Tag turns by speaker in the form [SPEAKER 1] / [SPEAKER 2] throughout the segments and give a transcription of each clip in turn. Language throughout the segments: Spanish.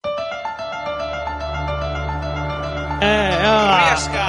[SPEAKER 1] Madagascar.
[SPEAKER 2] Eh,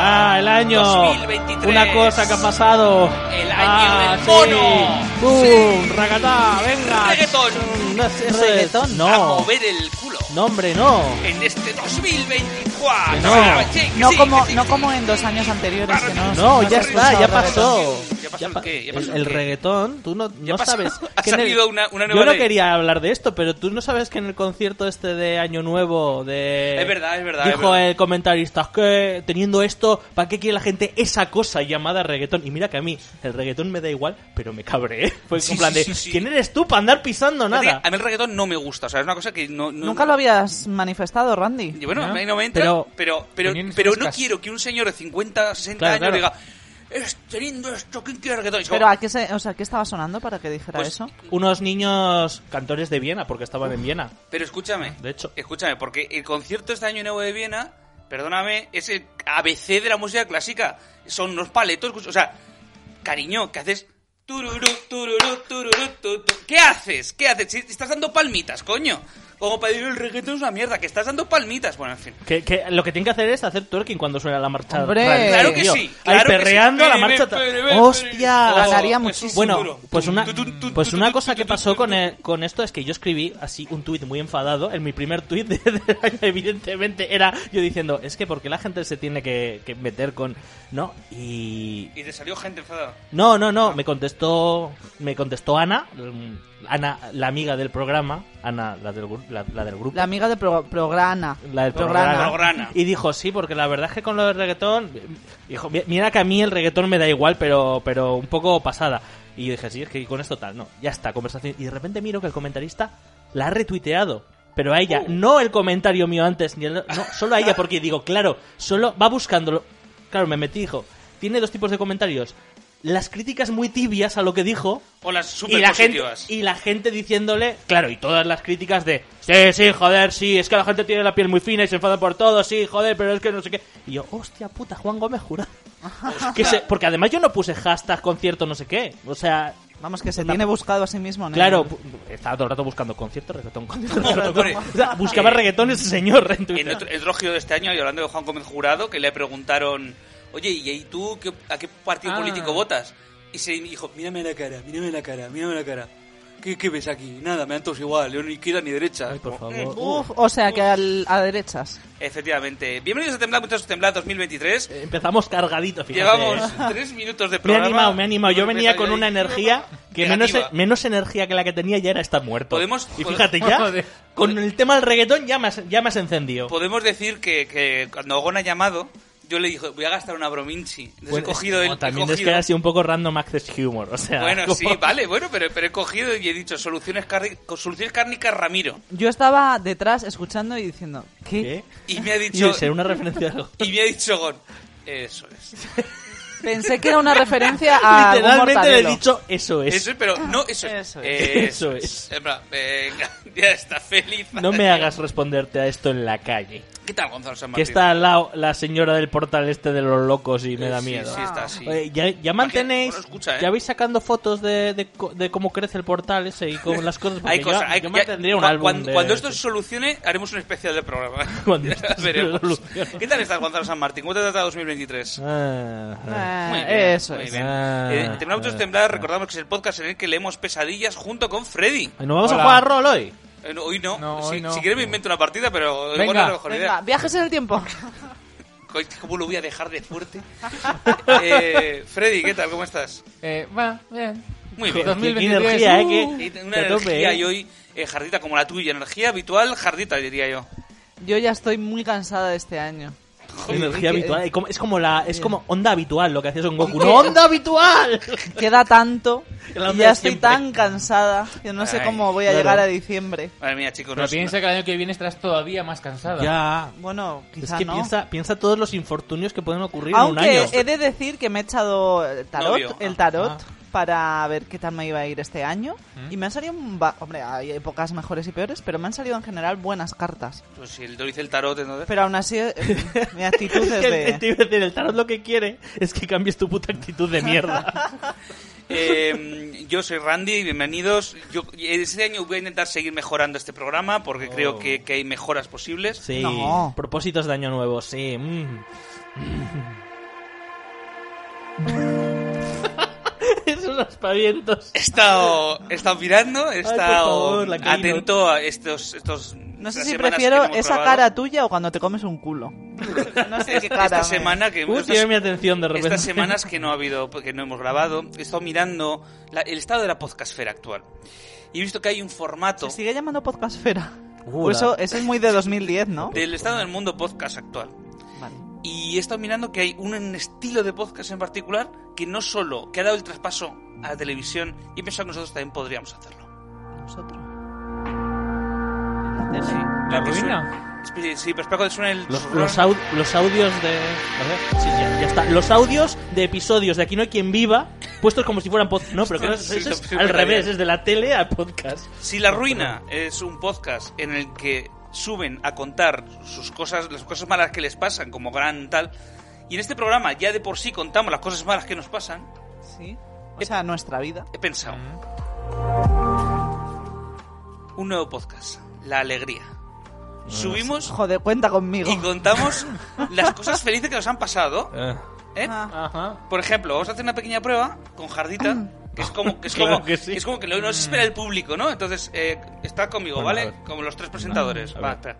[SPEAKER 2] Ah, el año.
[SPEAKER 1] 2023.
[SPEAKER 2] Una cosa que ha pasado.
[SPEAKER 1] El año
[SPEAKER 2] ah,
[SPEAKER 1] del
[SPEAKER 2] sí.
[SPEAKER 1] mono.
[SPEAKER 2] Boom,
[SPEAKER 1] Sí.
[SPEAKER 2] ragatá, venga.
[SPEAKER 1] Reggaetón.
[SPEAKER 2] No, es- eso es-
[SPEAKER 3] Reggaetón.
[SPEAKER 1] A
[SPEAKER 2] No.
[SPEAKER 1] mover el culo.
[SPEAKER 2] No, hombre, no.
[SPEAKER 1] En este 2024.
[SPEAKER 2] No.
[SPEAKER 1] Ah, sí, que
[SPEAKER 3] No
[SPEAKER 1] sí,
[SPEAKER 3] como,
[SPEAKER 1] que sí,
[SPEAKER 3] no
[SPEAKER 1] que
[SPEAKER 3] como
[SPEAKER 1] sí.
[SPEAKER 3] en dos años anteriores que no.
[SPEAKER 2] No,
[SPEAKER 3] no
[SPEAKER 2] ya
[SPEAKER 3] se
[SPEAKER 2] está, ya
[SPEAKER 3] escuchaba reggaetón.
[SPEAKER 2] pasó.
[SPEAKER 1] ¿Ya pasó el qué? ¿Ya
[SPEAKER 2] el,
[SPEAKER 1] pasó el
[SPEAKER 2] el
[SPEAKER 1] qué?
[SPEAKER 2] reggaetón, tú no,
[SPEAKER 1] ¿Ya
[SPEAKER 2] no
[SPEAKER 1] pasó?
[SPEAKER 2] sabes.
[SPEAKER 1] Ha
[SPEAKER 2] que en el-
[SPEAKER 1] salido una- una nueva
[SPEAKER 2] Yo no
[SPEAKER 1] ley.
[SPEAKER 2] quería hablar de esto, pero tú no sabes que en el concierto este de Año Nuevo de...
[SPEAKER 1] Es verdad, es verdad, es
[SPEAKER 2] Dijo
[SPEAKER 1] verdad.
[SPEAKER 2] el comentarista, "Es que teniendo esto, ¿para qué quiere la gente esa cosa llamada reggaetón? Y mira que a mí el reggaetón me da igual, pero me cabré. Fue
[SPEAKER 1] Sí,
[SPEAKER 2] en plan
[SPEAKER 1] sí,
[SPEAKER 2] de,
[SPEAKER 1] sí, sí.
[SPEAKER 2] ¿quién eres tú para andar pisando
[SPEAKER 1] Fíjate que
[SPEAKER 2] nada?
[SPEAKER 1] A mí el reggaetón no me gusta, o sea, es una cosa que no... no-
[SPEAKER 3] Nunca lo habías manifestado, Randy.
[SPEAKER 1] Y bueno,
[SPEAKER 2] ¿No?
[SPEAKER 1] a mí no me entra,
[SPEAKER 2] Pero-
[SPEAKER 1] pero, pero, pero,
[SPEAKER 4] Tenían
[SPEAKER 1] no
[SPEAKER 4] frescas.
[SPEAKER 1] quiero que un señor de 50, 60
[SPEAKER 2] Claro,
[SPEAKER 1] años
[SPEAKER 2] claro.
[SPEAKER 1] diga, "Es- teniendo esto, ¿quién quiere reggaetón? Y es como,
[SPEAKER 3] Pero ¿a qué, se, o sea, ¿qué estaba sonando para que dijera
[SPEAKER 1] Pues-
[SPEAKER 3] eso?
[SPEAKER 2] Unos niños cantores de Viena, porque estaban en Viena.
[SPEAKER 1] pero escúchame,
[SPEAKER 2] De hecho.
[SPEAKER 1] escúchame, porque el concierto este año nuevo de Viena, perdóname, es el ABC de la música clásica. Son unos paletos, o sea, cariño, ¿qué haces? Tururú, tururú, tururú, tu, tu. ¿Qué haces? ¿Qué haces? Si Estás dando palmitas, coño. Como para decir el reggaetón es una mierda, que estás dando palmitas. Bueno, en fin.
[SPEAKER 2] Que, que lo que tienen que hacer es hacer twerking cuando suena la marcha.
[SPEAKER 3] Hombre.
[SPEAKER 2] tra-
[SPEAKER 1] Claro que
[SPEAKER 2] Eh, tío.
[SPEAKER 1] sí,
[SPEAKER 2] Ahí
[SPEAKER 1] claro que sí.
[SPEAKER 2] perreando la
[SPEAKER 1] Pere,
[SPEAKER 2] marcha. tra-
[SPEAKER 1] pere, pere,
[SPEAKER 2] ¡Hostia!
[SPEAKER 1] pere.
[SPEAKER 3] Ganaría
[SPEAKER 1] Oh, es un
[SPEAKER 3] muchísimo.
[SPEAKER 2] Bueno,
[SPEAKER 1] duro.
[SPEAKER 2] pues una,
[SPEAKER 1] Tum, tum, tum,
[SPEAKER 2] pues
[SPEAKER 1] tum,
[SPEAKER 2] una
[SPEAKER 1] tum,
[SPEAKER 2] cosa
[SPEAKER 1] tum,
[SPEAKER 2] que
[SPEAKER 1] tum,
[SPEAKER 2] pasó
[SPEAKER 1] tum,
[SPEAKER 2] con,
[SPEAKER 1] tum.
[SPEAKER 2] el- con esto es que yo escribí así un tuit muy enfadado. En mi primer tuit de, del año, evidentemente, era yo diciendo: Es que porque la gente se tiene que, que meter con. No, y.
[SPEAKER 1] Y te salió gente enfadada.
[SPEAKER 2] No, no, no, me contestó, me contestó Ana, mm, Ana, la amiga del programa, Ana, la del, gru- la, la del grupo.
[SPEAKER 3] La amiga de Pro- Prograna.
[SPEAKER 2] La del
[SPEAKER 3] Prograna.
[SPEAKER 2] programa.
[SPEAKER 1] Prograna.
[SPEAKER 2] Y dijo, sí, porque la verdad es que con lo del reggaetón... Dijo, "Mi- mira que a mí el reggaetón me da igual, pero, pero un poco pasada. Y yo dije, sí, es que con esto tal, no. Ya está, conversación. Y de repente miro que el comentarista la ha retuiteado. Pero a ella, no el comentario mío antes, ni el- no, solo a ella, porque digo, claro, solo va buscándolo. Claro, me metí, dijo, tiene dos tipos de comentarios. Las críticas muy tibias a lo que dijo,
[SPEAKER 1] O las
[SPEAKER 2] y
[SPEAKER 1] super
[SPEAKER 2] la, gente,
[SPEAKER 1] positivas.
[SPEAKER 2] y la gente diciéndole, claro, y todas las críticas de, sí, sí, joder, sí, es que la gente tiene la piel muy fina y se enfada por todo, sí, joder, pero es que no sé qué. Y yo, hostia puta, Juan Gómez jura. Que se- porque además yo no puse hashtag concierto no sé qué. O sea,
[SPEAKER 3] Vamos, que se
[SPEAKER 2] Una-
[SPEAKER 3] tiene buscado a sí mismo. ¿no?
[SPEAKER 2] claro, pu- estaba todo el rato buscando concierto, reggaetón, concierto.
[SPEAKER 1] No,
[SPEAKER 2] reggaetón.
[SPEAKER 1] hombre.
[SPEAKER 2] O sea, buscaba
[SPEAKER 1] Eh,
[SPEAKER 2] reggaetón ese señor en Twitter.
[SPEAKER 1] En otro, en otro giro de este año, y hablando de Juan Gómez Jurado, que le preguntaron, oye, ¿y ahí tú qué- a qué partido
[SPEAKER 2] Ah.
[SPEAKER 1] político votas? Y se dijo, mírame la cara, mírame la cara, mírame la cara. ¿Qué, qué ves aquí? Nada, me dan todos igual, yo ni izquierda ni derecha.
[SPEAKER 2] Ay, por
[SPEAKER 1] Como,
[SPEAKER 2] favor.
[SPEAKER 1] "Mm".
[SPEAKER 3] Uf, o sea, que al- a derechas.
[SPEAKER 1] Efectivamente. Bienvenidos a Temblar, muchachos, Temblar 2023.
[SPEAKER 2] Eh, Empezamos cargadito, fíjate.
[SPEAKER 1] Llevamos tres minutos de
[SPEAKER 2] Me he
[SPEAKER 1] programa.
[SPEAKER 2] animado, me he animado. Yo
[SPEAKER 1] Hemos
[SPEAKER 2] venía
[SPEAKER 1] empezado
[SPEAKER 2] con
[SPEAKER 1] ya
[SPEAKER 2] una
[SPEAKER 1] ahí.
[SPEAKER 2] energía que menos, e-
[SPEAKER 1] Negativa.
[SPEAKER 2] menos energía que la que tenía ya era estar muerto.
[SPEAKER 1] Podemos-
[SPEAKER 2] y
[SPEAKER 1] pode-
[SPEAKER 2] fíjate, ya
[SPEAKER 4] Joder.
[SPEAKER 2] con el tema del reggaetón ya me has, ya me has encendido.
[SPEAKER 1] Podemos decir que, que cuando Ogón ha llamado, yo le dije, voy a gastar una brominchi. Entonces
[SPEAKER 2] Bueno,
[SPEAKER 1] he cogido
[SPEAKER 2] es-
[SPEAKER 1] el...
[SPEAKER 2] Pues, no,
[SPEAKER 1] he
[SPEAKER 2] también es que
[SPEAKER 1] cogido-
[SPEAKER 2] era así un poco random access humor, o sea...
[SPEAKER 1] Bueno,
[SPEAKER 2] como-
[SPEAKER 1] sí, vale, bueno, pero, pero he cogido y he dicho soluciones, carni- soluciones cárnicas Ramiro.
[SPEAKER 3] Yo estaba detrás escuchando y diciendo, ¿qué?
[SPEAKER 2] ¿Qué?
[SPEAKER 1] Y me ha
[SPEAKER 2] Yo,
[SPEAKER 1] dicho,
[SPEAKER 2] sé, una referencia a algo.
[SPEAKER 1] y me ha dicho Gon, eso es.
[SPEAKER 3] Pensé que era una referencia a Ah, algún
[SPEAKER 2] Literalmente le he
[SPEAKER 3] mortadelo.
[SPEAKER 2] dicho, eso es.
[SPEAKER 1] Eso es, pero no, eso es. eh,
[SPEAKER 3] Eso es.
[SPEAKER 2] Eso es.
[SPEAKER 1] En plan, venga, ya está feliz.
[SPEAKER 2] No me hagas responderte a esto en la calle.
[SPEAKER 1] ¿Qué tal, Gonzalo San
[SPEAKER 2] Que
[SPEAKER 1] Martín?
[SPEAKER 2] está al lado la señora del portal este de los locos y me da
[SPEAKER 1] Eh, Sí,
[SPEAKER 2] miedo.
[SPEAKER 1] Sí, está así.
[SPEAKER 2] Oye, ya, ya mantenéis,
[SPEAKER 1] no lo escucha, ¿eh?
[SPEAKER 2] ya vais sacando fotos de, de co- de cómo crece el portal ese y cómo las cosas. porque
[SPEAKER 1] Hay
[SPEAKER 2] yo-
[SPEAKER 1] cosas, hay
[SPEAKER 2] yo
[SPEAKER 1] ya-
[SPEAKER 2] mantendría un
[SPEAKER 1] cua-
[SPEAKER 2] álbum
[SPEAKER 1] cuando,
[SPEAKER 2] de-
[SPEAKER 1] cuando esto se solucione, haremos un especial del programa.
[SPEAKER 2] Cuando
[SPEAKER 1] Ya
[SPEAKER 2] esto se
[SPEAKER 1] veremos.
[SPEAKER 2] solucione.
[SPEAKER 1] ¿Qué tal estás, Gonzalo San Martín? ¿Cómo te trata 2023?
[SPEAKER 2] Ah, ah.
[SPEAKER 3] Ah,
[SPEAKER 1] Muy bien,
[SPEAKER 3] eso
[SPEAKER 1] muy
[SPEAKER 3] es.
[SPEAKER 1] bien.
[SPEAKER 2] Ah.
[SPEAKER 1] Eh, en Terminamos de temblar, recordamos que es el podcast en el que leemos pesadillas junto con Freddy.
[SPEAKER 2] ¿No vamos a
[SPEAKER 4] Hola.
[SPEAKER 2] jugar rol hoy?
[SPEAKER 1] Eh, no, hoy no.
[SPEAKER 4] No,
[SPEAKER 1] si,
[SPEAKER 4] hoy no.
[SPEAKER 1] si quieres me invento una partida, pero
[SPEAKER 4] Venga.
[SPEAKER 1] igual no es la mejor idea.
[SPEAKER 3] Venga, viajes en el tiempo.
[SPEAKER 1] Coi, ¿Cómo lo voy a dejar de fuerte? Eh, Freddy, ¿qué tal? ¿Cómo estás?
[SPEAKER 4] Eh, va, bien.
[SPEAKER 1] Muy bien.
[SPEAKER 4] 2023,
[SPEAKER 2] Qué energía,
[SPEAKER 4] uh.
[SPEAKER 2] ¿eh?
[SPEAKER 1] Y
[SPEAKER 2] Que-
[SPEAKER 1] Una
[SPEAKER 2] que a tope,
[SPEAKER 1] energía
[SPEAKER 2] ¿eh?
[SPEAKER 1] y hoy, eh, jardita como la tuya, energía habitual, jardita diría yo.
[SPEAKER 3] Yo ya estoy muy cansada de este año.
[SPEAKER 2] Energía
[SPEAKER 3] que-
[SPEAKER 2] habitual. Y como- Es como la es como onda habitual lo que hacía Son Goku.
[SPEAKER 3] ¿Qué?
[SPEAKER 2] ¡No, onda habitual!
[SPEAKER 3] Queda tanto
[SPEAKER 2] El hambre
[SPEAKER 3] y
[SPEAKER 2] de
[SPEAKER 3] ya estoy
[SPEAKER 2] siempre.
[SPEAKER 3] tan cansada que no sé
[SPEAKER 1] Ay,
[SPEAKER 3] cómo voy a
[SPEAKER 2] claro.
[SPEAKER 3] llegar a diciembre.
[SPEAKER 1] Madre mía, chicos, no
[SPEAKER 4] Pero
[SPEAKER 1] es-
[SPEAKER 4] piensa que el año que viene estarás todavía más cansada.
[SPEAKER 2] ya.
[SPEAKER 3] Bueno,
[SPEAKER 2] Es
[SPEAKER 3] quizá
[SPEAKER 2] que
[SPEAKER 3] no.
[SPEAKER 2] piensa, piensa todos los infortunios que pueden ocurrir en un
[SPEAKER 3] Aunque
[SPEAKER 2] año.
[SPEAKER 3] he de decir que me he echado el tarot,
[SPEAKER 1] Novio.
[SPEAKER 3] el tarot
[SPEAKER 2] Ah. Mm.
[SPEAKER 3] para ver qué tal me iba a ir este año y me han salido, un ba- hombre, hay épocas mejores y peores, pero me han salido en general buenas cartas.
[SPEAKER 1] Pues si el- lo dice el tarot, entonces...
[SPEAKER 3] Pero aún así, eh, mi actitud es
[SPEAKER 2] Es que te
[SPEAKER 3] de...
[SPEAKER 2] iba a decir, el tarot lo que quiere es que cambies tu puta actitud de mierda.
[SPEAKER 1] Eh, yo soy Randy, bienvenidos. Yo este año voy a intentar seguir mejorando este
[SPEAKER 4] Oh.
[SPEAKER 1] programa porque creo que, que hay mejoras posibles.
[SPEAKER 2] Sí,
[SPEAKER 3] No.
[SPEAKER 2] propósitos de año nuevo, sí. mm. Esos aspavientos.
[SPEAKER 1] He estado, he estado mirando, he
[SPEAKER 2] por
[SPEAKER 1] estado
[SPEAKER 2] favor, la Keynote.
[SPEAKER 1] atento a estos... estos
[SPEAKER 3] No sé
[SPEAKER 1] las
[SPEAKER 3] si
[SPEAKER 1] semanas que
[SPEAKER 3] prefiero
[SPEAKER 1] hemos
[SPEAKER 3] esa
[SPEAKER 1] grabado.
[SPEAKER 3] cara tuya o cuando te comes un culo. No sé qué cara.
[SPEAKER 1] Esta
[SPEAKER 3] me-
[SPEAKER 1] semana que...
[SPEAKER 2] Uh,
[SPEAKER 1] Eh, estas-
[SPEAKER 2] tiene mi atención de repente.
[SPEAKER 1] Estas semanas que no ha habido, que no hemos grabado, he estado mirando la- el estado de la podcastfera actual. Y he visto que hay un formato
[SPEAKER 3] Se sigue llamando podcastfera.
[SPEAKER 2] Uh,
[SPEAKER 3] O eso,
[SPEAKER 2] la-
[SPEAKER 3] eso es muy de 2010, ¿no?
[SPEAKER 1] del estado del mundo podcast actual.
[SPEAKER 3] Vale.
[SPEAKER 1] Y he estado mirando que hay un estilo de podcast en particular que no solo que ha dado el traspaso a la televisión, y he pensado que nosotros también podríamos hacerlo.
[SPEAKER 3] Nosotros.
[SPEAKER 1] Sí,
[SPEAKER 4] ¿La
[SPEAKER 1] que suena-
[SPEAKER 4] ruina?
[SPEAKER 1] sí, sí, pero espero que suene el...
[SPEAKER 2] Los, los au- los audios de. a ver, sí, ya, ya está. Los audios de episodios de Aquí no hay quien viva, puestos como si fueran podcast. No, pero claro,
[SPEAKER 1] Sí,
[SPEAKER 2] eso es
[SPEAKER 1] sí,
[SPEAKER 2] al
[SPEAKER 1] sí,
[SPEAKER 2] revés,
[SPEAKER 1] bien.
[SPEAKER 2] es de la tele al podcast.
[SPEAKER 1] Si La Ruina es un podcast en el que suben a contar sus cosas, las cosas malas que les pasan como gran tal, y en este programa ya de por sí contamos las cosas malas que nos pasan,
[SPEAKER 3] Sí. O sea, nuestra vida.
[SPEAKER 1] he pensado, un nuevo podcast, La Alegría. Subimos
[SPEAKER 3] Joder, cuenta conmigo.
[SPEAKER 1] y contamos las cosas felices que nos han pasado, ¿eh?
[SPEAKER 3] Ah,
[SPEAKER 4] Ajá.
[SPEAKER 1] Por ejemplo, vamos a hacer una pequeña prueba con Jardita, que es como que es
[SPEAKER 2] Claro
[SPEAKER 1] como
[SPEAKER 2] que sí.
[SPEAKER 1] es como que lo- nos espera el público, ¿no? Entonces, eh, está conmigo,
[SPEAKER 2] Bueno, a
[SPEAKER 1] ¿vale?
[SPEAKER 2] ver.
[SPEAKER 1] Como los tres presentadores.
[SPEAKER 2] A
[SPEAKER 1] Va,
[SPEAKER 2] ver.
[SPEAKER 1] espera.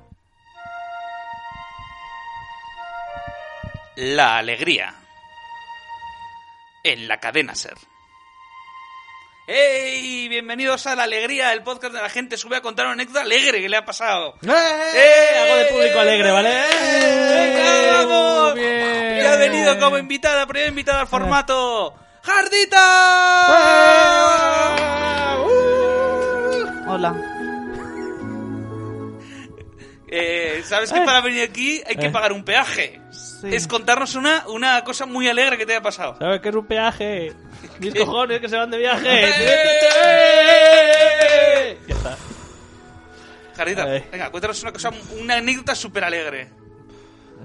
[SPEAKER 1] La alegría. En la cadena ser. ¡Hey! Bienvenidos a La Alegría, el podcast de la gente sube a contar una anécdota alegre que le ha pasado.
[SPEAKER 2] ¡Eh! Algo de público alegre, ¿vale?
[SPEAKER 1] ¡Venga, eh, vamos!
[SPEAKER 4] Bien.
[SPEAKER 1] Y ha venido como invitada, primera invitada al formato.
[SPEAKER 2] Eh.
[SPEAKER 1] ¡Jardita!
[SPEAKER 3] Ah. hola.
[SPEAKER 1] Eh, Sabes que para venir aquí hay que
[SPEAKER 2] Eh.
[SPEAKER 1] pagar un peaje.
[SPEAKER 3] Sí.
[SPEAKER 1] Es contarnos una, una cosa muy alegre que te haya pasado.
[SPEAKER 2] ¿Sabes qué es un peaje? Mis cojones que se van de viaje.
[SPEAKER 1] ¡Eh!
[SPEAKER 2] ya está.
[SPEAKER 1] Jardita,
[SPEAKER 2] Ay.
[SPEAKER 1] venga, cuéntanos una cosa, una anécdota súper alegre.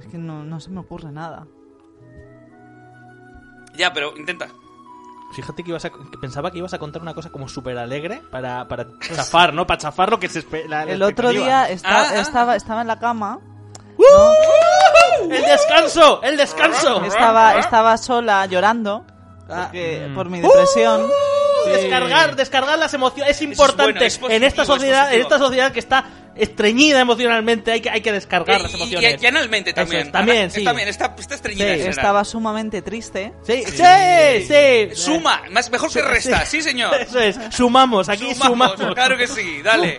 [SPEAKER 3] Es que no, no se me ocurre nada.
[SPEAKER 1] Ya, pero intenta.
[SPEAKER 2] Fíjate que, ibas a- que pensaba que ibas a contar una cosa como súper alegre para, para chafar, ¿no? Para chafar lo que se espe- la- la
[SPEAKER 3] El otro
[SPEAKER 2] expectativa.
[SPEAKER 3] día esta-
[SPEAKER 1] Ah, ¡Uh! ah.
[SPEAKER 3] estaba, estaba en la cama.
[SPEAKER 2] ¡El descanso! ¡El descanso!
[SPEAKER 3] Estaba, estaba sola llorando porque-
[SPEAKER 1] Mm.
[SPEAKER 3] por mi depresión.
[SPEAKER 2] Uh, Descargar, descargar las emociones es importante.
[SPEAKER 1] es bueno, es
[SPEAKER 2] en esta
[SPEAKER 1] positivo, es
[SPEAKER 2] sociedad, en
[SPEAKER 1] positivo.
[SPEAKER 2] esta sociedad que está estreñida emocionalmente, hay que, hay que descargar las
[SPEAKER 1] Y- y-
[SPEAKER 2] emociones.
[SPEAKER 1] Y, y analmente
[SPEAKER 2] Eso es,
[SPEAKER 1] también.
[SPEAKER 2] también,
[SPEAKER 1] Ana-
[SPEAKER 2] sí.
[SPEAKER 1] También, está, está estreñida.
[SPEAKER 2] Sí,
[SPEAKER 1] en general.
[SPEAKER 3] Estaba sumamente triste.
[SPEAKER 2] Sí, sí, sí.
[SPEAKER 1] Suma, más, mejor que resta, sí, señor.
[SPEAKER 2] Eso es, sumamos, aquí sumamos.
[SPEAKER 1] Claro que sí, dale.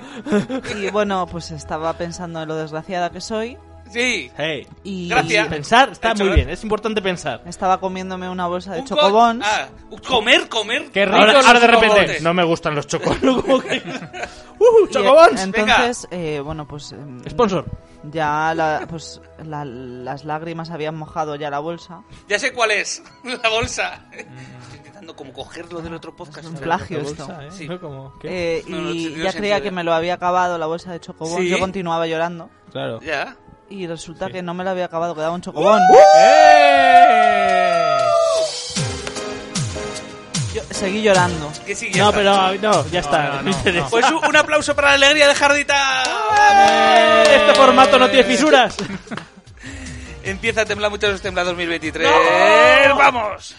[SPEAKER 3] Y bueno, pues estaba pensando en lo desgraciada que soy.
[SPEAKER 1] Sí.
[SPEAKER 2] Hey,
[SPEAKER 3] Y
[SPEAKER 1] Gracias.
[SPEAKER 2] pensar está
[SPEAKER 1] Hecho,
[SPEAKER 2] muy
[SPEAKER 1] ¿eh?
[SPEAKER 2] bien, es importante pensar.
[SPEAKER 3] estaba comiéndome una bolsa de
[SPEAKER 1] Un co-
[SPEAKER 3] chocobons.
[SPEAKER 1] Ah, comer, comer.
[SPEAKER 4] Qué rico.
[SPEAKER 2] Ahora,
[SPEAKER 4] los
[SPEAKER 2] ahora de repente,
[SPEAKER 1] chocobotes.
[SPEAKER 2] no me gustan los chocobons. Como que-
[SPEAKER 3] y,
[SPEAKER 2] ¡Uh,
[SPEAKER 3] eh,
[SPEAKER 2] chocobons!
[SPEAKER 3] Entonces, eh, bueno, pues. em,
[SPEAKER 2] Sponsor.
[SPEAKER 3] Ya la- pues, la- las lágrimas habían mojado ya la bolsa.
[SPEAKER 1] Ya sé cuál es, la bolsa. Estoy intentando como cogerlo del otro podcast.
[SPEAKER 3] un plagio esto.
[SPEAKER 2] Bolsa, ¿eh?
[SPEAKER 1] Sí.
[SPEAKER 2] ¿No? Como que-
[SPEAKER 3] Eh,
[SPEAKER 1] No, no,
[SPEAKER 3] y
[SPEAKER 1] tiene
[SPEAKER 3] ya
[SPEAKER 1] sentido,
[SPEAKER 3] creía
[SPEAKER 1] ¿eh?
[SPEAKER 3] que me lo había acabado la bolsa de chocobón.
[SPEAKER 1] Sí.
[SPEAKER 3] Yo continuaba llorando.
[SPEAKER 2] Claro.
[SPEAKER 1] Ya.
[SPEAKER 3] Y resulta que no me lo había acabado, quedaba
[SPEAKER 2] ¡Uh!
[SPEAKER 3] un chocobón.
[SPEAKER 2] ¡Eh!
[SPEAKER 3] Yo seguí llorando.
[SPEAKER 1] ¿Qué sigue?
[SPEAKER 2] No, pero ah, no, ya está.
[SPEAKER 1] Pues un, un aplauso para la alegría de Jardita.
[SPEAKER 2] Este formato no tiene fisuras.
[SPEAKER 1] Empieza a temblar mucho los temblar 2023. ¡Vamos!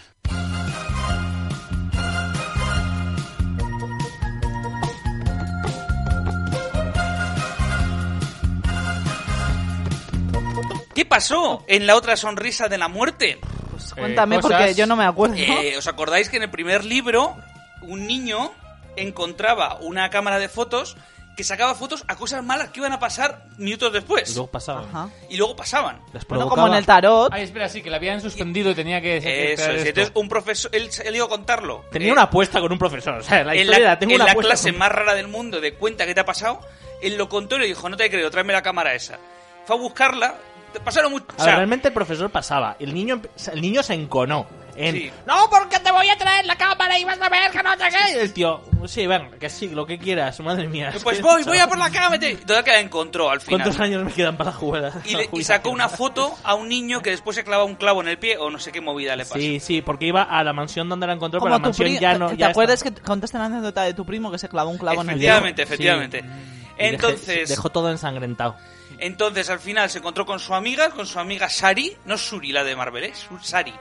[SPEAKER 1] ¿Qué pasó en la otra sonrisa de la muerte?
[SPEAKER 2] Eh,
[SPEAKER 3] Pues cuéntame
[SPEAKER 4] cosas.
[SPEAKER 3] porque yo no me acuerdo.
[SPEAKER 1] Eh, ¿Os acordáis que en el primer libro un niño encontraba una cámara de fotos que sacaba fotos a cosas malas que iban a pasar minutos después?
[SPEAKER 2] Luego pasaba.
[SPEAKER 3] Ajá.
[SPEAKER 1] Y luego pasaban.
[SPEAKER 2] Las
[SPEAKER 3] Bueno,
[SPEAKER 2] provocaba.
[SPEAKER 3] como en el tarot.
[SPEAKER 4] Ay, espera, sí, que la habían suspendido y tenía que...
[SPEAKER 1] Eso,
[SPEAKER 4] esperar
[SPEAKER 1] es.
[SPEAKER 4] esto.
[SPEAKER 1] Entonces, un profesor, él, él iba a contarlo.
[SPEAKER 2] Tenía
[SPEAKER 1] Eh,
[SPEAKER 2] una apuesta con un profesor. O sea, la
[SPEAKER 1] en
[SPEAKER 2] historia
[SPEAKER 1] la,
[SPEAKER 2] la tengo
[SPEAKER 1] en
[SPEAKER 2] una
[SPEAKER 1] la
[SPEAKER 2] apuesta
[SPEAKER 1] clase
[SPEAKER 2] con-
[SPEAKER 1] más rara del mundo de cuenta que te ha pasado, él lo contó y le dijo, no te creo, tráeme la cámara esa. Fue a buscarla, te pasaron mucho...
[SPEAKER 2] A ver, realmente el profesor pasaba. El niño, empe- el niño se enconó. En,
[SPEAKER 1] Sí.
[SPEAKER 2] No, porque te voy a traer la cámara y vas a ver que no te qué. Y El tío, sí, ven, que sí, lo que quieras, madre mía.
[SPEAKER 1] pues voy, voy a por la cámara. y te- Total que la encontró al final.
[SPEAKER 2] ¿Cuántos años me quedan para jugar?
[SPEAKER 1] y, le- y sacó una foto a un niño que después se clava un clavo en el pie o no sé qué movida le pasó.
[SPEAKER 2] Sí, sí, porque iba a la mansión donde la encontró, pero
[SPEAKER 3] Como
[SPEAKER 2] la
[SPEAKER 3] tu
[SPEAKER 2] mansión
[SPEAKER 3] pri-
[SPEAKER 2] ya no.
[SPEAKER 3] ¿Te
[SPEAKER 2] ya está.
[SPEAKER 3] acuerdas que contaste la anécdota de tu primo que se clavó un clavo en el dedo?
[SPEAKER 1] Efectivamente, efectivamente.
[SPEAKER 2] Y dejé-
[SPEAKER 1] Entonces,
[SPEAKER 2] Dejó todo ensangrentado.
[SPEAKER 1] Entonces al final se encontró con su amiga, con su amiga Sari, no Suri la de Marvel, ¿eh? Su- Sari.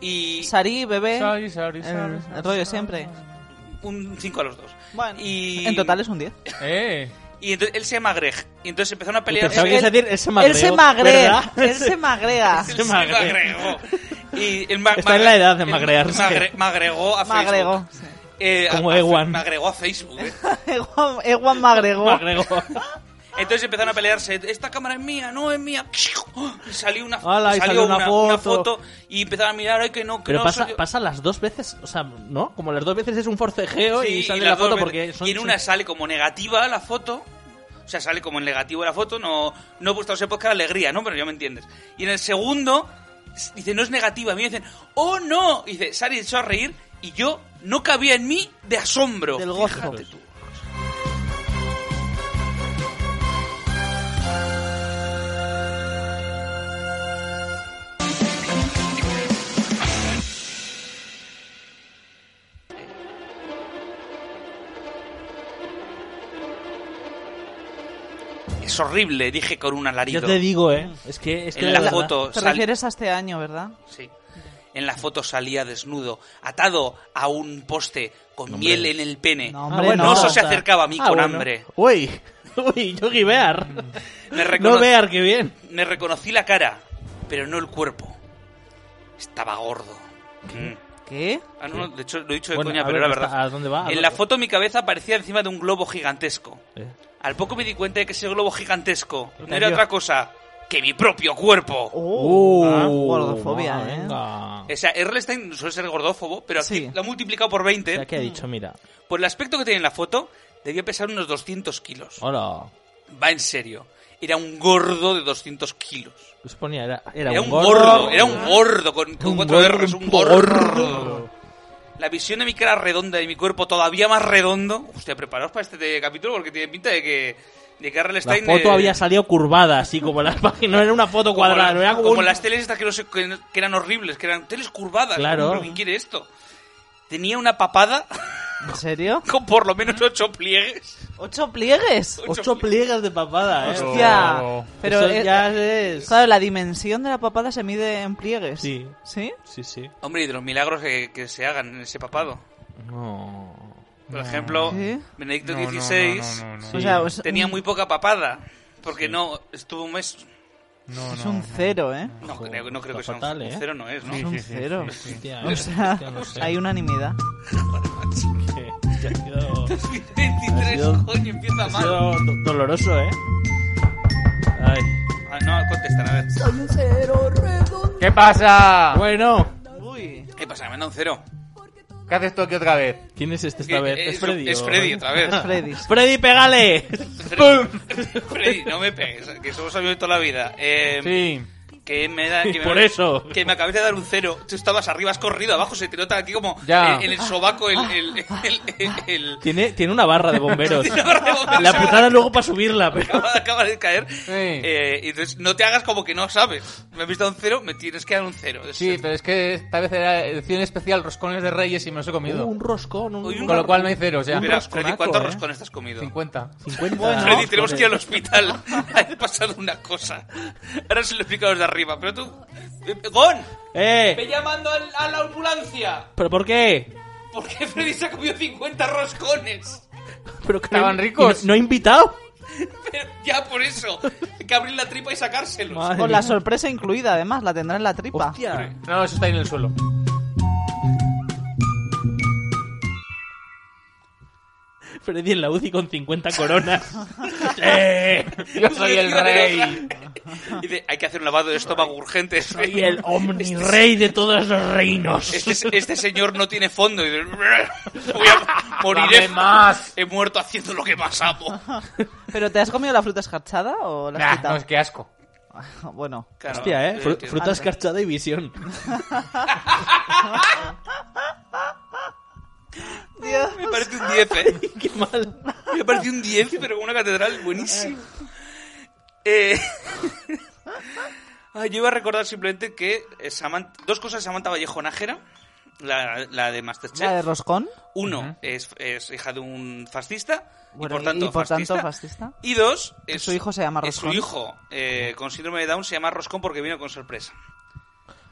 [SPEAKER 1] Y
[SPEAKER 3] Sari, bebé.
[SPEAKER 4] Sorry, sorry,
[SPEAKER 3] el,
[SPEAKER 4] sorry,
[SPEAKER 3] eh, el
[SPEAKER 4] sorry,
[SPEAKER 3] rollo
[SPEAKER 4] sorry.
[SPEAKER 3] siempre.
[SPEAKER 1] un 5 a los dos.
[SPEAKER 3] Bueno,
[SPEAKER 1] y,
[SPEAKER 3] en total es un 10.
[SPEAKER 4] Eh,
[SPEAKER 1] Y entonces él se llama Greg. Y entonces empezaron a pelear.
[SPEAKER 2] Pensaba que
[SPEAKER 3] él-
[SPEAKER 2] ibas a decir ese magreo.
[SPEAKER 3] Él se magrega.
[SPEAKER 2] ¿verdad?
[SPEAKER 3] Él se magrega.
[SPEAKER 1] Él
[SPEAKER 2] se magreó.
[SPEAKER 1] Y el ma-
[SPEAKER 2] Está en
[SPEAKER 1] magre-
[SPEAKER 2] la edad de
[SPEAKER 1] el
[SPEAKER 2] magrearse.
[SPEAKER 1] magre- magregó a Facebook.
[SPEAKER 3] Magrego.
[SPEAKER 1] Eh, a-
[SPEAKER 2] Como
[SPEAKER 1] a-
[SPEAKER 2] Ewan.
[SPEAKER 1] Magregó a Facebook. ¿eh?
[SPEAKER 3] Ewan Ewan magrego.
[SPEAKER 2] Magreo.
[SPEAKER 1] Entonces empezaron a pelearse. Esta cámara es mía, no es mía. Y salió una,
[SPEAKER 2] Hala, y salió una foto.
[SPEAKER 1] Y empezaron a mirar, ay, que no, que
[SPEAKER 2] Pero
[SPEAKER 1] no.
[SPEAKER 2] pasa,
[SPEAKER 1] soy yo".
[SPEAKER 2] pasa las dos veces, o sea, ¿no? Como las dos veces es un forcejeo
[SPEAKER 1] Sí,
[SPEAKER 2] y sale
[SPEAKER 1] las
[SPEAKER 2] la
[SPEAKER 1] dos
[SPEAKER 2] foto
[SPEAKER 1] veces.
[SPEAKER 2] porque son...
[SPEAKER 1] Y en una sale como negativa la foto. O sea, sale como en negativo la foto. No, no he puesto ese podcast alegría, ¿no? Pero ya me entiendes. Y en el segundo, s- dice, no es negativa. A mí me dicen, ¡oh no! Y dice, Sari echó a reír y yo no cabía en mí de asombro.
[SPEAKER 3] Del gozo.
[SPEAKER 1] Fíjate tú. Es horrible, dije con un alarido.
[SPEAKER 2] Yo te digo, ¿eh? Es que... Es que
[SPEAKER 1] en la,
[SPEAKER 2] verdad-
[SPEAKER 1] foto
[SPEAKER 3] Te
[SPEAKER 1] sal-
[SPEAKER 3] refieres a este año, ¿verdad?
[SPEAKER 1] Sí. En la foto salía desnudo, atado a un poste con miel en el pene.
[SPEAKER 3] No,
[SPEAKER 2] Ah,
[SPEAKER 3] hombre,
[SPEAKER 2] bueno,
[SPEAKER 1] no,
[SPEAKER 3] no.
[SPEAKER 1] eso se
[SPEAKER 2] o sea-
[SPEAKER 1] acercaba a mí
[SPEAKER 2] Ah,
[SPEAKER 1] con
[SPEAKER 2] bueno.
[SPEAKER 1] hambre.
[SPEAKER 2] Uy, uy, Yogi Bear.
[SPEAKER 1] Me, recono-
[SPEAKER 2] No Bear, qué bien.
[SPEAKER 1] me reconocí la cara, pero no el cuerpo. Estaba gordo. Mm.
[SPEAKER 3] ¿Qué?
[SPEAKER 1] Ah, no, de hecho, lo he dicho de
[SPEAKER 2] Bueno,
[SPEAKER 1] coña,
[SPEAKER 2] a
[SPEAKER 1] pero
[SPEAKER 2] ver,
[SPEAKER 1] era verdad.
[SPEAKER 2] ¿hasta- a dónde va? ¿A
[SPEAKER 1] En la
[SPEAKER 2] dónde?
[SPEAKER 1] foto mi cabeza aparecía encima de un globo gigantesco.
[SPEAKER 2] Eh,
[SPEAKER 1] Al poco me di cuenta de que ese globo gigantesco no
[SPEAKER 2] Puta,
[SPEAKER 1] era
[SPEAKER 2] tío.
[SPEAKER 1] otra cosa que mi propio cuerpo.
[SPEAKER 3] Oh,
[SPEAKER 2] ah,
[SPEAKER 3] gordofobia,
[SPEAKER 2] ah,
[SPEAKER 3] ¿eh?
[SPEAKER 2] venga.
[SPEAKER 1] O sea, Erlstein suele ser gordófobo, pero aquí
[SPEAKER 3] Sí.
[SPEAKER 1] lo ha multiplicado por 20.
[SPEAKER 2] O sea, que ha dicho, mira,
[SPEAKER 1] Por el aspecto que tiene en la foto, debía pesar unos 200 kilos.
[SPEAKER 2] hola.
[SPEAKER 1] Va en serio. Era un gordo de 200 kilos.
[SPEAKER 2] Yo suponía, era, era,
[SPEAKER 1] Era un gordo,
[SPEAKER 2] gordo.
[SPEAKER 1] era un gordo con, con
[SPEAKER 2] Un
[SPEAKER 1] cuatro
[SPEAKER 2] gordo,
[SPEAKER 1] R's,
[SPEAKER 2] un
[SPEAKER 1] un gordo.
[SPEAKER 2] gordo.
[SPEAKER 1] La visión de mi cara redonda y mi cuerpo todavía más redondo. Hostia, preparaos para este eh, capítulo porque tiene pinta de que. de que
[SPEAKER 2] La
[SPEAKER 1] Erlstein,
[SPEAKER 2] foto
[SPEAKER 1] eh,
[SPEAKER 2] había salido curvada, así como las páginas. No era una foto
[SPEAKER 1] como,
[SPEAKER 2] cuadrada,
[SPEAKER 1] la-
[SPEAKER 2] no era como
[SPEAKER 1] como
[SPEAKER 2] un-
[SPEAKER 1] las teles estas que no sé que, que eran horribles, que eran teles curvadas.
[SPEAKER 2] Claro.
[SPEAKER 1] Hombre, ¿Quién quiere esto? Tenía una papada
[SPEAKER 3] ¿En serio?
[SPEAKER 1] con por lo menos ocho pliegues.
[SPEAKER 3] ¿Ocho pliegues?
[SPEAKER 2] Ocho pliegas de papada, ¿eh?
[SPEAKER 4] Hostia.
[SPEAKER 3] Hostia. Pero
[SPEAKER 2] Eso
[SPEAKER 3] eh,
[SPEAKER 2] ya es...
[SPEAKER 3] claro, la dimensión de la papada se mide en pliegues.
[SPEAKER 2] Sí.
[SPEAKER 3] ¿Sí?
[SPEAKER 2] Sí, sí.
[SPEAKER 1] Hombre, y de los milagros que, que se hagan en ese papado.
[SPEAKER 2] No.
[SPEAKER 1] Por ejemplo,
[SPEAKER 3] ¿Sí?
[SPEAKER 1] Benedicto
[SPEAKER 4] no, no,
[SPEAKER 1] XVI
[SPEAKER 4] no, no, no,
[SPEAKER 2] Sí.
[SPEAKER 3] O sea, es
[SPEAKER 1] tenía
[SPEAKER 3] un-
[SPEAKER 1] muy poca papada. Porque no, estuvo un mes.
[SPEAKER 4] no,
[SPEAKER 3] Es
[SPEAKER 4] no,
[SPEAKER 3] un
[SPEAKER 4] no.
[SPEAKER 3] cero, ¿eh?
[SPEAKER 1] No,
[SPEAKER 2] Ojo,
[SPEAKER 1] creo, no
[SPEAKER 2] está
[SPEAKER 1] creo que sea un-
[SPEAKER 2] fatal,
[SPEAKER 1] un
[SPEAKER 2] ¿eh?
[SPEAKER 1] cero, no es, ¿no?
[SPEAKER 4] Sí,
[SPEAKER 3] un
[SPEAKER 4] sí, sí,
[SPEAKER 3] cero.
[SPEAKER 4] sí, sí.
[SPEAKER 2] Hostia, eh,
[SPEAKER 3] O sea,
[SPEAKER 2] hostia, no sé.
[SPEAKER 3] hay unanimidad.
[SPEAKER 2] Sí, ya ha sido-
[SPEAKER 1] 23,
[SPEAKER 2] sido-
[SPEAKER 1] coño, empieza
[SPEAKER 2] ha
[SPEAKER 1] mal.
[SPEAKER 2] sido do- doloroso, ¿eh? Ay.
[SPEAKER 1] Ah, no, contestan, a ver.
[SPEAKER 4] ¿Qué pasa?
[SPEAKER 2] Bueno,
[SPEAKER 3] Uy.
[SPEAKER 1] ¿Qué pasa? Me manda un cero.
[SPEAKER 4] ¿Qué haces tú aquí otra vez?
[SPEAKER 2] ¿quién es este
[SPEAKER 1] Que-
[SPEAKER 2] esta vez?
[SPEAKER 1] eh,
[SPEAKER 2] Es Freddy.
[SPEAKER 1] Es
[SPEAKER 2] o-
[SPEAKER 1] Freddy otra vez.
[SPEAKER 3] Freddy.
[SPEAKER 2] Freddy, pégale.
[SPEAKER 1] Freddy, Freddy, no me pegues, que somos amigos de toda la vida. Eh,
[SPEAKER 4] Sí.
[SPEAKER 1] Que me da. Que me-
[SPEAKER 2] Por eso.
[SPEAKER 1] Que me acabé de dar un cero. Tú estabas arriba, has corrido, abajo se te nota aquí como. eh,
[SPEAKER 4] Ya.
[SPEAKER 1] En, en el sobaco, el. el, el, el- el-
[SPEAKER 2] Tiene, tiene una barra de bomberos.
[SPEAKER 1] Tiene una barra de bomberos.
[SPEAKER 2] La putada luego para subirla, pero...
[SPEAKER 1] acaba, acaba de caer.
[SPEAKER 4] Sí.
[SPEAKER 1] Eh, y entonces no te hagas como que no sabes. Me has visto un cero, me tienes que dar un cero. Es-
[SPEAKER 4] Sí, pero es que esta vez era edición especial Roscones de Reyes y me los he
[SPEAKER 3] Uh,
[SPEAKER 4] comido.
[SPEAKER 2] Un roscón, un...
[SPEAKER 1] Uy, un
[SPEAKER 4] Con lo cual no hay cero, o sea,
[SPEAKER 1] Mira,
[SPEAKER 2] rosconaco,
[SPEAKER 1] Freddy, ¿cuántos
[SPEAKER 2] eh?
[SPEAKER 1] roscones te has comido?
[SPEAKER 4] 50.
[SPEAKER 2] 50.
[SPEAKER 4] Ah,
[SPEAKER 1] Freddy, tenemos que ir al hospital. ha pasado una cosa. Ahora se lo explico a los de arriba. Pero tú. Eh, ¡Gon! ¡Ve
[SPEAKER 2] ¡Eh!
[SPEAKER 1] llamando al- a la ambulancia!
[SPEAKER 2] ¿Pero por qué?
[SPEAKER 1] Porque Freddy se ha comido 50 roscones.
[SPEAKER 2] Pero que
[SPEAKER 4] Estaban
[SPEAKER 2] no-
[SPEAKER 4] ricos.
[SPEAKER 2] No, no he invitado.
[SPEAKER 1] Pero ya por eso. Hay que abrir la tripa y sacárselos.
[SPEAKER 2] Madre
[SPEAKER 3] Con la
[SPEAKER 2] mía.
[SPEAKER 3] sorpresa incluida, además, la tendrá en la tripa.
[SPEAKER 2] Hostia.
[SPEAKER 4] No, eso está ahí en el suelo.
[SPEAKER 2] Freddy en la UCI con 50 coronas. ¡Eh!
[SPEAKER 4] Yo soy el rey.
[SPEAKER 1] Y dice, hay que hacer un lavado de estómago urgente.
[SPEAKER 2] Soy el omnirrey de todos los reinos.
[SPEAKER 1] Este, este señor no tiene fondo. Y dice, voy a morir.
[SPEAKER 4] Dame más. eh,
[SPEAKER 1] He muerto haciendo lo que más amo.
[SPEAKER 3] ¿Pero te has comido la fruta escarchada o la has
[SPEAKER 4] Nah, no,
[SPEAKER 3] quitado?
[SPEAKER 4] es que asco.
[SPEAKER 3] Bueno.
[SPEAKER 1] Claro,
[SPEAKER 2] Hostia, eh.
[SPEAKER 1] yo
[SPEAKER 2] Fru-
[SPEAKER 1] entiendo.
[SPEAKER 2] fruta escarchada y visión.
[SPEAKER 3] Dios.
[SPEAKER 1] Me parece un 10, eh.
[SPEAKER 2] Qué mal.
[SPEAKER 1] Me parece un 10, pero con una catedral buenísimo. Eh... Ah, yo iba a recordar simplemente que eh, Saman- dos cosas de Samantha Vallejo Nájera. la, la de Masterchef.
[SPEAKER 3] La de Roscón.
[SPEAKER 1] Uno
[SPEAKER 4] Ujú.
[SPEAKER 1] es, es hija de un fascista
[SPEAKER 3] Bueno,
[SPEAKER 1] y por tanto fascista.
[SPEAKER 3] tanto fascista.
[SPEAKER 1] y dos,
[SPEAKER 3] Que
[SPEAKER 1] es,
[SPEAKER 3] su hijo se llama
[SPEAKER 1] es su
[SPEAKER 3] Roscón.
[SPEAKER 1] hijo eh, con síndrome de Down se llama Roscón porque vino con sorpresa.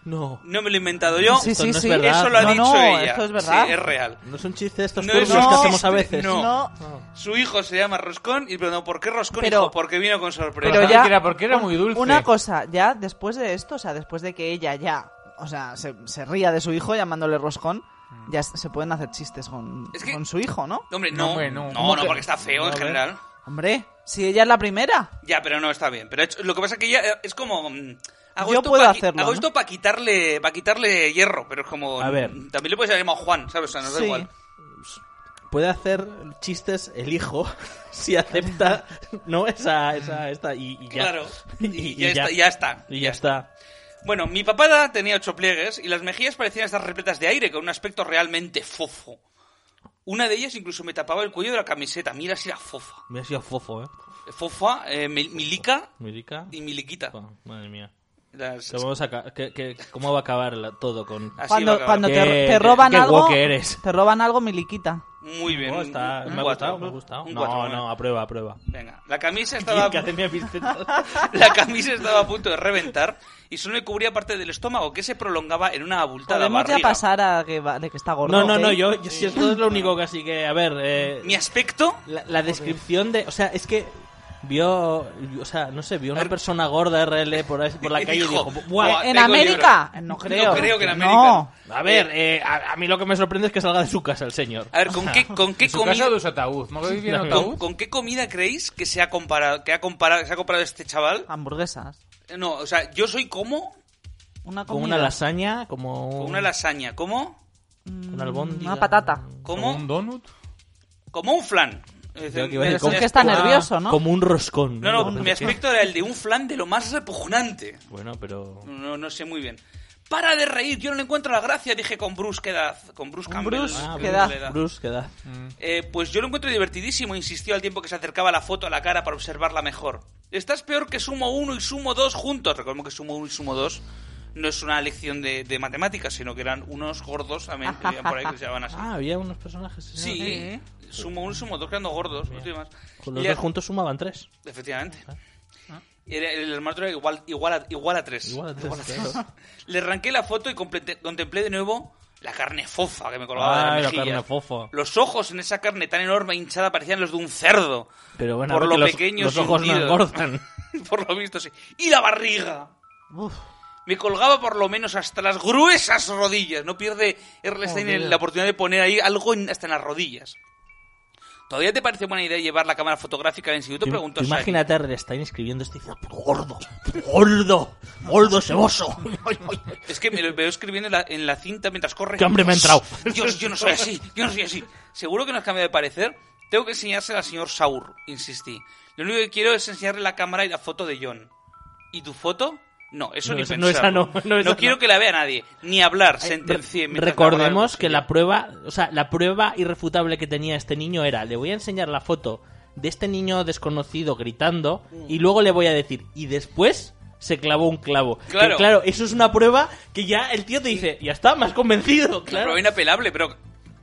[SPEAKER 2] No.
[SPEAKER 1] No me lo he inventado yo.
[SPEAKER 3] Sí,
[SPEAKER 2] Esto
[SPEAKER 3] sí,
[SPEAKER 2] no es
[SPEAKER 3] sí.
[SPEAKER 2] verdad.
[SPEAKER 1] Eso lo ha
[SPEAKER 3] No,
[SPEAKER 1] dicho
[SPEAKER 3] no,
[SPEAKER 1] ella.
[SPEAKER 3] esto es verdad.
[SPEAKER 1] Sí, es real.
[SPEAKER 2] No es un chiste estos
[SPEAKER 1] No
[SPEAKER 2] turnos
[SPEAKER 1] es un
[SPEAKER 2] que
[SPEAKER 1] chiste,
[SPEAKER 2] hacemos a veces.
[SPEAKER 1] no.
[SPEAKER 3] No,
[SPEAKER 1] Su hijo se llama Roscón y preguntó ¿por qué Roscón?
[SPEAKER 3] Pero-
[SPEAKER 1] Hijo, porque vino con sorpresa.
[SPEAKER 3] pero
[SPEAKER 4] Ajá,
[SPEAKER 3] ya.
[SPEAKER 4] que era porque era
[SPEAKER 3] un-
[SPEAKER 4] muy dulce.
[SPEAKER 3] Una cosa, ya después de esto, o sea, después de que ella ya, o sea, se, se ría de su hijo llamándole Roscón,
[SPEAKER 2] Mm.
[SPEAKER 3] ya se se pueden hacer chistes con,
[SPEAKER 1] Es que-
[SPEAKER 3] con su hijo, ¿no?
[SPEAKER 1] Hombre,
[SPEAKER 4] No,
[SPEAKER 1] no.
[SPEAKER 4] hombre, no.
[SPEAKER 1] No, no,
[SPEAKER 4] ¿Cómo que-
[SPEAKER 1] porque está feo en
[SPEAKER 2] No, a ver.
[SPEAKER 1] general.
[SPEAKER 3] Hombre, si ella es la primera.
[SPEAKER 1] Ya, pero no está bien. Pero hecho- lo que pasa es que ella eh, es como. mm, Hago
[SPEAKER 3] Yo
[SPEAKER 1] esto
[SPEAKER 3] puedo
[SPEAKER 1] pa-
[SPEAKER 3] hacerlo,
[SPEAKER 1] Hago
[SPEAKER 3] ¿no?
[SPEAKER 1] esto para quitarle, pa' quitarle hierro, pero es como.
[SPEAKER 2] A ver.
[SPEAKER 1] mm, También le puedes haber llamado Juan, ¿sabes? O sea, nos da
[SPEAKER 3] Sí.
[SPEAKER 1] igual.
[SPEAKER 2] Puede hacer chistes el hijo si acepta no esa, esa esta y, y ya.
[SPEAKER 1] Claro.
[SPEAKER 2] Y,
[SPEAKER 1] Y
[SPEAKER 2] y
[SPEAKER 1] ya, está, ya está.
[SPEAKER 2] Y ya está.
[SPEAKER 1] Bueno, mi papada tenía ocho pliegues y las mejillas parecían estar repletas de aire con un aspecto realmente fofo. Una de ellas incluso me tapaba el cuello de la camiseta. Mira si era fofa.
[SPEAKER 2] Me ha sido fofo, eh.
[SPEAKER 1] Fofa, eh, mil- milica
[SPEAKER 2] Mirica.
[SPEAKER 1] y miliquita.
[SPEAKER 2] Joder, Madre mía.
[SPEAKER 1] Las-
[SPEAKER 2] Te vamos a ca- que- que- ¿Cómo va a acabar la- todo con
[SPEAKER 1] así va a
[SPEAKER 3] Cuando,
[SPEAKER 1] acabar.
[SPEAKER 3] cuando te,
[SPEAKER 2] Qué-
[SPEAKER 3] te roban
[SPEAKER 2] qué
[SPEAKER 3] algo,
[SPEAKER 2] woke eres.
[SPEAKER 3] te roban algo, miliquita.
[SPEAKER 1] Muy bien.
[SPEAKER 2] Oh,
[SPEAKER 1] un-
[SPEAKER 2] está-
[SPEAKER 1] un
[SPEAKER 2] me ha gustado,
[SPEAKER 1] cuatro,
[SPEAKER 2] me ha gustado.
[SPEAKER 1] un
[SPEAKER 2] No,
[SPEAKER 1] cuatro, bueno.
[SPEAKER 2] no, aprueba, aprueba.
[SPEAKER 1] Venga, la camisa estaba...
[SPEAKER 2] Que academia Vicente.
[SPEAKER 1] La camisa estaba a punto de reventar y solo le cubría parte del estómago que se prolongaba en una abultada
[SPEAKER 3] Podemos ya
[SPEAKER 1] barriga.
[SPEAKER 3] pasar a que, va- de que está gordo.
[SPEAKER 2] No, no,
[SPEAKER 3] ¿ok?
[SPEAKER 2] no, yo, yo- si esto es lo único que así que, a ver, eh,
[SPEAKER 1] Mi aspecto,
[SPEAKER 2] la, la descripción de, o sea, es que vio, o sea, no sé, vio una persona gorda RL por, ahí- por la calle y dijo,
[SPEAKER 1] "Buah,
[SPEAKER 2] "Buah". eh".
[SPEAKER 3] ¿En
[SPEAKER 1] tengo
[SPEAKER 3] América?
[SPEAKER 1] libro".
[SPEAKER 3] No creo.
[SPEAKER 1] No creo que en América.
[SPEAKER 3] No.
[SPEAKER 2] A ver, eh, a, a mí lo que me sorprende es que salga de su casa el señor.
[SPEAKER 1] A ver, ¿con qué, con qué
[SPEAKER 4] En su casa
[SPEAKER 1] comida...
[SPEAKER 4] de su ataúd. ¿No veis bien
[SPEAKER 2] Claro.
[SPEAKER 1] ¿Con,
[SPEAKER 4] ataúd?
[SPEAKER 1] con qué comida creéis que se ha comparado, que ha comparado, se ha comparado este chaval?
[SPEAKER 3] Ah. Hamburguesas.
[SPEAKER 1] No, o sea, yo soy como
[SPEAKER 3] Una
[SPEAKER 2] Como
[SPEAKER 3] comida.
[SPEAKER 2] una lasaña, como
[SPEAKER 1] con una lasaña, como
[SPEAKER 3] Mm,
[SPEAKER 2] una albóndiga.
[SPEAKER 3] Una patata.
[SPEAKER 4] ¿Como un
[SPEAKER 1] como
[SPEAKER 4] donut?
[SPEAKER 1] como un flan. Es
[SPEAKER 2] Yo
[SPEAKER 1] decir,
[SPEAKER 2] que iba a
[SPEAKER 3] Pero
[SPEAKER 2] decir,
[SPEAKER 3] es que
[SPEAKER 2] como-
[SPEAKER 3] está
[SPEAKER 2] como-
[SPEAKER 3] nervioso, ¿no?
[SPEAKER 2] Como un roscón.
[SPEAKER 1] No, no,
[SPEAKER 2] Como-
[SPEAKER 1] mi aspecto era el de un flan de lo más repugnante.
[SPEAKER 2] Bueno, pero...
[SPEAKER 1] No, no sé muy bien. Para de reír, yo no le encuentro la gracia, dije con brusquedad, con brusca
[SPEAKER 3] Bruce,
[SPEAKER 2] Ah,
[SPEAKER 3] ¿qué da?
[SPEAKER 2] Bruce, Bruce, ¿qué da?
[SPEAKER 4] Mm,
[SPEAKER 1] Eh, pues yo lo encuentro divertidísimo, insistió al tiempo que se acercaba la foto a la cara para observarla mejor. Estás peor que sumo 1 y sumo 2 juntos. Recordemos que sumo 1 y sumo 2 no es una lección de, de matemáticas, sino que eran unos gordos también que vivían por ahí que se llamaban así.
[SPEAKER 2] Ah, había unos personajes.
[SPEAKER 1] Sí, sumo 1 y sumo 2 quedando gordos. no estoy mal.
[SPEAKER 2] Con los
[SPEAKER 1] Y
[SPEAKER 2] dos
[SPEAKER 1] le-
[SPEAKER 2] juntos sumaban tres.
[SPEAKER 1] Efectivamente. Ah. Era- el hermano era igual, igual, a, igual a 3.
[SPEAKER 2] Igual a tres, claro.
[SPEAKER 1] Le arranqué la foto y complete- contemplé de nuevo la carne fofa que me colgaba
[SPEAKER 2] Ah,
[SPEAKER 1] de
[SPEAKER 2] la
[SPEAKER 1] la mejilla.
[SPEAKER 2] carne fofa.
[SPEAKER 1] Los ojos en esa carne tan enorme e hinchada parecían los de un cerdo.
[SPEAKER 2] Pero bueno,
[SPEAKER 1] por
[SPEAKER 2] ahora
[SPEAKER 1] lo
[SPEAKER 2] que los-
[SPEAKER 1] pequeños
[SPEAKER 2] los,
[SPEAKER 1] y
[SPEAKER 2] ojos no
[SPEAKER 1] hundidos.
[SPEAKER 2] engordan.
[SPEAKER 1] por lo visto, sí. Y la barriga.
[SPEAKER 3] Uf.
[SPEAKER 1] Me colgaba por lo menos hasta las gruesas rodillas. No pierde Erlestein
[SPEAKER 3] Joder.
[SPEAKER 1] la oportunidad de poner ahí algo en- hasta en las rodillas. ¿Todavía te parece buena idea llevar la cámara fotográfica al instituto?
[SPEAKER 2] Tú-
[SPEAKER 1] Preguntó
[SPEAKER 2] tú
[SPEAKER 1] Saki.
[SPEAKER 2] imagínate a Red Stein escribiendo esto y diciendo, gordo, gordo, gordo ese oso. Ay, ay, ay,
[SPEAKER 1] Es que me lo veo escribiendo en la, en la cinta mientras corre.
[SPEAKER 2] ¡Qué hambre me ha entrado!
[SPEAKER 1] Dios, yo no soy así, yo no soy así. Seguro que no has cambiado de parecer. Tengo que enseñársela al señor Saur, insistí. Lo único que quiero es enseñarle la cámara y la foto de John. ¿Y tu foto? No, eso
[SPEAKER 2] No,
[SPEAKER 1] ni
[SPEAKER 2] esa- no,
[SPEAKER 1] pensarlo.
[SPEAKER 2] esa no, no, esa
[SPEAKER 1] quiero
[SPEAKER 2] no.
[SPEAKER 1] que la vea nadie, ni hablar, sentencié. mientras guardaba el
[SPEAKER 2] Recordemos que
[SPEAKER 1] cuchillo.
[SPEAKER 2] la prueba, o sea, la prueba irrefutable que tenía este niño era, le voy a enseñar la foto de este niño desconocido gritando y
[SPEAKER 1] Mm.
[SPEAKER 2] luego le voy a decir, y después se clavó un clavo. Que,
[SPEAKER 1] Claro.
[SPEAKER 2] claro, eso es una prueba que ya el tío te dice, ya está, me has convencido,
[SPEAKER 1] La
[SPEAKER 2] claro.
[SPEAKER 1] prueba inapelable, pero...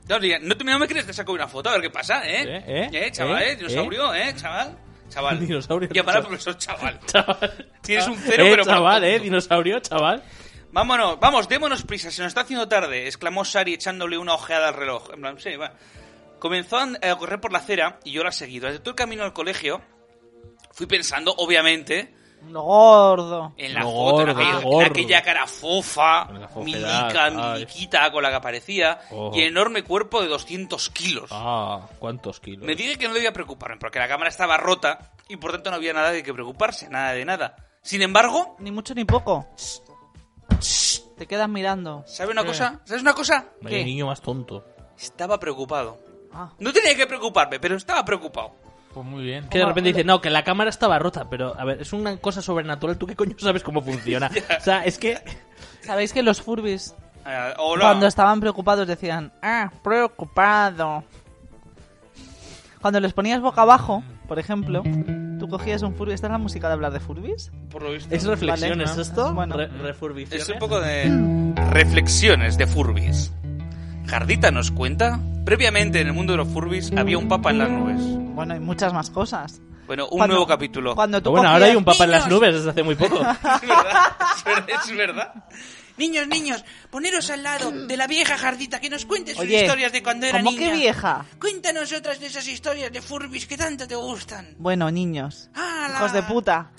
[SPEAKER 1] No, diga, no, te- no me crees, te saco una foto, a ver qué pasa, ¿eh?
[SPEAKER 2] Eh, eh,
[SPEAKER 1] chaval,
[SPEAKER 2] eh,
[SPEAKER 1] eh, dinosaurio, eh, chaval. Chaval.
[SPEAKER 2] Dinosaurio,
[SPEAKER 1] Y para
[SPEAKER 2] chaval.
[SPEAKER 1] profesor, chaval.
[SPEAKER 2] Chaval,
[SPEAKER 1] Tienes un
[SPEAKER 2] chaval.
[SPEAKER 1] cero,
[SPEAKER 2] Eh,
[SPEAKER 1] pero para
[SPEAKER 2] chaval, eh,
[SPEAKER 1] tonto.
[SPEAKER 2] dinosaurio, chaval.
[SPEAKER 1] Vámonos, vamos, démonos prisa, se nos está haciendo tarde, exclamó Sari echándole una ojeada al reloj. En plan, sí, va. Comenzó a and- a correr por la acera y yo la seguí. Durante todo el camino al colegio fui pensando, obviamente,
[SPEAKER 3] Lo gordo.
[SPEAKER 1] en la
[SPEAKER 2] Lo
[SPEAKER 1] foto, en
[SPEAKER 2] gordo,
[SPEAKER 1] aquella,
[SPEAKER 2] lo
[SPEAKER 1] en
[SPEAKER 2] gordo.
[SPEAKER 1] aquella cara fofa,
[SPEAKER 2] Con la fofedad,
[SPEAKER 1] milica,
[SPEAKER 2] ay.
[SPEAKER 1] miliquita con la que aparecía
[SPEAKER 2] Oh.
[SPEAKER 1] y el enorme cuerpo de 200 kilos.
[SPEAKER 2] Ah, cuántos kilos.
[SPEAKER 1] Me dije que no debía preocuparme porque la cámara estaba rota y por tanto no había nada de que preocuparse, nada de nada. Sin embargo,
[SPEAKER 3] Ni mucho ni poco. Te quedas mirando.
[SPEAKER 1] ¿sabe una cosa? ¿Sabes una cosa?
[SPEAKER 2] Vaya
[SPEAKER 3] ¿Qué?
[SPEAKER 2] niño más tonto.
[SPEAKER 1] Estaba preocupado.
[SPEAKER 3] Ah.
[SPEAKER 1] No tenía que preocuparme, pero estaba preocupado.
[SPEAKER 4] Pues muy bien.
[SPEAKER 2] Que de repente dice, no, que la cámara estaba rota, pero a ver, es una cosa sobrenatural, ¿tú qué coño sabes cómo funciona? O sea, es que...
[SPEAKER 3] ¿Sabéis que los furbis,
[SPEAKER 1] Eh, hola.
[SPEAKER 3] cuando estaban preocupados, decían, ah, preocupado? Cuando les ponías boca abajo, por ejemplo, tú cogías un furby. ¿Esta es la música de hablar de furbis?
[SPEAKER 1] Por lo visto.
[SPEAKER 2] Es reflexiones
[SPEAKER 3] Vale, ¿no?
[SPEAKER 2] esto,
[SPEAKER 3] Bueno. Mm.
[SPEAKER 2] Re- refurbiciones.
[SPEAKER 1] Es un poco de reflexiones de Furbis. Jardita nos cuenta, previamente en el mundo de los furbis había un papa en las nubes.
[SPEAKER 3] Bueno, hay muchas más cosas.
[SPEAKER 1] Bueno, un
[SPEAKER 3] Cuando-
[SPEAKER 1] nuevo capítulo.
[SPEAKER 3] Cuando tú
[SPEAKER 2] Bueno, ahora
[SPEAKER 3] cogías-
[SPEAKER 2] hay un papa en las
[SPEAKER 1] niños.
[SPEAKER 2] nubes desde hace muy poco.
[SPEAKER 1] Es verdad, es verdad, es verdad. Niños, niños, poneros al lado de la vieja Jardita que nos cuente sus
[SPEAKER 3] Oye,
[SPEAKER 1] historias de cuando era
[SPEAKER 3] ¿cómo
[SPEAKER 1] niña.
[SPEAKER 3] qué vieja?
[SPEAKER 1] Cuéntanos otras de esas historias de furbis que tanto te gustan.
[SPEAKER 3] Bueno, niños.
[SPEAKER 1] ¡Hala!
[SPEAKER 3] Hijos de puta.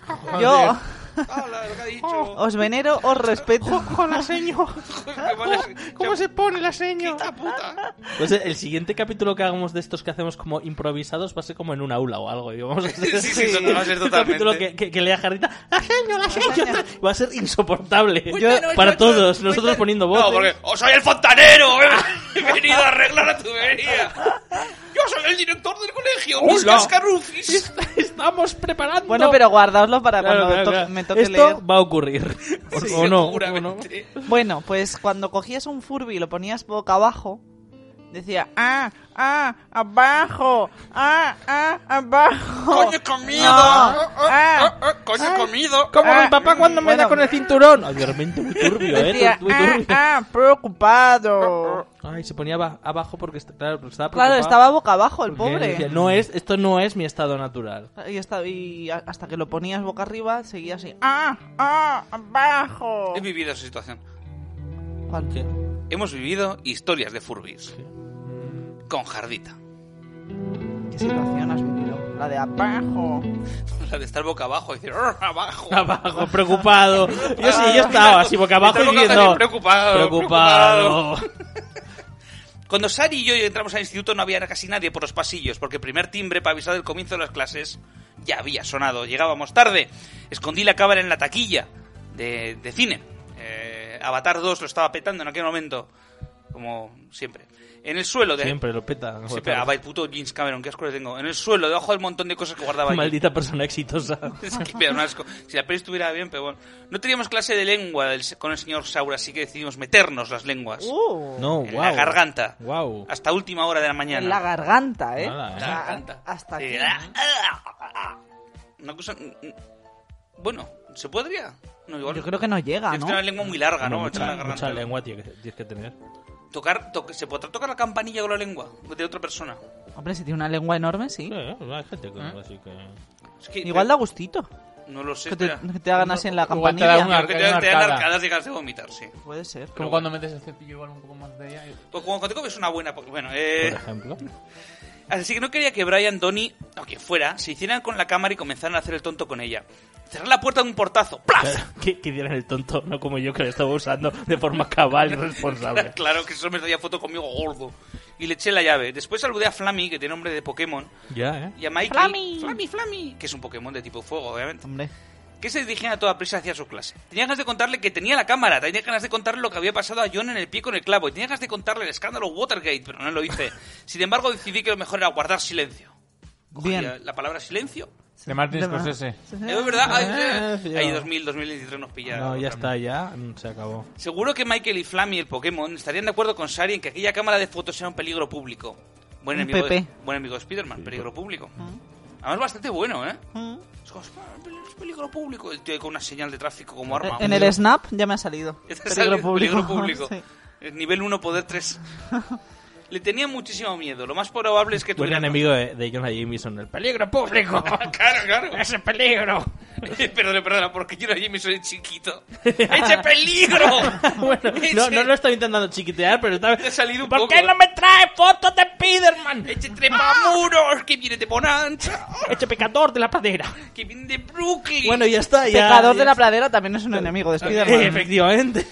[SPEAKER 1] ¡Hala, lo que
[SPEAKER 3] Yo
[SPEAKER 1] ha
[SPEAKER 2] Oh.
[SPEAKER 1] dicho!
[SPEAKER 3] os venero, os respeto.
[SPEAKER 5] la seño.
[SPEAKER 1] Qué mal es-
[SPEAKER 5] ¿Cómo se pone la seño?
[SPEAKER 1] ¡Quita puta!
[SPEAKER 2] Pues el siguiente capítulo que hagamos de estos que hacemos como improvisados va a ser como en un aula o algo. Y vamos a hacer
[SPEAKER 1] Sí, sí, eso va a ser
[SPEAKER 2] un
[SPEAKER 1] totalmente.
[SPEAKER 2] capítulo que, que- que lea Jardita. ¡La seño, la seño! Va a ser insoportable.
[SPEAKER 1] Cuéntanos,
[SPEAKER 2] para
[SPEAKER 1] cuéntanos,
[SPEAKER 2] todos. Nosotros
[SPEAKER 1] cuéntanos.
[SPEAKER 2] poniendo voz.
[SPEAKER 1] No, porque ¡Oh, soy el fontanero! ¡He venido a arreglar la tubería! ¡Yo soy el director del colegio! ¡Mis
[SPEAKER 2] Hola.
[SPEAKER 1] cascarrufis!
[SPEAKER 2] Estamos preparando.
[SPEAKER 3] Bueno, pero guardaoslo para
[SPEAKER 2] Claro,
[SPEAKER 3] cuando
[SPEAKER 2] claro,
[SPEAKER 3] to-
[SPEAKER 2] claro.
[SPEAKER 3] me toque
[SPEAKER 2] Esto
[SPEAKER 3] leer.
[SPEAKER 2] va a ocurrir. O-
[SPEAKER 1] Sí,
[SPEAKER 2] o no. o no.
[SPEAKER 1] seguramente.
[SPEAKER 3] Bueno, pues cuando cogías un Furby y lo ponías boca abajo, decía, ah, ah, abajo, ah, ah, abajo.
[SPEAKER 1] ¡Coño he comido!
[SPEAKER 3] No,
[SPEAKER 1] ¡Ah,
[SPEAKER 3] ah,
[SPEAKER 1] ah, coño he comido!
[SPEAKER 5] Como
[SPEAKER 3] Ah,
[SPEAKER 5] mi papá cuando me
[SPEAKER 3] bueno.
[SPEAKER 5] da con el cinturón.
[SPEAKER 2] Ay, realmente muy turbio, ¿eh?
[SPEAKER 3] decía,
[SPEAKER 2] Muy
[SPEAKER 3] ah,
[SPEAKER 2] turbio.
[SPEAKER 3] ah, preocupado.
[SPEAKER 2] Ay, se ponía aba- abajo porque est- claro, porque estaba
[SPEAKER 3] Claro,
[SPEAKER 2] preocupado.
[SPEAKER 3] estaba boca abajo el
[SPEAKER 2] Porque decía,
[SPEAKER 3] pobre.
[SPEAKER 2] no es, esto no es mi estado natural.
[SPEAKER 3] Y, hasta, y a- hasta que lo ponías boca arriba, seguía así, ah, ah, abajo.
[SPEAKER 1] He vivido esa situación.
[SPEAKER 3] ¿Cuál?
[SPEAKER 2] ¿Qué?
[SPEAKER 1] Hemos vivido historias de furbis. Con Jardita.
[SPEAKER 3] ¿Qué situación has vivido? La de abajo.
[SPEAKER 1] La de estar boca abajo y decir "Arr, abajo.
[SPEAKER 2] Abajo, preocupado. Yo sí, yo estaba así boca abajo
[SPEAKER 1] Estar
[SPEAKER 2] y
[SPEAKER 1] boca abajo
[SPEAKER 2] diciendo...
[SPEAKER 1] y preocupado,
[SPEAKER 2] Preocupado.
[SPEAKER 1] Cuando Sari y yo entramos al instituto no había casi nadie por los pasillos, porque el primer timbre para avisar del comienzo de las clases ya había sonado. Llegábamos tarde. Escondí la cámara en la taquilla de, de cine. Eh, Avatar 2 lo estaba petando en aquel momento, como siempre. En el suelo de...
[SPEAKER 2] Siempre lo peta.
[SPEAKER 1] Siempre, ah, va, el puto James Cameron, qué asco le tengo. En el suelo, debajo del montón de cosas que guardaba allí.
[SPEAKER 2] Maldita persona exitosa.
[SPEAKER 1] Es que me da un asco. Si la peli estuviera bien, pero bueno. No teníamos clase de lengua del se- con el señor Saura, así que decidimos meternos las lenguas.
[SPEAKER 3] Uh,
[SPEAKER 2] No,
[SPEAKER 1] en
[SPEAKER 2] wow.
[SPEAKER 1] la garganta.
[SPEAKER 2] Wow.
[SPEAKER 1] Hasta última hora de la
[SPEAKER 3] en la
[SPEAKER 1] mañana.
[SPEAKER 3] garganta, ¿eh?
[SPEAKER 2] Nada, ¿eh?
[SPEAKER 3] O sea,
[SPEAKER 1] La garganta.
[SPEAKER 3] Hasta
[SPEAKER 1] Sí.
[SPEAKER 3] aquí.
[SPEAKER 1] Una cosa... mm, Bueno, ¿se podría? No, igual...
[SPEAKER 3] Yo creo que no llega,
[SPEAKER 1] Tienes
[SPEAKER 3] ¿no?
[SPEAKER 1] que tener una lengua muy larga, ¿no? Echar
[SPEAKER 2] mucha,
[SPEAKER 1] la garganta.
[SPEAKER 2] mucha lengua tiene que- tienes que tener.
[SPEAKER 1] Tocar, toque- ¿Se podrá tocar la campanilla con la lengua de otra persona?
[SPEAKER 3] Hombre, si tiene una lengua enorme,
[SPEAKER 2] Sí,
[SPEAKER 3] sí.
[SPEAKER 2] ¿no? hay gente que...
[SPEAKER 3] ¿Eh?
[SPEAKER 2] Así que...
[SPEAKER 1] Es que-
[SPEAKER 3] Igual da gustito.
[SPEAKER 1] No lo sé,
[SPEAKER 3] Que te,
[SPEAKER 1] espera.
[SPEAKER 3] que te hagan así en la
[SPEAKER 4] Igual te da
[SPEAKER 3] campanilla.
[SPEAKER 1] Creo
[SPEAKER 4] una-
[SPEAKER 1] que te, te dan
[SPEAKER 4] arcada.
[SPEAKER 1] arcadas y ganas de vomitar, sí.
[SPEAKER 3] Puede ser.
[SPEAKER 4] Como cuando metes el cepillo igual un poco más de allá. y-
[SPEAKER 1] Pues como cuando te comes una buena... po- Bueno,
[SPEAKER 2] Por
[SPEAKER 1] eh...
[SPEAKER 2] ejemplo.
[SPEAKER 1] Así que no quería que Brian, Donnie o quien fuera, se hicieran con la cámara y comenzaran a hacer el tonto con ella. Cerrar la puerta de un portazo. ¡Plaf!
[SPEAKER 2] que, que dieran el tonto, no como yo que lo estaba usando de forma cabal y responsable.
[SPEAKER 1] claro que eso me traía foto conmigo gordo. Y le eché la llave. Después saludé a Flammy, que tiene nombre de Pokémon,
[SPEAKER 2] ya, ¿eh?
[SPEAKER 1] y a Mikey.
[SPEAKER 3] Flammy.
[SPEAKER 1] Flammy, Flammy, Que es un Pokémon de tipo fuego, obviamente.
[SPEAKER 3] Hombre.
[SPEAKER 1] Que se dirigían a toda prisa hacia su clase. Tenía ganas de contarle que tenía la cámara, tenía ganas de contarle lo que había pasado a John en el pie con el clavo, y tenía ganas de contarle el escándalo Watergate, pero no lo hice. Sin embargo, decidí que lo mejor era guardar silencio.
[SPEAKER 3] Bien.
[SPEAKER 1] Cogía La palabra silencio
[SPEAKER 4] De Martin Scorsese.
[SPEAKER 1] Es verdad,
[SPEAKER 2] Ah,
[SPEAKER 1] ay, eh.
[SPEAKER 2] sí.
[SPEAKER 1] ahí 2000, 2023 nos pilla.
[SPEAKER 2] No, ya
[SPEAKER 1] otra vez.
[SPEAKER 2] está, ya mm, se acabó.
[SPEAKER 1] Seguro que Michael y Flammy, el Pokémon, estarían de acuerdo con Sari en que aquella cámara de fotos era un peligro público. Buen
[SPEAKER 3] Un Ah.
[SPEAKER 1] enemigo, de,
[SPEAKER 3] PP.
[SPEAKER 1] buen amigo de Spider-Man, peligro público. Además, bastante bueno, ¿eh?
[SPEAKER 3] Mm.
[SPEAKER 1] Es como, "Ah, es peligro público. El tío ahí con una señal de tráfico como
[SPEAKER 3] Eh,
[SPEAKER 1] arma.
[SPEAKER 3] En el Snap ya me ha salido.
[SPEAKER 1] Este es
[SPEAKER 3] Peligro
[SPEAKER 1] el
[SPEAKER 3] público.
[SPEAKER 1] peligro público.
[SPEAKER 3] Sí.
[SPEAKER 1] El Nivel 1, poder 3. Le tenía muchísimo miedo. Lo más probable es que
[SPEAKER 2] Buen
[SPEAKER 1] tuviera...
[SPEAKER 2] enemigo de, de Jonah Jameson, el peligro público.
[SPEAKER 1] Ah, Claro, claro.
[SPEAKER 2] ¡Ese peligro!
[SPEAKER 1] perdona, perdona, porque yo no Jimmy soy chiquito. ¡Eche peligro!
[SPEAKER 2] bueno, no,
[SPEAKER 1] Ese-
[SPEAKER 2] no lo estaba intentando chiquitear, pero estaba...
[SPEAKER 1] Te ha salido un
[SPEAKER 2] ¿Por
[SPEAKER 1] poco,
[SPEAKER 2] qué
[SPEAKER 1] ¿eh?
[SPEAKER 2] no me trae fotos de Spiderman?
[SPEAKER 1] Este trepamuros que viene de Bonanza,
[SPEAKER 2] ¡Ese pecador de la pradera!
[SPEAKER 1] que viene de Brooklyn.
[SPEAKER 2] Bueno, ya está, ya...
[SPEAKER 3] Pecador
[SPEAKER 2] ya
[SPEAKER 3] de la
[SPEAKER 2] está.
[SPEAKER 3] pradera también es un enemigo de
[SPEAKER 2] Eh,
[SPEAKER 3] Spider-Man.
[SPEAKER 2] Efectivamente.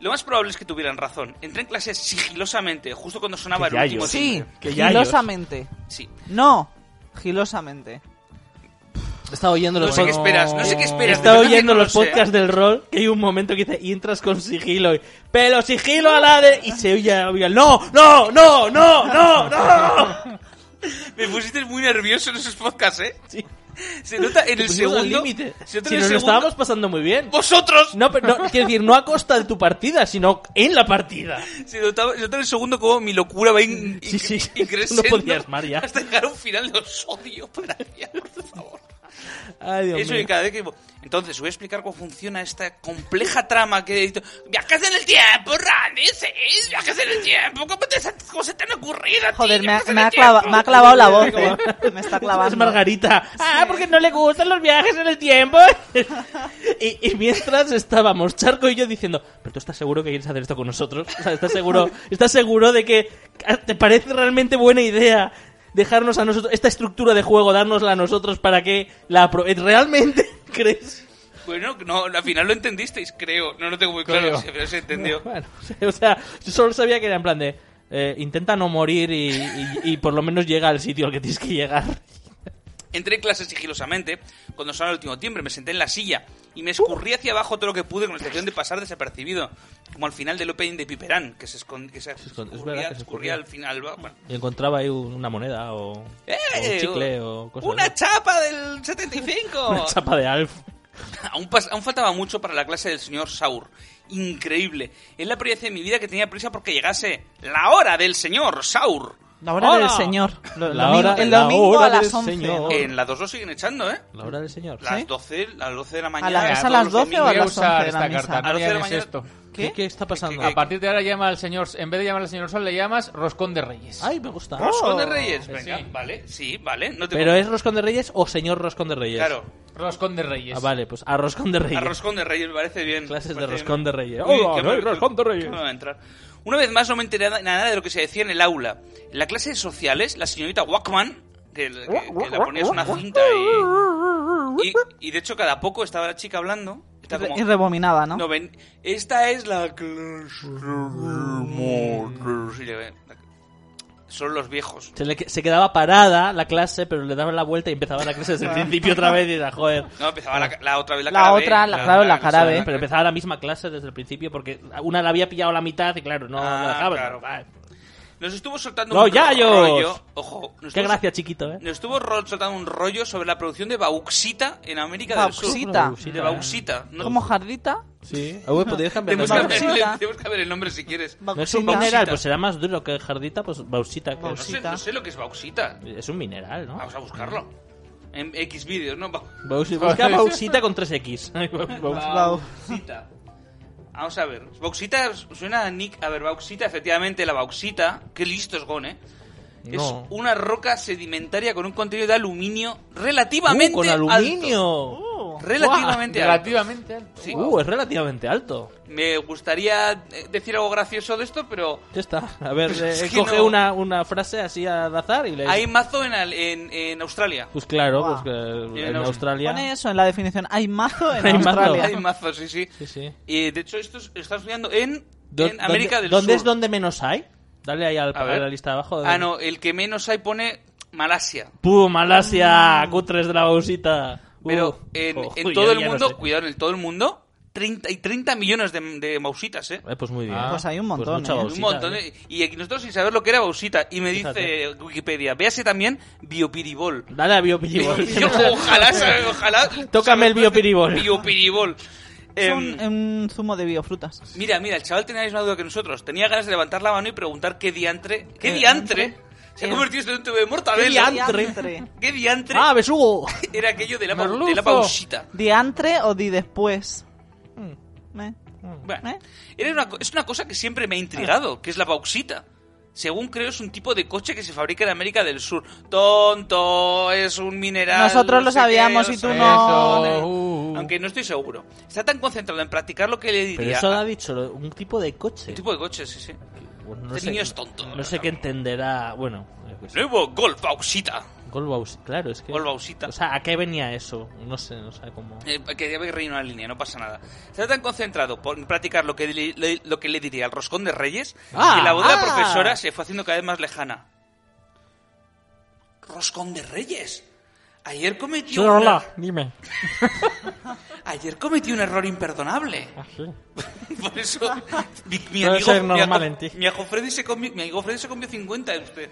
[SPEAKER 1] Lo más probable es que tuvieran razón. Entré en clase sigilosamente, justo cuando sonaba el
[SPEAKER 2] Que ya
[SPEAKER 1] último
[SPEAKER 2] yo.
[SPEAKER 3] Sí,
[SPEAKER 2] Que ya
[SPEAKER 3] gilosamente.
[SPEAKER 1] Sí.
[SPEAKER 3] No, gilosamente.
[SPEAKER 2] Estaba oyendo
[SPEAKER 1] No
[SPEAKER 2] los
[SPEAKER 1] sé qué
[SPEAKER 2] pod-
[SPEAKER 1] esperas, no sé qué esperas. de
[SPEAKER 2] Estaba
[SPEAKER 1] verdad que
[SPEAKER 2] oyendo
[SPEAKER 1] no lo
[SPEAKER 2] los
[SPEAKER 1] sé. ¿eh?
[SPEAKER 2] podcasts del rol que hay un momento que dice y entras con sigilo y pero sigilo a la de y se oye oye, no no no no no no
[SPEAKER 1] Me pusiste muy nervioso en esos podcasts, ¿eh?
[SPEAKER 2] Sí.
[SPEAKER 1] Se nota en el
[SPEAKER 2] Pusimos al
[SPEAKER 1] segundo.
[SPEAKER 2] límite.
[SPEAKER 1] Se nota
[SPEAKER 2] si nos lo
[SPEAKER 1] en el segundo-
[SPEAKER 2] estábamos pasando muy bien
[SPEAKER 1] ¡Vosotros!
[SPEAKER 2] no pero no, quiero decir no a costa de tu partida sino en la partida
[SPEAKER 1] Se notaba- se nota en el segundo como mi locura va in-
[SPEAKER 2] Sí, sí.
[SPEAKER 1] in- increciendo
[SPEAKER 2] No podías más ya.
[SPEAKER 1] Hasta llegar a un final de os odio para allá, por favor.
[SPEAKER 2] Ay, Dios
[SPEAKER 1] Eso
[SPEAKER 2] mío.
[SPEAKER 1] y cada vez que... Entonces, voy a explicar cómo funciona esta compleja trama que he dicho. Viajes en el tiempo, Randy, sí, viajes en el tiempo. ¿Cómo, te, cómo se te han ocurrido? a ti,
[SPEAKER 3] Joder, me ha,
[SPEAKER 1] viajes en
[SPEAKER 3] me
[SPEAKER 1] el
[SPEAKER 3] ha clava-
[SPEAKER 1] tiempo?
[SPEAKER 3] me ha clavado la voz. eh.
[SPEAKER 2] Otra
[SPEAKER 3] Me está
[SPEAKER 2] vez
[SPEAKER 3] clavando.
[SPEAKER 2] Margarita. Ah, porque no le gustan los viajes en el tiempo. y, y mientras estábamos Charco y yo diciendo, pero tú estás seguro que quieres hacer esto con nosotros. O sea, estás seguro, estás seguro de que ah, te parece realmente buena idea dejarnos a nosotros esta estructura de juego, dárnosla a nosotros para que la apro- realmente crees.
[SPEAKER 1] Bueno, no, al final lo entendisteis, creo. No lo tengo muy claro,
[SPEAKER 4] Creo.
[SPEAKER 1] sí, pero se entendió.
[SPEAKER 2] Bueno, o sea, yo solo sabía que era en plan de eh, intenta no morir y, y- y por lo menos llega al sitio al que tienes que llegar.
[SPEAKER 1] Entré en clase sigilosamente. Cuando sonó el último timbre, me senté en la silla y me escurrí hacia abajo todo lo que pude con la intención de pasar desapercibido. Como al final del opening de Piperán, que se escondía. Que se
[SPEAKER 2] escond- es
[SPEAKER 1] escurría-
[SPEAKER 2] verdad que se escurría.
[SPEAKER 1] escurría al final. va- Bueno.
[SPEAKER 2] Y encontraba ahí un- una moneda o, o un
[SPEAKER 1] ¡Eh!
[SPEAKER 2] chicle o cosas
[SPEAKER 1] ¡Una
[SPEAKER 2] así.
[SPEAKER 1] chapa del 75!
[SPEAKER 2] Una chapa de Alf.
[SPEAKER 1] aún, pas- aún faltaba mucho para la clase del señor Saur. Increíble. Es la primera vez en mi vida que tenía prisa porque llegase la hora del señor Saur.
[SPEAKER 3] La hora
[SPEAKER 2] Hola.
[SPEAKER 3] del señor. Lo- el
[SPEAKER 2] La
[SPEAKER 3] domingo-
[SPEAKER 2] hora-
[SPEAKER 3] el
[SPEAKER 2] la
[SPEAKER 3] domingo
[SPEAKER 2] hora
[SPEAKER 3] a las
[SPEAKER 2] del
[SPEAKER 3] 11. ¿no?
[SPEAKER 2] señor.
[SPEAKER 1] En las dos lo siguen echando, ¿eh?
[SPEAKER 2] La hora del señor.
[SPEAKER 1] Las
[SPEAKER 3] ¿Sí?
[SPEAKER 1] 12, las 12 de la mañana.
[SPEAKER 3] las- ¿es a
[SPEAKER 1] todos
[SPEAKER 3] las
[SPEAKER 1] los
[SPEAKER 3] 12 o a
[SPEAKER 1] domingos.
[SPEAKER 4] Voy a
[SPEAKER 3] las once
[SPEAKER 4] usar
[SPEAKER 3] de la
[SPEAKER 4] esta
[SPEAKER 3] misa.
[SPEAKER 4] carta.
[SPEAKER 1] A las
[SPEAKER 4] Mira,
[SPEAKER 1] once de la
[SPEAKER 4] es
[SPEAKER 1] mañana-
[SPEAKER 4] esto.
[SPEAKER 2] ¿Qué? ¿Qué está pasando?
[SPEAKER 1] ¿Qué-
[SPEAKER 4] A partir de ahora llama al señor, en vez de llamar al señor Sol, le llamas Roscón de Reyes.
[SPEAKER 2] Ay, me gusta.
[SPEAKER 1] Roscón de Reyes,
[SPEAKER 4] Sí.
[SPEAKER 1] venga, vale, sí, vale. No te
[SPEAKER 2] ¿Pero es Roscón de Reyes o señor Roscón de Reyes?
[SPEAKER 1] Claro,
[SPEAKER 4] Roscón de Reyes.
[SPEAKER 2] Ah, vale, pues a Roscón de Reyes.
[SPEAKER 1] a Roscón de Reyes me parece bien.
[SPEAKER 2] Clases de
[SPEAKER 1] parece
[SPEAKER 2] Roscón
[SPEAKER 1] bien.
[SPEAKER 2] de Reyes.
[SPEAKER 1] Uy,
[SPEAKER 2] Hola,
[SPEAKER 1] qué
[SPEAKER 2] soy
[SPEAKER 1] mal-
[SPEAKER 2] Roscón de
[SPEAKER 1] qué
[SPEAKER 2] Reyes.
[SPEAKER 1] mal va a entrar. Una vez más no me enteré na- nada de lo que se decía en el aula. En la clase de sociales, la señorita Walkman, que, que- que la ponías una cinta y, y... y de hecho cada poco estaba la chica hablando.
[SPEAKER 3] Y
[SPEAKER 1] Estaba
[SPEAKER 3] re-
[SPEAKER 1] como,
[SPEAKER 3] Y rebominaba, ¿no?
[SPEAKER 1] "No, ven, esta es la clase de motos". Y le ve- Son los viejos.
[SPEAKER 2] Oh, Se, le que- se quedaba parada la clase, pero le daban la vuelta y empezaba la clase desde el principio otra vez y era, joder.
[SPEAKER 1] No, empezaba la, la otra vez la,
[SPEAKER 3] La
[SPEAKER 1] cara B,
[SPEAKER 3] otra, la- claro, la cara B.
[SPEAKER 2] Eh, Pero empezaba la misma clase desde el principio porque una la había pillado a la mitad y claro, no
[SPEAKER 1] Ah,
[SPEAKER 2] la dejaba.
[SPEAKER 1] claro.
[SPEAKER 2] Vale.
[SPEAKER 1] Nos estuvo soltando
[SPEAKER 2] ¡Los
[SPEAKER 1] un
[SPEAKER 2] Yayos!
[SPEAKER 1] rollo. Ojo, nos
[SPEAKER 2] Qué
[SPEAKER 1] estuvo-
[SPEAKER 2] gracia, chiquito, ¿eh?
[SPEAKER 1] Nos estuvo ro- soltando un rollo sobre la producción de bauxita en América del Sur.
[SPEAKER 3] Bauxita.
[SPEAKER 1] De bauxita. No,
[SPEAKER 3] Como jardita.
[SPEAKER 2] Sí. Ah, bueno, podrías cambiar
[SPEAKER 1] tenemos,
[SPEAKER 2] de
[SPEAKER 1] que
[SPEAKER 2] nombre.
[SPEAKER 1] ver,
[SPEAKER 3] Bauxita.
[SPEAKER 1] tenemos que ver el nombre si quieres. No
[SPEAKER 2] No es un
[SPEAKER 3] Bauxita.
[SPEAKER 2] mineral, pues será más duro que jardita, pues bauxita. creo.
[SPEAKER 1] sé, no sé lo que es bauxita.
[SPEAKER 2] Es un mineral, ¿no?
[SPEAKER 1] Vamos a buscarlo. En X vídeos, ¿no?
[SPEAKER 2] Bauxita. Busca bauxita con 3X. Ay, bau- bau-
[SPEAKER 1] Bauxita. Vamos a ver. Bauxita suena a Nick. A ver, bauxita, efectivamente, la bauxita. Qué listo es Gone. Es
[SPEAKER 2] No.
[SPEAKER 1] una roca sedimentaria con un contenido de aluminio
[SPEAKER 2] Uh,
[SPEAKER 1] relativamente
[SPEAKER 2] con
[SPEAKER 1] alto.
[SPEAKER 2] aluminio.
[SPEAKER 3] Uh,
[SPEAKER 1] Relativamente alto.
[SPEAKER 4] Relativamente alto.
[SPEAKER 1] Sí.
[SPEAKER 2] Uh, es relativamente alto.
[SPEAKER 1] Me gustaría eh, decir algo gracioso de esto, pero
[SPEAKER 2] Ya está. A ver,
[SPEAKER 1] Es
[SPEAKER 2] eh,
[SPEAKER 1] que
[SPEAKER 2] coge
[SPEAKER 1] no.
[SPEAKER 2] una, una frase así al azar y le.
[SPEAKER 1] hay mazo en, al- en, en Australia.
[SPEAKER 2] Pues claro, pues
[SPEAKER 3] Guau.
[SPEAKER 2] que en
[SPEAKER 1] Aus-
[SPEAKER 2] Australia.
[SPEAKER 3] Pone eso en la definición. Hay mazo en
[SPEAKER 2] Hay mazo.
[SPEAKER 3] Australia.
[SPEAKER 1] Hay mazo, sí, sí.
[SPEAKER 2] Sí, sí.
[SPEAKER 1] Y de hecho, esto es- está estudiando en,
[SPEAKER 2] Do-
[SPEAKER 1] en América
[SPEAKER 2] ¿dónde-
[SPEAKER 1] del
[SPEAKER 2] ¿Dónde
[SPEAKER 1] Sur.
[SPEAKER 2] es donde menos hay? Dale ahí al,
[SPEAKER 1] A ver.
[SPEAKER 2] a la lista de abajo.
[SPEAKER 1] Ah, no, el que menos hay pone Malasia.
[SPEAKER 2] ¡Puh, Malasia! ¡Cutres de la bauxita! Uh,
[SPEAKER 1] Pero en,
[SPEAKER 2] oh,
[SPEAKER 1] en
[SPEAKER 2] yo
[SPEAKER 1] todo el
[SPEAKER 2] ya no
[SPEAKER 1] mundo,
[SPEAKER 2] sé.
[SPEAKER 1] cuidado, en todo el mundo, 30, y 30 millones de, de mausitas, ¿eh?
[SPEAKER 2] Eh, pues muy bien.
[SPEAKER 4] Ah,
[SPEAKER 3] Pues hay un
[SPEAKER 2] Pues
[SPEAKER 3] montón.
[SPEAKER 2] mucha
[SPEAKER 3] ¿eh?
[SPEAKER 2] bauxita.
[SPEAKER 1] Un montón. ¿eh? Y aquí nosotros sin saber lo que era Bausita. Y me
[SPEAKER 2] Fíjate.
[SPEAKER 1] dice Wikipedia, véase también biopiribol.
[SPEAKER 2] Dale a biopiribol.
[SPEAKER 1] Yo, ojalá, sabe- ojalá.
[SPEAKER 2] Tócame el biopiribol.
[SPEAKER 1] Biopiribol.
[SPEAKER 3] Es
[SPEAKER 1] Em,
[SPEAKER 3] un, un zumo de biofrutas.
[SPEAKER 1] Mira, mira, el chaval tenía la misma duda que nosotros. Tenía ganas de levantar la mano y preguntar qué diantre. ¿Qué diantre? Se ha
[SPEAKER 3] Eh,
[SPEAKER 1] convertido esto en un tubo de mortadela.
[SPEAKER 2] ¿Qué diantre?
[SPEAKER 1] ¿Qué diantre
[SPEAKER 2] ¡Ah, besugo!
[SPEAKER 1] era aquello de la, pa-
[SPEAKER 4] Merluzo.
[SPEAKER 1] de la pausita?
[SPEAKER 3] ¿Diantre o di después?
[SPEAKER 2] Hmm.
[SPEAKER 3] ¿Eh?
[SPEAKER 1] Bueno,
[SPEAKER 3] ¿Eh?
[SPEAKER 1] era una co- es una cosa que siempre me ha intrigado, que es la pausita. Según creo, es un tipo de coche que se fabrica en América del Sur. Tonto, es un mineral.
[SPEAKER 3] Nosotros lo
[SPEAKER 1] sé qué,
[SPEAKER 3] sabíamos y
[SPEAKER 1] sé
[SPEAKER 3] tú
[SPEAKER 1] qué.
[SPEAKER 3] no.
[SPEAKER 4] Eso, uh, uh.
[SPEAKER 1] Aunque no estoy seguro. Está tan concentrado en practicar lo que le diría.
[SPEAKER 2] Mm. Pero eso lo ha dicho lo- un tipo de coche.
[SPEAKER 1] Un tipo de coche, sí, sí.
[SPEAKER 2] Bueno,
[SPEAKER 1] Este niño es tonto.
[SPEAKER 2] No sé qué entenderá. Bueno, yo qué sé.
[SPEAKER 1] Nuevo Golf Pausita.
[SPEAKER 2] Gol Baus- Claro, es que.
[SPEAKER 1] Gol Bausita.
[SPEAKER 2] O sea, ¿a qué venía eso? No sé, no sé cómo.
[SPEAKER 1] Eh, que debe reír una línea, no pasa nada. Está tan concentrado por practicar lo que, le- le- lo que le diría al roscón de Reyes
[SPEAKER 2] Ah,
[SPEAKER 1] que la voz de la
[SPEAKER 2] ah.
[SPEAKER 1] profesora se fue haciendo cada vez más lejana. Roscón de Reyes. Ayer cometí, un- er-,
[SPEAKER 2] dime.
[SPEAKER 1] ayer cometí un error imperdonable.
[SPEAKER 2] Ah,
[SPEAKER 1] Por eso mi, mi
[SPEAKER 2] Debe
[SPEAKER 1] amigo,
[SPEAKER 2] ser
[SPEAKER 1] mi
[SPEAKER 2] normal
[SPEAKER 1] ajo-
[SPEAKER 2] en ti.
[SPEAKER 1] mi ajo Freddy se comió, mi amigo Freddy se comió 50 de usted.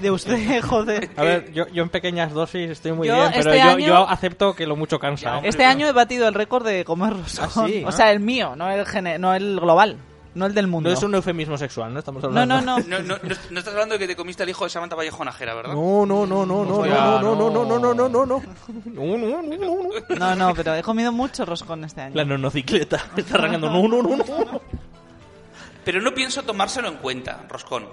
[SPEAKER 3] De usted, joder.
[SPEAKER 2] Ah, A ver, yo, yo en pequeñas dosis estoy muy
[SPEAKER 3] Yo
[SPEAKER 2] bien, pero
[SPEAKER 3] este
[SPEAKER 2] yo,
[SPEAKER 3] año-
[SPEAKER 2] yo acepto que lo mucho cansa.
[SPEAKER 1] Ya,
[SPEAKER 2] ¿eh?
[SPEAKER 3] Este año he batido el récord de comer roscón.
[SPEAKER 2] Ah, sí,
[SPEAKER 3] o
[SPEAKER 2] ¿no?
[SPEAKER 3] sea, el mío, no el, gene- no el global. No el del
[SPEAKER 2] No
[SPEAKER 3] mundo.
[SPEAKER 2] es un eufemismo sexual, ¿no? Estamos
[SPEAKER 3] no,
[SPEAKER 2] hablando.
[SPEAKER 3] no, no.
[SPEAKER 1] No, no, no, no estás hablando de que te comiste al hijo de Samantha Vallejo Najera, ¿verdad?
[SPEAKER 2] No, no, no, no, no,
[SPEAKER 4] Oiga,
[SPEAKER 2] no, no, no,
[SPEAKER 4] no.
[SPEAKER 2] no, no, no, no, no, no, no, no, no, no.
[SPEAKER 3] No, no, pero he comido mucho roscón este año.
[SPEAKER 2] La nonocicleta me está arrancando. No, no, no, no.
[SPEAKER 1] Pero no pienso tomárselo en cuenta, Roscón.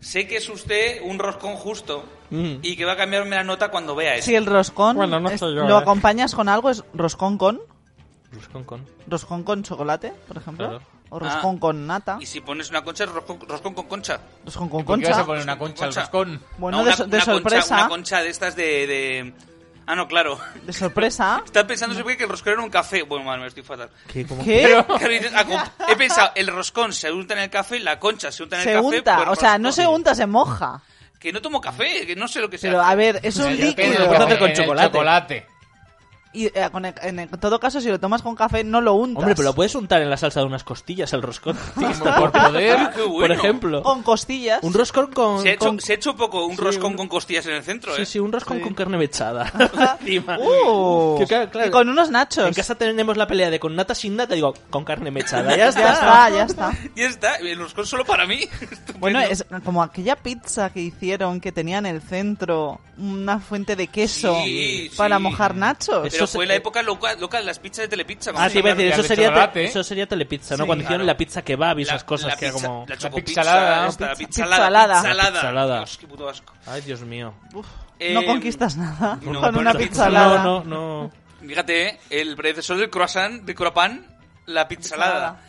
[SPEAKER 1] Sé que es usted un roscón justo
[SPEAKER 2] Mm.
[SPEAKER 1] y que va a cambiarme la nota cuando vea eso.
[SPEAKER 3] Si el roscón
[SPEAKER 2] Bueno, no
[SPEAKER 3] es-
[SPEAKER 2] soy yo,
[SPEAKER 3] lo
[SPEAKER 2] eh.
[SPEAKER 3] acompañas con algo, es roscón con.
[SPEAKER 2] Con, con.
[SPEAKER 3] Roscón con chocolate, por ejemplo.
[SPEAKER 2] Claro.
[SPEAKER 3] O roscón
[SPEAKER 1] Ah.
[SPEAKER 3] con nata.
[SPEAKER 1] Y si pones una concha, es roscón, roscón con concha.
[SPEAKER 3] Roscón con
[SPEAKER 4] ¿Por qué vas
[SPEAKER 3] concha.
[SPEAKER 4] a poner una concha al
[SPEAKER 1] Concha.
[SPEAKER 4] roscón?
[SPEAKER 3] Bueno,
[SPEAKER 1] No,
[SPEAKER 3] de,
[SPEAKER 1] una,
[SPEAKER 3] so- de
[SPEAKER 1] una
[SPEAKER 3] sorpresa.
[SPEAKER 1] Concha, una concha de estas de... de- Ah, no, claro.
[SPEAKER 3] De sorpresa.
[SPEAKER 1] Estaba pensando siempre que el roscón era un café. Bueno, madre, me estoy fatal.
[SPEAKER 2] ¿Qué? ¿Cómo?
[SPEAKER 3] ¿Qué?
[SPEAKER 1] Claro, dices, ah, como- He pensado, el roscón se unta en el café, la concha se unta en el
[SPEAKER 3] Se
[SPEAKER 1] café. pues,
[SPEAKER 3] unta. O sea, no
[SPEAKER 1] roscón.
[SPEAKER 3] se unta, se moja.
[SPEAKER 1] Que no tomo café, que no sé lo que sea.
[SPEAKER 3] Pero a ver, es un
[SPEAKER 4] Depende de lo
[SPEAKER 3] líquido.
[SPEAKER 4] que
[SPEAKER 2] puedes hacer con
[SPEAKER 4] en el
[SPEAKER 2] chocolate.
[SPEAKER 4] chocolate.
[SPEAKER 3] Y eh, con el- en, el- en todo caso, si lo tomas con café, no lo untas.
[SPEAKER 2] Hombre, pero lo puedes untar en la salsa de unas costillas al roscón.
[SPEAKER 4] Por poder.
[SPEAKER 1] Ah, qué bueno.
[SPEAKER 2] Por ejemplo.
[SPEAKER 3] Con costillas.
[SPEAKER 2] Un roscón con...
[SPEAKER 1] Se ha hecho,
[SPEAKER 2] con-
[SPEAKER 1] se ha hecho poco un
[SPEAKER 2] Sí,
[SPEAKER 1] roscón
[SPEAKER 2] un-
[SPEAKER 1] con costillas en el centro, ¿eh?
[SPEAKER 2] Sí, sí, un roscón
[SPEAKER 3] Sí.
[SPEAKER 2] con carne mechada. Encima.
[SPEAKER 3] Uh,
[SPEAKER 2] Que claro, claro.
[SPEAKER 3] Y con unos nachos.
[SPEAKER 2] En casa tenemos la pelea de con nata sin nata, digo, con carne mechada. Ya está.
[SPEAKER 3] Ya está, ya está.
[SPEAKER 1] Ya está, el roscón solo para mí. Estupendo.
[SPEAKER 3] Bueno, es como aquella pizza que hicieron que tenía en el centro una fuente de queso
[SPEAKER 1] Sí,
[SPEAKER 3] para
[SPEAKER 1] sí.
[SPEAKER 3] mojar nachos.
[SPEAKER 2] Eso
[SPEAKER 1] Pero
[SPEAKER 2] se-
[SPEAKER 1] fue la época loca, loca de las pizzas de Telepizza. como
[SPEAKER 2] Ah,
[SPEAKER 1] se
[SPEAKER 2] te iba a
[SPEAKER 1] llamaron.
[SPEAKER 2] decir, eso
[SPEAKER 4] de
[SPEAKER 2] sería,
[SPEAKER 4] chocolate,
[SPEAKER 2] te-
[SPEAKER 4] ¿eh?
[SPEAKER 2] eso sería Telepizza, ¿no?
[SPEAKER 3] Sí,
[SPEAKER 2] Cuando hicieron
[SPEAKER 1] claro.
[SPEAKER 2] la pizza kebab y
[SPEAKER 1] La-
[SPEAKER 2] esas cosas
[SPEAKER 1] la
[SPEAKER 2] que era
[SPEAKER 1] pizza-
[SPEAKER 2] como...
[SPEAKER 1] La chocopizza,
[SPEAKER 4] pixalada.
[SPEAKER 1] esta, la
[SPEAKER 3] Pizza-
[SPEAKER 1] pixalada.
[SPEAKER 3] pixalada.
[SPEAKER 2] Pixalada.
[SPEAKER 1] Dios, qué puto asco.
[SPEAKER 2] Ay, Dios mío.
[SPEAKER 3] no
[SPEAKER 1] Eh,
[SPEAKER 3] conquistas nada
[SPEAKER 1] no,
[SPEAKER 3] con
[SPEAKER 1] con
[SPEAKER 3] una
[SPEAKER 1] la pizza-
[SPEAKER 3] pizzalada.
[SPEAKER 2] No, no, no.
[SPEAKER 1] Fíjate, ¿eh? el predecesor del croissant, de cropan, la pixalada.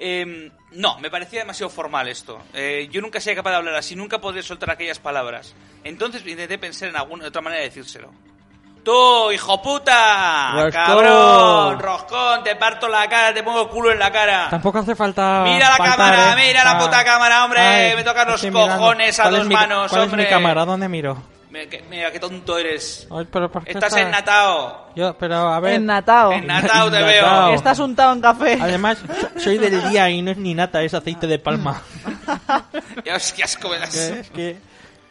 [SPEAKER 1] Eh, no, me parecía demasiado formal esto. Eh, yo nunca sería capaz de hablar así, nunca podré soltar aquellas palabras. Entonces intenté pensar en alguna otra manera de decírselo. ¡Tú, hijo puta!
[SPEAKER 2] Roscón.
[SPEAKER 1] ¡Cabrón! ¡Roscón! ¡Te parto la cara! ¡Te pongo el culo en la cara!
[SPEAKER 5] Tampoco hace falta.
[SPEAKER 1] Mira la
[SPEAKER 5] faltar,
[SPEAKER 1] cámara,
[SPEAKER 5] ¿eh?
[SPEAKER 1] mira la
[SPEAKER 5] Ah.
[SPEAKER 1] puta cámara, hombre,
[SPEAKER 5] Ay,
[SPEAKER 1] me tocan los
[SPEAKER 5] estoy mirando.
[SPEAKER 1] cojones a
[SPEAKER 5] ¿Cuál
[SPEAKER 1] dos
[SPEAKER 5] es mi-
[SPEAKER 1] manos,
[SPEAKER 5] ¿cuál
[SPEAKER 1] hombre?
[SPEAKER 5] Es mi cámara, ¿dónde miro?
[SPEAKER 1] Mira, qué- mira qué tonto eres.
[SPEAKER 2] Oh,
[SPEAKER 5] Ay, pero ¿por qué
[SPEAKER 1] Estás
[SPEAKER 5] está-
[SPEAKER 1] ennatado.
[SPEAKER 5] Yo, pero a ver.
[SPEAKER 3] Ennatado.
[SPEAKER 1] Ennatado te
[SPEAKER 5] Ennatado.
[SPEAKER 1] veo.
[SPEAKER 3] Estás untado en café.
[SPEAKER 5] Además, soy del día y no es ni nata, es aceite de palma.
[SPEAKER 3] Mm.
[SPEAKER 1] Dios, qué asco me das.
[SPEAKER 5] Es que.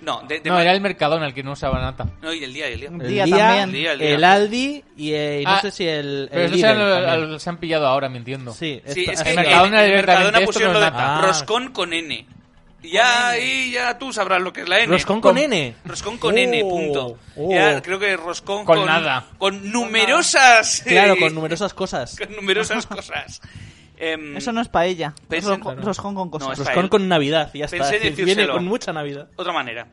[SPEAKER 1] No, de, de
[SPEAKER 4] No,
[SPEAKER 1] ma-
[SPEAKER 4] era el Mercadona el que no usaba nata.
[SPEAKER 1] no, y el día, y el día.
[SPEAKER 3] El día también.
[SPEAKER 1] El día, el
[SPEAKER 2] el,
[SPEAKER 1] día.
[SPEAKER 2] Aldi y, eh, y no
[SPEAKER 4] Ah,
[SPEAKER 2] sé si el,
[SPEAKER 4] Pero
[SPEAKER 2] el
[SPEAKER 4] eso se han,
[SPEAKER 2] Lidl también.
[SPEAKER 4] al- se han pillado ahora, me entiendo.
[SPEAKER 2] Sí,
[SPEAKER 1] Sí,
[SPEAKER 2] está-
[SPEAKER 1] es
[SPEAKER 4] el
[SPEAKER 1] que en- en,
[SPEAKER 4] Mercadona
[SPEAKER 1] el Mercadona
[SPEAKER 4] directamente esto
[SPEAKER 1] pusieron lo
[SPEAKER 4] no
[SPEAKER 1] de
[SPEAKER 4] es nata.
[SPEAKER 2] Ah.
[SPEAKER 1] roscón con N. Y ya ahí ya tú sabrás lo que es la N.
[SPEAKER 2] Roscón con N.
[SPEAKER 1] Roscón con
[SPEAKER 2] Oh,
[SPEAKER 1] N, punto.
[SPEAKER 2] oh.
[SPEAKER 1] Ya, creo que roscón
[SPEAKER 4] Con nada.
[SPEAKER 1] Con numerosas...
[SPEAKER 2] Claro,
[SPEAKER 1] eh,
[SPEAKER 2] con numerosas cosas.
[SPEAKER 1] con numerosas cosas. Em,
[SPEAKER 3] Eso no es paella. Es
[SPEAKER 1] Pensé-
[SPEAKER 3] ro-
[SPEAKER 1] Claro.
[SPEAKER 3] Roscón con cosas.
[SPEAKER 1] No, es pa-
[SPEAKER 2] Roscón con Navidad, ya está.
[SPEAKER 1] Pensé en
[SPEAKER 2] Es decir, Viene
[SPEAKER 1] decírselo.
[SPEAKER 2] con mucha Navidad.
[SPEAKER 1] Otra manera.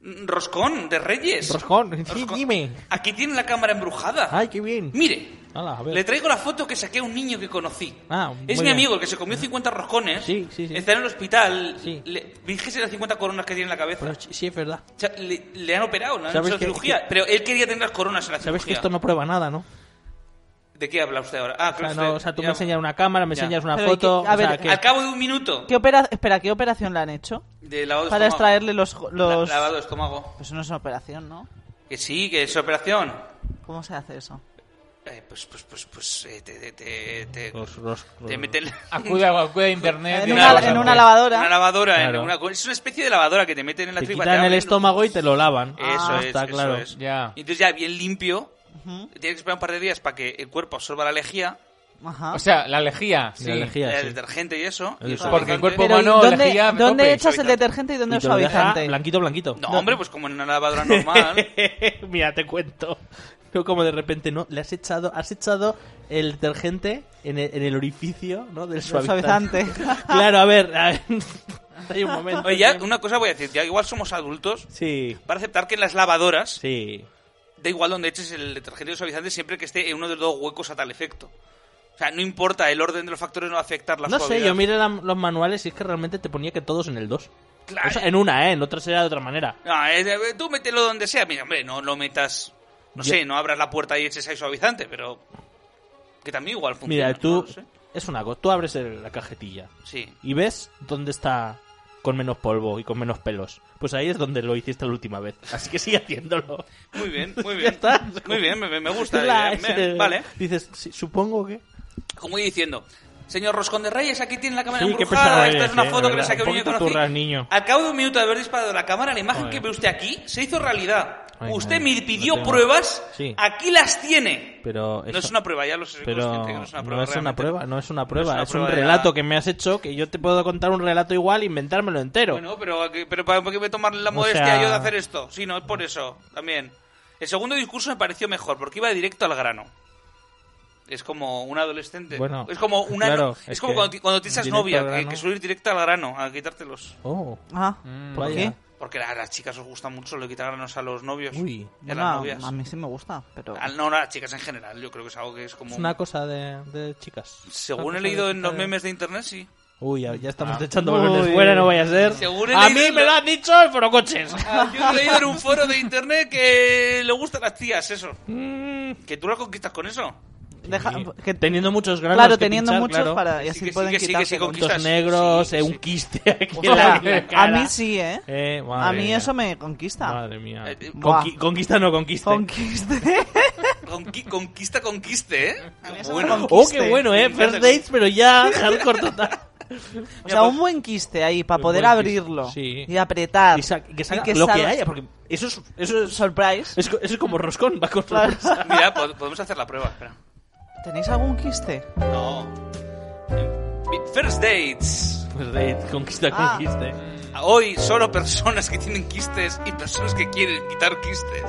[SPEAKER 1] Mm, Roscón de Reyes.
[SPEAKER 5] Roscón, sí,
[SPEAKER 1] Roscón.
[SPEAKER 5] dime.
[SPEAKER 1] Aquí tiene la cámara embrujada.
[SPEAKER 5] Ay, qué bien.
[SPEAKER 1] Mire,
[SPEAKER 5] Hala, a ver.
[SPEAKER 1] le traigo la foto que saqué a un niño que conocí.
[SPEAKER 5] Ah,
[SPEAKER 1] es mi
[SPEAKER 5] muy bien.
[SPEAKER 1] amigo, el que se comió 50 roscones.
[SPEAKER 5] Sí, sí, sí.
[SPEAKER 1] Está en el hospital.
[SPEAKER 5] Sí.
[SPEAKER 1] Le, fíjese las 50 coronas que tiene en la cabeza.
[SPEAKER 5] Pero sí, sí, es verdad.
[SPEAKER 1] O sea, le, le han operado, le han
[SPEAKER 5] ¿Sabes
[SPEAKER 1] hecho la
[SPEAKER 5] que-
[SPEAKER 1] cirugía.
[SPEAKER 5] que-
[SPEAKER 1] Pero él quería tener las coronas en la
[SPEAKER 5] Sabes que
[SPEAKER 1] cirugía.
[SPEAKER 5] esto no prueba nada, ¿no?
[SPEAKER 1] ¿De qué habla usted ahora? Ah,
[SPEAKER 5] O
[SPEAKER 1] creo
[SPEAKER 5] sea,
[SPEAKER 1] que
[SPEAKER 5] no,
[SPEAKER 1] usted-
[SPEAKER 5] o sea tú
[SPEAKER 1] ya-
[SPEAKER 5] me enseñas una cámara, me
[SPEAKER 1] Ya.
[SPEAKER 5] enseñas una
[SPEAKER 3] Pero hay
[SPEAKER 5] foto.
[SPEAKER 3] que- a
[SPEAKER 5] o sea,
[SPEAKER 3] ver,
[SPEAKER 5] que-
[SPEAKER 1] Al cabo de un minuto
[SPEAKER 3] ¿Qué opera... Espera, ¿qué operación le han hecho?
[SPEAKER 1] de lavado de
[SPEAKER 3] Para
[SPEAKER 1] estómago.
[SPEAKER 3] extraerle los... los...
[SPEAKER 1] Pues La- lavado de estómago.
[SPEAKER 3] Pues eso no es una operación, ¿no?
[SPEAKER 1] Que sí, que es operación.
[SPEAKER 3] ¿Cómo se hace eso?
[SPEAKER 1] Eh, pues, pues, pues, pues, eh, te, te, te, te,
[SPEAKER 2] Ros- ros-
[SPEAKER 1] te meten
[SPEAKER 4] Acude a, acude a internet.
[SPEAKER 3] En
[SPEAKER 4] y
[SPEAKER 3] una,
[SPEAKER 4] nada,
[SPEAKER 3] en
[SPEAKER 4] o
[SPEAKER 3] una
[SPEAKER 4] sea,
[SPEAKER 3] lavadora.
[SPEAKER 1] una lavadora, en
[SPEAKER 2] Claro.
[SPEAKER 1] una co- es una especie de lavadora que te meten en la
[SPEAKER 2] Te
[SPEAKER 1] tripa.
[SPEAKER 2] quitan el
[SPEAKER 1] abren-
[SPEAKER 2] estómago y te lo lavan.
[SPEAKER 1] Eso
[SPEAKER 2] Ah,
[SPEAKER 1] es,
[SPEAKER 2] está
[SPEAKER 1] eso
[SPEAKER 2] claro.
[SPEAKER 1] es.
[SPEAKER 4] Ya.
[SPEAKER 1] Y Entonces ya bien limpio,
[SPEAKER 3] Ujú,
[SPEAKER 1] tienes que esperar un par de días para que el cuerpo absorba la lejía,
[SPEAKER 3] Ajá.
[SPEAKER 4] O
[SPEAKER 1] Pues
[SPEAKER 4] sea, la lejía.
[SPEAKER 2] De
[SPEAKER 4] Sí.
[SPEAKER 2] la lejía, sí.
[SPEAKER 1] el detergente y eso. y
[SPEAKER 2] El
[SPEAKER 1] eso
[SPEAKER 4] Porque el
[SPEAKER 1] bastante.
[SPEAKER 4] cuerpo
[SPEAKER 3] Pero, ¿y
[SPEAKER 4] humano
[SPEAKER 3] ¿Dónde,
[SPEAKER 4] lejía.
[SPEAKER 3] dónde echas
[SPEAKER 4] tope.
[SPEAKER 3] el
[SPEAKER 1] suavizante.
[SPEAKER 3] detergente y dónde
[SPEAKER 2] Y
[SPEAKER 3] el
[SPEAKER 2] te lo deja
[SPEAKER 3] suavizante?
[SPEAKER 2] Blanquito, blanquito.
[SPEAKER 1] No, hombre, pues como en una lavadora normal.
[SPEAKER 2] Mira, te cuento. Yo como de repente, ¿no? Le has echado, has echado el detergente en el, en el orificio, ¿no? Del
[SPEAKER 3] Del
[SPEAKER 2] suavizante.
[SPEAKER 3] suavizante.
[SPEAKER 2] claro, a ver. a ver. Hay un momento.
[SPEAKER 1] Oye, ya,
[SPEAKER 2] que-
[SPEAKER 1] una cosa voy a decir, ya igual somos adultos
[SPEAKER 2] Sí,
[SPEAKER 1] para aceptar que en las lavadoras,
[SPEAKER 2] sí.
[SPEAKER 1] da igual donde eches el detergente o el suavizante siempre que esté en uno de los dos huecos a tal efecto. O sea, no importa, el orden de los factores no va a afectar la
[SPEAKER 2] No sé,
[SPEAKER 1] suavidad.
[SPEAKER 2] yo miré la- los manuales y es que realmente te ponía que todos en el 2.
[SPEAKER 1] Claro.
[SPEAKER 2] en una, ¿eh? En otra será de otra manera.
[SPEAKER 1] No, eh, eh, tú mételo donde sea. Mira, hombre, no lo metas. No
[SPEAKER 2] Yo-
[SPEAKER 1] sé, no abras la puerta y eches ahí suavizante, pero. Que también igual funciona.
[SPEAKER 2] Mira,
[SPEAKER 1] no
[SPEAKER 2] tú...
[SPEAKER 1] lo sé.
[SPEAKER 2] Es una cosa, tú abres el- la cajetilla
[SPEAKER 1] Sí.
[SPEAKER 2] y ves dónde está con menos polvo y con menos pelos. Pues ahí es donde lo hiciste la última vez. Así que sigue haciéndolo.
[SPEAKER 1] Muy bien, muy bien.
[SPEAKER 2] Ya está.
[SPEAKER 1] Muy bien, me, me gusta.
[SPEAKER 2] La-
[SPEAKER 1] eh,
[SPEAKER 2] es,
[SPEAKER 1] bien,
[SPEAKER 2] eh,
[SPEAKER 1] vale.
[SPEAKER 2] Dices, sí, supongo que.
[SPEAKER 1] Como iba diciendo, señor Roscón de Reyes, aquí tiene la cámara
[SPEAKER 2] Sí, qué pesado
[SPEAKER 1] embrujada. Esta
[SPEAKER 2] eres,
[SPEAKER 1] es una
[SPEAKER 2] eh,
[SPEAKER 1] foto
[SPEAKER 2] de
[SPEAKER 1] que le
[SPEAKER 2] verdad.
[SPEAKER 1] saqué a un
[SPEAKER 2] Un
[SPEAKER 1] niño que
[SPEAKER 2] poquito
[SPEAKER 1] conocí.
[SPEAKER 2] turra, niño.
[SPEAKER 1] Al cabo de un minuto de haber disparado la cámara, la imagen
[SPEAKER 2] Joder.
[SPEAKER 1] que ve usted aquí se hizo realidad.
[SPEAKER 2] Ay,
[SPEAKER 1] Usted
[SPEAKER 2] no,
[SPEAKER 1] me
[SPEAKER 2] no
[SPEAKER 1] pidió
[SPEAKER 2] tengo-
[SPEAKER 1] pruebas,
[SPEAKER 2] Sí.
[SPEAKER 1] aquí las tiene.
[SPEAKER 2] Pero
[SPEAKER 1] no
[SPEAKER 2] eso-
[SPEAKER 1] es una prueba, ya lo sé, soy
[SPEAKER 2] Pero
[SPEAKER 1] consciente que no es una prueba.
[SPEAKER 2] no es una
[SPEAKER 1] realmente.
[SPEAKER 2] prueba, no es una prueba,
[SPEAKER 1] una
[SPEAKER 2] es
[SPEAKER 1] prueba
[SPEAKER 2] un
[SPEAKER 1] de la-
[SPEAKER 2] relato que me has hecho que yo te puedo contar un relato igual e inventármelo entero.
[SPEAKER 1] Bueno, pero, pero ¿para qué voy a tomar la
[SPEAKER 2] O
[SPEAKER 1] modestia
[SPEAKER 2] sea-
[SPEAKER 1] yo de hacer esto? Sí, no, es por eso, también. El segundo discurso me pareció mejor, porque iba directo al grano. Es como un adolescente.
[SPEAKER 2] Bueno,
[SPEAKER 1] es como una
[SPEAKER 2] claro,
[SPEAKER 1] es,
[SPEAKER 2] es
[SPEAKER 1] como
[SPEAKER 2] que
[SPEAKER 1] cuando, ti- cuando tienes esas
[SPEAKER 2] directo
[SPEAKER 1] novia,
[SPEAKER 2] al
[SPEAKER 1] que,
[SPEAKER 2] grano.
[SPEAKER 1] que suele ir directo al grano, a quitártelos.
[SPEAKER 2] Oh,
[SPEAKER 3] Ah,
[SPEAKER 4] Mm,
[SPEAKER 3] ¿por
[SPEAKER 2] vaya.
[SPEAKER 3] qué?
[SPEAKER 1] Porque a las chicas os gusta mucho lo de quitar granos a los novios.
[SPEAKER 2] Uy,
[SPEAKER 1] y a
[SPEAKER 3] Bueno,
[SPEAKER 1] las novias.
[SPEAKER 3] a mí sí me gusta, pero...
[SPEAKER 1] Al- no, a las chicas en general, yo creo que es algo que es como...
[SPEAKER 2] es una cosa de, de chicas.
[SPEAKER 1] Según
[SPEAKER 2] Una
[SPEAKER 1] he
[SPEAKER 2] cosa
[SPEAKER 1] leído
[SPEAKER 2] de
[SPEAKER 1] en los
[SPEAKER 2] chicas de-
[SPEAKER 1] memes de internet, sí.
[SPEAKER 2] Uy, ya, ya estamos echando
[SPEAKER 3] Uy.
[SPEAKER 2] balones fuera, no vaya a ser.
[SPEAKER 1] Según he
[SPEAKER 2] a
[SPEAKER 1] leído-
[SPEAKER 2] mí me lo han dicho el forocoches.
[SPEAKER 1] Ah, Yo he leído en un foro de internet que le gustan las tías, eso.
[SPEAKER 2] Mm,
[SPEAKER 1] Que tú las conquistas con eso.
[SPEAKER 3] Deja-
[SPEAKER 2] sí.
[SPEAKER 3] que-
[SPEAKER 2] teniendo muchos granos.
[SPEAKER 3] claro,
[SPEAKER 2] que
[SPEAKER 3] teniendo
[SPEAKER 2] pinchar,
[SPEAKER 3] muchos
[SPEAKER 2] claro.
[SPEAKER 3] para... Y
[SPEAKER 1] Sí,
[SPEAKER 3] así
[SPEAKER 1] que sí,
[SPEAKER 3] pueden
[SPEAKER 1] que sí, que sí,
[SPEAKER 3] quitárselo.
[SPEAKER 1] conquista.
[SPEAKER 2] Puntos
[SPEAKER 1] Quizás,
[SPEAKER 2] negros,
[SPEAKER 1] sí,
[SPEAKER 2] eh, un
[SPEAKER 1] sí.
[SPEAKER 2] quiste aquí
[SPEAKER 3] O
[SPEAKER 2] en la-
[SPEAKER 3] sea,
[SPEAKER 2] en la
[SPEAKER 3] a
[SPEAKER 2] cara.
[SPEAKER 3] mí sí, ¿eh?
[SPEAKER 2] Eh, madre
[SPEAKER 3] A mí
[SPEAKER 2] mía.
[SPEAKER 3] eso me conquista.
[SPEAKER 2] Madre mía.
[SPEAKER 1] Eh, eh,
[SPEAKER 2] Conqui- conquista no conquiste.
[SPEAKER 3] Conquiste.
[SPEAKER 1] Conqui- conquista, conquiste, ¿eh?
[SPEAKER 3] mí eso
[SPEAKER 1] Bueno,
[SPEAKER 3] me
[SPEAKER 2] Oh,
[SPEAKER 3] Conquiste.
[SPEAKER 2] qué bueno, eh.
[SPEAKER 1] Me
[SPEAKER 2] First
[SPEAKER 1] encanta
[SPEAKER 2] dates, pero ya hardcore total.
[SPEAKER 3] O sea, un buen quiste ahí, para
[SPEAKER 2] Un
[SPEAKER 3] poder
[SPEAKER 2] buen
[SPEAKER 3] abrirlo.
[SPEAKER 2] quiste, sí.
[SPEAKER 3] Y apretar.
[SPEAKER 2] Y sa- que salga
[SPEAKER 3] Y que
[SPEAKER 2] lo que
[SPEAKER 3] salga-
[SPEAKER 2] haya, porque eso es, eso es,
[SPEAKER 3] Surprise.
[SPEAKER 2] es co- eso es como roscón, va con
[SPEAKER 3] Claro.
[SPEAKER 2] sorpresa.
[SPEAKER 1] Mira, pod- podemos hacer la prueba, espera.
[SPEAKER 3] ¿Tenéis algún quiste?
[SPEAKER 1] No. Eh, First dates.
[SPEAKER 2] First date, conquista,
[SPEAKER 3] Ah.
[SPEAKER 2] conquiste.
[SPEAKER 1] Hoy solo personas que tienen quistes y personas que quieren quitar quistes.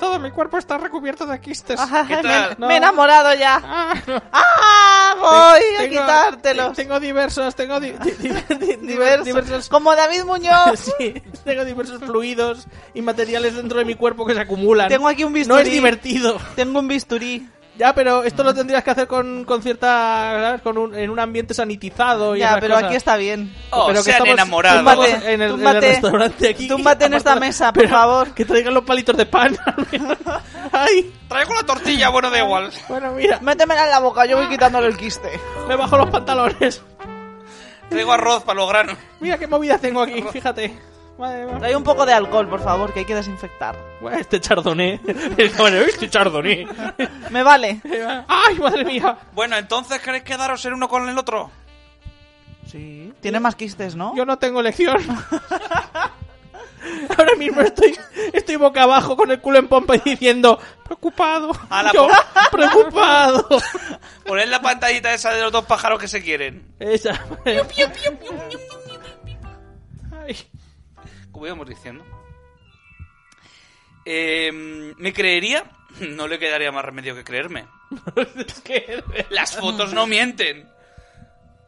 [SPEAKER 5] Todo mi cuerpo está recubierto de quistes.
[SPEAKER 1] ¿Qué
[SPEAKER 3] me,
[SPEAKER 1] tal?
[SPEAKER 3] me he enamorado ya. ¡Ah! Voy a
[SPEAKER 5] Tengo-
[SPEAKER 3] quitártelos.
[SPEAKER 5] Tengo diversos, tengo di- di- di- di-
[SPEAKER 3] Diversos. Oh.
[SPEAKER 5] diversos.
[SPEAKER 3] Como David Muñoz.
[SPEAKER 5] Sí, tengo diversos fluidos y materiales dentro de mi cuerpo que se acumulan.
[SPEAKER 3] Tengo aquí un bisturí.
[SPEAKER 5] No es divertido.
[SPEAKER 3] Tengo un bisturí.
[SPEAKER 5] Ya, pero esto lo tendrías que hacer con, con cierta. ¿sabes? Con un- en un ambiente sanitizado y
[SPEAKER 3] Ya,
[SPEAKER 5] esas
[SPEAKER 3] pero
[SPEAKER 5] cosas.
[SPEAKER 3] aquí está bien.
[SPEAKER 1] Oh,
[SPEAKER 5] Pero que
[SPEAKER 1] se han
[SPEAKER 5] estamos-
[SPEAKER 1] enamorado.
[SPEAKER 5] estamos
[SPEAKER 3] Túmbate,
[SPEAKER 5] en, el, en el
[SPEAKER 3] túmbate.
[SPEAKER 5] restaurante aquí.
[SPEAKER 3] Túmbate en esta mesa, por favor.
[SPEAKER 5] Que traigan los palitos de pan. al menos. Ay,
[SPEAKER 1] Traigo la tortilla, bueno, da igual.
[SPEAKER 5] bueno, mira,
[SPEAKER 3] Métemela en la boca, yo voy quitándole el quiste.
[SPEAKER 5] me bajo los pantalones.
[SPEAKER 1] Traigo arroz para los granos.
[SPEAKER 5] Mira qué movida tengo aquí, fíjate. Madre mía.
[SPEAKER 3] Trae un poco de alcohol, por favor, que hay que desinfectar.
[SPEAKER 5] Bueno, Este chardonnay. El camarero, este chardonnay.
[SPEAKER 3] Me vale.
[SPEAKER 5] Ay, madre mía.
[SPEAKER 1] Bueno, entonces, ¿queréis quedaros el uno con el otro?
[SPEAKER 3] Sí. Tiene más quistes, ¿no?
[SPEAKER 5] Yo no tengo elección. Ahora mismo estoy, estoy boca abajo con el culo en pompa y diciendo, preocupado.
[SPEAKER 1] A la
[SPEAKER 5] Yo,
[SPEAKER 1] po-
[SPEAKER 5] preocupado.
[SPEAKER 1] Poned la pantallita esa de los dos pájaros que se quieren.
[SPEAKER 5] Esa. Ay.
[SPEAKER 1] Como íbamos diciendo. Eh, me creería, no le quedaría más remedio que creerme.
[SPEAKER 5] Es que-
[SPEAKER 2] Ah,
[SPEAKER 1] Las fotos no mienten.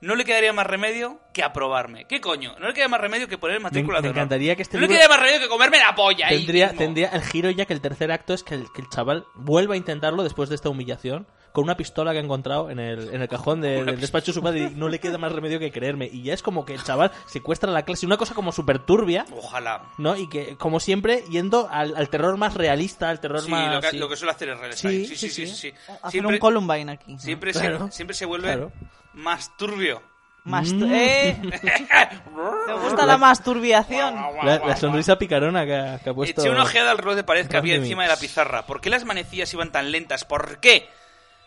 [SPEAKER 1] No le quedaría más remedio que aprobarme. ¿Qué coño? No le quedaría más remedio que poner
[SPEAKER 2] Me-
[SPEAKER 1] matrícula
[SPEAKER 2] me
[SPEAKER 1] de honor.
[SPEAKER 2] encantaría que este
[SPEAKER 1] No le
[SPEAKER 2] libro-
[SPEAKER 1] quedaría más remedio que comerme la polla. ahí
[SPEAKER 2] Tendría,
[SPEAKER 1] mismo.
[SPEAKER 2] tendría el giro ya que el tercer acto es que el, que el chaval vuelva a intentarlo después de esta humillación con una pistola que ha encontrado en el, en el cajón de- del despacho de su padre y no le queda más remedio que creerme. Y ya es como que el chaval secuestra a la clase, una cosa como súper turbia,
[SPEAKER 1] Ojalá.
[SPEAKER 2] ¿no? Y que, como siempre, yendo al, al terror más realista, al terror
[SPEAKER 1] Sí,
[SPEAKER 2] más...
[SPEAKER 1] lo que,
[SPEAKER 2] sí.
[SPEAKER 1] lo que suele hacer es real
[SPEAKER 2] Sí,
[SPEAKER 1] estate. Sí, sí,
[SPEAKER 2] sí,
[SPEAKER 1] sí.
[SPEAKER 2] sí.
[SPEAKER 1] sí, sí.
[SPEAKER 3] Hacer
[SPEAKER 1] Siempre,
[SPEAKER 3] un Columbine aquí.
[SPEAKER 1] siempre,
[SPEAKER 2] Claro.
[SPEAKER 1] se, siempre se vuelve
[SPEAKER 2] Claro.
[SPEAKER 1] más turbio.
[SPEAKER 3] Más
[SPEAKER 2] Mm.
[SPEAKER 3] ¿Eh? ¿Te gusta la masturbiación?
[SPEAKER 2] La, la sonrisa picarona que ha, que ha puesto...
[SPEAKER 1] Eché una ojeada al reloj de pared que había
[SPEAKER 2] Randomix.
[SPEAKER 1] encima de la pizarra. ¿Por qué las manecillas iban tan lentas? ¿Por qué?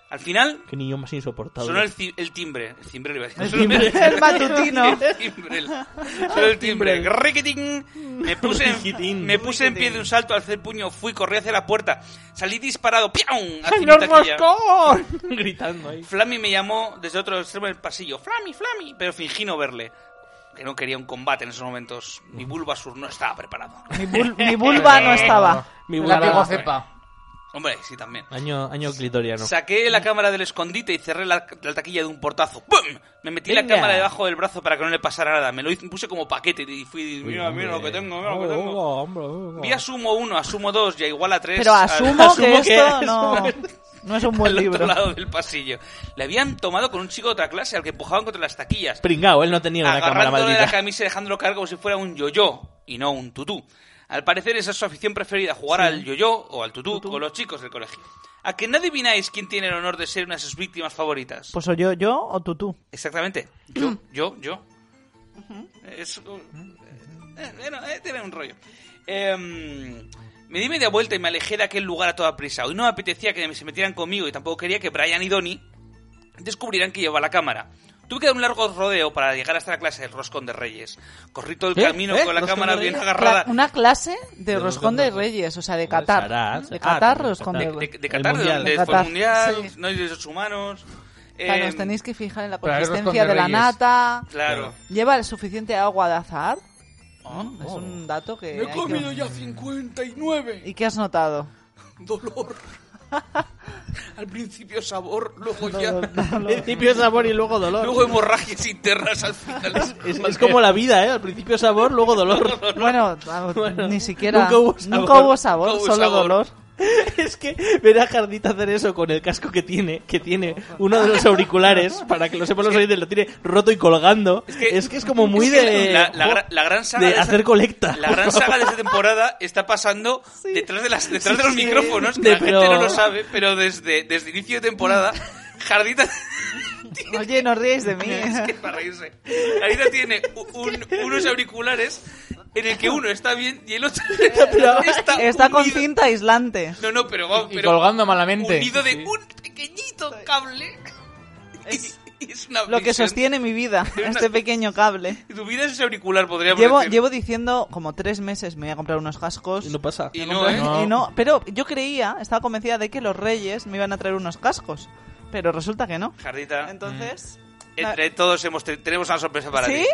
[SPEAKER 1] Al final
[SPEAKER 2] Qué niño más insoportable.
[SPEAKER 1] sonó el, ci- el timbre. El timbre, iba a decir.
[SPEAKER 3] El matutino.
[SPEAKER 1] El timbre. el- Sonó el timbre. Riquitín. Me puse, en,
[SPEAKER 2] Riquitín.
[SPEAKER 1] me puse en pie de un salto, alcé el puño, fui, corrí hacia la puerta. Salí disparado. ¡Piam! Hacia mi
[SPEAKER 5] ¡Señor
[SPEAKER 1] taquilla.
[SPEAKER 5] Roscón!
[SPEAKER 2] Gritando ahí.
[SPEAKER 1] Flammy me llamó desde otro extremo del pasillo. ¡Flammy, Flammy! Pero fingí no verle. Que no quería un combate en esos momentos. Mi Bulbasur no estaba preparado.
[SPEAKER 3] Mi, bul- mi vulva no estaba.
[SPEAKER 5] Mi
[SPEAKER 4] La
[SPEAKER 5] vulva-
[SPEAKER 4] pegó cepa.
[SPEAKER 1] Hombre, sí, también.
[SPEAKER 2] Año, año clitoriano.
[SPEAKER 1] Saqué la cámara del escondite y cerré la, la taquilla de un portazo. ¡Bum! Me metí la
[SPEAKER 2] Venga.
[SPEAKER 1] cámara debajo del brazo para que no le pasara nada. Me lo hice- puse como paquete y fui... Mira, mira lo que tengo, mira lo que tengo. Vi a Sumo 1, a Sumo 2 y a Igual a 3.
[SPEAKER 3] Pero asumo, que
[SPEAKER 2] asumo que
[SPEAKER 3] esto
[SPEAKER 2] es-
[SPEAKER 3] no, no es un buen
[SPEAKER 1] al otro
[SPEAKER 3] libro.
[SPEAKER 1] lado del pasillo. Le habían tomado con un chico de otra clase al que empujaban contra las taquillas.
[SPEAKER 2] Pringao, él no tenía una cámara
[SPEAKER 1] agarrándole
[SPEAKER 2] maldita.
[SPEAKER 1] la camisa y dejándolo caer como si fuera un yo-yo y no un tutú. Al parecer esa es su afición preferida, jugar al yo-yo o al tutú, con los chicos del colegio. ¿A que no adivináis quién tiene el honor de ser una de sus víctimas favoritas?
[SPEAKER 3] Pues o yo, yo o tú, tú.
[SPEAKER 1] Exactamente. Yo, yo, yo. Es... un- eh, bueno, eh, tiene un rollo. Em, me di media vuelta y me alejé de aquel lugar a toda prisa. Hoy no me apetecía que se metieran conmigo y tampoco quería que Brian y Donnie descubrirán que lleva la cámara. Tuve que dar un largo rodeo para llegar hasta la clase del Roscón de Reyes. Corrí todo el
[SPEAKER 2] ¿Eh?
[SPEAKER 1] camino
[SPEAKER 2] ¿Eh?
[SPEAKER 1] con la
[SPEAKER 2] ¿Roscón
[SPEAKER 1] cámara
[SPEAKER 2] de
[SPEAKER 1] bien
[SPEAKER 2] Reyes?
[SPEAKER 1] agarrada.
[SPEAKER 3] Cla- Una clase
[SPEAKER 2] De
[SPEAKER 3] de, roscón
[SPEAKER 2] roscón
[SPEAKER 3] de
[SPEAKER 2] de reyes.
[SPEAKER 3] reyes, o sea, de
[SPEAKER 2] Hombre,
[SPEAKER 3] Qatar.
[SPEAKER 2] Sarah,
[SPEAKER 3] de
[SPEAKER 2] ah,
[SPEAKER 3] Qatar,
[SPEAKER 2] de
[SPEAKER 3] roscón de
[SPEAKER 2] Qatar.
[SPEAKER 1] De,
[SPEAKER 3] reyes.
[SPEAKER 1] de
[SPEAKER 2] El
[SPEAKER 1] Qatar, de
[SPEAKER 2] Mundial.
[SPEAKER 1] donde
[SPEAKER 3] De
[SPEAKER 1] fue
[SPEAKER 3] Qatar,
[SPEAKER 1] el Mundial,
[SPEAKER 3] sí.
[SPEAKER 1] no hay derechos humanos.
[SPEAKER 3] Claro,
[SPEAKER 1] eh,
[SPEAKER 3] os tenéis que fijar en la
[SPEAKER 4] Pero hay roscón
[SPEAKER 3] consistencia
[SPEAKER 4] de
[SPEAKER 3] de la
[SPEAKER 4] reyes.
[SPEAKER 3] nata.
[SPEAKER 1] Claro.
[SPEAKER 3] Lleva el suficiente agua de azahar. Mm,
[SPEAKER 1] Ah,
[SPEAKER 3] Es un dato que. hay que-
[SPEAKER 6] ya 59.
[SPEAKER 3] ¿Y qué has notado?
[SPEAKER 6] Dolor. Al principio sabor, luego
[SPEAKER 2] Al principio sabor y luego dolor.
[SPEAKER 1] Luego hemorragias internas al final.
[SPEAKER 2] es, es como la vida, ¿eh? Al principio sabor, luego dolor.
[SPEAKER 3] Bueno, a- ni siquiera.
[SPEAKER 2] nunca hubo sabor.
[SPEAKER 3] Nunca hubo sabor,
[SPEAKER 1] Nunca hubo
[SPEAKER 3] solo
[SPEAKER 1] sabor.
[SPEAKER 3] dolor.
[SPEAKER 2] es que ver a Jardita hacer eso con el casco que tiene, que tiene uno de los auriculares, para que lo sepan los oyentes, lo tiene roto y colgando. Es que es, como muy
[SPEAKER 1] Es que
[SPEAKER 2] de...
[SPEAKER 1] La, la gra- la gran saga.
[SPEAKER 2] de
[SPEAKER 1] esta-
[SPEAKER 2] hacer colecta.
[SPEAKER 1] La gran saga de esta temporada está pasando detrás de, las, detrás de los micrófonos, que
[SPEAKER 2] De-
[SPEAKER 1] la gente
[SPEAKER 2] pero-
[SPEAKER 1] no lo sabe, pero desde, desde inicio de temporada, Jardita.
[SPEAKER 3] Oye, no os ríais de mí.
[SPEAKER 1] es que para reírse. Jardita tiene u- un- unos auriculares en el que uno está bien y el otro
[SPEAKER 3] Pero
[SPEAKER 1] está.
[SPEAKER 3] está con
[SPEAKER 1] unido-
[SPEAKER 3] cinta aislante.
[SPEAKER 1] No, no, pero vamos.
[SPEAKER 4] Y
[SPEAKER 1] pero
[SPEAKER 4] colgando malamente.
[SPEAKER 1] Unido de
[SPEAKER 4] Sí.
[SPEAKER 1] un pequeñito cable.
[SPEAKER 3] Es
[SPEAKER 1] Y- y es una
[SPEAKER 3] Lo que
[SPEAKER 1] prisión.
[SPEAKER 3] sostiene mi vida, este pequeño cable.
[SPEAKER 1] Tu vida es ese auricular, podríamos
[SPEAKER 3] Llevo,
[SPEAKER 1] decir.
[SPEAKER 3] llevo diciendo como tres meses me voy a comprar unos cascos.
[SPEAKER 2] Y no pasa.
[SPEAKER 1] Y no, ¿eh?
[SPEAKER 3] Y no, pero yo creía, estaba convencida de que los reyes me iban a traer unos cascos. Pero resulta que no.
[SPEAKER 1] Jardita.
[SPEAKER 3] Entonces.
[SPEAKER 1] Entre todos hemos te- tenemos una sorpresa para
[SPEAKER 3] ¿Sí?
[SPEAKER 1] ti.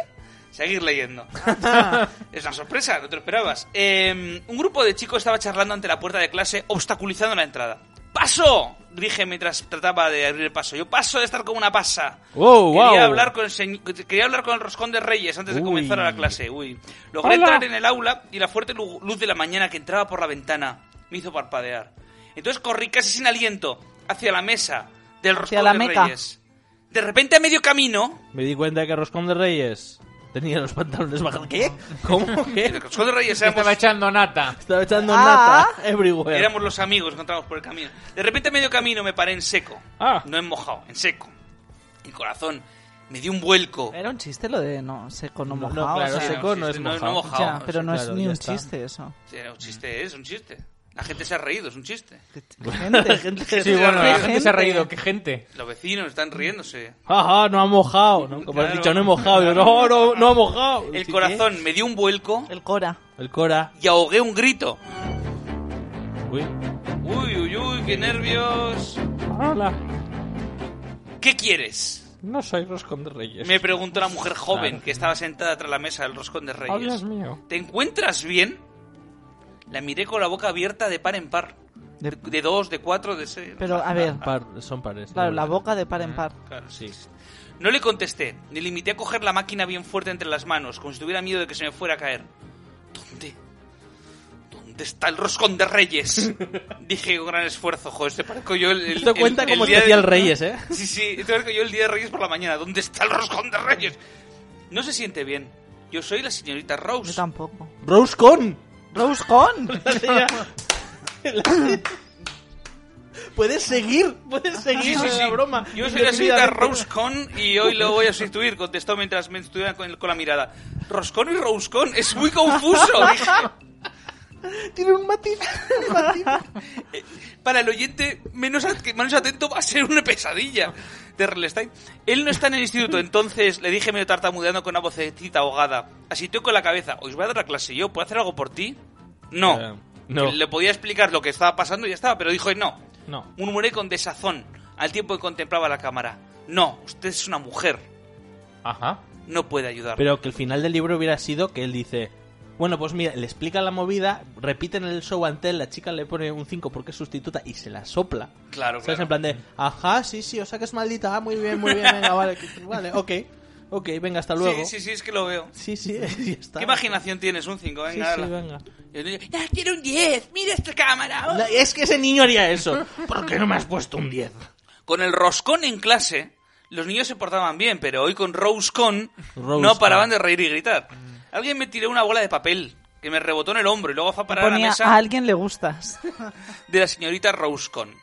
[SPEAKER 1] Seguir leyendo.
[SPEAKER 3] ah,
[SPEAKER 1] es una sorpresa, no te lo esperabas. Eh, un grupo de chicos estaba charlando ante la puerta de clase, obstaculizando la entrada. ¡Paso! Dije mientras trataba de abrir el paso. Yo paso de estar como una pasa.
[SPEAKER 2] Wow,
[SPEAKER 1] Quería,
[SPEAKER 2] wow.
[SPEAKER 1] hablar con el señ- quería hablar con el roscón de Reyes antes de
[SPEAKER 2] Uy.
[SPEAKER 1] comenzar la clase. Uy. Logré entrar en el aula y la fuerte lu- luz de la mañana que entraba por la ventana me hizo parpadear. Entonces corrí casi sin aliento hacia la mesa del roscón
[SPEAKER 3] la
[SPEAKER 1] de
[SPEAKER 3] meca.
[SPEAKER 1] Reyes. De repente a medio camino
[SPEAKER 2] Me di cuenta que Roscón de Reyes tenía los pantalones bajados. ¿Qué? ¿Cómo?
[SPEAKER 1] El
[SPEAKER 2] ¿Qué?
[SPEAKER 1] Roscón de Reyes éramos,
[SPEAKER 4] Estaba echando nata.
[SPEAKER 2] Estaba echando
[SPEAKER 3] Ah.
[SPEAKER 2] nata everywhere.
[SPEAKER 1] éramos los amigos, encontramos por el camino. De repente a medio camino me paré en seco.
[SPEAKER 2] Ah.
[SPEAKER 1] No en mojado, en seco. El corazón me dio un vuelco.
[SPEAKER 2] Eh.
[SPEAKER 3] Era un chiste lo de no seco, no
[SPEAKER 2] No,
[SPEAKER 3] mojado.
[SPEAKER 2] no, claro,
[SPEAKER 3] o sea,
[SPEAKER 1] sí,
[SPEAKER 2] seco no
[SPEAKER 1] sí,
[SPEAKER 2] es
[SPEAKER 1] sí, no, no
[SPEAKER 2] mojado.
[SPEAKER 1] mojado.
[SPEAKER 3] ya,
[SPEAKER 1] sí,
[SPEAKER 3] pero no es
[SPEAKER 2] claro,
[SPEAKER 3] ni
[SPEAKER 2] ya
[SPEAKER 3] un
[SPEAKER 2] está.
[SPEAKER 3] chiste eso.
[SPEAKER 1] Sí, era un chiste, es un chiste. La gente se ha reído, es un chiste.
[SPEAKER 3] Qué gente.
[SPEAKER 1] Sí,
[SPEAKER 4] Sí, bueno,
[SPEAKER 1] Qué
[SPEAKER 4] la gente se
[SPEAKER 3] gente.
[SPEAKER 4] ha reído. ¿Qué gente?
[SPEAKER 1] Los vecinos
[SPEAKER 2] Mm.
[SPEAKER 1] están riéndose.
[SPEAKER 2] Ajá, no ha mojado. ¿no? Como has
[SPEAKER 1] Claro.
[SPEAKER 2] dicho, no he mojado. Yo, no, no, no ha mojado.
[SPEAKER 1] El
[SPEAKER 2] Sí,
[SPEAKER 1] corazón me dio un vuelco
[SPEAKER 3] El Cora.
[SPEAKER 2] ¿qué? El Cora.
[SPEAKER 1] y ahogué un grito.
[SPEAKER 2] Uy.
[SPEAKER 1] Uy, uy, uy, qué nervios.
[SPEAKER 2] Hola.
[SPEAKER 1] ¿Qué quieres?
[SPEAKER 2] No soy Roscón de Reyes.
[SPEAKER 1] Me preguntó la mujer joven que estaba sentada tras la mesa del roscón de Reyes.
[SPEAKER 2] Oh, mío.
[SPEAKER 1] ¿Te encuentras bien? La miré con la boca abierta de par en par. De, de dos, de cuatro, de seis.
[SPEAKER 3] Pero a ver,
[SPEAKER 2] Ah, son pares. ¿eh? Mm.
[SPEAKER 3] claro,
[SPEAKER 2] ¿no?
[SPEAKER 3] la boca de par en par.
[SPEAKER 1] Claro, sí.
[SPEAKER 2] Sí.
[SPEAKER 1] No le contesté. Me limité a coger la máquina bien fuerte entre las manos, como si tuviera miedo de que se me fuera a caer. ¿Dónde? ¿Dónde está el roscón de Reyes? Dije con gran esfuerzo. Joder, este parezco yo el, el-
[SPEAKER 2] Esto
[SPEAKER 1] el-
[SPEAKER 2] cuenta
[SPEAKER 1] el
[SPEAKER 2] como
[SPEAKER 1] día de-
[SPEAKER 2] especial Reyes, ¿eh?
[SPEAKER 1] Sí, sí, esto es que yo el día de Reyes por la mañana. ¿Dónde está el roscón de Reyes? No se siente bien. Yo soy la señorita
[SPEAKER 3] Yo
[SPEAKER 1] Rose.
[SPEAKER 3] tampoco.
[SPEAKER 2] Roscón.
[SPEAKER 3] ¡Roscón!
[SPEAKER 2] Puedes seguir, puedes
[SPEAKER 1] Sí,
[SPEAKER 2] seguir
[SPEAKER 1] sí, sí.
[SPEAKER 2] la broma.
[SPEAKER 1] Yo soy la señorita
[SPEAKER 2] Indefinidamente.
[SPEAKER 1] Roscon y hoy lo voy a sustituir, contestó mientras me estudiaba con, con la mirada. Roscon y Roscon, es muy confuso. dije.
[SPEAKER 2] Tiene un matiz.
[SPEAKER 1] Para el oyente menos, at- que menos atento va a ser una pesadilla de Relestein. Él no está en el instituto, entonces le dije medio tartamudeando con una vocecita ahogada. Asintió con la cabeza. ¿Os voy a dar la clase yo? ¿Puedo hacer algo por ti?
[SPEAKER 2] Eh,
[SPEAKER 1] No.
[SPEAKER 2] no.
[SPEAKER 1] Le podía explicar lo que estaba pasando y ya estaba, pero dijo no.
[SPEAKER 2] No.
[SPEAKER 1] Murmuré con desazón al tiempo que contemplaba la cámara. No, usted es una mujer.
[SPEAKER 4] Ajá.
[SPEAKER 1] no puede ayudar.
[SPEAKER 2] Pero que el final del libro hubiera sido que él dice... Bueno, pues mira, le explica la movida, repiten el show ante él, la chica le pone un 5 porque es sustituta y se la sopla.
[SPEAKER 1] claro,
[SPEAKER 2] ¿Sabes?
[SPEAKER 1] claro.
[SPEAKER 2] En plan de, ajá, sí, sí, o sea que es maldita, ah, muy bien, muy bien, venga, vale, que- vale, ok, ok, venga, hasta luego.
[SPEAKER 1] Sí, sí, sí, es que lo veo.
[SPEAKER 2] sí, sí, ya está.
[SPEAKER 1] ¿Qué imaginación tienes? Un 5,
[SPEAKER 2] Sí,
[SPEAKER 1] venga,
[SPEAKER 2] sí,
[SPEAKER 1] hala.
[SPEAKER 2] venga.
[SPEAKER 1] Y el niño, "Ya, quiero un 10! ¡Mira esta cámara!
[SPEAKER 2] No, es que ese niño haría eso. ¿Por qué no me has puesto un 10?
[SPEAKER 1] Con el roscón en clase, los niños se portaban bien, pero hoy con Roscon no
[SPEAKER 2] Roscon.
[SPEAKER 1] paraban de reír y gritar. Alguien me tiró una bola de papel que me rebotó en el hombro y luego fue a parar a la
[SPEAKER 3] Ponía
[SPEAKER 1] mesa
[SPEAKER 3] a alguien le gustas.
[SPEAKER 1] de la señorita Roscon.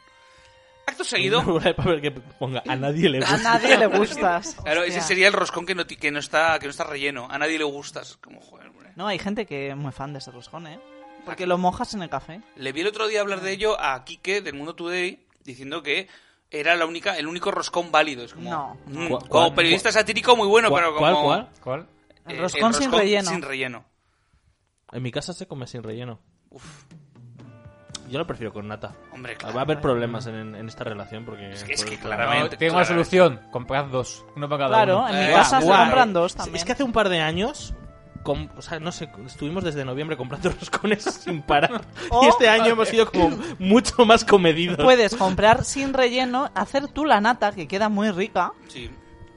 [SPEAKER 1] Acto seguido...
[SPEAKER 2] Una bola de papel que ponga, a nadie
[SPEAKER 1] Ah,
[SPEAKER 2] le
[SPEAKER 3] A
[SPEAKER 2] gusta.
[SPEAKER 3] nadie le gustas.
[SPEAKER 1] Claro, ese
[SPEAKER 3] Hostia.
[SPEAKER 1] sería el roscón que no, ti- que no está que no está relleno. A nadie le gustas. Como, joder, hombre.
[SPEAKER 3] No, hay gente que es muy fan de ese roscón, ¿eh? Porque lo mojas en el café.
[SPEAKER 1] Le vi el otro día hablar de ello a Quique del Mundo Today diciendo que era la única, el único roscón válido. Es como,
[SPEAKER 3] No.
[SPEAKER 1] Mm,
[SPEAKER 2] ¿Cuál-
[SPEAKER 1] como
[SPEAKER 2] cuál-
[SPEAKER 1] periodista satírico muy bueno,
[SPEAKER 2] ¿Cuál,
[SPEAKER 1] pero como...
[SPEAKER 2] cuál, cuál?
[SPEAKER 4] ¿Cuál?
[SPEAKER 3] El roscón sin relleno.
[SPEAKER 1] sin relleno.
[SPEAKER 2] En mi casa se come sin relleno. Yo lo prefiero con nata.
[SPEAKER 1] Hombre,
[SPEAKER 2] Ah, Va a
[SPEAKER 1] claro.
[SPEAKER 2] haber problemas en, en esta relación porque...
[SPEAKER 1] Es que- es que
[SPEAKER 2] por- por-
[SPEAKER 1] claramente-
[SPEAKER 4] No,
[SPEAKER 1] Claramente,
[SPEAKER 4] tengo una
[SPEAKER 1] claramente.
[SPEAKER 4] solución. Comprad dos. Uno para cada
[SPEAKER 3] Claro,
[SPEAKER 4] uno.
[SPEAKER 3] en mi
[SPEAKER 1] Eh,
[SPEAKER 3] casa se
[SPEAKER 2] guau.
[SPEAKER 3] compran dos
[SPEAKER 2] Es-
[SPEAKER 3] también.
[SPEAKER 2] Es que hace un par de años, com- o sea, no sé, estuvimos desde noviembre comprando roscones sin parar.
[SPEAKER 3] Oh,
[SPEAKER 2] y este año hemos sido como mucho más comedidos.
[SPEAKER 3] Puedes comprar sin relleno, hacer tú la nata, que queda muy rica,
[SPEAKER 1] Sí.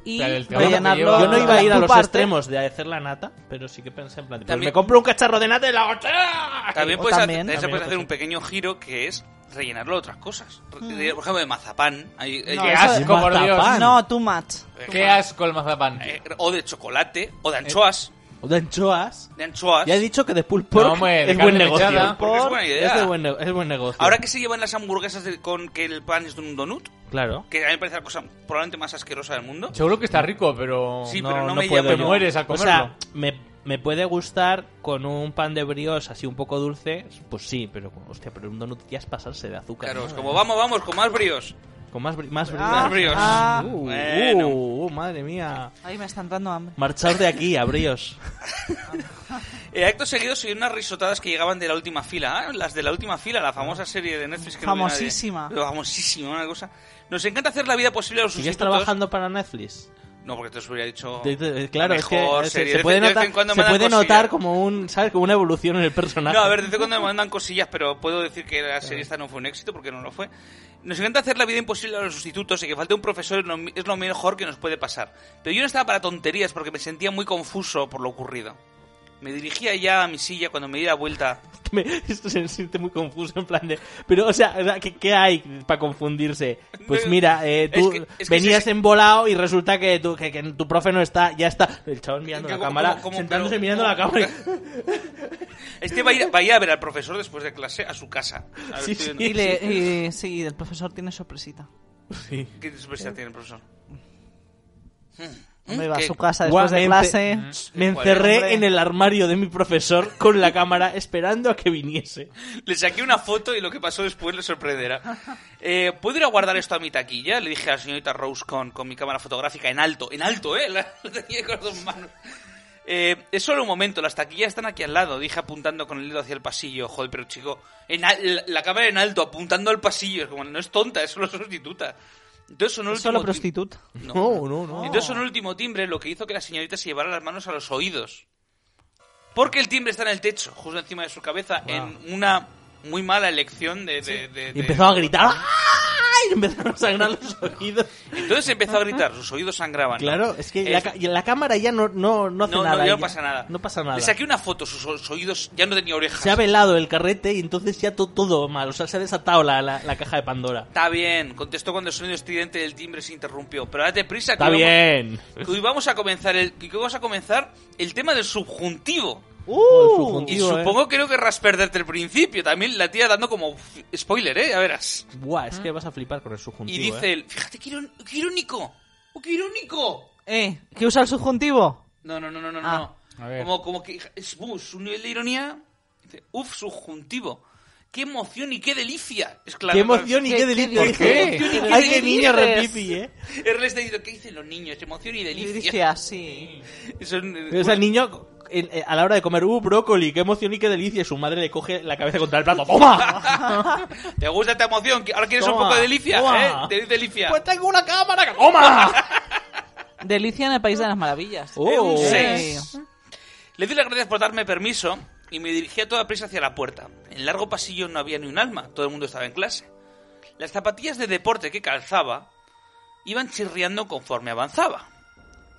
[SPEAKER 3] y
[SPEAKER 4] Pero el tema
[SPEAKER 3] rellenarlo.
[SPEAKER 4] que
[SPEAKER 2] Yo no iba a ir a
[SPEAKER 3] tu
[SPEAKER 2] los
[SPEAKER 3] parte.
[SPEAKER 2] extremos de hacer la nata, pero sí que pensé en plan, de, pues
[SPEAKER 1] También-
[SPEAKER 2] me compro un cacharro de nata y la hago. ¡ah!
[SPEAKER 1] También
[SPEAKER 3] o
[SPEAKER 1] puedes,
[SPEAKER 3] también-
[SPEAKER 1] hacer, también se
[SPEAKER 2] también
[SPEAKER 1] puede
[SPEAKER 2] lo
[SPEAKER 1] hacer
[SPEAKER 2] puedes
[SPEAKER 1] un pequeño giro que es rellenarlo de otras cosas. Re- de- Por ejemplo, de mazapán. Ahí-
[SPEAKER 3] No,
[SPEAKER 1] eh,
[SPEAKER 4] ¡Qué
[SPEAKER 3] eso es-
[SPEAKER 4] asco, por Dios!
[SPEAKER 2] mazapán.
[SPEAKER 3] No, too much.
[SPEAKER 4] ¡Qué asco el mazapán!
[SPEAKER 1] eh, o de chocolate. O de anchoas.
[SPEAKER 2] O de anchoas.
[SPEAKER 1] De anchoas.
[SPEAKER 2] Ya he dicho que de pulled pork
[SPEAKER 4] No, hombre, de
[SPEAKER 2] es buen
[SPEAKER 4] carne
[SPEAKER 2] negocio.
[SPEAKER 4] mechada.
[SPEAKER 1] Porque es buena idea.
[SPEAKER 2] Es, de buen, ne- es buen negocio.
[SPEAKER 1] Ahora que se llevan las hamburguesas de- con que el pan es de un donut,
[SPEAKER 2] Claro.
[SPEAKER 1] que a mí me parece la cosa probablemente más asquerosa del mundo.
[SPEAKER 4] Seguro que está rico, pero...
[SPEAKER 1] Sí,
[SPEAKER 2] no,
[SPEAKER 1] pero no,
[SPEAKER 2] no
[SPEAKER 1] me
[SPEAKER 2] puedo
[SPEAKER 1] llama-
[SPEAKER 2] yo.
[SPEAKER 4] mueres al
[SPEAKER 2] O
[SPEAKER 4] comerlo.
[SPEAKER 2] sea, me, me puede gustar con un pan de brioche así un poco dulce, pues sí, pero hostia, pero un donut ya es pasarse de azúcar.
[SPEAKER 1] Claro, es
[SPEAKER 2] ¿no?
[SPEAKER 1] como vamos, vamos, con más bríos.
[SPEAKER 2] Con más, bri- más
[SPEAKER 3] Ah,
[SPEAKER 1] Más bríos.
[SPEAKER 3] ah.
[SPEAKER 2] Uh,
[SPEAKER 1] Bueno.
[SPEAKER 2] uh, uh, madre mía.
[SPEAKER 3] Ahí me está entrando hambre.
[SPEAKER 2] Marchaos de aquí, abríos.
[SPEAKER 1] Eh, acto seguido se oyeron unas risotadas que llegaban de la última fila. Ah, Las de la última fila, la famosa serie de Netflix que no ve nadie.
[SPEAKER 3] Famosísima.
[SPEAKER 1] Pero famosísima, una cosa. Nos encanta hacer la vida posible a los
[SPEAKER 2] ¿Sigues
[SPEAKER 1] sustitutos.
[SPEAKER 2] trabajando para Netflix?
[SPEAKER 1] No, porque te os hubiera dicho...
[SPEAKER 2] De- de- claro,
[SPEAKER 1] la
[SPEAKER 2] es que
[SPEAKER 1] Oh. mejor
[SPEAKER 2] es-
[SPEAKER 1] serie.
[SPEAKER 2] se
[SPEAKER 1] De-
[SPEAKER 2] puede
[SPEAKER 1] de vez en
[SPEAKER 2] notar,
[SPEAKER 1] cuando me
[SPEAKER 2] se
[SPEAKER 1] dan
[SPEAKER 2] puede
[SPEAKER 1] cosillas.
[SPEAKER 2] notar como un, ¿sabes? Como una evolución en el personaje.
[SPEAKER 1] No, a ver, desde cuando me mandan cosillas, pero puedo decir que la serie esta no fue un éxito porque no lo fue. Nos encanta hacer la vida imposible a los sustitutos y que falte un profesor es lo- es lo mejor que nos puede pasar. Pero yo no estaba para tonterías porque me sentía muy confuso por lo ocurrido. Me dirigía ya a mi silla cuando me di la vuelta.
[SPEAKER 2] Me- esto se siente muy confuso en plan de pero o sea o sea, qué, qué hay para confundirse pues
[SPEAKER 1] No,
[SPEAKER 2] mira eh,
[SPEAKER 1] es
[SPEAKER 2] tú
[SPEAKER 1] que- es que
[SPEAKER 2] venías
[SPEAKER 1] se-
[SPEAKER 2] embolado y resulta que tu que, que tu profe no está ya está el chabón mirando
[SPEAKER 1] Que
[SPEAKER 2] la
[SPEAKER 1] como-
[SPEAKER 2] cámara
[SPEAKER 1] como- como-
[SPEAKER 2] sentándose
[SPEAKER 1] pero-
[SPEAKER 2] mirando la
[SPEAKER 1] como-
[SPEAKER 2] cámara
[SPEAKER 1] Este va a, ir, va a ir a ver al profesor después de clase a su casa. A ver,
[SPEAKER 2] Sí,
[SPEAKER 1] estoy
[SPEAKER 2] sí.
[SPEAKER 1] viendo-
[SPEAKER 3] Y, le, y sí, el profesor tiene sorpresita.
[SPEAKER 2] Sí.
[SPEAKER 1] ¿Qué sorpresa tiene el profesor?
[SPEAKER 3] Hombre, va a
[SPEAKER 1] ¿Qué?
[SPEAKER 3] su casa después de
[SPEAKER 2] Guamente.
[SPEAKER 3] clase.
[SPEAKER 2] me
[SPEAKER 1] Joder,
[SPEAKER 2] encerré
[SPEAKER 3] hombre.
[SPEAKER 2] en el armario de mi profesor con la cámara esperando a que viniese
[SPEAKER 1] Le saqué una foto y lo que pasó después le sorprenderá. Eh, ¿Puedo ir a guardar esto a mi taquilla? Le dije a la señorita Rose con, con mi cámara fotográfica en alto. En alto, ¿eh? La, la tenía con las dos manos. Eh, es solo un momento, las taquillas están aquí al lado, dije apuntando con el dedo hacia el pasillo. Joder, pero chico, en al- la, la cámara en alto, apuntando al pasillo. Es como, no es tonta, es solo sustituta. Entonces, son
[SPEAKER 3] Es
[SPEAKER 1] último
[SPEAKER 3] solo
[SPEAKER 1] tim-
[SPEAKER 3] prostituta.
[SPEAKER 1] No.
[SPEAKER 2] no no no
[SPEAKER 1] Entonces, un último timbre lo que hizo que la señorita se llevara las manos a los oídos. Porque el timbre está en el techo, justo encima de su cabeza, en una muy mala elección de... de- de-
[SPEAKER 2] y
[SPEAKER 1] de-
[SPEAKER 2] empezó a gritar ¡Ah! y empezaron a sangrar los oídos
[SPEAKER 1] Entonces empezó a gritar, sus oídos sangraban.
[SPEAKER 2] claro es que la,
[SPEAKER 1] Es-
[SPEAKER 2] ca- y la cámara ya no no no hace
[SPEAKER 1] No, no,
[SPEAKER 2] nada
[SPEAKER 1] ya
[SPEAKER 2] ella.
[SPEAKER 1] no pasa nada.
[SPEAKER 2] no pasa nada
[SPEAKER 1] Le saqué una foto, sus o- sus oídos ya no tenía orejas.
[SPEAKER 2] se ha velado el carrete y entonces ya to- todo mal. O sea, se ha desatado la, la- la caja de Pandora.
[SPEAKER 1] Está bien, contestó cuando el sonido estridente del timbre se interrumpió. Pero date prisa, que
[SPEAKER 2] Está
[SPEAKER 1] íbamos-
[SPEAKER 2] bien.
[SPEAKER 1] que hoy vamos a comenzar el, que hoy vamos a comenzar el tema del subjuntivo.
[SPEAKER 2] Uh,
[SPEAKER 1] Y supongo que no querrás perderte el principio. También la tía dando como f- spoiler, ¿eh? Ya verás.
[SPEAKER 2] Buah, es que vas a flipar con el
[SPEAKER 1] Y
[SPEAKER 2] subjuntivo.
[SPEAKER 1] dice
[SPEAKER 2] ¿eh?
[SPEAKER 1] él, fíjate qué, irón- qué irónico. ¡Oh, ¡Qué irónico!
[SPEAKER 3] Eh, ¿qué usa el subjuntivo?
[SPEAKER 1] No, no, no, no, no.
[SPEAKER 3] Ah.
[SPEAKER 1] no.
[SPEAKER 4] A ver.
[SPEAKER 1] Como, como que es uh, su nivel de ironía. Dice, uf, subjuntivo. ¡Qué emoción y qué delicia! Exclamó.
[SPEAKER 2] ¡Qué emoción y
[SPEAKER 3] ¿Qué-
[SPEAKER 2] qué
[SPEAKER 3] qué
[SPEAKER 2] delicia!
[SPEAKER 4] dices? ¿Qué?
[SPEAKER 2] ¡Ay, qué
[SPEAKER 3] ¿Qué
[SPEAKER 2] niño
[SPEAKER 3] dices?
[SPEAKER 2] repipi, eh!
[SPEAKER 1] Él le está diciendo, ¿qué dicen los niños? Emoción y delicia.
[SPEAKER 3] Delicia, sí.
[SPEAKER 1] Son, eh,
[SPEAKER 2] O sea, el niño, el- eh, a la hora de comer, ¡uh, brócoli! ¡Qué emoción y qué delicia! Y su madre le coge la cabeza contra el plato. ¡Toma!
[SPEAKER 1] ¿Te gusta esta emoción? ¿Ahora quieres un
[SPEAKER 2] Toma,
[SPEAKER 1] poco de delicia?
[SPEAKER 2] toma.
[SPEAKER 1] ¿Eh? De- delicia.
[SPEAKER 2] ¡Pues tengo una cámara! que- ¡Toma!
[SPEAKER 3] Delicia en el País de las Maravillas.
[SPEAKER 1] Eh, un
[SPEAKER 2] ¡Oh!
[SPEAKER 1] seis.
[SPEAKER 3] Sí.
[SPEAKER 1] Le di las gracias por darme permiso y me dirigí a toda prisa hacia la puerta. En el largo pasillo no había ni un alma, todo el mundo estaba en clase. Las zapatillas de deporte que calzaba iban chirriando conforme avanzaba.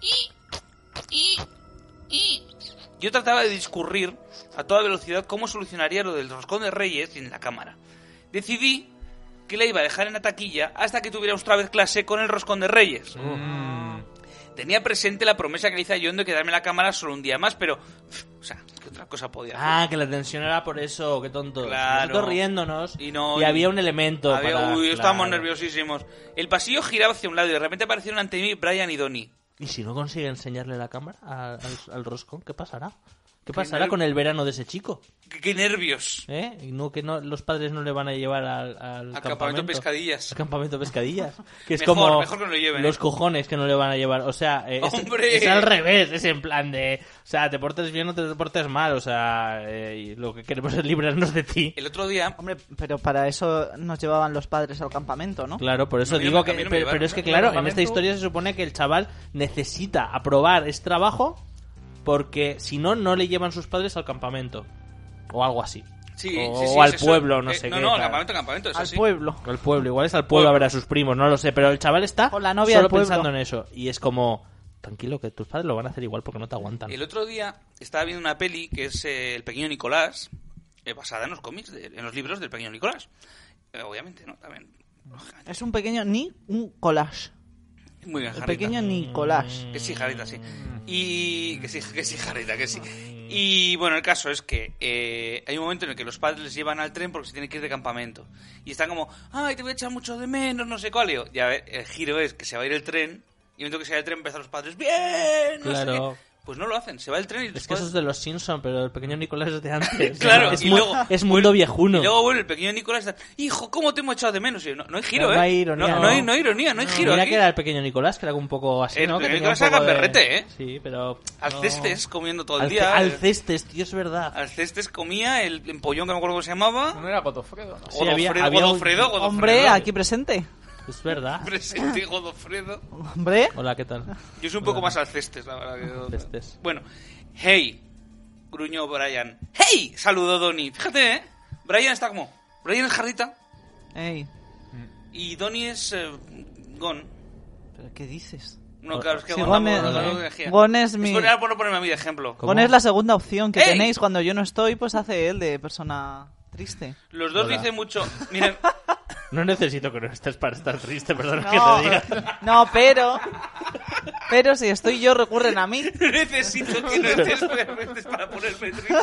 [SPEAKER 1] ¡Oh! Yo trataba de discurrir a toda velocidad cómo solucionaría lo del roscón de Reyes en la cámara. Decidí que la iba a dejar en la taquilla hasta que tuviera otra vez clase con el roscón de Reyes. Tenía presente la promesa que le hice a John de quedarme en la cámara solo un día más, pero... pff, O sea, ¿qué otra cosa podía hacer?
[SPEAKER 2] Ah, que la tensión era por eso, qué tonto.
[SPEAKER 1] Claro.
[SPEAKER 2] Nosotros riéndonos
[SPEAKER 1] Y no-
[SPEAKER 2] y había un elemento
[SPEAKER 1] Había-
[SPEAKER 2] para...
[SPEAKER 1] uy, estábamos
[SPEAKER 2] claro.
[SPEAKER 1] nerviosísimos. El pasillo giraba hacia un lado y de repente aparecieron ante mí Brian y Donnie.
[SPEAKER 2] ¿Y si no consigue enseñarle la cámara al, al- al roscón, qué pasará? ¿Qué pasará con el verano de ese chico?
[SPEAKER 1] Qué, qué nervios.
[SPEAKER 2] ¿Eh? Y No, que no, los padres no le van a llevar al, al
[SPEAKER 1] Al
[SPEAKER 2] campamento.
[SPEAKER 1] campamento pescadillas.
[SPEAKER 2] Al campamento pescadillas. Que es
[SPEAKER 1] Mejor,
[SPEAKER 2] como
[SPEAKER 1] mejor que no lo lleven,
[SPEAKER 2] los
[SPEAKER 1] ¿eh?
[SPEAKER 2] cojones que no le van a llevar. O sea, eh, es,
[SPEAKER 1] ¡Hombre!
[SPEAKER 2] es al revés. Es en plan de... O sea, te portes bien o te portes mal. O sea, eh, y lo que queremos es librarnos de ti.
[SPEAKER 1] El otro día,
[SPEAKER 3] Hombre, pero para eso nos llevaban los padres al campamento, ¿no?
[SPEAKER 2] Claro, por eso
[SPEAKER 1] No, yo
[SPEAKER 2] digo
[SPEAKER 1] no-
[SPEAKER 2] que...
[SPEAKER 1] a mí no me
[SPEAKER 2] pero,
[SPEAKER 1] llevaron,
[SPEAKER 2] pero es que,
[SPEAKER 1] ¿eh?
[SPEAKER 2] claro, en
[SPEAKER 4] Campamento-
[SPEAKER 2] esta historia se supone que el chaval necesita aprobar ese trabajo porque si no, no le llevan sus padres al campamento. O algo así.
[SPEAKER 1] sí,
[SPEAKER 2] o
[SPEAKER 1] sí, sí,
[SPEAKER 2] al
[SPEAKER 1] es eso.
[SPEAKER 2] pueblo, no
[SPEAKER 1] Eh,
[SPEAKER 2] sé
[SPEAKER 1] no,
[SPEAKER 2] qué.
[SPEAKER 1] No,
[SPEAKER 2] tal.
[SPEAKER 1] al campamento, campamento, es
[SPEAKER 3] Al
[SPEAKER 1] así.
[SPEAKER 3] pueblo.
[SPEAKER 2] Al pueblo, igual es al pueblo a ver a sus primos, no lo sé, pero el chaval está
[SPEAKER 3] Con la novia
[SPEAKER 2] solo
[SPEAKER 3] del pueblo.
[SPEAKER 2] pensando en eso. Y es como, tranquilo, que tus padres lo van a hacer igual porque no te aguantan.
[SPEAKER 1] El otro día estaba viendo una peli que es eh, El Pequeño Nicolás, eh, basada en los cómics, de- en los libros del Pequeño Nicolás. Eh, obviamente, ¿no? También.
[SPEAKER 3] Es un pequeño ni un collage.
[SPEAKER 1] Muy bien,
[SPEAKER 3] El
[SPEAKER 1] Jarrita.
[SPEAKER 3] pequeño Nicolás.
[SPEAKER 1] Que sí, Jarita, sí.
[SPEAKER 2] Mm.
[SPEAKER 1] Y. Que sí, que sí, Jarita, que sí. Y bueno, el caso es que eh, hay un momento en el que los padres les llevan al tren porque se tienen que ir de campamento. Y están como, ay, te voy a echar mucho de menos, no sé cuál. Y, yo, ya ver, el giro es que se va a ir el tren. Y en el momento que se va el tren, empiezan los padres, ¡bien! No sé
[SPEAKER 2] Claro.
[SPEAKER 1] qué". Pues no lo hacen, se va el tren y los
[SPEAKER 2] Es que eso
[SPEAKER 1] padres-
[SPEAKER 2] es de los Simpsons, pero el pequeño Nicolás es de antes.
[SPEAKER 1] Claro,
[SPEAKER 2] es,
[SPEAKER 1] y
[SPEAKER 2] mu-
[SPEAKER 1] luego-
[SPEAKER 2] es mundo viejuno.
[SPEAKER 1] Y luego vuelve el pequeño Nicolás. y dice, Hijo, ¿cómo te hemos echado de menos? Y yo, no, no hay giro,
[SPEAKER 2] No,
[SPEAKER 1] ¿eh?
[SPEAKER 2] no hay ironía,
[SPEAKER 1] No,
[SPEAKER 2] no.
[SPEAKER 1] no hay, no hay ironía, no hay giro.
[SPEAKER 2] Mira
[SPEAKER 1] aquí.
[SPEAKER 2] que era el pequeño Nicolás, que era un poco así,
[SPEAKER 1] El
[SPEAKER 2] ¿no? Que
[SPEAKER 1] pequeño
[SPEAKER 2] tenía un
[SPEAKER 1] Nicolás
[SPEAKER 2] poco
[SPEAKER 1] era
[SPEAKER 2] de-
[SPEAKER 1] gamberrete, ¿eh?
[SPEAKER 2] Sí, pero... no.
[SPEAKER 1] Alcestes comiendo todo el
[SPEAKER 2] Alce-
[SPEAKER 1] día.
[SPEAKER 2] Alcestes, tío, es verdad.
[SPEAKER 1] Alcestes comía el empollón que no me acuerdo cómo se llamaba.
[SPEAKER 4] No era Godofredo, ¿no?
[SPEAKER 2] Sí, había-
[SPEAKER 1] Godofredo,
[SPEAKER 2] había un-
[SPEAKER 1] Godofredo, Godofredo.
[SPEAKER 3] Hombre, aquí presente.
[SPEAKER 2] Es verdad.
[SPEAKER 1] Presente Godofredo.
[SPEAKER 3] Hombre.
[SPEAKER 2] Hola, ¿qué tal?
[SPEAKER 1] Yo soy un poco más Alcestes, la verdad. que-
[SPEAKER 2] Alcestes.
[SPEAKER 1] Bueno, hey, gruñó Brian. ¡Hey! Saludó Donny. Fíjate, ¿eh? Brian está como. Brian es jarrita
[SPEAKER 3] Ey,
[SPEAKER 1] y Donny es. eh, Gon.
[SPEAKER 3] ¿pero qué dices?
[SPEAKER 1] No, claro, es que
[SPEAKER 3] Sí,
[SPEAKER 1] Gon,
[SPEAKER 3] Gon
[SPEAKER 1] da-
[SPEAKER 3] es-
[SPEAKER 1] da- da- da- da- energía.
[SPEAKER 3] Gon es mi-
[SPEAKER 1] Era por no ponerme a mí de ejemplo.
[SPEAKER 2] ¿Cómo?
[SPEAKER 3] Pones la segunda opción que
[SPEAKER 1] ¡Ey!
[SPEAKER 3] tenéis cuando yo no estoy, pues hace él de persona triste.
[SPEAKER 1] Los dos
[SPEAKER 2] Hola.
[SPEAKER 1] dicen mucho. Miren,
[SPEAKER 2] No necesito que no estés para estar triste, perdona
[SPEAKER 3] No,
[SPEAKER 2] que te diga.
[SPEAKER 3] no, pero. Pero si estoy yo, recurren a mí.
[SPEAKER 1] necesito que no estés presentes para ponerme triste.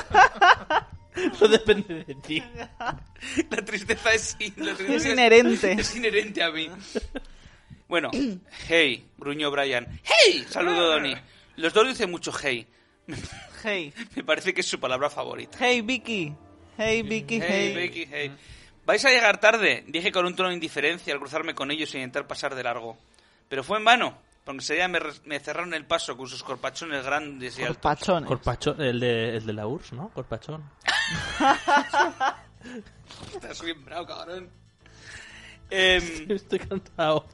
[SPEAKER 2] Eso depende de ti.
[SPEAKER 1] La tristeza es, in- la tristeza
[SPEAKER 3] Es inherente.
[SPEAKER 1] Es inherente a mí. Bueno, hey, gruñó Brian. ¡Hey! Saludo Donny. Los dos dicen mucho hey.
[SPEAKER 3] Hey,
[SPEAKER 1] Me parece que es su palabra favorita.
[SPEAKER 3] hey, Vicky. Hey, Vicky,
[SPEAKER 1] Hey,
[SPEAKER 3] hey.
[SPEAKER 1] Becky, hey. Vais a llegar tarde, dije con un tono de indiferencia al cruzarme con ellos y intentar pasar de largo. Pero fue en vano, porque enseguida me, re- me cerraron el paso con sus corpachones grandes y altos.
[SPEAKER 3] Corpachones.
[SPEAKER 2] Corpachón, el de, el de la URSS, ¿no? Corpachón.
[SPEAKER 1] Estás bien bravo, cabrón. Em,
[SPEAKER 2] Estoy cantado.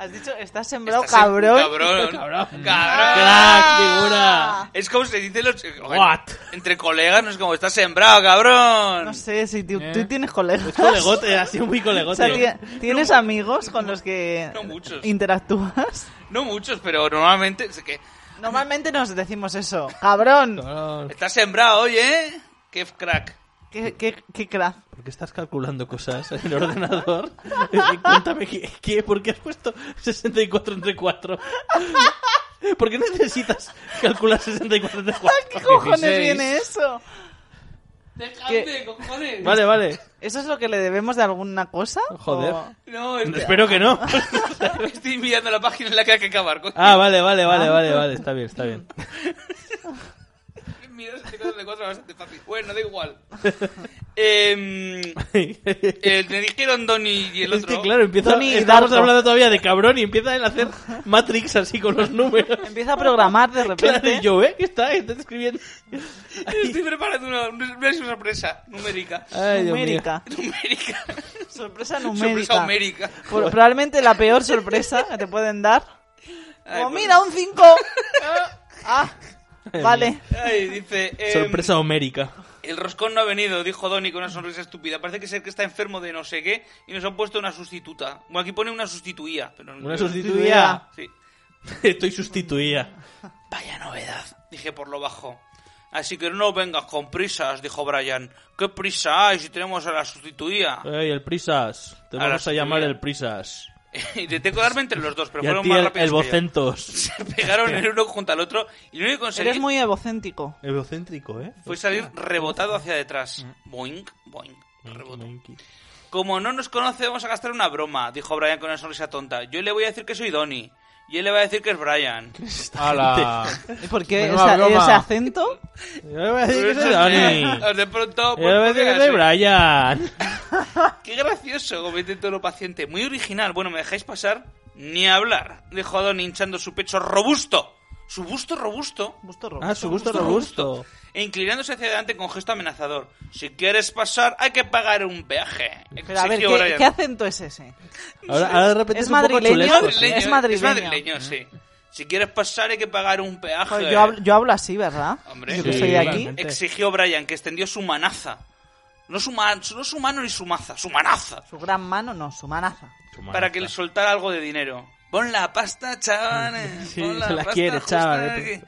[SPEAKER 3] Has dicho, estás sembrado
[SPEAKER 1] estás en-
[SPEAKER 3] cabrón.
[SPEAKER 1] Cabrón.
[SPEAKER 2] Cabrón.
[SPEAKER 1] Cabrón.
[SPEAKER 2] ¡Crack, figura!
[SPEAKER 1] Es como se dice los...
[SPEAKER 2] What?
[SPEAKER 1] Entre colegas no es como, estás sembrado, cabrón.
[SPEAKER 3] No sé si tú, tú tienes colegas.
[SPEAKER 2] Eh. Pues Colegote, ha sido muy
[SPEAKER 3] O sea,
[SPEAKER 2] colegote.
[SPEAKER 3] ti- ¿tienes amigos con los que
[SPEAKER 1] no muchos.
[SPEAKER 3] interactúas?
[SPEAKER 1] No muchos, pero normalmente es que...
[SPEAKER 3] Normalmente nos decimos eso. Cabrón.
[SPEAKER 2] Cabrón.
[SPEAKER 1] Estás sembrado, oye. eh". Qué crack.
[SPEAKER 3] ¿Qué, qué, qué crack.
[SPEAKER 2] ¿Por qué estás calculando cosas en el ordenador? Y cuéntame, ¿qué, qué, por qué has puesto 64 entre 4? ¿Por qué necesitas calcular 64 entre 4?
[SPEAKER 3] ¿Qué cojones
[SPEAKER 4] 16.
[SPEAKER 3] viene eso? ¿Qué?
[SPEAKER 1] cojones.
[SPEAKER 2] Vale, vale.
[SPEAKER 3] ¿Eso es lo que le debemos de alguna cosa?
[SPEAKER 2] Joder.
[SPEAKER 3] ¿O-
[SPEAKER 1] No, es-
[SPEAKER 2] Espero que no.
[SPEAKER 1] estoy mirando la página en la que hay que acabar. coño.
[SPEAKER 2] Ah, vale, vale, vale, vale, vale. Está bien, está bien.
[SPEAKER 1] Mira, este cuadro de cuatro es bastante fácil. Bueno, da igual. Em, eh, me dijeron Donny y el
[SPEAKER 2] Es
[SPEAKER 1] otro.
[SPEAKER 2] que claro, empieza,
[SPEAKER 3] Tony
[SPEAKER 2] estamos
[SPEAKER 3] Darko.
[SPEAKER 2] hablando todavía de cabrón y empieza él a hacer Matrix así con los números.
[SPEAKER 3] Empieza a programar de repente.
[SPEAKER 2] Claro, y yo, ¿eh? ¿Qué está? ¿Qué estás escribiendo?
[SPEAKER 1] Estoy preparando una, una sorpresa numérica.
[SPEAKER 2] Ay, Dios mío.
[SPEAKER 3] numérica.
[SPEAKER 1] Numérica. Sorpresa
[SPEAKER 3] Sorpresa numérica.
[SPEAKER 1] numérica.
[SPEAKER 3] Por- probablemente la peor sorpresa que te pueden dar.
[SPEAKER 1] Ay,
[SPEAKER 3] Como,
[SPEAKER 1] pues-
[SPEAKER 3] mira, un 5. ah, vale.
[SPEAKER 1] Ay, dice.
[SPEAKER 2] Eh,
[SPEAKER 1] em,
[SPEAKER 2] Sorpresa homérica.
[SPEAKER 1] El roscón no ha venido, dijo Donny con una sonrisa estúpida. Parece que es el que está enfermo de no sé qué y nos han puesto una sustituta. Bueno, aquí pone una sustituía. Pero no
[SPEAKER 2] Una
[SPEAKER 1] creo-
[SPEAKER 2] sustituida.
[SPEAKER 1] Sí.
[SPEAKER 2] Estoy sustituida.
[SPEAKER 1] Vaya novedad, dije por lo bajo. Así que no vengas con prisas, dijo Brian. ¿Qué prisa hay si tenemos a la sustituía?
[SPEAKER 2] Ey, el Prisas. Te
[SPEAKER 1] Ahora
[SPEAKER 2] vamos a
[SPEAKER 1] sí,
[SPEAKER 2] llamar
[SPEAKER 1] mira.
[SPEAKER 2] el Prisas.
[SPEAKER 1] Intenté colarme entre los dos, pero
[SPEAKER 2] Y a
[SPEAKER 1] fueron
[SPEAKER 2] ti
[SPEAKER 1] más
[SPEAKER 2] el,
[SPEAKER 1] rápidos.
[SPEAKER 2] el
[SPEAKER 1] que yo.
[SPEAKER 2] Vocentos.
[SPEAKER 1] Se pegaron el uno junto al otro y lo único que conseguí
[SPEAKER 3] Eres muy egocéntrico.
[SPEAKER 2] El vocéntrico, ¿eh?
[SPEAKER 1] fue salir rebotado hacia detrás. Boing, boing, rebotó.
[SPEAKER 2] Monkey.
[SPEAKER 1] Como no nos conoce, vamos a gastar una broma, dijo Brian con una sonrisa tonta. Yo le voy a decir que soy Donny. Y él le va a decir que es Brian.
[SPEAKER 4] ¡Hala!
[SPEAKER 3] ¿Y ¿Por qué
[SPEAKER 4] Menuda
[SPEAKER 3] esa-
[SPEAKER 4] broma.
[SPEAKER 3] ese acento?
[SPEAKER 2] Yo le voy a decir que soy
[SPEAKER 1] Pero eso sí,
[SPEAKER 2] Dani.
[SPEAKER 1] Pues, De pronto, pues,
[SPEAKER 2] Yo le voy a decir que soy Brian.
[SPEAKER 1] Qué gracioso, comete todo lo paciente. Muy original. Bueno, ¿me dejáis pasar? Ni hablar. Dejó a Don hinchando su pecho robusto. Su busto robusto.
[SPEAKER 3] Gusto rojo.
[SPEAKER 2] Ah, su gusto robusto.
[SPEAKER 1] E inclinándose hacia adelante con gesto amenazador. Si quieres pasar, hay que pagar un peaje.
[SPEAKER 3] Pero a ver,
[SPEAKER 1] exigió
[SPEAKER 3] ¿qué,
[SPEAKER 1] Brian.
[SPEAKER 3] qué acento es ese?
[SPEAKER 2] Ahora, ahora de repente
[SPEAKER 3] Es
[SPEAKER 2] es un poco
[SPEAKER 3] madrileño.
[SPEAKER 2] chulesco.
[SPEAKER 3] Madrileño. Es
[SPEAKER 1] Es madrileño, sí. Si quieres pasar, hay que pagar un peaje.
[SPEAKER 3] Joder, yo, hablo, yo hablo así, ¿verdad?
[SPEAKER 1] Hombre.
[SPEAKER 3] yo que
[SPEAKER 2] Sí,
[SPEAKER 3] soy de aquí.
[SPEAKER 2] realmente.
[SPEAKER 1] Exigió Brian que extendió su manaza. No su, man- no su mano ni su maza, su manaza.
[SPEAKER 3] Su gran mano, no, su manaza.
[SPEAKER 1] para que le soltara algo de dinero. Pon la pasta, chavales.
[SPEAKER 2] Sí,
[SPEAKER 1] pon
[SPEAKER 2] se la
[SPEAKER 1] pasta
[SPEAKER 2] quiere,
[SPEAKER 1] justa
[SPEAKER 2] chavales.
[SPEAKER 1] que-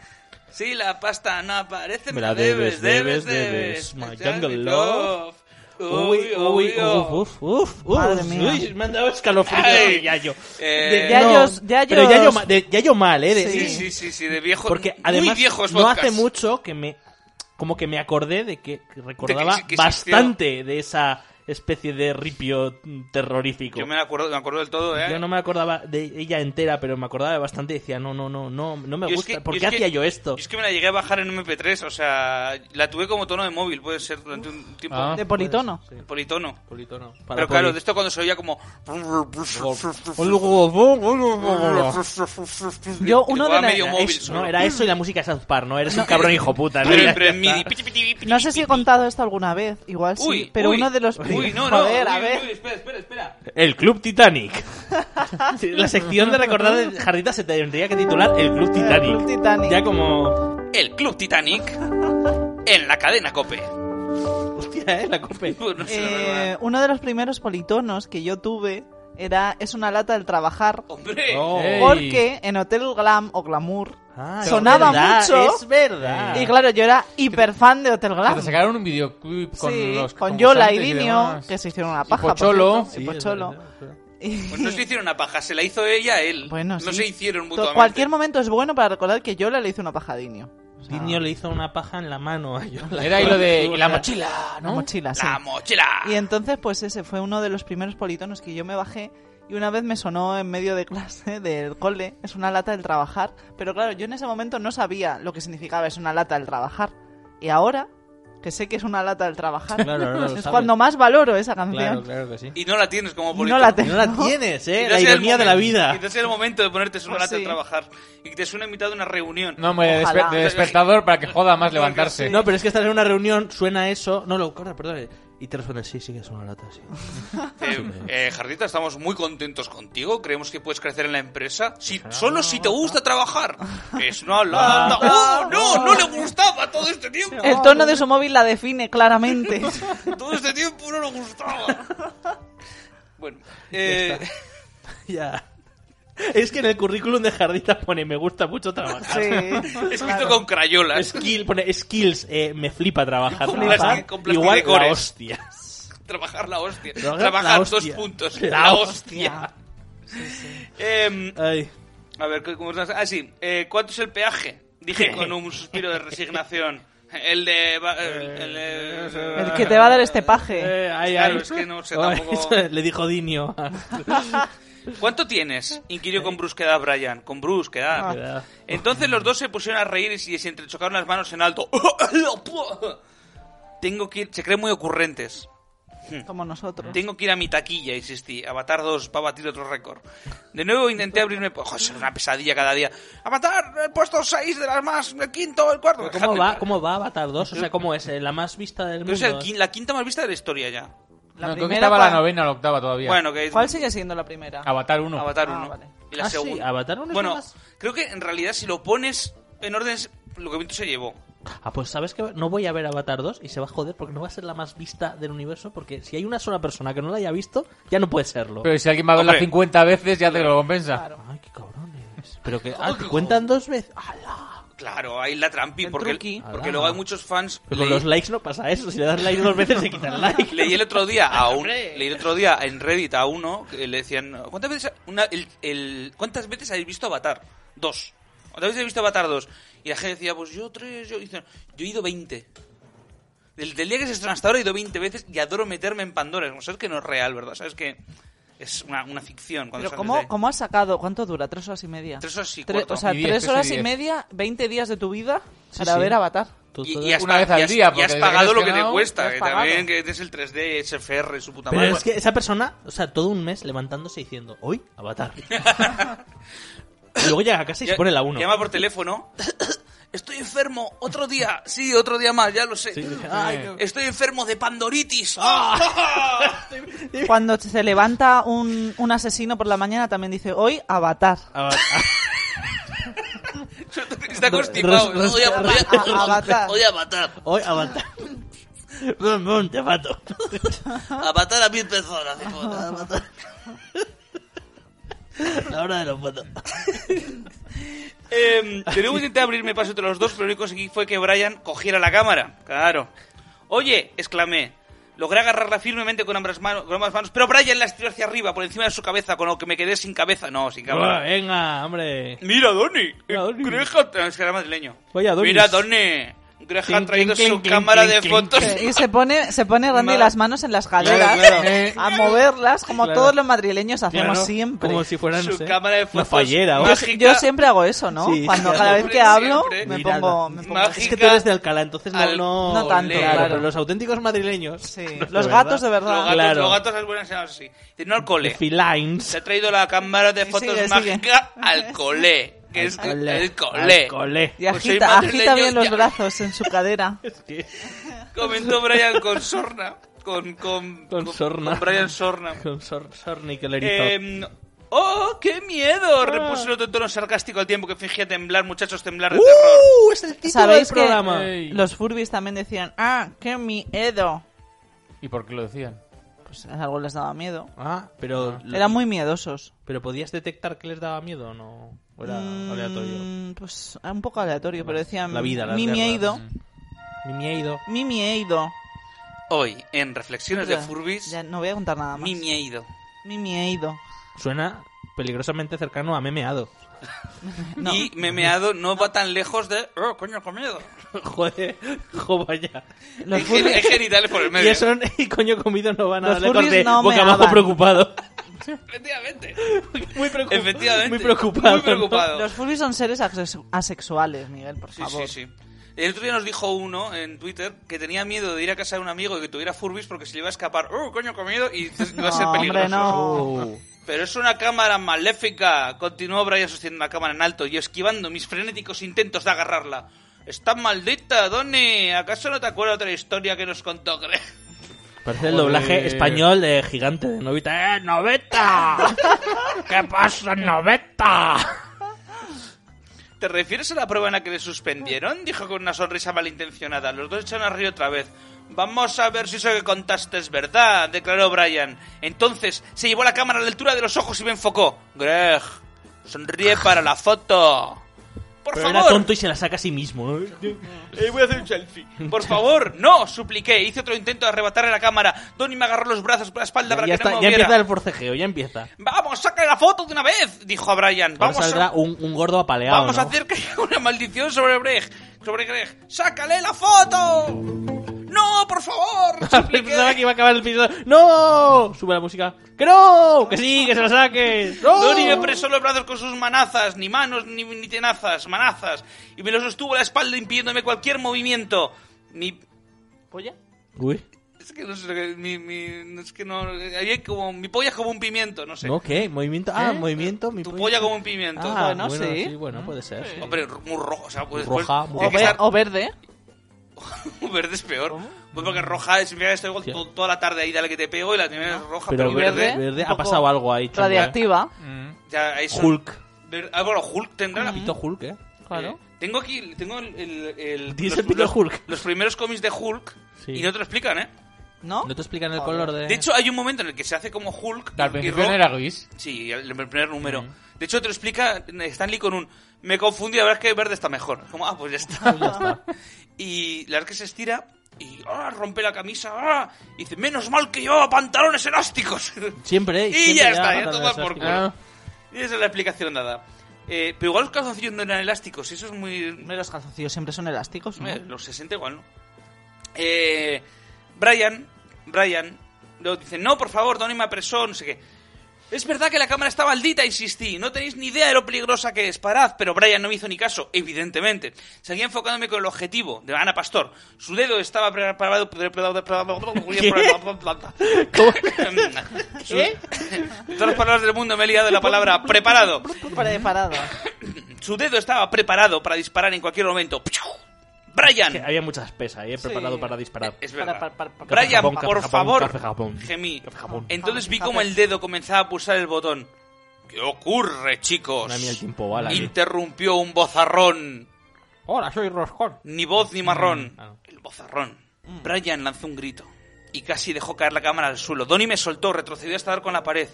[SPEAKER 1] Sí, la pasta no aparece, me
[SPEAKER 2] Me la
[SPEAKER 1] la debes,
[SPEAKER 2] debes,
[SPEAKER 1] debes, debes.
[SPEAKER 2] debes, my
[SPEAKER 1] Exacto.
[SPEAKER 2] jungle love. Uy, uy,
[SPEAKER 1] oh.
[SPEAKER 2] uf, uf, uf, uf.
[SPEAKER 3] Madre mía.
[SPEAKER 2] Uy, me han dado escalofríos
[SPEAKER 1] Ay.
[SPEAKER 2] de Yayo.
[SPEAKER 1] Eh,
[SPEAKER 2] De
[SPEAKER 3] Yayos, Yayos.
[SPEAKER 2] Pero Yayo, ma- de Yayo mal, ¿eh? De-
[SPEAKER 1] Sí, sí, sí, sí, de viejo.
[SPEAKER 2] Porque además
[SPEAKER 1] muy viejos
[SPEAKER 2] no
[SPEAKER 1] podcasts.
[SPEAKER 2] hace mucho que me como que me acordé de que recordaba
[SPEAKER 1] que- que existió.
[SPEAKER 2] bastante de esa especie de ripio mm, terrorífico.
[SPEAKER 1] Yo me acuerdo, me acuerdo del todo, ¿eh?
[SPEAKER 2] Yo no me acordaba de ella entera, pero me acordaba bastante y decía, no, no, no, no, no me
[SPEAKER 1] Yo es
[SPEAKER 2] gusta.
[SPEAKER 1] que-
[SPEAKER 2] ¿Por
[SPEAKER 1] yo
[SPEAKER 2] qué
[SPEAKER 1] es que-
[SPEAKER 2] hacía yo esto?
[SPEAKER 1] Es que me la llegué a bajar en MP3, o sea, la tuve como tono de móvil, puede ser durante un tiempo.
[SPEAKER 4] Ah.
[SPEAKER 3] De politono.
[SPEAKER 2] pues.
[SPEAKER 1] de Politono.
[SPEAKER 5] Politono.
[SPEAKER 2] Para
[SPEAKER 1] Pero claro,
[SPEAKER 2] poli-
[SPEAKER 1] de esto cuando se oía como.
[SPEAKER 3] Yo, uno
[SPEAKER 1] Igual
[SPEAKER 3] de la-
[SPEAKER 1] medio
[SPEAKER 2] Era
[SPEAKER 1] móvil
[SPEAKER 2] eso,
[SPEAKER 1] solo.
[SPEAKER 2] no, era eso y la música de South Park, no eres un cabrón hijo puta. ¿no?
[SPEAKER 1] Pero,
[SPEAKER 2] Ya
[SPEAKER 1] pero en
[SPEAKER 2] está.
[SPEAKER 1] midi, piti, piti, piti,
[SPEAKER 3] No sé si he contado esto alguna vez, igual sí,
[SPEAKER 1] Uy,
[SPEAKER 3] pero
[SPEAKER 1] uy,
[SPEAKER 3] uno de los...
[SPEAKER 1] Uy, no, no.
[SPEAKER 3] Joder, a
[SPEAKER 1] uy,
[SPEAKER 3] ver.
[SPEAKER 1] uy, espera, espera, espera.
[SPEAKER 2] El Club Titanic. Sí, la sección de recordar de Jardita se tendría que titular El Club Titanic.
[SPEAKER 3] Club Titanic.
[SPEAKER 2] Ya como.
[SPEAKER 1] El Club Titanic en la cadena Cope.
[SPEAKER 2] Hostia, eh, la cope.
[SPEAKER 1] Bueno, es una
[SPEAKER 3] Eh,
[SPEAKER 1] verdad.
[SPEAKER 3] uno de los primeros politonos que yo tuve era... Es una lata del trabajar.
[SPEAKER 1] Hombre,
[SPEAKER 4] Ey.
[SPEAKER 3] Porque en Hotel Glam o Glamour
[SPEAKER 2] Ah,
[SPEAKER 3] sonaba
[SPEAKER 2] es verdad,
[SPEAKER 3] mucho.
[SPEAKER 2] Es verdad.
[SPEAKER 3] Y claro, yo era hiper fan de Hotel
[SPEAKER 4] Hasta
[SPEAKER 3] Glam.
[SPEAKER 4] sacaron un videoclip con
[SPEAKER 3] sí,
[SPEAKER 4] los
[SPEAKER 3] con Yola y
[SPEAKER 4] concursantes
[SPEAKER 3] Dinio,
[SPEAKER 4] demás.
[SPEAKER 3] que se hicieron una
[SPEAKER 4] Y
[SPEAKER 3] paja. por
[SPEAKER 4] Pocholo.
[SPEAKER 3] cierto,
[SPEAKER 4] Sí,
[SPEAKER 3] y Pocholo.
[SPEAKER 1] pues no se hicieron una paja, se la hizo ella a él.
[SPEAKER 3] Bueno,
[SPEAKER 1] no
[SPEAKER 3] sí.
[SPEAKER 1] se hicieron
[SPEAKER 3] To-
[SPEAKER 1] mutuamente.
[SPEAKER 3] Cualquier momento es bueno para recordar que Yola le hizo una paja a Dinio. O sea,
[SPEAKER 2] Dinio le hizo una paja en la mano a Yola.
[SPEAKER 4] Era y lo de y la mochila,
[SPEAKER 3] la
[SPEAKER 4] ¿no?
[SPEAKER 3] mochila, sí.
[SPEAKER 1] La mochila.
[SPEAKER 3] Y entonces, pues ese fue uno de los primeros politonos que yo me bajé. Y una vez me sonó en medio de clase del cole, es una lata del trabajar. Pero claro, yo en ese momento no sabía lo que significaba es una lata del trabajar. Y ahora, que sé que es una lata del trabajar,
[SPEAKER 2] Claro, ahora lo
[SPEAKER 3] es
[SPEAKER 2] sabes.
[SPEAKER 3] cuando más valoro esa canción.
[SPEAKER 5] Claro, claro que sí.
[SPEAKER 1] Y no la tienes como
[SPEAKER 3] Y
[SPEAKER 1] politono.
[SPEAKER 3] no la
[SPEAKER 2] Y
[SPEAKER 3] tengo.
[SPEAKER 2] no la tienes,
[SPEAKER 1] Y
[SPEAKER 2] eh.
[SPEAKER 1] no
[SPEAKER 2] La
[SPEAKER 1] es el
[SPEAKER 2] ironía de la
[SPEAKER 1] momento-
[SPEAKER 2] vida.
[SPEAKER 1] Y no es el momento de ponerte una
[SPEAKER 3] Pues
[SPEAKER 1] lata a
[SPEAKER 3] sí.
[SPEAKER 1] trabajar. Y que te suena invitado a una reunión.
[SPEAKER 4] No, hombre, de,
[SPEAKER 3] Ojalá.
[SPEAKER 4] despe- de despertador para que joda más levantarse.
[SPEAKER 2] No, pero es que estás en una reunión, suena eso. No, lo corta, perdón. Y te respondes, sí, sí, que es una lata, sí.
[SPEAKER 1] Eh, eh, Jardita, estamos muy contentos contigo. Creemos que puedes crecer en la empresa. Si, solo si te gusta trabajar. Es una
[SPEAKER 2] Ah.
[SPEAKER 1] lata. ¡Oh, no! No le gustaba todo este tiempo.
[SPEAKER 3] El tono de su móvil la define claramente.
[SPEAKER 1] Todo este tiempo no le gustaba. Bueno, eh,
[SPEAKER 2] ya. Es que en el currículum de Jardita pone, me gusta mucho trabajar.
[SPEAKER 3] Sí.
[SPEAKER 1] escrito con crayolas.
[SPEAKER 2] Skill, pone skills, eh, me flipa trabajar.
[SPEAKER 1] Con
[SPEAKER 2] Trabajar,
[SPEAKER 1] plasti- con
[SPEAKER 2] igual
[SPEAKER 1] plasticores.
[SPEAKER 2] la hostia.
[SPEAKER 1] Trabajar la hostia.
[SPEAKER 2] Trabajar la
[SPEAKER 1] Trabajar dos
[SPEAKER 2] hostia.
[SPEAKER 1] puntos.
[SPEAKER 2] La
[SPEAKER 1] La hostia. Em,
[SPEAKER 2] Ay.
[SPEAKER 1] A ver, ¿cómo estás? Ah, sí. Eh, ¿Cuánto es el peaje? Dije con un suspiro de resignación. El de... va- El, el de-
[SPEAKER 3] El que te va a dar este paje.
[SPEAKER 2] Eh, ay,
[SPEAKER 1] Claro,
[SPEAKER 2] ay.
[SPEAKER 1] es que no sé
[SPEAKER 2] Ay,
[SPEAKER 1] tampoco-
[SPEAKER 2] eso Le dijo Dinio.
[SPEAKER 1] ¿Cuánto tienes? Inquirió con brusquedad Brian. Con brusquedad.
[SPEAKER 2] Ah.
[SPEAKER 1] Entonces los dos se pusieron a reír y se entrechocaron las manos en alto. Tengo que ir... Se creen muy ocurrentes.
[SPEAKER 3] Como nosotros.
[SPEAKER 1] Tengo que ir a mi taquilla, insistí. Avatar 2 va a batir otro récord. De nuevo intenté abrirme... Joder, será una pesadilla cada día. Avatar, el puesto 6 de las más... El quinto, el cuarto...
[SPEAKER 2] ¿Cómo
[SPEAKER 1] Dejadme en
[SPEAKER 2] va,
[SPEAKER 1] paz.
[SPEAKER 2] ¿Cómo va Avatar 2? O sea, ¿cómo es? Eh, La más vista del mundo. ¿eh?
[SPEAKER 1] Pero es el quin- la quinta más vista de la historia ya.
[SPEAKER 4] No,
[SPEAKER 3] La
[SPEAKER 4] creo que
[SPEAKER 3] primera,
[SPEAKER 4] estaba la
[SPEAKER 3] ¿cuál?
[SPEAKER 4] novena o la octava todavía.
[SPEAKER 1] Bueno, que
[SPEAKER 3] ¿Cuál sigue siendo la primera?
[SPEAKER 4] Avatar 1.
[SPEAKER 1] Avatar
[SPEAKER 3] Ah,
[SPEAKER 1] 1.
[SPEAKER 3] vale.
[SPEAKER 1] Y la
[SPEAKER 2] Ah, sí,
[SPEAKER 1] segunda.
[SPEAKER 2] Avatar 1 es
[SPEAKER 1] Bueno,
[SPEAKER 2] la más-
[SPEAKER 1] creo que en realidad si lo pones en orden, es lo que viento se llevó.
[SPEAKER 2] Ah, pues sabes que no voy a ver Avatar 2 y se va a joder porque no va a ser la más vista del universo porque si hay una sola persona que no la haya visto, ya no puede serlo.
[SPEAKER 4] Pero si alguien va a verla
[SPEAKER 1] Hombre.
[SPEAKER 4] 50 veces ya te lo compensa.
[SPEAKER 2] Ay, qué cabrones. Pero que ah, te cuentan dos veces. ¡Hala!
[SPEAKER 1] Claro, ahí la trampi,
[SPEAKER 3] El
[SPEAKER 1] porque,
[SPEAKER 3] truqui.
[SPEAKER 1] porque
[SPEAKER 2] Alá.
[SPEAKER 1] luego hay muchos fans.
[SPEAKER 2] Pero
[SPEAKER 1] Leí,
[SPEAKER 2] con los likes no pasa eso. Si le das like dos veces se quita el like.
[SPEAKER 1] leí el otro día a un, leí el otro día en Reddit a uno que le decían ¿Cuántas veces una- el- el- cuántas veces habéis visto Avatar? Dos. ¿Cuántas veces habéis visto Avatar 2? Y la gente decía, pues yo tres, yo, y dicen, yo he ido 20. Del, del día que se estrenó hasta ahora he ido 20 veces y adoro meterme en Pandora. Sabes que no es real, ¿verdad? Sabes que es una, una ficción. Cuando
[SPEAKER 3] Pero
[SPEAKER 1] sales
[SPEAKER 3] ¿cómo,
[SPEAKER 1] de-
[SPEAKER 3] ¿cómo has sacado? ¿Cuánto dura? ¿Tres horas y media?
[SPEAKER 1] Tres horas y
[SPEAKER 3] Tre-
[SPEAKER 1] cuarto.
[SPEAKER 3] O sea,
[SPEAKER 4] Y diez,
[SPEAKER 3] tres
[SPEAKER 4] tres y
[SPEAKER 3] horas y
[SPEAKER 4] diez.
[SPEAKER 3] media, 20 días de tu vida para
[SPEAKER 2] sí.
[SPEAKER 3] ver Avatar.
[SPEAKER 2] Tú-
[SPEAKER 1] y,
[SPEAKER 2] tú-
[SPEAKER 1] y has,
[SPEAKER 4] Una vez
[SPEAKER 1] pag-
[SPEAKER 4] al
[SPEAKER 1] y has-
[SPEAKER 4] día,
[SPEAKER 1] y has
[SPEAKER 4] porque
[SPEAKER 1] pagado lo que te
[SPEAKER 4] desgraciado,
[SPEAKER 1] cuesta.
[SPEAKER 3] has
[SPEAKER 1] que
[SPEAKER 3] pagado.
[SPEAKER 1] también que es el 3D, SFR y su puta
[SPEAKER 2] Pero
[SPEAKER 1] madre.
[SPEAKER 2] es que esa persona, o sea, toda un mes levantándose y diciendo, hoy, Avatar. y luego llega a casa y se
[SPEAKER 1] Ya-
[SPEAKER 2] pone la 1.
[SPEAKER 1] Llama por teléfono. Estoy enfermo, otro día, sí, otro día más, ya lo sé.
[SPEAKER 2] "Ah,
[SPEAKER 1] Estoy enfermo de pandoritis. ¡Ah!
[SPEAKER 3] Cuando se levanta un, un asesino por la mañana también dice, hoy Avatar.
[SPEAKER 1] Está constipado.
[SPEAKER 2] res-
[SPEAKER 1] Voy a, voy a-
[SPEAKER 3] res- Avatar.
[SPEAKER 1] voy a matar.
[SPEAKER 2] Hoy, Avatar. Ron, ron, te mato.
[SPEAKER 1] A matar a mil personas. hijo de- a matar.
[SPEAKER 2] La hora de los matos.
[SPEAKER 1] Em, de nuevo intenté abrirme paso entre los dos, pero lo único que conseguí fue que Brian cogiera la cámara. Claro. Oye, exclamé. Logré agarrarla firmemente con ambas, manos, con ambas manos, pero Brian la estiró hacia arriba, por encima de su cabeza, con lo que me quedé sin cabeza. No, sin cámara.
[SPEAKER 2] Venga, hombre.
[SPEAKER 1] Mira, Donny.
[SPEAKER 2] Mira, Donny.
[SPEAKER 1] Greja. Es que era madrileño.
[SPEAKER 2] Vaya, Donny.
[SPEAKER 1] Mira, Donny. Greja ha
[SPEAKER 2] Clink,
[SPEAKER 1] traído
[SPEAKER 2] clink,
[SPEAKER 1] su
[SPEAKER 2] clink,
[SPEAKER 1] cámara
[SPEAKER 2] clink,
[SPEAKER 1] de
[SPEAKER 2] clink.
[SPEAKER 1] fotos.
[SPEAKER 3] Y se pone, se pone Randy
[SPEAKER 1] Madre- Eh.
[SPEAKER 3] las manos en las caderas
[SPEAKER 4] Claro, claro.
[SPEAKER 3] a moverlas como
[SPEAKER 2] Claro.
[SPEAKER 3] todos los madrileños hacemos
[SPEAKER 2] Claro,
[SPEAKER 3] siempre.
[SPEAKER 2] Como si fuera, no
[SPEAKER 1] Su
[SPEAKER 2] sé,
[SPEAKER 1] cámara de
[SPEAKER 2] una
[SPEAKER 1] fotos.
[SPEAKER 2] fallera. o-
[SPEAKER 1] Más-
[SPEAKER 3] yo,
[SPEAKER 1] mágica.
[SPEAKER 3] yo siempre hago eso, ¿no?
[SPEAKER 2] Sí,
[SPEAKER 3] Cuando
[SPEAKER 2] sí,
[SPEAKER 3] cada
[SPEAKER 1] sí.
[SPEAKER 3] vez que hablo
[SPEAKER 1] Siempre.
[SPEAKER 3] me
[SPEAKER 2] Mirada.
[SPEAKER 3] pongo, me pongo-
[SPEAKER 1] Mágica.
[SPEAKER 2] Es que tú eres de Alcalá, entonces no...
[SPEAKER 1] Al-
[SPEAKER 2] no,
[SPEAKER 3] No tanto,
[SPEAKER 1] Ole.
[SPEAKER 2] Claro,
[SPEAKER 3] claro.
[SPEAKER 2] pero los auténticos madrileños...
[SPEAKER 3] Sí,
[SPEAKER 2] de
[SPEAKER 3] Los
[SPEAKER 2] verdad.
[SPEAKER 3] gatos de
[SPEAKER 1] Los gatos,
[SPEAKER 3] verdad.
[SPEAKER 2] Claro.
[SPEAKER 1] los gatos las buenas se llaman así. Dice, No al cole.
[SPEAKER 2] Felines.
[SPEAKER 1] Se ha traído la cámara de
[SPEAKER 3] Sí,
[SPEAKER 1] fotos
[SPEAKER 3] sigue, sigue.
[SPEAKER 1] mágica al colé. Que es el colé.
[SPEAKER 2] Al colé.
[SPEAKER 3] Y
[SPEAKER 1] Pues soy
[SPEAKER 3] agita, agita
[SPEAKER 1] madrileño,
[SPEAKER 3] bien los
[SPEAKER 1] ya.
[SPEAKER 3] brazos en su cadera.
[SPEAKER 1] Comentó Brian con Sorna. Con, con,
[SPEAKER 2] Con Sorna.
[SPEAKER 1] con Brian Sorna.
[SPEAKER 2] Con Sor- Sornik el erizo.
[SPEAKER 1] Eh, ¡Oh, qué
[SPEAKER 3] Ah.
[SPEAKER 1] miedo! Repuso el otro en tono sarcástico al tiempo que fingía temblar, muchachos, temblar de terror.
[SPEAKER 2] ¡Uh! Es el título
[SPEAKER 3] ¿Sabéis
[SPEAKER 2] del
[SPEAKER 3] que
[SPEAKER 2] programa.
[SPEAKER 4] Ey.
[SPEAKER 3] los Furbis también decían, ah, qué miedo?
[SPEAKER 4] ¿Y por qué lo decían?
[SPEAKER 3] Pues algo les daba miedo.
[SPEAKER 2] Ah, pero...
[SPEAKER 3] Eran muy miedosos.
[SPEAKER 2] ¿Pero podías detectar que les daba miedo o no? ¿O Pues era
[SPEAKER 3] Mm,
[SPEAKER 2] aleatorio?
[SPEAKER 3] Pues un poco aleatorio, pero decían,
[SPEAKER 2] la vida, las
[SPEAKER 3] mi
[SPEAKER 2] guerras".
[SPEAKER 3] miedo,
[SPEAKER 2] Mi miedo.
[SPEAKER 3] mi miedo.
[SPEAKER 1] Hoy, en Reflexiones de Furbis,
[SPEAKER 3] Ya, no voy a contar nada más.
[SPEAKER 1] mi miedo.
[SPEAKER 3] Mi miedo.
[SPEAKER 2] Suena peligrosamente cercano a memeado.
[SPEAKER 3] No.
[SPEAKER 1] Y memeado no va tan lejos de. ¡Oh, coño, con miedo!
[SPEAKER 2] Joder, jo vaya.
[SPEAKER 3] Los
[SPEAKER 1] Hay gen-
[SPEAKER 3] Furbis-
[SPEAKER 1] hay genitales por el
[SPEAKER 2] Y
[SPEAKER 1] medio.
[SPEAKER 2] eso y coño comido no van a
[SPEAKER 3] Los
[SPEAKER 2] lejos
[SPEAKER 3] furries
[SPEAKER 2] de
[SPEAKER 3] no
[SPEAKER 2] boca abajo
[SPEAKER 3] meaban.
[SPEAKER 2] preocupado.
[SPEAKER 1] Efectivamente.
[SPEAKER 2] Muy preocupado.
[SPEAKER 1] Efectivamente.
[SPEAKER 2] Muy preocupado.
[SPEAKER 1] Muy preocupado.
[SPEAKER 3] Los Furbis son seres ases- asexuales, Miguel, por
[SPEAKER 1] Sí,
[SPEAKER 3] favor.
[SPEAKER 1] sí, sí. El otro día nos dijo uno en Twitter que tenía miedo de ir a casa de un amigo y que tuviera furbis porque se le iba a escapar. ¡Oh, coño, comido! Y entonces iba a ser
[SPEAKER 3] No, hombre,
[SPEAKER 1] peligroso.
[SPEAKER 3] no.
[SPEAKER 2] ¿no?
[SPEAKER 1] Pero es una cámara maléfica. Continuó Brian sosteniendo la cámara en alto y esquivando mis frenéticos intentos de agarrarla. Está maldita, Donny. ¿Acaso no te acuerdas de otra historia que nos contó Greg?
[SPEAKER 2] Parece el doblaje
[SPEAKER 4] Joder.
[SPEAKER 2] español de gigante de Novita. ¡Eh, Novita! ¿Qué pasa, Novita?
[SPEAKER 1] ¿Te refieres a la prueba en la que le suspendieron? Dijo con una sonrisa malintencionada. Los dos echaron a río otra vez. Vamos a ver si eso que contaste es verdad, declaró Brian. Entonces se llevó la cámara a la altura de los ojos y me enfocó. Greg, sonríe para la foto. Por
[SPEAKER 2] Pero era
[SPEAKER 1] favor.
[SPEAKER 2] tonto y se la saca a sí mismo.
[SPEAKER 1] Eh, voy a hacer un selfie. Por favor, no, supliqué. Hice otro intento de arrebatarle la cámara. Donny me agarró los brazos por la espalda para
[SPEAKER 2] ya,
[SPEAKER 1] que
[SPEAKER 2] está- ya
[SPEAKER 1] no moviera.
[SPEAKER 2] empieza el forcejeo, ya empieza.
[SPEAKER 1] Vamos, saca la foto de una vez, dijo a Brian.
[SPEAKER 2] Ahora
[SPEAKER 1] Vamos
[SPEAKER 2] saldrá
[SPEAKER 1] a...
[SPEAKER 2] un, un gordo apaleado.
[SPEAKER 1] Vamos a
[SPEAKER 2] ¿no?
[SPEAKER 1] hacer que haya una maldición sobre Greg. Sobre Greg. ¡Sácale la foto! ¡No, por favor! supliqué.
[SPEAKER 2] Pensaba que iba a acabar el episodio. ¡No! Sube la música. ¡Que no! ¡Que sí! ¡Que se la saques! ¡No!
[SPEAKER 1] Donnie me presó los brazos con sus manazas, ni manos ni, ni tenazas, manazas, y me los sostuvo a la espalda impidiéndome cualquier movimiento. Mi... ¿Polla?
[SPEAKER 2] Uy.
[SPEAKER 1] Es que no sé, lo que- mi, mi, es que no, había como, mi polla es como un pimiento, no sé.
[SPEAKER 2] ¿No qué? ¿Movimiento? Ah, movimiento. Mi
[SPEAKER 1] ¿Eh? tu polla como un pimiento.
[SPEAKER 2] Ah,
[SPEAKER 3] Bueno,
[SPEAKER 2] bueno,
[SPEAKER 3] sí.
[SPEAKER 2] sí.
[SPEAKER 1] Mm,
[SPEAKER 2] Bueno, puede ser. sí.
[SPEAKER 1] Hombre, r- muy rojo, o sea, pues
[SPEAKER 2] Roja,
[SPEAKER 1] después,
[SPEAKER 2] muy
[SPEAKER 3] O,
[SPEAKER 1] tiene que
[SPEAKER 3] ve-
[SPEAKER 1] estar-
[SPEAKER 3] o verde.
[SPEAKER 1] verde es peor. Pues porque roja es, mira, estoy
[SPEAKER 2] Hostia. Ah.
[SPEAKER 1] to- toda la tarde ahí, dale que te pego y la primera es roja, pero,
[SPEAKER 2] Pero
[SPEAKER 1] verde.
[SPEAKER 2] verde, verde,
[SPEAKER 3] un
[SPEAKER 2] ha
[SPEAKER 3] poco
[SPEAKER 2] pasado algo ahí, chungo, ¿eh?
[SPEAKER 3] Radiactiva.
[SPEAKER 4] Mm.
[SPEAKER 1] Ya, ahí son-
[SPEAKER 2] Hulk.
[SPEAKER 1] ver- ah, bueno, Hulk tendrá la
[SPEAKER 2] Pito Hulk, ¿eh?
[SPEAKER 3] Claro.
[SPEAKER 1] Eh, tengo aquí tengo el, el- el-
[SPEAKER 2] Tienes el pito Hulk.
[SPEAKER 1] los primeros cómics de Hulk
[SPEAKER 2] Sí.
[SPEAKER 1] y no te lo explican, ¿eh?
[SPEAKER 3] ¿No?
[SPEAKER 2] No te explican el
[SPEAKER 3] Joder.
[SPEAKER 2] color de...
[SPEAKER 1] Ah, De hecho, hay un momento en el que se hace como Hulk
[SPEAKER 4] Al
[SPEAKER 1] y
[SPEAKER 4] principio
[SPEAKER 1] Rock-
[SPEAKER 4] no era gris.
[SPEAKER 1] Sí, el el primer número. De hecho, te lo explica Stanley con un... Me confundí, la verdad es que verde está mejor. Como, ah, pues ya está. y la verdad es que se estira y ah, rompe la camisa. ah, y dice, menos mal que llevaba pantalones elásticos.
[SPEAKER 2] siempre,
[SPEAKER 1] y
[SPEAKER 2] siempre
[SPEAKER 1] ya
[SPEAKER 2] le
[SPEAKER 1] está,
[SPEAKER 2] da
[SPEAKER 1] ya
[SPEAKER 2] patas
[SPEAKER 1] toma
[SPEAKER 2] de
[SPEAKER 1] por
[SPEAKER 2] esas.
[SPEAKER 1] culo. Y esa es la explicación dada. Eh, pero igual los calzoncillos no eran elásticos, y eso es muy...
[SPEAKER 3] Hombre, Los calzoncillos siempre son elásticos, ¿no?
[SPEAKER 1] Eh, Los 60 igual, ¿no? Eh, Brian, Brian, luego dice, no, por favor, Donny me apresó, no sé qué. Es verdad que la cámara está maldita, insistí. No tenéis ni idea de lo peligrosa que es. Parad, pero Brian no me hizo ni caso, evidentemente. Seguía enfocándome con el objetivo de Ana Pastor. Su dedo estaba preparado. Su- Todas las palabras del mundo me he liado en la palabra preparado.
[SPEAKER 3] Preparado.
[SPEAKER 1] Su dedo estaba preparado para disparar en cualquier momento. Brian,
[SPEAKER 2] Que había muchas pesas ahí, eh, preparado para disparar.
[SPEAKER 1] Es verdad.
[SPEAKER 3] Para, para, para,
[SPEAKER 2] para.
[SPEAKER 1] Brian,
[SPEAKER 2] Japón, café,
[SPEAKER 1] por
[SPEAKER 2] Japón,
[SPEAKER 1] favor.
[SPEAKER 2] café, Japón.
[SPEAKER 1] Gemí.
[SPEAKER 2] Café, Japón.
[SPEAKER 1] Entonces vi
[SPEAKER 3] Japón,
[SPEAKER 1] cómo
[SPEAKER 3] café.
[SPEAKER 1] el dedo comenzaba a pulsar el botón. ¿Qué ocurre, chicos?
[SPEAKER 2] Una mía el tiempo bala, eh.
[SPEAKER 1] Interrumpió un bozarrón.
[SPEAKER 5] Hola, soy Roscón.
[SPEAKER 1] Ni voz ni marrón.
[SPEAKER 2] ah, no.
[SPEAKER 1] El bozarrón.
[SPEAKER 3] Mm.
[SPEAKER 1] Brian lanzó un grito y casi dejó caer la cámara al suelo. Donnie me soltó, retrocedió hasta dar con la pared.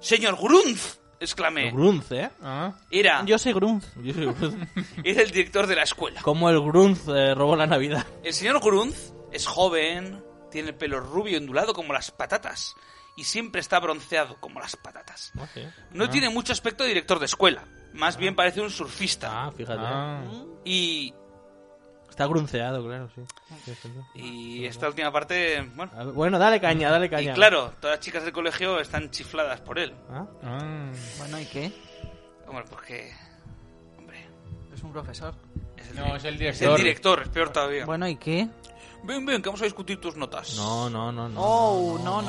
[SPEAKER 1] ¡Señor Grunz! exclamé.
[SPEAKER 2] Grunz, ¿eh?
[SPEAKER 5] Ah.
[SPEAKER 1] Era,
[SPEAKER 3] Yo soy Grunz.
[SPEAKER 2] Yo soy Grunz.
[SPEAKER 1] era el director de la escuela.
[SPEAKER 2] Como el Grunz eh, robó la Navidad.
[SPEAKER 1] El señor Grunz es joven, tiene el pelo rubio ondulado como las patatas y siempre está bronceado como las patatas.
[SPEAKER 5] Ah,
[SPEAKER 2] Ah.
[SPEAKER 1] No tiene mucho aspecto de director de escuela. Más bien parece un surfista.
[SPEAKER 2] Ah, fíjate.
[SPEAKER 3] Mm.
[SPEAKER 1] Y,
[SPEAKER 2] Está grunceado, claro, sí.
[SPEAKER 1] Ah.
[SPEAKER 2] Sí, sí, Ah, sí.
[SPEAKER 1] y esta última parte, bueno.
[SPEAKER 2] A ver, Bueno, dale caña, dale
[SPEAKER 1] Y
[SPEAKER 2] caña.
[SPEAKER 1] claro, todas las chicas del colegio están chifladas por él.
[SPEAKER 2] Ah,
[SPEAKER 3] Bueno, ¿y qué?
[SPEAKER 1] Hombre, porque. Hombre,
[SPEAKER 3] Es un profesor.
[SPEAKER 1] es el,
[SPEAKER 4] No, es
[SPEAKER 1] es
[SPEAKER 4] el
[SPEAKER 1] el
[SPEAKER 4] director.
[SPEAKER 1] director, es peor todavía.
[SPEAKER 3] Bueno, ¿y qué?
[SPEAKER 1] Ven, ven, que vamos a discutir tus notas.
[SPEAKER 2] No, no, no, no.
[SPEAKER 3] Oh, no,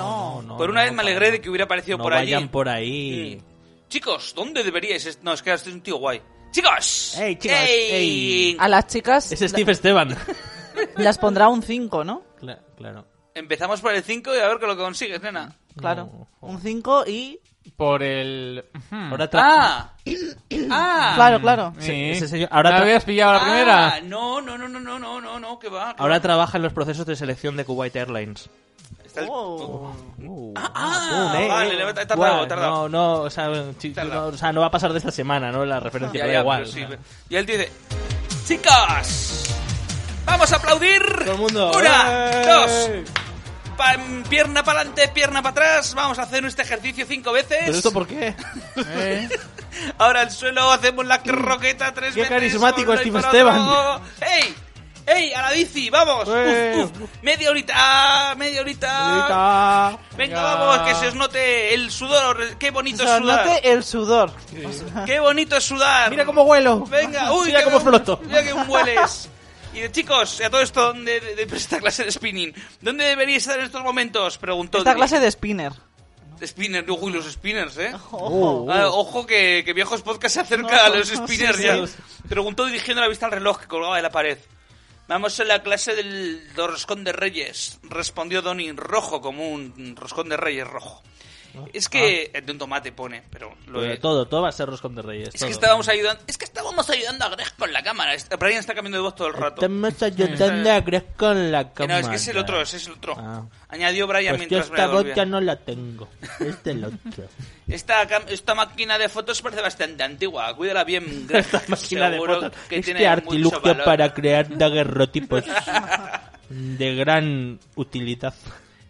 [SPEAKER 3] no.
[SPEAKER 1] por una
[SPEAKER 2] no,
[SPEAKER 1] vez me
[SPEAKER 2] para-
[SPEAKER 1] alegré de que hubiera aparecido
[SPEAKER 2] no
[SPEAKER 1] por allí.
[SPEAKER 2] vayan por ahí.
[SPEAKER 1] Mm. Chicos, ¿dónde deberíais? est- No, es que ahora estoy un tío guay. ¡Chicos!
[SPEAKER 2] Ey, chicos, ey.
[SPEAKER 3] A las chicas
[SPEAKER 2] Es Steve Esteban.
[SPEAKER 3] la- las pondrá un 5, ¿no?
[SPEAKER 2] Cla- claro.
[SPEAKER 1] Empezamos por el 5 y a ver con lo que consigues, nena.
[SPEAKER 3] Claro.
[SPEAKER 2] No,
[SPEAKER 3] Un 5 y...
[SPEAKER 4] Por el.
[SPEAKER 2] Ahora tra-
[SPEAKER 1] ¡Ah! ¡Ah!
[SPEAKER 3] Claro, claro.
[SPEAKER 2] Sí,
[SPEAKER 4] Sí.
[SPEAKER 2] ese señor- ahora
[SPEAKER 4] ¿Me
[SPEAKER 2] tra-
[SPEAKER 4] habías pillado a la
[SPEAKER 1] Ah,
[SPEAKER 4] primera?
[SPEAKER 1] No, no, no, no, no, no, no, no, que va. que
[SPEAKER 2] Ahora
[SPEAKER 1] va.
[SPEAKER 2] trabaja en los procesos de selección de Kuwait Airlines.
[SPEAKER 1] Está el-
[SPEAKER 3] Oh.
[SPEAKER 1] Ah, ah,
[SPEAKER 2] Boom, eh,
[SPEAKER 1] vale,
[SPEAKER 2] eh.
[SPEAKER 1] le- he tardado, he
[SPEAKER 2] Guau, No,
[SPEAKER 1] tardado.
[SPEAKER 2] no, o sea, chi-
[SPEAKER 1] Tardado.
[SPEAKER 2] no, o sea, no va a pasar de esta semana, ¿no? La referencia,
[SPEAKER 1] Ya,
[SPEAKER 2] pero
[SPEAKER 1] ya,
[SPEAKER 2] da igual.
[SPEAKER 1] pero sí,
[SPEAKER 2] o sea.
[SPEAKER 1] Y él dice: ¡Chicas! ¡Vamos a aplaudir!
[SPEAKER 2] Todo el mundo.
[SPEAKER 1] ¡Una,
[SPEAKER 2] ¡Eh!
[SPEAKER 1] dos! pa- pierna para adelante, pierna para atrás. Vamos a hacer este ejercicio cinco veces.
[SPEAKER 2] ¿Pero esto por qué?
[SPEAKER 1] Ahora al suelo hacemos la croqueta tres
[SPEAKER 2] Mm. Qué
[SPEAKER 1] veces.
[SPEAKER 2] carismático
[SPEAKER 1] por un
[SPEAKER 2] Steve
[SPEAKER 1] lado y para
[SPEAKER 2] Esteban.
[SPEAKER 1] otro. ¡Ey! ¡Ey! ¡A la bici! ¡Vamos!
[SPEAKER 2] Eh.
[SPEAKER 1] Uf, uf. ¡Media horita! ah, ¡Media horita!
[SPEAKER 2] Señorita.
[SPEAKER 1] Venga,
[SPEAKER 4] Ya.
[SPEAKER 1] vamos, que se os note el sudor. ¡Qué bonito es
[SPEAKER 3] Se
[SPEAKER 1] sudar!
[SPEAKER 3] note el sudor.
[SPEAKER 1] ¡Qué bonito es sudar!
[SPEAKER 2] Mira cómo huelo.
[SPEAKER 1] Venga, uy,
[SPEAKER 2] Mira
[SPEAKER 1] qué
[SPEAKER 2] cómo
[SPEAKER 1] bu-
[SPEAKER 2] floto.
[SPEAKER 1] Mira que hueles. Y de chicos, a todo esto, ¿dónde de, de- de esta clase de spinning? ¿Dónde deberíais estar en estos momentos? Preguntó.
[SPEAKER 3] Esta
[SPEAKER 1] Dri-
[SPEAKER 3] clase de spinner.
[SPEAKER 1] de spinner, uy, los spinners, ¿eh?
[SPEAKER 2] Uh,
[SPEAKER 3] Ojo.
[SPEAKER 1] Ah, ojo que, que viejos podcast se acerca a los spinners
[SPEAKER 2] sí,
[SPEAKER 1] ya.
[SPEAKER 2] sí.
[SPEAKER 1] Preguntó dirigiendo la vista al reloj que colgaba de la pared. Vamos a la clase del do- roscón de reyes, respondió Donnie rojo como un roscón de reyes rojo. Es que eh, de un tomate pone, pero lo he,
[SPEAKER 2] Ah. Pero Pues todo, todo va a ser Roscom de Reyes.
[SPEAKER 1] es
[SPEAKER 2] todo.
[SPEAKER 1] que estábamos ayudando, es que estábamos ayudando a Greg con la cámara. Est- Brian está cambiando de voz todo el rato.
[SPEAKER 2] Estamos ayudando a Greg con la
[SPEAKER 1] Que
[SPEAKER 2] cámara.
[SPEAKER 1] no, es que es el otro, ese es el otro.
[SPEAKER 2] Ah.
[SPEAKER 1] Añadió Brian
[SPEAKER 2] Pues yo
[SPEAKER 1] mientras me
[SPEAKER 2] esta voz
[SPEAKER 1] devolvía.
[SPEAKER 2] ya no la tengo. Es del otro.
[SPEAKER 1] Esta, cam- esta máquina de fotos parece bastante antigua. Cuídala bien, Greg.
[SPEAKER 2] Esta máquina de
[SPEAKER 1] Seguro
[SPEAKER 2] fotos.
[SPEAKER 1] que
[SPEAKER 2] Este
[SPEAKER 1] tiene mucho
[SPEAKER 2] artilugio
[SPEAKER 1] valor.
[SPEAKER 2] para crear daguerrotipos de gran utilidad.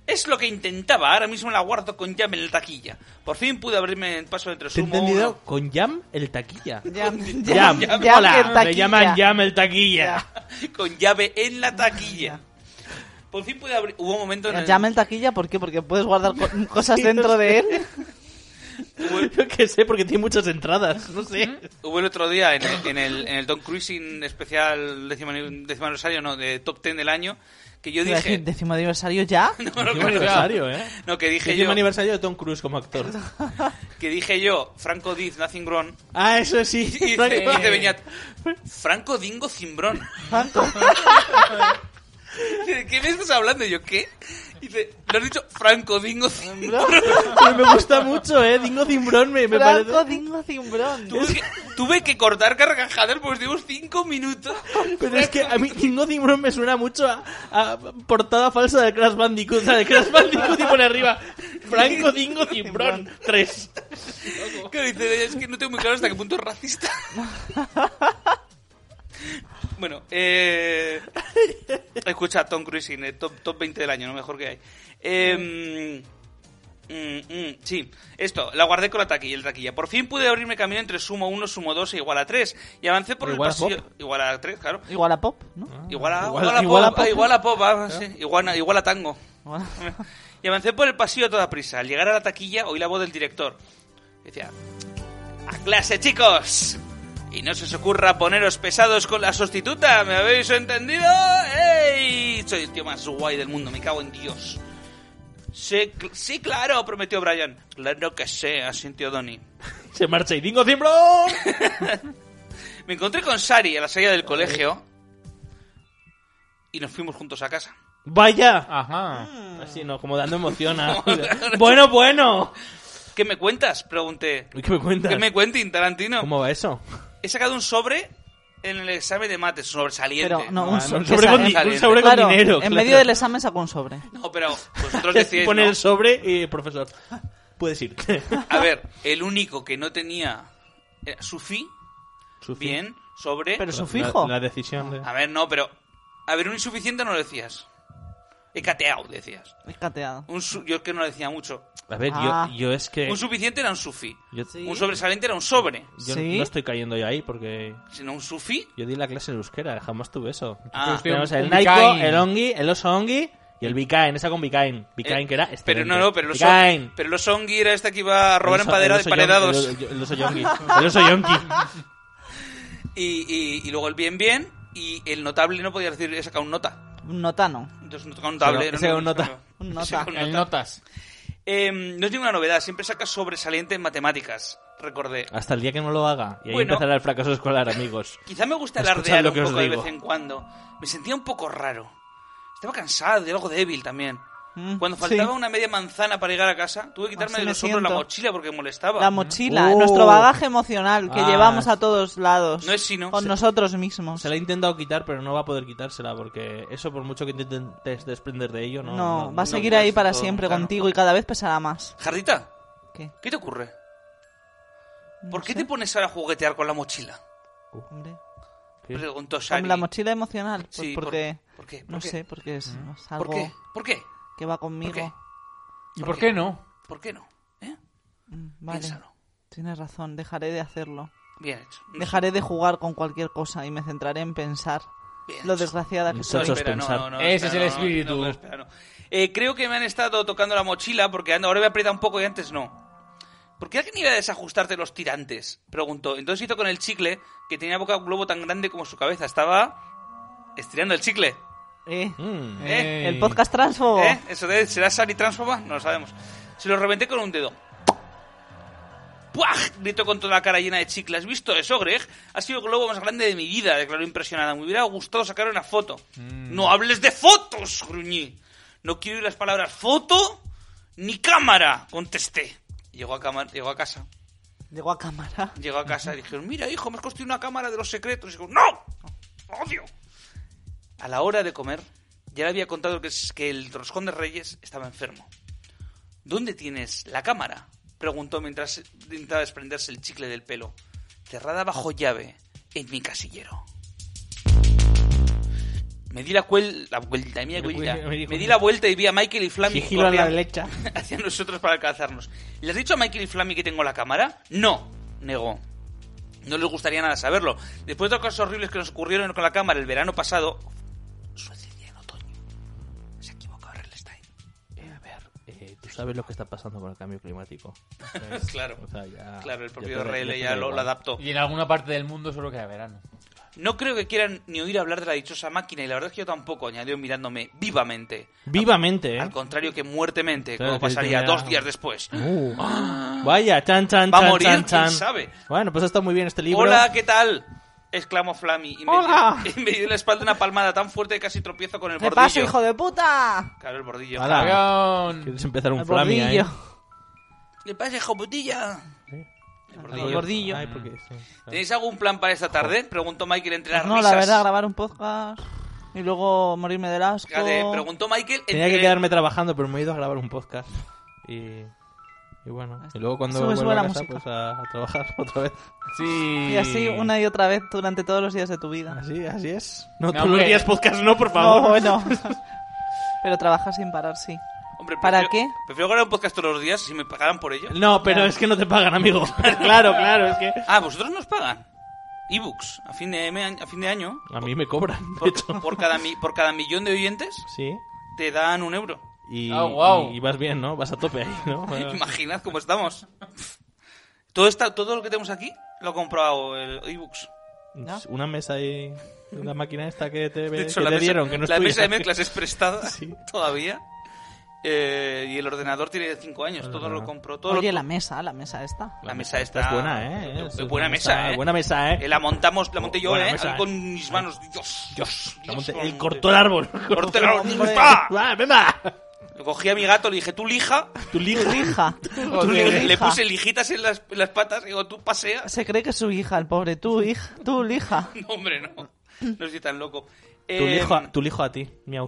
[SPEAKER 1] Es lo que intentaba. Ahora mismo la guardo con llave en la taquilla. Por fin pude abrirme el paso entre
[SPEAKER 2] ¿Te he
[SPEAKER 1] sumo
[SPEAKER 2] entendido?
[SPEAKER 1] uno.
[SPEAKER 2] Con Jam el taquilla.
[SPEAKER 3] Jam,
[SPEAKER 2] Jam,
[SPEAKER 3] Jam en
[SPEAKER 2] hola, me
[SPEAKER 3] taquilla.
[SPEAKER 2] llaman Jam el taquilla.
[SPEAKER 1] Con llave en la taquilla. Por fin pude abrir... Hubo un momento en el...
[SPEAKER 3] Llama el taquilla, ¿por qué? Porque puedes guardar co- cosas dentro de él.
[SPEAKER 1] Hubo,
[SPEAKER 2] Yo qué sé, porque tiene muchas entradas, no sé.
[SPEAKER 1] hubo el otro día en el, en el, en el Don Cruising especial décimo, ani- décimo aniversario, no, de Top Ten del año, que yo
[SPEAKER 3] Iba a decir,
[SPEAKER 1] dije...
[SPEAKER 3] Décimo aniversario ya.
[SPEAKER 1] No, no,
[SPEAKER 2] Décimo
[SPEAKER 1] claro.
[SPEAKER 2] aniversario, ¿eh?
[SPEAKER 1] No, que dije
[SPEAKER 2] Décimo
[SPEAKER 1] yo,
[SPEAKER 2] aniversario de Tom Cruise como actor.
[SPEAKER 1] que dije yo, Franco Diz, Nothing Wrong,
[SPEAKER 2] Ah, eso sí.
[SPEAKER 1] y dice, dice Beñat, Franco Dingo Cimbrón.
[SPEAKER 3] Franco.
[SPEAKER 1] ¿De qué me estás hablando? Y yo, ¿qué? Dice, lo has dicho Franco Dingo Cimbrón.
[SPEAKER 2] Pero me gusta mucho, ¿eh? Dingo Cimbrón me, me parece...
[SPEAKER 3] Franco Dingo Cimbrón.
[SPEAKER 1] Tuve que, tuve que cortar carcajadas porque estuvimos cinco minutos.
[SPEAKER 2] Pero es que a mí Dingo Cimbrón me suena mucho a, a portada falsa de Crash Bandicoot. O sea, de Crash Bandicoot y pone arriba Franco Dingo Cimbrón 3.
[SPEAKER 1] Claro, dice, es que no tengo muy claro hasta qué punto es racista. Bueno, eh, escucha, Tom Cruise, eh, top, top 20 del año, lo mejor que hay. Eh, mm, mm, sí, esto, la guardé con la taquilla, el taquilla. Por fin pude abrirme camino entre sumo 1, sumo 2 e igual a 3. Y avancé por el
[SPEAKER 2] Igual a
[SPEAKER 1] pasillo. Igual a 3, claro.
[SPEAKER 3] Igual a Pop, ¿no?
[SPEAKER 2] Ah.
[SPEAKER 1] Igual a,
[SPEAKER 2] Igual-
[SPEAKER 1] igual a
[SPEAKER 2] igual a
[SPEAKER 1] pop, ah,
[SPEAKER 2] pop.
[SPEAKER 1] igual a pop, ah, sí, igual a- igual a tango.
[SPEAKER 3] Igual a-
[SPEAKER 1] y avancé por el pasillo a toda prisa. Al llegar a la taquilla oí la voz del director. Decía, ¡A clase, chicos! Y no se os ocurra poneros pesados con la sustituta, ¿me habéis entendido? ¡Ey! Soy el tío más guay del mundo, me cago en Dios. Sí, cl- sí, claro, prometió Brian. Claro que sí, asintió Donnie.
[SPEAKER 2] Se marcha y dingo cimbro.
[SPEAKER 1] Me encontré con Sari a la salida del colegio y nos fuimos juntos a casa.
[SPEAKER 2] Vaya.
[SPEAKER 4] Ajá.
[SPEAKER 2] Así no, como dando emoción a- bueno, bueno.
[SPEAKER 1] ¿Qué me cuentas? Pregunté.
[SPEAKER 2] Uy, ¿Qué me cuentas?
[SPEAKER 1] ¿Qué me cuentin, Tarantino?
[SPEAKER 2] ¿Cómo va eso?
[SPEAKER 1] He sacado un sobre en el examen de mates, sobresaliente.
[SPEAKER 3] Pero no,
[SPEAKER 2] Ah,
[SPEAKER 3] un
[SPEAKER 2] no,
[SPEAKER 3] sobre.
[SPEAKER 2] un sobre, con, di- un
[SPEAKER 1] Saliente.
[SPEAKER 2] sobre con
[SPEAKER 3] Claro,
[SPEAKER 2] dinero.
[SPEAKER 3] en
[SPEAKER 2] claro. Eh,
[SPEAKER 3] medio del examen sacó un sobre.
[SPEAKER 1] No, pero vosotros decíais,
[SPEAKER 2] Pone
[SPEAKER 1] ¿no?
[SPEAKER 2] el sobre y profesor. Puedes ir.
[SPEAKER 1] A ver, el único que no tenía era Sufi, bien, sobre...
[SPEAKER 3] Pero su fijo.
[SPEAKER 2] La, decisión de.
[SPEAKER 1] A ver, no, pero... A ver, un insuficiente no lo decías. He cateado, decías.
[SPEAKER 3] Es cateado.
[SPEAKER 1] Un su- Yo es que no lo decía mucho.
[SPEAKER 2] A ver,
[SPEAKER 3] Ah.
[SPEAKER 2] yo, yo es que.
[SPEAKER 1] Un suficiente era un Sufi.
[SPEAKER 2] Yo,
[SPEAKER 3] Sí.
[SPEAKER 1] Un sobresaliente era un sobre.
[SPEAKER 2] yo
[SPEAKER 3] ¿Sí?
[SPEAKER 2] no estoy cayendo yo ahí porque.
[SPEAKER 1] Sino un Sufi...
[SPEAKER 2] Yo di la clase en euskera, jamás tuve eso.
[SPEAKER 1] Ah,
[SPEAKER 4] Hostia,
[SPEAKER 2] Tenemos
[SPEAKER 4] un-
[SPEAKER 2] el
[SPEAKER 4] un
[SPEAKER 2] Naiko,
[SPEAKER 4] Bikain.
[SPEAKER 2] el Ongi, el Oso Ongi y el Bikain, esa con Bikain. Bikain
[SPEAKER 1] Eh,
[SPEAKER 2] que era
[SPEAKER 1] Pero
[SPEAKER 2] excelente.
[SPEAKER 1] no, no, pero los,
[SPEAKER 2] Bikain.
[SPEAKER 1] pero los Ongi era esta que iba a robar
[SPEAKER 2] El oso-
[SPEAKER 1] empadera-
[SPEAKER 2] el oso
[SPEAKER 1] emparedados.
[SPEAKER 2] yonki, El, el oso Yonki. El oso Yonki.
[SPEAKER 1] Y, y- y luego el bien bien y el notable no podía decir he sacado un nota.
[SPEAKER 3] Un notano.
[SPEAKER 1] Entonces no tocaba un notable.
[SPEAKER 2] He
[SPEAKER 1] era
[SPEAKER 2] sacado un
[SPEAKER 1] una-
[SPEAKER 2] nota.
[SPEAKER 3] Un
[SPEAKER 1] he
[SPEAKER 3] nota.
[SPEAKER 1] sacado un
[SPEAKER 4] El
[SPEAKER 1] nota.
[SPEAKER 4] notas.
[SPEAKER 1] Eh, no es ninguna novedad, siempre sacas sobresaliente en matemáticas, recordé.
[SPEAKER 2] Hasta el día que no lo haga. Y ahí
[SPEAKER 1] Bueno.
[SPEAKER 2] empezará el fracaso escolar, amigos.
[SPEAKER 1] Quizá me gusta
[SPEAKER 2] Escuchad
[SPEAKER 1] alardear
[SPEAKER 2] lo
[SPEAKER 1] un
[SPEAKER 2] que os
[SPEAKER 1] poco de
[SPEAKER 2] digo.
[SPEAKER 1] vez en cuando. Me sentía un poco raro. Estaba cansado y algo débil también.
[SPEAKER 3] Mm,
[SPEAKER 1] Cuando faltaba
[SPEAKER 3] sí.
[SPEAKER 1] una media manzana para llegar a casa, tuve que quitarme
[SPEAKER 3] Así
[SPEAKER 1] de
[SPEAKER 3] me
[SPEAKER 1] los hombros la
[SPEAKER 3] siento.
[SPEAKER 1] mochila porque me molestaba.
[SPEAKER 3] La mochila,
[SPEAKER 2] Oh.
[SPEAKER 3] nuestro bagaje emocional que
[SPEAKER 2] Ah.
[SPEAKER 3] llevamos a todos lados.
[SPEAKER 1] No es sino-
[SPEAKER 3] Con
[SPEAKER 1] se-
[SPEAKER 3] nosotros mismos.
[SPEAKER 2] Se la he intentado quitar, pero no va a poder quitársela porque eso, por mucho que intentes desprender de ello, no.
[SPEAKER 3] no,
[SPEAKER 2] no,
[SPEAKER 3] va
[SPEAKER 2] no.
[SPEAKER 3] a seguir
[SPEAKER 1] puede
[SPEAKER 3] ahí
[SPEAKER 1] ser
[SPEAKER 3] para
[SPEAKER 1] todo,
[SPEAKER 3] siempre
[SPEAKER 1] claro.
[SPEAKER 3] contigo y cada vez pesará más.
[SPEAKER 1] Jardita,
[SPEAKER 3] ¿Qué?
[SPEAKER 1] ¿qué te ocurre?
[SPEAKER 3] No
[SPEAKER 1] ¿Por qué
[SPEAKER 3] sé,
[SPEAKER 1] te pones ahora a juguetear con la mochila?
[SPEAKER 3] hombre.
[SPEAKER 2] ¿Qué?
[SPEAKER 1] Preguntó Shari.
[SPEAKER 3] Con la mochila emocional. Pues
[SPEAKER 1] Sí, por-
[SPEAKER 3] porque.
[SPEAKER 1] ¿Por qué? ¿Por
[SPEAKER 3] no
[SPEAKER 1] qué?
[SPEAKER 3] sé, porque es, es
[SPEAKER 1] ¿Por
[SPEAKER 3] algo
[SPEAKER 1] qué? ¿Por qué?
[SPEAKER 3] que va conmigo.
[SPEAKER 1] qué?
[SPEAKER 4] ¿Y
[SPEAKER 1] ¿Por
[SPEAKER 4] por
[SPEAKER 1] qué?
[SPEAKER 4] qué no?
[SPEAKER 1] ¿Por qué no? ¿Eh?
[SPEAKER 3] Mm, Vale.
[SPEAKER 1] Piénsalo.
[SPEAKER 3] Tienes razón, dejaré de hacerlo.
[SPEAKER 1] Bien hecho. No
[SPEAKER 3] Dejaré de jugar con cualquier cosa y me centraré en pensar
[SPEAKER 1] sé, bien
[SPEAKER 3] lo
[SPEAKER 1] hecho.
[SPEAKER 3] desgraciada que
[SPEAKER 1] No,
[SPEAKER 2] Muchachos,
[SPEAKER 3] soy.
[SPEAKER 1] espera, no,
[SPEAKER 2] pensar.
[SPEAKER 1] no, no,
[SPEAKER 4] Ese
[SPEAKER 1] espera,
[SPEAKER 4] es el
[SPEAKER 1] no, no,
[SPEAKER 4] espíritu.
[SPEAKER 1] no, espera, no. Eh, creo que me han estado tocando la mochila porque ando- ahora me aprieta un poco y antes no. ¿Por qué alguien iba a desajustarte los tirantes? Preguntó. Entonces hizo con el chicle que tenía boca un globo tan grande como su cabeza. Estaba estirando el chicle.
[SPEAKER 3] Eh,
[SPEAKER 2] Mm.
[SPEAKER 1] ¿Eh?
[SPEAKER 3] El podcast transfobo.
[SPEAKER 1] ¿Eh? ¿Eso de, será Sari Transforma? No lo sabemos. Se lo reventé con un dedo. ¡Puaj! Grito con toda la cara llena de chicle. ¿Has visto eso, Greg? Ha sido el globo más grande de mi vida, declaró impresionada. Me hubiera gustado sacar una foto. ¡No hables de fotos! gruñí. No quiero oír las palabras foto ni cámara, contesté. Llegó a, cama- llegó a casa.
[SPEAKER 3] Llegó a cámara.
[SPEAKER 1] Llegó a casa y dijeron, mira hijo, me has construido una cámara de los secretos. Y digo, no, odio. A la hora de comer, ya le había contado que, es- que el roscón de Reyes estaba enfermo. ¿Dónde tienes la cámara? Preguntó mientras intentaba desprenderse el chicle del pelo. Cerrada bajo llave en mi casillero. Me di la, cuel- la vuelta, mira, vuelta. Me di la vuelta y vi a Michael y Flammy
[SPEAKER 5] Sigilo a la
[SPEAKER 1] corriendo
[SPEAKER 5] derecha.
[SPEAKER 1] hacia nosotros para alcanzarnos. ¿Le has dicho a Michael y Flammy que tengo la cámara? No, negó. No les gustaría nada saberlo. Después de las cosas horribles que nos ocurrieron con la cámara el verano pasado... Suecia ya en otoño. Se ha equivocado Relstein.
[SPEAKER 2] Eh, a ver, eh, tú sabes lo que está pasando con el cambio climático.
[SPEAKER 1] Claro.
[SPEAKER 2] O sea, ya-
[SPEAKER 1] Claro, el
[SPEAKER 2] ya
[SPEAKER 1] propio
[SPEAKER 2] te-
[SPEAKER 1] RL
[SPEAKER 2] te
[SPEAKER 1] ya
[SPEAKER 2] da
[SPEAKER 1] lo,
[SPEAKER 2] igual.
[SPEAKER 1] lo adaptó.
[SPEAKER 4] Y en alguna parte del mundo solo queda verano.
[SPEAKER 1] No creo que quieran ni oír hablar de la dichosa máquina y la verdad es que yo tampoco, añadió mirándome vivamente.
[SPEAKER 2] Vivamente, ¿eh?
[SPEAKER 1] Al contrario que muertemente,
[SPEAKER 2] Claro,
[SPEAKER 1] como
[SPEAKER 2] que
[SPEAKER 1] pasaría
[SPEAKER 2] tenía-
[SPEAKER 1] dos días después.
[SPEAKER 2] Uh. Vaya, chan, chan,
[SPEAKER 1] Ah. Va a
[SPEAKER 2] chan,
[SPEAKER 1] morir,
[SPEAKER 2] chan,
[SPEAKER 1] quién
[SPEAKER 2] chan.
[SPEAKER 1] sabe.
[SPEAKER 2] Bueno, pues ha estado muy bien este libro.
[SPEAKER 1] Hola, ¿qué tal? exclamó Flammy y me,
[SPEAKER 5] Hola.
[SPEAKER 1] y me dio en la espalda una palmada tan fuerte que casi tropiezo con el
[SPEAKER 3] ¿Qué
[SPEAKER 1] bordillo.
[SPEAKER 3] pasa, hijo de puta?
[SPEAKER 1] Claro, el bordillo.
[SPEAKER 2] Hala.
[SPEAKER 4] Dragón.
[SPEAKER 2] Quieres empezar un ¿eh?
[SPEAKER 3] El
[SPEAKER 2] flammy ahí.
[SPEAKER 3] bordillo.
[SPEAKER 1] ¿Qué pasa, hijo putilla? El bordillo. Eh,
[SPEAKER 2] Ay,
[SPEAKER 3] bordillo.
[SPEAKER 2] Ay, porque... sí.
[SPEAKER 1] ¿Tenéis algún plan para esta tarde? Preguntó Michael entre las
[SPEAKER 3] No,
[SPEAKER 1] risas.
[SPEAKER 3] la verdad, grabar un podcast y luego morirme del asco.
[SPEAKER 1] Fíjate, preguntó Michael
[SPEAKER 2] Tenía
[SPEAKER 1] entre-
[SPEAKER 2] que quedarme trabajando, pero me he ido a grabar un podcast. Y, y
[SPEAKER 3] Ah,
[SPEAKER 2] bueno, y luego cuando
[SPEAKER 3] Sube,
[SPEAKER 2] vuelva
[SPEAKER 3] sube
[SPEAKER 2] a
[SPEAKER 3] la
[SPEAKER 2] casa,
[SPEAKER 3] música.
[SPEAKER 2] pues a, a trabajar otra vez.
[SPEAKER 4] Sí.
[SPEAKER 3] Y así una y otra vez durante todos los días de tu vida.
[SPEAKER 2] Así, así es. No,
[SPEAKER 4] No,
[SPEAKER 2] todos los
[SPEAKER 4] hombre.
[SPEAKER 2] días podcast, no, por
[SPEAKER 3] No,
[SPEAKER 2] favor.
[SPEAKER 3] bueno. Pero trabajar sin parar, sí.
[SPEAKER 1] Hombre,
[SPEAKER 3] ¿Para
[SPEAKER 1] prefiero-
[SPEAKER 3] qué?
[SPEAKER 1] Prefiero grabar un podcast todos los días si me pagaran por ello.
[SPEAKER 2] No, pero
[SPEAKER 3] Ya.
[SPEAKER 2] es que no te pagan, amigo. claro, claro, es que...
[SPEAKER 1] Ah, ¿vosotros nos pagan? Ebooks, a fin de, me- a fin de año,
[SPEAKER 2] A mí me cobran, de
[SPEAKER 1] por,
[SPEAKER 2] hecho.
[SPEAKER 1] por cada, mi- por cada millón de oyentes,
[SPEAKER 2] Sí.
[SPEAKER 1] te dan un euro.
[SPEAKER 2] Y,
[SPEAKER 4] Ah, guau.
[SPEAKER 2] y- y vas bien, ¿no? Vas a tope ahí, ¿no?
[SPEAKER 1] Imaginad cómo estamos. Todo, esta, todo lo que tenemos aquí lo ha comprado el ebooks.
[SPEAKER 3] ¿No?
[SPEAKER 2] Una mesa ahí, una máquina esta que te,
[SPEAKER 1] De hecho,
[SPEAKER 2] que
[SPEAKER 1] la,
[SPEAKER 2] te
[SPEAKER 1] mesa,
[SPEAKER 2] dieron, que no es
[SPEAKER 1] la
[SPEAKER 2] tuya.
[SPEAKER 1] mesa de mezclas es prestada
[SPEAKER 2] Sí.
[SPEAKER 1] todavía. Eh, y el ordenador tiene 5 años. Todo lo compró. Todo
[SPEAKER 3] Oye,
[SPEAKER 1] lo-
[SPEAKER 3] la mesa, la mesa esta.
[SPEAKER 1] la mesa
[SPEAKER 2] esta
[SPEAKER 1] está-
[SPEAKER 2] es buena, ¿eh?
[SPEAKER 1] es
[SPEAKER 2] Es
[SPEAKER 1] buena
[SPEAKER 2] una
[SPEAKER 1] mesa, ¿eh?
[SPEAKER 2] Buena mesa, ¿eh?
[SPEAKER 1] eh, la montamos, la monté yo,
[SPEAKER 2] Buena
[SPEAKER 1] eh,
[SPEAKER 2] mesa,
[SPEAKER 1] ahí
[SPEAKER 2] eh.
[SPEAKER 1] con mis manos. Dios, Dios.
[SPEAKER 2] La monté-
[SPEAKER 1] Dios,
[SPEAKER 2] él
[SPEAKER 1] cómo
[SPEAKER 2] cortó el árbol.
[SPEAKER 1] Cortó el árbol.
[SPEAKER 2] Hombre.
[SPEAKER 1] ¡Pa!
[SPEAKER 2] Va, venga.
[SPEAKER 1] Le cogí a mi gato, le dije, tú lija.
[SPEAKER 2] Tu
[SPEAKER 3] Tu
[SPEAKER 2] lija.
[SPEAKER 3] hija.
[SPEAKER 1] Tú
[SPEAKER 3] Tu
[SPEAKER 1] li- le,
[SPEAKER 3] hija.
[SPEAKER 1] puse lijitas en las, en las patas. Digo, tú paseas.
[SPEAKER 3] Se cree que es su hija, el pobre. Tu hija, tu hija.
[SPEAKER 1] No, hombre, no. No soy tan loco.
[SPEAKER 2] Tu
[SPEAKER 1] Eh,
[SPEAKER 2] lijo, a- tu lijo a ti, miau.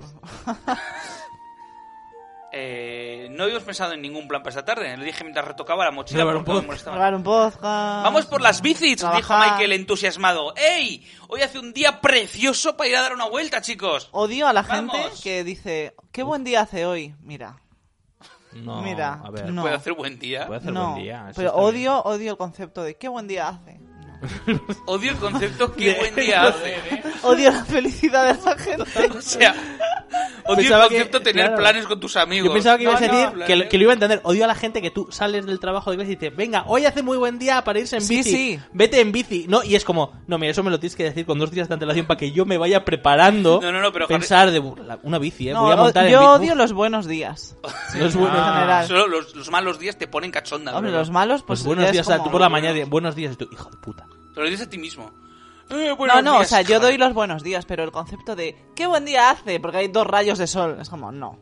[SPEAKER 1] eh, no habíamos pensado en ningún plan para esta tarde. Le dije mientras retocaba la mochila.
[SPEAKER 2] Grabar un
[SPEAKER 1] porque me
[SPEAKER 2] podcast.
[SPEAKER 1] molestaba.
[SPEAKER 3] Grabar un podcast.
[SPEAKER 1] Vamos por las bicis, dijo
[SPEAKER 3] Trabajar.
[SPEAKER 1] Michael entusiasmado. ¡Ey! Hoy hace un día precioso para ir a dar una vuelta, chicos.
[SPEAKER 3] Odio a la gente
[SPEAKER 1] Vamos.
[SPEAKER 3] que dice, qué buen día hace hoy. Mira,
[SPEAKER 2] No,
[SPEAKER 3] Mira,
[SPEAKER 2] a ver.
[SPEAKER 3] no.
[SPEAKER 1] Puede hacer buen día.
[SPEAKER 2] Puede hacer
[SPEAKER 3] no.
[SPEAKER 2] buen día. eso
[SPEAKER 3] pero
[SPEAKER 2] está bien.
[SPEAKER 3] odio, odio el concepto de qué buen día hace. No.
[SPEAKER 1] Odio el concepto qué buen día hace.
[SPEAKER 3] Odio la felicidad de la gente.
[SPEAKER 1] O sea, odio
[SPEAKER 2] Pensaba
[SPEAKER 1] el concepto
[SPEAKER 2] que-
[SPEAKER 1] tener
[SPEAKER 2] claro.
[SPEAKER 1] planes con tus amigos.
[SPEAKER 2] Yo pensaba que ibas
[SPEAKER 1] No,
[SPEAKER 2] a
[SPEAKER 1] no,
[SPEAKER 2] decir
[SPEAKER 1] planes.
[SPEAKER 2] que, lo- que lo iba a entender. Odio a la gente que tú sales del trabajo de clase y dices, venga, hoy hace muy buen día para irse en
[SPEAKER 3] Sí,
[SPEAKER 2] bici.
[SPEAKER 3] sí.
[SPEAKER 2] Vete en bici. No, y es como, no, mira, eso me lo tienes que decir con dos días de antelación para que yo me vaya preparando.
[SPEAKER 1] No, no, no, pero Harry-
[SPEAKER 2] pensar de "Bu, la- una bici, eh.
[SPEAKER 3] No,
[SPEAKER 2] voy a
[SPEAKER 3] o-
[SPEAKER 2] montar
[SPEAKER 3] yo
[SPEAKER 2] en bici.
[SPEAKER 3] odio los buenos días.
[SPEAKER 2] Uf, no es bueno.
[SPEAKER 3] en general.
[SPEAKER 1] Solo los, los malos días te ponen cachonda.
[SPEAKER 3] Hombre,
[SPEAKER 1] bro.
[SPEAKER 3] los malos,
[SPEAKER 2] Pues
[SPEAKER 3] pues. ya
[SPEAKER 2] buenos
[SPEAKER 3] es
[SPEAKER 2] días, o sea,
[SPEAKER 3] como-
[SPEAKER 2] tú por la mañana, di- buenos días, y tú, hijo de puta.
[SPEAKER 1] Te lo dices a ti mismo. Eh, buenos
[SPEAKER 3] No, no, o
[SPEAKER 1] días,
[SPEAKER 3] sea, yo
[SPEAKER 1] chaval.
[SPEAKER 3] doy los buenos días, pero el concepto de qué buen día hace, porque hay dos rayos de sol, es como, no.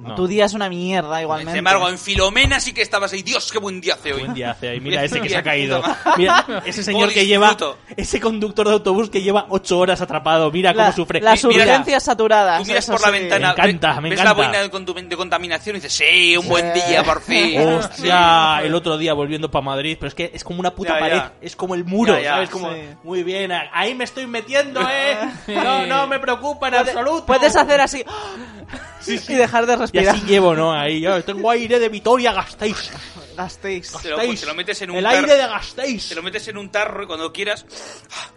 [SPEAKER 2] No.
[SPEAKER 3] Tu día es una mierda, igualmente.
[SPEAKER 1] Sin embargo, en Filomena sí que estabas ahí. Dios, qué buen día hace hoy.
[SPEAKER 2] Buen día hace ahí. Mira ese que se
[SPEAKER 1] Bien,
[SPEAKER 2] ha caído.
[SPEAKER 1] puta
[SPEAKER 2] Mira ese señor
[SPEAKER 1] Por
[SPEAKER 2] que lleva.
[SPEAKER 1] disfruto.
[SPEAKER 2] Ese conductor de autobús que lleva ocho horas atrapado. Mira
[SPEAKER 3] La-
[SPEAKER 2] cómo sufre.
[SPEAKER 3] Las
[SPEAKER 2] Mira,
[SPEAKER 3] urgencias saturadas.
[SPEAKER 1] Tú miras
[SPEAKER 3] eso
[SPEAKER 1] por la
[SPEAKER 3] sí.
[SPEAKER 1] ventana,
[SPEAKER 2] Me encanta, me
[SPEAKER 1] ves
[SPEAKER 2] encanta.
[SPEAKER 1] la boina de, contu- de contaminación y dices, sí, un buen día, por fin.
[SPEAKER 2] Hostia, el otro día volviendo para Madrid, pero es que es como una puta
[SPEAKER 1] Ya,
[SPEAKER 2] pared,
[SPEAKER 1] ya.
[SPEAKER 2] es como el muro,
[SPEAKER 1] Ya, ya.
[SPEAKER 2] ¿sabes? Como,
[SPEAKER 3] Sí.
[SPEAKER 2] muy bien, a- ahí me estoy metiendo, ¿eh? No, no me preocupa en absoluto.
[SPEAKER 3] Puedes hacer así y dejar de
[SPEAKER 2] Y
[SPEAKER 3] respirar.
[SPEAKER 2] así llevo, ¿no? Ahí, yo tengo aire de Vitoria, gastéis.
[SPEAKER 3] Gastéis.
[SPEAKER 1] Te lo- te lo metes en un
[SPEAKER 2] el
[SPEAKER 1] tar-
[SPEAKER 2] aire de gastéis.
[SPEAKER 1] Te lo metes en un tarro y cuando quieras, ¡ah!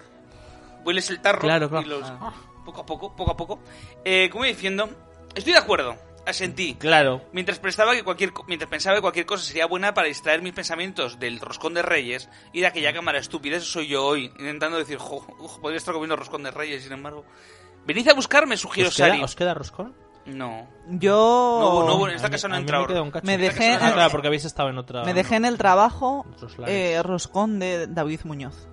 [SPEAKER 1] hueles el tarro.
[SPEAKER 2] Claro, claro.
[SPEAKER 1] Y los- ¡ah! Poco a poco, poco a poco. Eh, como iba diciendo, estoy de acuerdo, asentí.
[SPEAKER 2] Claro.
[SPEAKER 1] Mientras pensaba, que cualquier, co- mientras pensaba que cualquier cosa sería buena para distraer mis pensamientos del roscón de reyes y de aquella cámara estúpida, eso soy yo hoy, intentando decir, jo, uj, podría estar comiendo roscón de reyes, sin embargo. Venid a buscarme, sugiero
[SPEAKER 2] ¿Os queda,
[SPEAKER 1] Sari.
[SPEAKER 2] ¿Os queda roscón?
[SPEAKER 1] No.
[SPEAKER 3] Yo
[SPEAKER 1] No, no, en esta
[SPEAKER 2] A mí-
[SPEAKER 1] casa no
[SPEAKER 2] a mí
[SPEAKER 1] entra
[SPEAKER 2] me queda
[SPEAKER 1] ahora.
[SPEAKER 2] un cacho.
[SPEAKER 3] Me dejé-
[SPEAKER 2] Ah, claro, porque habéis estado en otra.
[SPEAKER 3] me dejé en el trabajo
[SPEAKER 2] Otros lares. Ah.
[SPEAKER 3] eh, roscón de David Muñoz.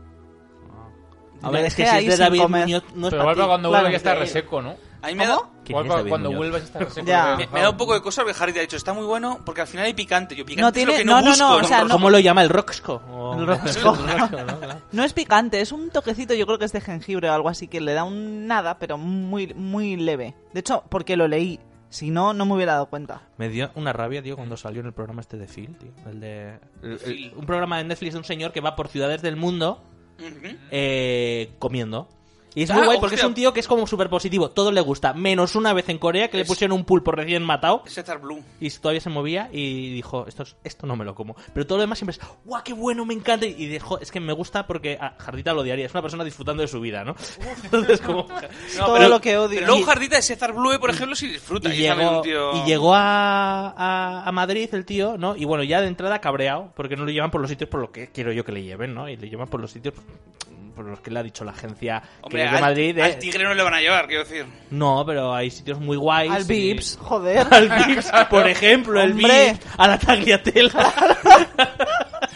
[SPEAKER 2] A
[SPEAKER 3] me
[SPEAKER 2] ver, es que
[SPEAKER 3] dejé
[SPEAKER 2] si es
[SPEAKER 3] ahí
[SPEAKER 2] de
[SPEAKER 3] sin
[SPEAKER 2] David
[SPEAKER 3] comer.
[SPEAKER 2] Muñoz, no es
[SPEAKER 4] Pero
[SPEAKER 2] para
[SPEAKER 4] igual
[SPEAKER 2] ti.
[SPEAKER 4] para cuando
[SPEAKER 3] claro,
[SPEAKER 4] vuelva ya está
[SPEAKER 3] sí.
[SPEAKER 4] reseco, ¿no?
[SPEAKER 1] A mí me da,
[SPEAKER 3] ¿Cómo?
[SPEAKER 2] ¿Quién
[SPEAKER 4] Igual
[SPEAKER 2] es
[SPEAKER 4] para
[SPEAKER 2] David
[SPEAKER 4] cuando
[SPEAKER 2] Muñoz?
[SPEAKER 4] vuelvas ya está reseco.
[SPEAKER 3] Ya.
[SPEAKER 1] me, me da un poco de cosa porque Harry te ha dicho, está muy bueno porque al final hay picante. Yo picante
[SPEAKER 3] No
[SPEAKER 1] es lo
[SPEAKER 3] tiene-
[SPEAKER 1] que no,
[SPEAKER 3] no, no,
[SPEAKER 1] busco
[SPEAKER 3] no,
[SPEAKER 1] en
[SPEAKER 3] o
[SPEAKER 1] un
[SPEAKER 3] sea, no-
[SPEAKER 1] roscón.
[SPEAKER 2] ¿Cómo lo llama el Roxco? O-
[SPEAKER 3] El Roxco.
[SPEAKER 2] Roxco, ¿no? Claro.
[SPEAKER 3] No es picante, es un toquecito, yo creo que es de jengibre o algo así, que le da un nada, pero muy, muy leve. De hecho, porque lo leí. Si no, no me hubiera dado cuenta.
[SPEAKER 2] Me dio una rabia, tío, cuando salió en el programa este de Phil, tío. El de. el- el-
[SPEAKER 1] Phil.
[SPEAKER 2] un programa de Netflix de un señor que va por ciudades del mundo
[SPEAKER 1] Ujú.
[SPEAKER 2] eh, comiendo. Y es
[SPEAKER 1] Ah,
[SPEAKER 2] muy guay porque es
[SPEAKER 1] hostia.
[SPEAKER 2] un tío que es como súper positivo, todo le gusta, menos una vez en Corea que le
[SPEAKER 1] Es-
[SPEAKER 2] pusieron un pulpo recién matado
[SPEAKER 1] Es César Blue.
[SPEAKER 2] y todavía se movía y dijo, esto, es- esto no me lo como. Pero todo lo demás siempre es, guau, qué bueno, me encanta. Y dijo, es que me gusta porque a Jardita lo odiaría, es una persona disfrutando de su vida, ¿no? Entonces como...
[SPEAKER 3] Todo
[SPEAKER 1] pero-
[SPEAKER 3] lo que odio.
[SPEAKER 1] Pero luego Jardita de César Blue, por ejemplo, sí disfruta.
[SPEAKER 2] y
[SPEAKER 1] es también
[SPEAKER 2] llegó,
[SPEAKER 1] un tío-
[SPEAKER 2] y llegó a, a- a Madrid el tío, ¿no? Y bueno, ya de entrada cabreado, porque no lo llevan por los sitios por los que quiero yo que le lleven, ¿no? Y le llevan por los sitios por los que le ha dicho la agencia
[SPEAKER 1] Hombre,
[SPEAKER 2] que es de
[SPEAKER 1] al,
[SPEAKER 2] Madrid. eh. de-
[SPEAKER 1] al tigre no le van a llevar, quiero decir.
[SPEAKER 2] No, pero hay sitios muy guays.
[SPEAKER 3] Al
[SPEAKER 2] y-
[SPEAKER 3] Vips, joder.
[SPEAKER 2] Al Vips, por ejemplo, el
[SPEAKER 3] Hombre.
[SPEAKER 2] Vips, a la Tagliatella.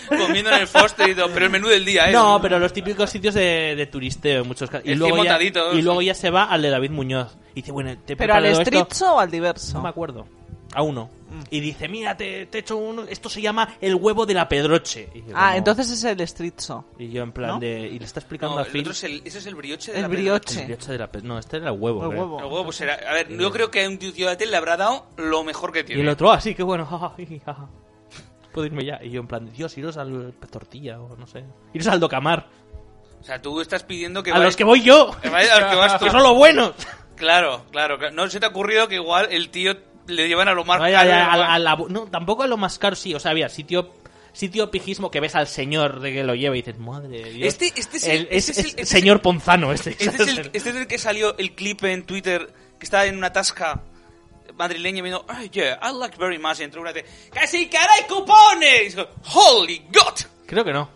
[SPEAKER 1] Comiendo en el Foster y todo, pero el menú del día, ¿eh?
[SPEAKER 2] No, pero los típicos sitios de, de turisteo en muchos casos. Y
[SPEAKER 1] El
[SPEAKER 2] luego,
[SPEAKER 1] cien
[SPEAKER 2] ya,
[SPEAKER 1] botaditos.
[SPEAKER 2] y luego ya se va al de David Muñoz. Y dice, bueno, te he
[SPEAKER 3] ¿Pero al
[SPEAKER 2] preparado esto.
[SPEAKER 3] street show o al
[SPEAKER 2] No me
[SPEAKER 3] diverso?
[SPEAKER 2] acuerdo. A uno.
[SPEAKER 3] Mm.
[SPEAKER 2] Y dice, mira, te, te he hecho un... Esto se llama el huevo de la pedroche. Y yo,
[SPEAKER 3] Ah,
[SPEAKER 2] no.
[SPEAKER 3] entonces es el street show.
[SPEAKER 2] Y yo en plan
[SPEAKER 3] ¿no?
[SPEAKER 2] de... Y le está explicando
[SPEAKER 1] No,
[SPEAKER 2] a
[SPEAKER 1] el
[SPEAKER 2] Phil...
[SPEAKER 1] otro es el, ese es el brioche de
[SPEAKER 3] El
[SPEAKER 1] la
[SPEAKER 3] brioche.
[SPEAKER 2] el brioche de la pe- No, este era el huevo.
[SPEAKER 3] El
[SPEAKER 2] creo.
[SPEAKER 1] pedra. El
[SPEAKER 3] huevo.
[SPEAKER 1] huevo, pues era- A ver, yo creo que a un tío de tele le habrá dado lo mejor que
[SPEAKER 2] Y
[SPEAKER 1] tiene.
[SPEAKER 2] el otro, ah, sí, qué bueno. jaja, jaja. Puedo irme ya. Y yo en plan, Dios, iros al tortilla o no sé. Iros al docamar.
[SPEAKER 1] O sea, tú estás pidiendo que
[SPEAKER 2] A
[SPEAKER 1] vaya-
[SPEAKER 2] los que voy yo.
[SPEAKER 1] que vaya- a los que vas tú.
[SPEAKER 2] Que son los buenos.
[SPEAKER 1] Claro, claro. claro. No se te ha ocurrido que igual el tío le llevan a lo más
[SPEAKER 2] Vaya,
[SPEAKER 1] caro y
[SPEAKER 2] ya,
[SPEAKER 1] lo
[SPEAKER 2] a
[SPEAKER 1] más-
[SPEAKER 2] la- a la- no, tampoco a lo más caro, sí. O sea, había sitio, sitio pijismo que ves al señor de que lo lleva y dices, madre de Dios.
[SPEAKER 1] Este- este es el-
[SPEAKER 2] El- es-
[SPEAKER 1] este es el-
[SPEAKER 2] es
[SPEAKER 1] este es
[SPEAKER 2] señor Ponzano, este.
[SPEAKER 1] Este es, el, este es el que salió el clip en Twitter que estaba en una tasca madrileño viendo, "Ay, yeah, I like very much. Y entró una de, ¡Casi caray cupones! ¡Holy God!
[SPEAKER 2] Creo que no.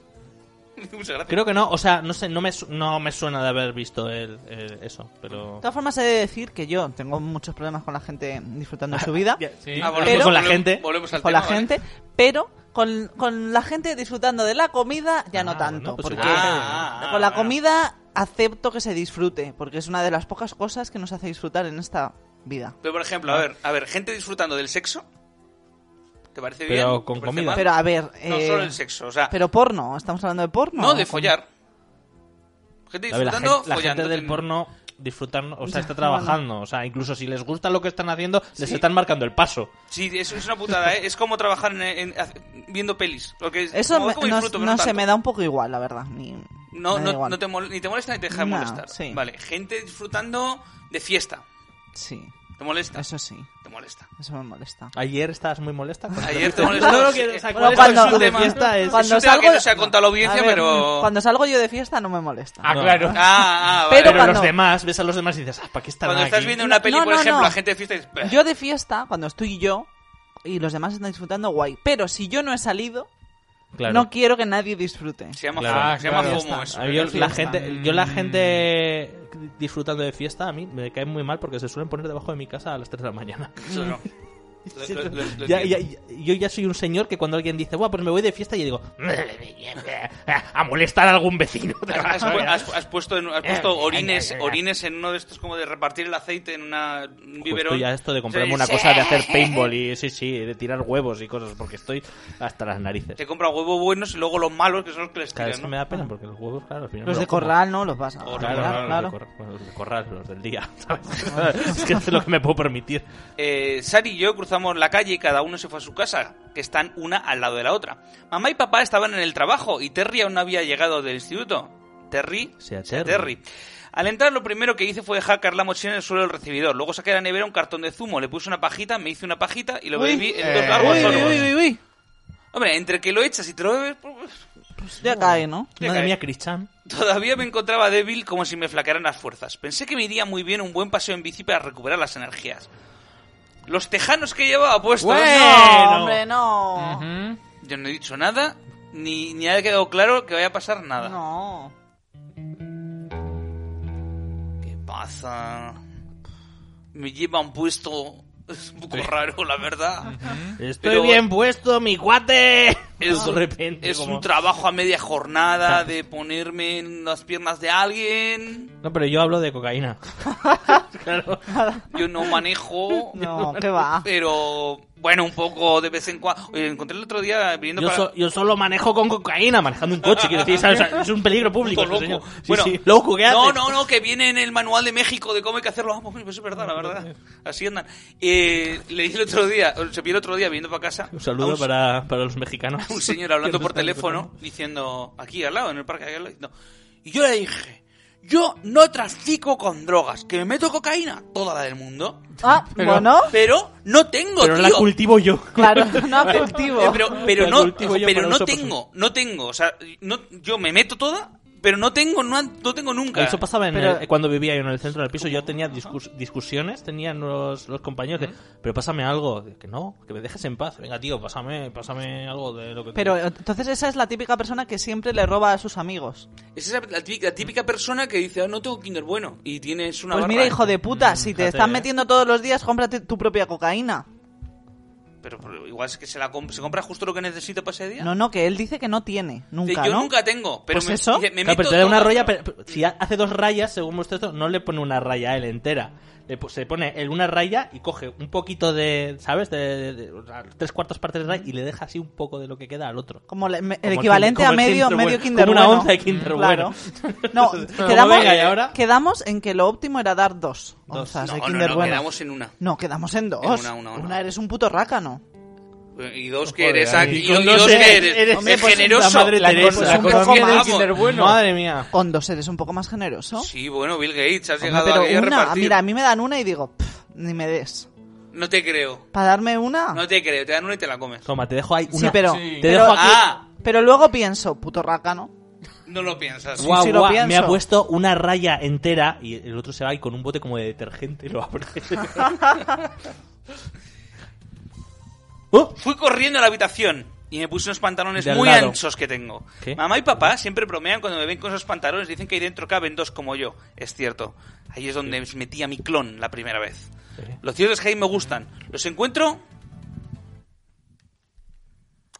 [SPEAKER 1] Muchas gracias.
[SPEAKER 2] Creo que no. O sea, no sé, no me, su- no me suena de haber visto el, el- eso, pero...
[SPEAKER 3] De todas formas, he de decir que yo tengo muchos problemas con la gente disfrutando de su vida.
[SPEAKER 4] Sí.
[SPEAKER 1] Ah, volvemos-
[SPEAKER 3] Pero-
[SPEAKER 2] con la
[SPEAKER 1] volve-
[SPEAKER 2] gente.
[SPEAKER 1] Volvemos al
[SPEAKER 3] con
[SPEAKER 1] tema,
[SPEAKER 3] la
[SPEAKER 1] ¿vale?
[SPEAKER 3] gente, pero con, con la gente disfrutando de la comida ya no
[SPEAKER 2] Ah, bueno,
[SPEAKER 3] tanto,
[SPEAKER 2] pues
[SPEAKER 3] porque
[SPEAKER 1] igual. Ah, ah,
[SPEAKER 3] con la
[SPEAKER 1] bueno.
[SPEAKER 3] comida acepto que se disfrute, porque es una de las pocas cosas que nos hace disfrutar en esta vida.
[SPEAKER 1] Pero, por ejemplo, a ver, a ver, gente disfrutando del sexo. ¿Te parece bien?
[SPEAKER 2] Pero con
[SPEAKER 1] ¿Te parece
[SPEAKER 2] comida.
[SPEAKER 1] mal?
[SPEAKER 3] Pero a ver,
[SPEAKER 1] No
[SPEAKER 3] eh,
[SPEAKER 1] solo el sexo, o sea,
[SPEAKER 3] pero porno, estamos hablando de porno.
[SPEAKER 1] no de follar. Gente
[SPEAKER 2] A ver, la, gen-
[SPEAKER 1] disfrutando,
[SPEAKER 2] la gente
[SPEAKER 1] follando.
[SPEAKER 2] del
[SPEAKER 1] ten-
[SPEAKER 2] porno disfrutan, o sea, está
[SPEAKER 3] Ya, bueno.
[SPEAKER 2] trabajando. O sea, incluso si les gusta lo que están haciendo, les están marcando el paso.
[SPEAKER 1] Sí, eso es una putada, ¿eh? Es como trabajar en- en- hace- viendo pelis. Lo que es-
[SPEAKER 3] Eso
[SPEAKER 1] como-
[SPEAKER 3] me-
[SPEAKER 1] como
[SPEAKER 3] no,
[SPEAKER 1] disfruto, pero
[SPEAKER 3] no se
[SPEAKER 1] tanto.
[SPEAKER 3] me da un poco igual, la verdad. Ni,
[SPEAKER 1] No,
[SPEAKER 3] me da
[SPEAKER 1] no,
[SPEAKER 3] igual.
[SPEAKER 1] no te mol- ni te molesta ni te deja de
[SPEAKER 3] No,
[SPEAKER 1] molestar.
[SPEAKER 3] sí.
[SPEAKER 1] Vale, gente disfrutando de fiesta.
[SPEAKER 3] Sí,
[SPEAKER 1] ¿Te molesta?
[SPEAKER 3] eso sí,
[SPEAKER 1] Te molesta.
[SPEAKER 3] eso me molesta.
[SPEAKER 2] Ayer estabas muy molesta. con-
[SPEAKER 1] Ayer te molestó.
[SPEAKER 5] No lo quiero, o sea,
[SPEAKER 1] Bueno,
[SPEAKER 5] ¿cuál
[SPEAKER 1] pues
[SPEAKER 5] es
[SPEAKER 1] es un
[SPEAKER 5] cuando-
[SPEAKER 1] tema-
[SPEAKER 5] de fiesta es-
[SPEAKER 1] es un tema que no se ha contado a la audiencia,
[SPEAKER 3] a ver,
[SPEAKER 1] pero...
[SPEAKER 3] Cuando salgo yo de fiesta no me molesta.
[SPEAKER 4] Ah, claro.
[SPEAKER 1] Ah, ah, vale.
[SPEAKER 2] Pero,
[SPEAKER 3] Pero cuando-
[SPEAKER 2] los demás, ves a los demás y dices, ah, ¿para qué están
[SPEAKER 1] Cuando
[SPEAKER 2] aquí?
[SPEAKER 1] estás viendo una
[SPEAKER 3] No,
[SPEAKER 1] peli,
[SPEAKER 3] no,
[SPEAKER 1] por
[SPEAKER 3] no,
[SPEAKER 1] ejemplo,
[SPEAKER 3] no.
[SPEAKER 1] la gente de fiesta dice, "Bah".
[SPEAKER 3] Yo de fiesta, cuando estoy yo y los demás están disfrutando, guay. Pero si yo no he salido,
[SPEAKER 2] Claro.
[SPEAKER 3] no quiero que nadie disfrute.
[SPEAKER 1] se llama,
[SPEAKER 4] Claro.
[SPEAKER 1] FOMO,
[SPEAKER 4] Ah,
[SPEAKER 1] se llama
[SPEAKER 4] claro.
[SPEAKER 1] FOMO eso.
[SPEAKER 2] A mí yo,
[SPEAKER 1] Sí.
[SPEAKER 2] la gente, yo la gente disfrutando de fiesta a mí me cae muy mal porque se suelen poner debajo de mi casa a las 3 de la mañana.
[SPEAKER 1] Eso no. Lo- lo- lo- lo
[SPEAKER 2] Ya-
[SPEAKER 1] entiendo.
[SPEAKER 2] ya- yo ya soy un señor que cuando alguien dice, Buah, pues me voy de fiesta, yo digo, a molestar a algún vecino. Pues
[SPEAKER 1] Has, has- has puesto, en- has
[SPEAKER 2] Eh,
[SPEAKER 1] puesto orines, orines en uno de estos como de repartir el aceite en una, un biberón.
[SPEAKER 2] Estoy Pues ya esto de comprarme
[SPEAKER 1] Sí,
[SPEAKER 2] una
[SPEAKER 1] sí.
[SPEAKER 2] cosa de hacer paintball y sí, sí, de tirar huevos y cosas, porque estoy hasta las narices.
[SPEAKER 1] Te compra huevos buenos y luego los malos que son los que les
[SPEAKER 2] Cada vez
[SPEAKER 1] tiran,
[SPEAKER 2] que
[SPEAKER 1] ¿no?
[SPEAKER 2] me
[SPEAKER 1] Ah.
[SPEAKER 2] da pena porque los huevos, claro, al final.
[SPEAKER 3] Los
[SPEAKER 2] me
[SPEAKER 3] de
[SPEAKER 2] como.
[SPEAKER 3] corral no los vas a
[SPEAKER 1] Claro,
[SPEAKER 2] Claro, claro,
[SPEAKER 3] claro, claro.
[SPEAKER 2] Los, de corral, los de corral, los del día, ¿sabes? es que es lo que me puedo permitir.
[SPEAKER 1] Eh, Sari y yo cruzamos la calle y cada uno se fue a su casa, que están una al lado de la otra. Mamá y papá estaban en el trabajo y Terry aún no había llegado del instituto. Terry,
[SPEAKER 2] Sea
[SPEAKER 1] sea
[SPEAKER 2] Terry.
[SPEAKER 1] Terry. Al entrar lo primero que hice fue dejar caer la mochila en el suelo del recibidor. Luego saqué de la nevera un cartón de zumo, le puse una pajita, me hice una pajita y lo
[SPEAKER 3] Uy,
[SPEAKER 1] bebí en
[SPEAKER 4] eh,
[SPEAKER 1] dos largos
[SPEAKER 4] uy,
[SPEAKER 1] sorbos.
[SPEAKER 4] uy, uy,
[SPEAKER 1] Hombre, entre que lo echas y te lo bebes, pues,
[SPEAKER 3] Pues ya cae, ¿no?
[SPEAKER 1] Ya
[SPEAKER 2] Madre
[SPEAKER 1] cae.
[SPEAKER 2] mía, Cristian.
[SPEAKER 1] Todavía me encontraba débil como si me flaquearan las fuerzas. Pensé que me iría muy bien un buen paseo en bici para recuperar las energías. Los tejanos que llevaba puestos.
[SPEAKER 2] Bueno.
[SPEAKER 3] No, hombre, no.
[SPEAKER 4] Ujú.
[SPEAKER 1] Yo no he dicho nada, ni, ni ha quedado claro que vaya a pasar nada.
[SPEAKER 3] No.
[SPEAKER 1] ¿Qué pasa? Me llevan puesto. Es un poco raro, la verdad.
[SPEAKER 2] Estoy
[SPEAKER 1] Pero-
[SPEAKER 2] bien puesto, mi cuate.
[SPEAKER 1] Es,
[SPEAKER 2] de repente.
[SPEAKER 1] es
[SPEAKER 2] como-
[SPEAKER 1] un trabajo a media jornada de ponerme en las piernas de alguien.
[SPEAKER 2] No, pero yo hablo de cocaína. claro.
[SPEAKER 1] Yo no manejo.
[SPEAKER 3] No, qué va.
[SPEAKER 1] Pero bueno, un poco de vez en cuando. Oye, encontré el otro día viniendo
[SPEAKER 2] Yo,
[SPEAKER 1] para.
[SPEAKER 2] so- yo solo manejo con cocaína, manejando un coche. Quiero decir, ¿sabes? O sea, es un peligro público.
[SPEAKER 1] Puto
[SPEAKER 2] este señor.
[SPEAKER 1] loco.
[SPEAKER 2] Sí,
[SPEAKER 1] bueno,
[SPEAKER 2] sí. Loco, ¿qué
[SPEAKER 1] no,
[SPEAKER 2] haces?
[SPEAKER 1] no, no, que viene en el manual de México de cómo hay que hacerlo. Ah, pues es verdad, la verdad. Así andan. Eh, leí el otro día, o se vio el otro día viniendo para casa.
[SPEAKER 2] Un
[SPEAKER 1] a
[SPEAKER 2] saludo para, para los mexicanos.
[SPEAKER 1] un señor hablando
[SPEAKER 2] Que nos
[SPEAKER 1] por
[SPEAKER 2] están
[SPEAKER 1] teléfono
[SPEAKER 2] escuchando.
[SPEAKER 1] diciendo aquí al lado, en el parque aquí al lado, diciendo, y yo le dije, yo no trafico con drogas, que me meto cocaína, toda la del mundo,
[SPEAKER 3] Ah,
[SPEAKER 4] Pero-
[SPEAKER 3] bueno.
[SPEAKER 1] pero no tengo,
[SPEAKER 2] Pero la
[SPEAKER 1] tío".
[SPEAKER 2] cultivo yo.
[SPEAKER 3] Claro, no
[SPEAKER 1] Eh,
[SPEAKER 3] afectivo.
[SPEAKER 1] pero pero
[SPEAKER 2] La
[SPEAKER 1] no,
[SPEAKER 2] cultivo yo
[SPEAKER 1] pero
[SPEAKER 2] para
[SPEAKER 1] no
[SPEAKER 2] uso
[SPEAKER 1] tengo, no tengo, o sea, no, yo me meto toda, pero no tengo, no, an- no tengo nunca.
[SPEAKER 2] Eso pasaba en
[SPEAKER 3] Pero-
[SPEAKER 2] el- cuando vivía yo en el centro del piso. Yo tenía discus- discusiones, tenían los, los compañeros de, pero pásame algo. De Que no, que me dejes en paz. Venga, tío, pásame, pásame algo de lo que
[SPEAKER 3] Pero entonces esa es la típica persona que siempre le roba a sus amigos.
[SPEAKER 1] Es
[SPEAKER 3] Pues
[SPEAKER 1] esa, la, típica, la típica persona que dice, "Ah, no tengo Kinder bueno, y tienes una
[SPEAKER 3] Pues
[SPEAKER 1] barra.
[SPEAKER 3] mira, hijo de puta, si te
[SPEAKER 2] fíjate,
[SPEAKER 3] estás
[SPEAKER 2] eh.
[SPEAKER 3] metiendo todos los días, cómprate tu propia cocaína.
[SPEAKER 1] Pero, pero igual es que se, la comp- se compra justo lo que necesita para ese día.
[SPEAKER 3] No, no, que él dice que no tiene.
[SPEAKER 1] Dice,
[SPEAKER 3] Nunca,
[SPEAKER 1] yo
[SPEAKER 3] ¿no?
[SPEAKER 1] nunca tengo, pero
[SPEAKER 3] Pues
[SPEAKER 1] me,
[SPEAKER 3] eso.
[SPEAKER 1] dice, me
[SPEAKER 2] Claro, pero
[SPEAKER 1] meto
[SPEAKER 2] te da una
[SPEAKER 1] toda,
[SPEAKER 2] raya,
[SPEAKER 1] pero-
[SPEAKER 2] pero, pero si ha- hace dos rayas, según vuestro texto, no le pone una raya a él entera. Le, po- se pone en una raya y coge un poquito de, ¿sabes? De, de- de- o sea, tres cuartas partes de raya y le deja así un poco de lo que queda al otro.
[SPEAKER 3] Como la- me- el
[SPEAKER 2] Como el
[SPEAKER 3] equivalente
[SPEAKER 2] Kinder-
[SPEAKER 3] a
[SPEAKER 2] como el
[SPEAKER 3] medio,
[SPEAKER 2] Kinder
[SPEAKER 3] medio
[SPEAKER 2] Bueno.
[SPEAKER 3] Kinder
[SPEAKER 2] Como una
[SPEAKER 3] Bueno.
[SPEAKER 2] onza de Kinder
[SPEAKER 3] Claro. No,
[SPEAKER 2] Como
[SPEAKER 3] quedamos,
[SPEAKER 2] venga, ¿y ahora?
[SPEAKER 3] quedamos en que lo óptimo era dar dos
[SPEAKER 2] Dos.
[SPEAKER 3] onzas de
[SPEAKER 1] No, no,
[SPEAKER 3] Kinder
[SPEAKER 1] no,
[SPEAKER 3] Bueno.
[SPEAKER 1] quedamos en una.
[SPEAKER 3] No, quedamos en dos.
[SPEAKER 1] En una, una, una.
[SPEAKER 3] eres un puto rácano.
[SPEAKER 1] Y dos que
[SPEAKER 4] Joder,
[SPEAKER 1] eres
[SPEAKER 4] ahí.
[SPEAKER 1] aquí.
[SPEAKER 4] Y
[SPEAKER 1] Y,
[SPEAKER 4] con
[SPEAKER 1] dos
[SPEAKER 4] dos
[SPEAKER 1] que
[SPEAKER 4] eres-
[SPEAKER 1] eres,
[SPEAKER 2] eres-
[SPEAKER 1] es
[SPEAKER 2] pues,
[SPEAKER 1] generoso.
[SPEAKER 2] la madre
[SPEAKER 1] La
[SPEAKER 2] Teresa.
[SPEAKER 1] cosa-
[SPEAKER 4] La
[SPEAKER 1] la cosa
[SPEAKER 4] economía
[SPEAKER 1] que
[SPEAKER 4] del
[SPEAKER 1] vamos.
[SPEAKER 4] Kinder Bueno.
[SPEAKER 2] Madre mía.
[SPEAKER 3] Con dos eres un poco más generoso.
[SPEAKER 1] Sí, bueno, Bill Gates, has
[SPEAKER 3] Hombre,
[SPEAKER 1] llegado
[SPEAKER 3] pero
[SPEAKER 1] aquí a
[SPEAKER 3] una,
[SPEAKER 1] repartir.
[SPEAKER 3] mira, a mí me dan una y digo, "Pff, ni me des.
[SPEAKER 1] No te creo.
[SPEAKER 3] ¿Para darme una?
[SPEAKER 1] No te creo. Te dan una y te la comes.
[SPEAKER 2] Toma, te dejo ahí una.
[SPEAKER 3] sí, pero,
[SPEAKER 4] sí.
[SPEAKER 2] Te
[SPEAKER 3] pero-
[SPEAKER 2] dejo aquí.
[SPEAKER 1] Ah,
[SPEAKER 3] pero luego pienso, puto rácano.
[SPEAKER 1] no lo piensas.
[SPEAKER 2] Guau,
[SPEAKER 3] sí lo
[SPEAKER 2] guau, me
[SPEAKER 3] pienso.
[SPEAKER 2] ha puesto una raya entera y el otro se va y con un bote como de detergente lo abre. ¡Oh!
[SPEAKER 1] Fui corriendo a la habitación y me puse unos pantalones
[SPEAKER 2] De al
[SPEAKER 1] muy
[SPEAKER 2] lado.
[SPEAKER 1] anchos que tengo.
[SPEAKER 2] ¿Qué?
[SPEAKER 1] Mamá y papá siempre bromean cuando me ven con esos pantalones. Dicen que ahí dentro caben dos como yo. Es cierto. Ahí es donde metí a mi clon la primera vez. Lo cierto es que ahí me gustan. Los encuentro...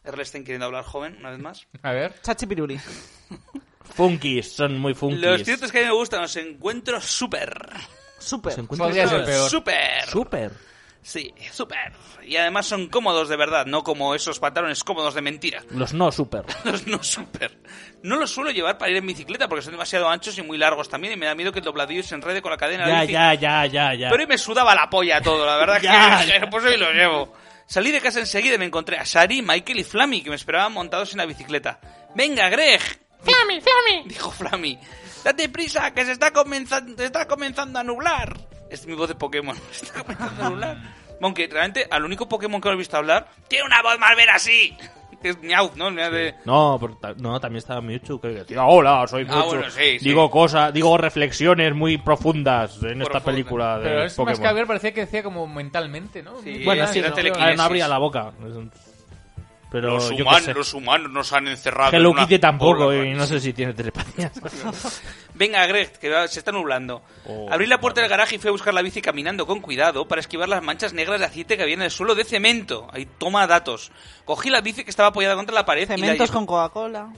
[SPEAKER 1] Erlesten queriendo hablar joven, una vez más.
[SPEAKER 4] A ver.
[SPEAKER 3] Chachi Piruli.
[SPEAKER 2] Funkies, son muy funkies.
[SPEAKER 1] Lo cierto es que a mí me gustan. Los encuentro súper.
[SPEAKER 2] Pues Se
[SPEAKER 3] Súper.
[SPEAKER 2] encuentran
[SPEAKER 4] Podría ser peor.
[SPEAKER 1] Súper.
[SPEAKER 2] súper.
[SPEAKER 1] Sí, súper. Y además son cómodos de verdad, no como esos pantalones cómodos de mentira.
[SPEAKER 2] Los no súper.
[SPEAKER 1] Los no súper. No los suelo llevar para ir en bicicleta porque son demasiado anchos y muy largos también y me da miedo que el dobladillo se enrede con la cadena. de la
[SPEAKER 2] Ya,
[SPEAKER 1] bici.
[SPEAKER 2] ya, ya, ya, ya.
[SPEAKER 1] Pero hoy me sudaba la polla todo, la verdad
[SPEAKER 2] Ya,
[SPEAKER 1] que pues hoy lo llevo. Salí de casa enseguida y me encontré a Shari, Michael y Flammy que me esperaban montados en la bicicleta. ¡Venga, Greg!
[SPEAKER 7] Flammy, Flammy.
[SPEAKER 1] Dijo Flammy. ¡Date prisa, que se está comenzando, está comenzando a nublar! Es mi voz de Pokémon. Se está comenzando a nublar. Aunque realmente al único Pokémon que lo he visto hablar tiene una voz más ver así. Es Meowth, ¿no? Meowth de-
[SPEAKER 2] No, por ta- no, también estaba Mewtwo que decía, hola, soy Mewtwo.
[SPEAKER 1] Ah, bueno, sí, sí.
[SPEAKER 2] Digo cosas, digo reflexiones muy profundas en esta
[SPEAKER 1] Profundas.
[SPEAKER 2] película de
[SPEAKER 4] Pero es
[SPEAKER 2] Pokémon.
[SPEAKER 4] más que a ver, parecía que decía como mentalmente, ¿no?
[SPEAKER 1] Sí,
[SPEAKER 2] Bueno,
[SPEAKER 1] era
[SPEAKER 2] sí,
[SPEAKER 1] la
[SPEAKER 2] no,
[SPEAKER 1] telequinesis.
[SPEAKER 2] a ver, no abría la boca. Pero
[SPEAKER 1] Los,
[SPEAKER 2] yo
[SPEAKER 1] human-
[SPEAKER 2] qué sé.
[SPEAKER 1] los humanos nos han encerrado. en
[SPEAKER 2] Hello
[SPEAKER 1] una- pues.
[SPEAKER 2] Kitty tampoco, eh.
[SPEAKER 1] Hola,
[SPEAKER 2] y no sé si tiene telepatía.
[SPEAKER 1] Venga, Greg, que va- se está nublando.
[SPEAKER 2] Oh,
[SPEAKER 1] Abrí la puerta del garaje y fui a buscar la bici caminando con cuidado para esquivar las manchas negras de aceite que había en el suelo de cemento. Ahí toma datos. Cogí la bici que estaba apoyada contra la pared y la
[SPEAKER 3] Cementos
[SPEAKER 1] lle-
[SPEAKER 3] con Coca-Cola.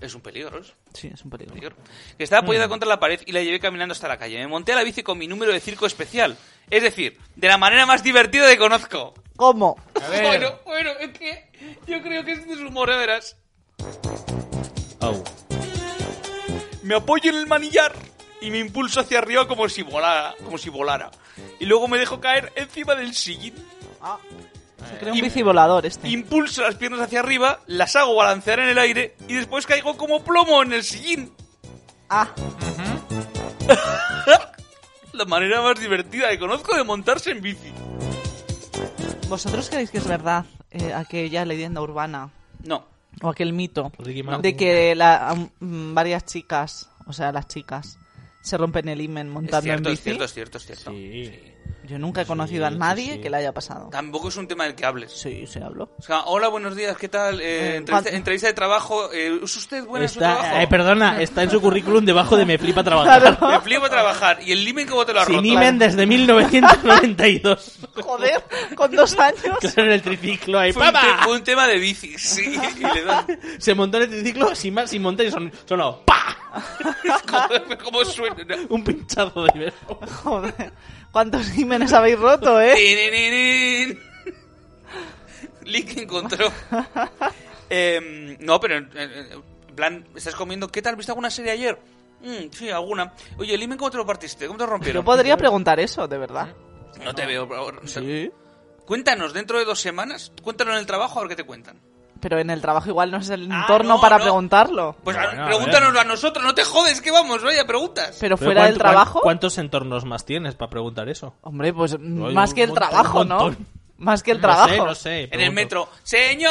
[SPEAKER 1] Es un peligro, es
[SPEAKER 3] Sí, es un
[SPEAKER 1] un
[SPEAKER 3] peligro.
[SPEAKER 1] peligro. Que estaba
[SPEAKER 2] Hmm.
[SPEAKER 1] apoyada contra la pared y la llevé caminando hasta la calle. Me monté a la bici con mi número de circo especial. Es decir, de la manera más divertida que conozco.
[SPEAKER 3] ¿Cómo?
[SPEAKER 1] Eh,
[SPEAKER 4] A ver.
[SPEAKER 1] Bueno, bueno, es que yo creo que este es humor, de veras.
[SPEAKER 2] Oh.
[SPEAKER 1] me apoyo en el manillar y me impulso hacia arriba como si volara, como si volara. Y luego me dejo caer encima del sillín.
[SPEAKER 3] Ah, se cree un bicivolador este.
[SPEAKER 1] Impulso las piernas hacia arriba, las hago balancear en el aire y después caigo como plomo en el sillín.
[SPEAKER 3] Ah,
[SPEAKER 1] La manera más divertida que conozco de montarse en bici.
[SPEAKER 3] ¿vosotros creéis que es verdad eh, aquella leyenda urbana
[SPEAKER 1] No.
[SPEAKER 3] o aquel mito
[SPEAKER 2] Ricky Martin.
[SPEAKER 3] de que la- am- mm, varias chicas, o sea, las chicas, se rompen el himen montando
[SPEAKER 1] Es cierto,
[SPEAKER 3] en
[SPEAKER 1] es
[SPEAKER 3] bici?
[SPEAKER 1] cierto, es cierto, es cierto.
[SPEAKER 2] Sí.
[SPEAKER 3] Yo nunca he conocido a
[SPEAKER 2] sí,
[SPEAKER 3] nadie
[SPEAKER 2] sí.
[SPEAKER 3] que la haya pasado.
[SPEAKER 1] Tampoco es un tema del que hables.
[SPEAKER 3] Sí, se habló.
[SPEAKER 1] O sea, hola, buenos días, ¿qué tal? Eh,
[SPEAKER 3] Eh,
[SPEAKER 1] entrevista,
[SPEAKER 3] Juan-
[SPEAKER 1] entrevista de trabajo. eh, ¿Es usted buena en su trabajo?
[SPEAKER 2] Está, eh, perdona, está en su currículum debajo de Me Flipa Trabajar.
[SPEAKER 1] Me flipo a trabajar. ¿Y el limen cómo te lo has
[SPEAKER 2] Sin
[SPEAKER 1] roto?
[SPEAKER 2] Imen desde 1992.
[SPEAKER 3] Joder, con dos años.
[SPEAKER 2] Claro, en el triciclo ahí.
[SPEAKER 1] Fue un, te-
[SPEAKER 2] ¡Papa!
[SPEAKER 1] fue un tema de bici, sí. Y le dan-
[SPEAKER 2] Se montó en el triciclo sin más, sin montar y son, sonó ¡pa!
[SPEAKER 1] ¿Cómo, cómo suena?
[SPEAKER 2] Un pinchazo de verbo.
[SPEAKER 3] Joder, ¿cuántos himenes habéis roto, eh?
[SPEAKER 1] Tinininín. Link encontró. Em, no, pero en- en en plan, estás comiendo. ¿Qué tal? ¿Viste alguna serie ayer? Mm, sí, alguna. Oye, dime cómo te lo partiste, cómo te lo
[SPEAKER 3] Yo
[SPEAKER 1] rompieron.
[SPEAKER 3] podría preguntar eso, de
[SPEAKER 2] ¿Eh?
[SPEAKER 3] verdad.
[SPEAKER 1] No te veo, por favor. Cuéntanos dentro de dos semanas. Cuéntanos en el trabajo a ver qué te cuentan.
[SPEAKER 3] Pero en el trabajo igual no es el
[SPEAKER 1] Ah,
[SPEAKER 3] entorno
[SPEAKER 1] no,
[SPEAKER 3] para
[SPEAKER 1] no.
[SPEAKER 3] preguntarlo.
[SPEAKER 1] Pues
[SPEAKER 2] Bueno,
[SPEAKER 1] a-
[SPEAKER 2] a
[SPEAKER 1] pregúntanoslo a, nosotros, no te jodes, que vamos, vaya preguntas.
[SPEAKER 2] Pero
[SPEAKER 3] Pero fuera
[SPEAKER 2] ¿cuánto-
[SPEAKER 3] del trabajo.
[SPEAKER 2] cuán- ¿Cuántos entornos más tienes para preguntar eso?
[SPEAKER 3] Hombre, pues
[SPEAKER 2] hay
[SPEAKER 3] más
[SPEAKER 2] un
[SPEAKER 3] que el
[SPEAKER 2] montón,
[SPEAKER 3] trabajo,
[SPEAKER 2] un
[SPEAKER 3] ¿no?
[SPEAKER 2] montón.
[SPEAKER 3] Más que el
[SPEAKER 2] No sé,
[SPEAKER 3] trabajo.
[SPEAKER 2] no sé.
[SPEAKER 1] en el
[SPEAKER 2] pregunto.
[SPEAKER 1] metro.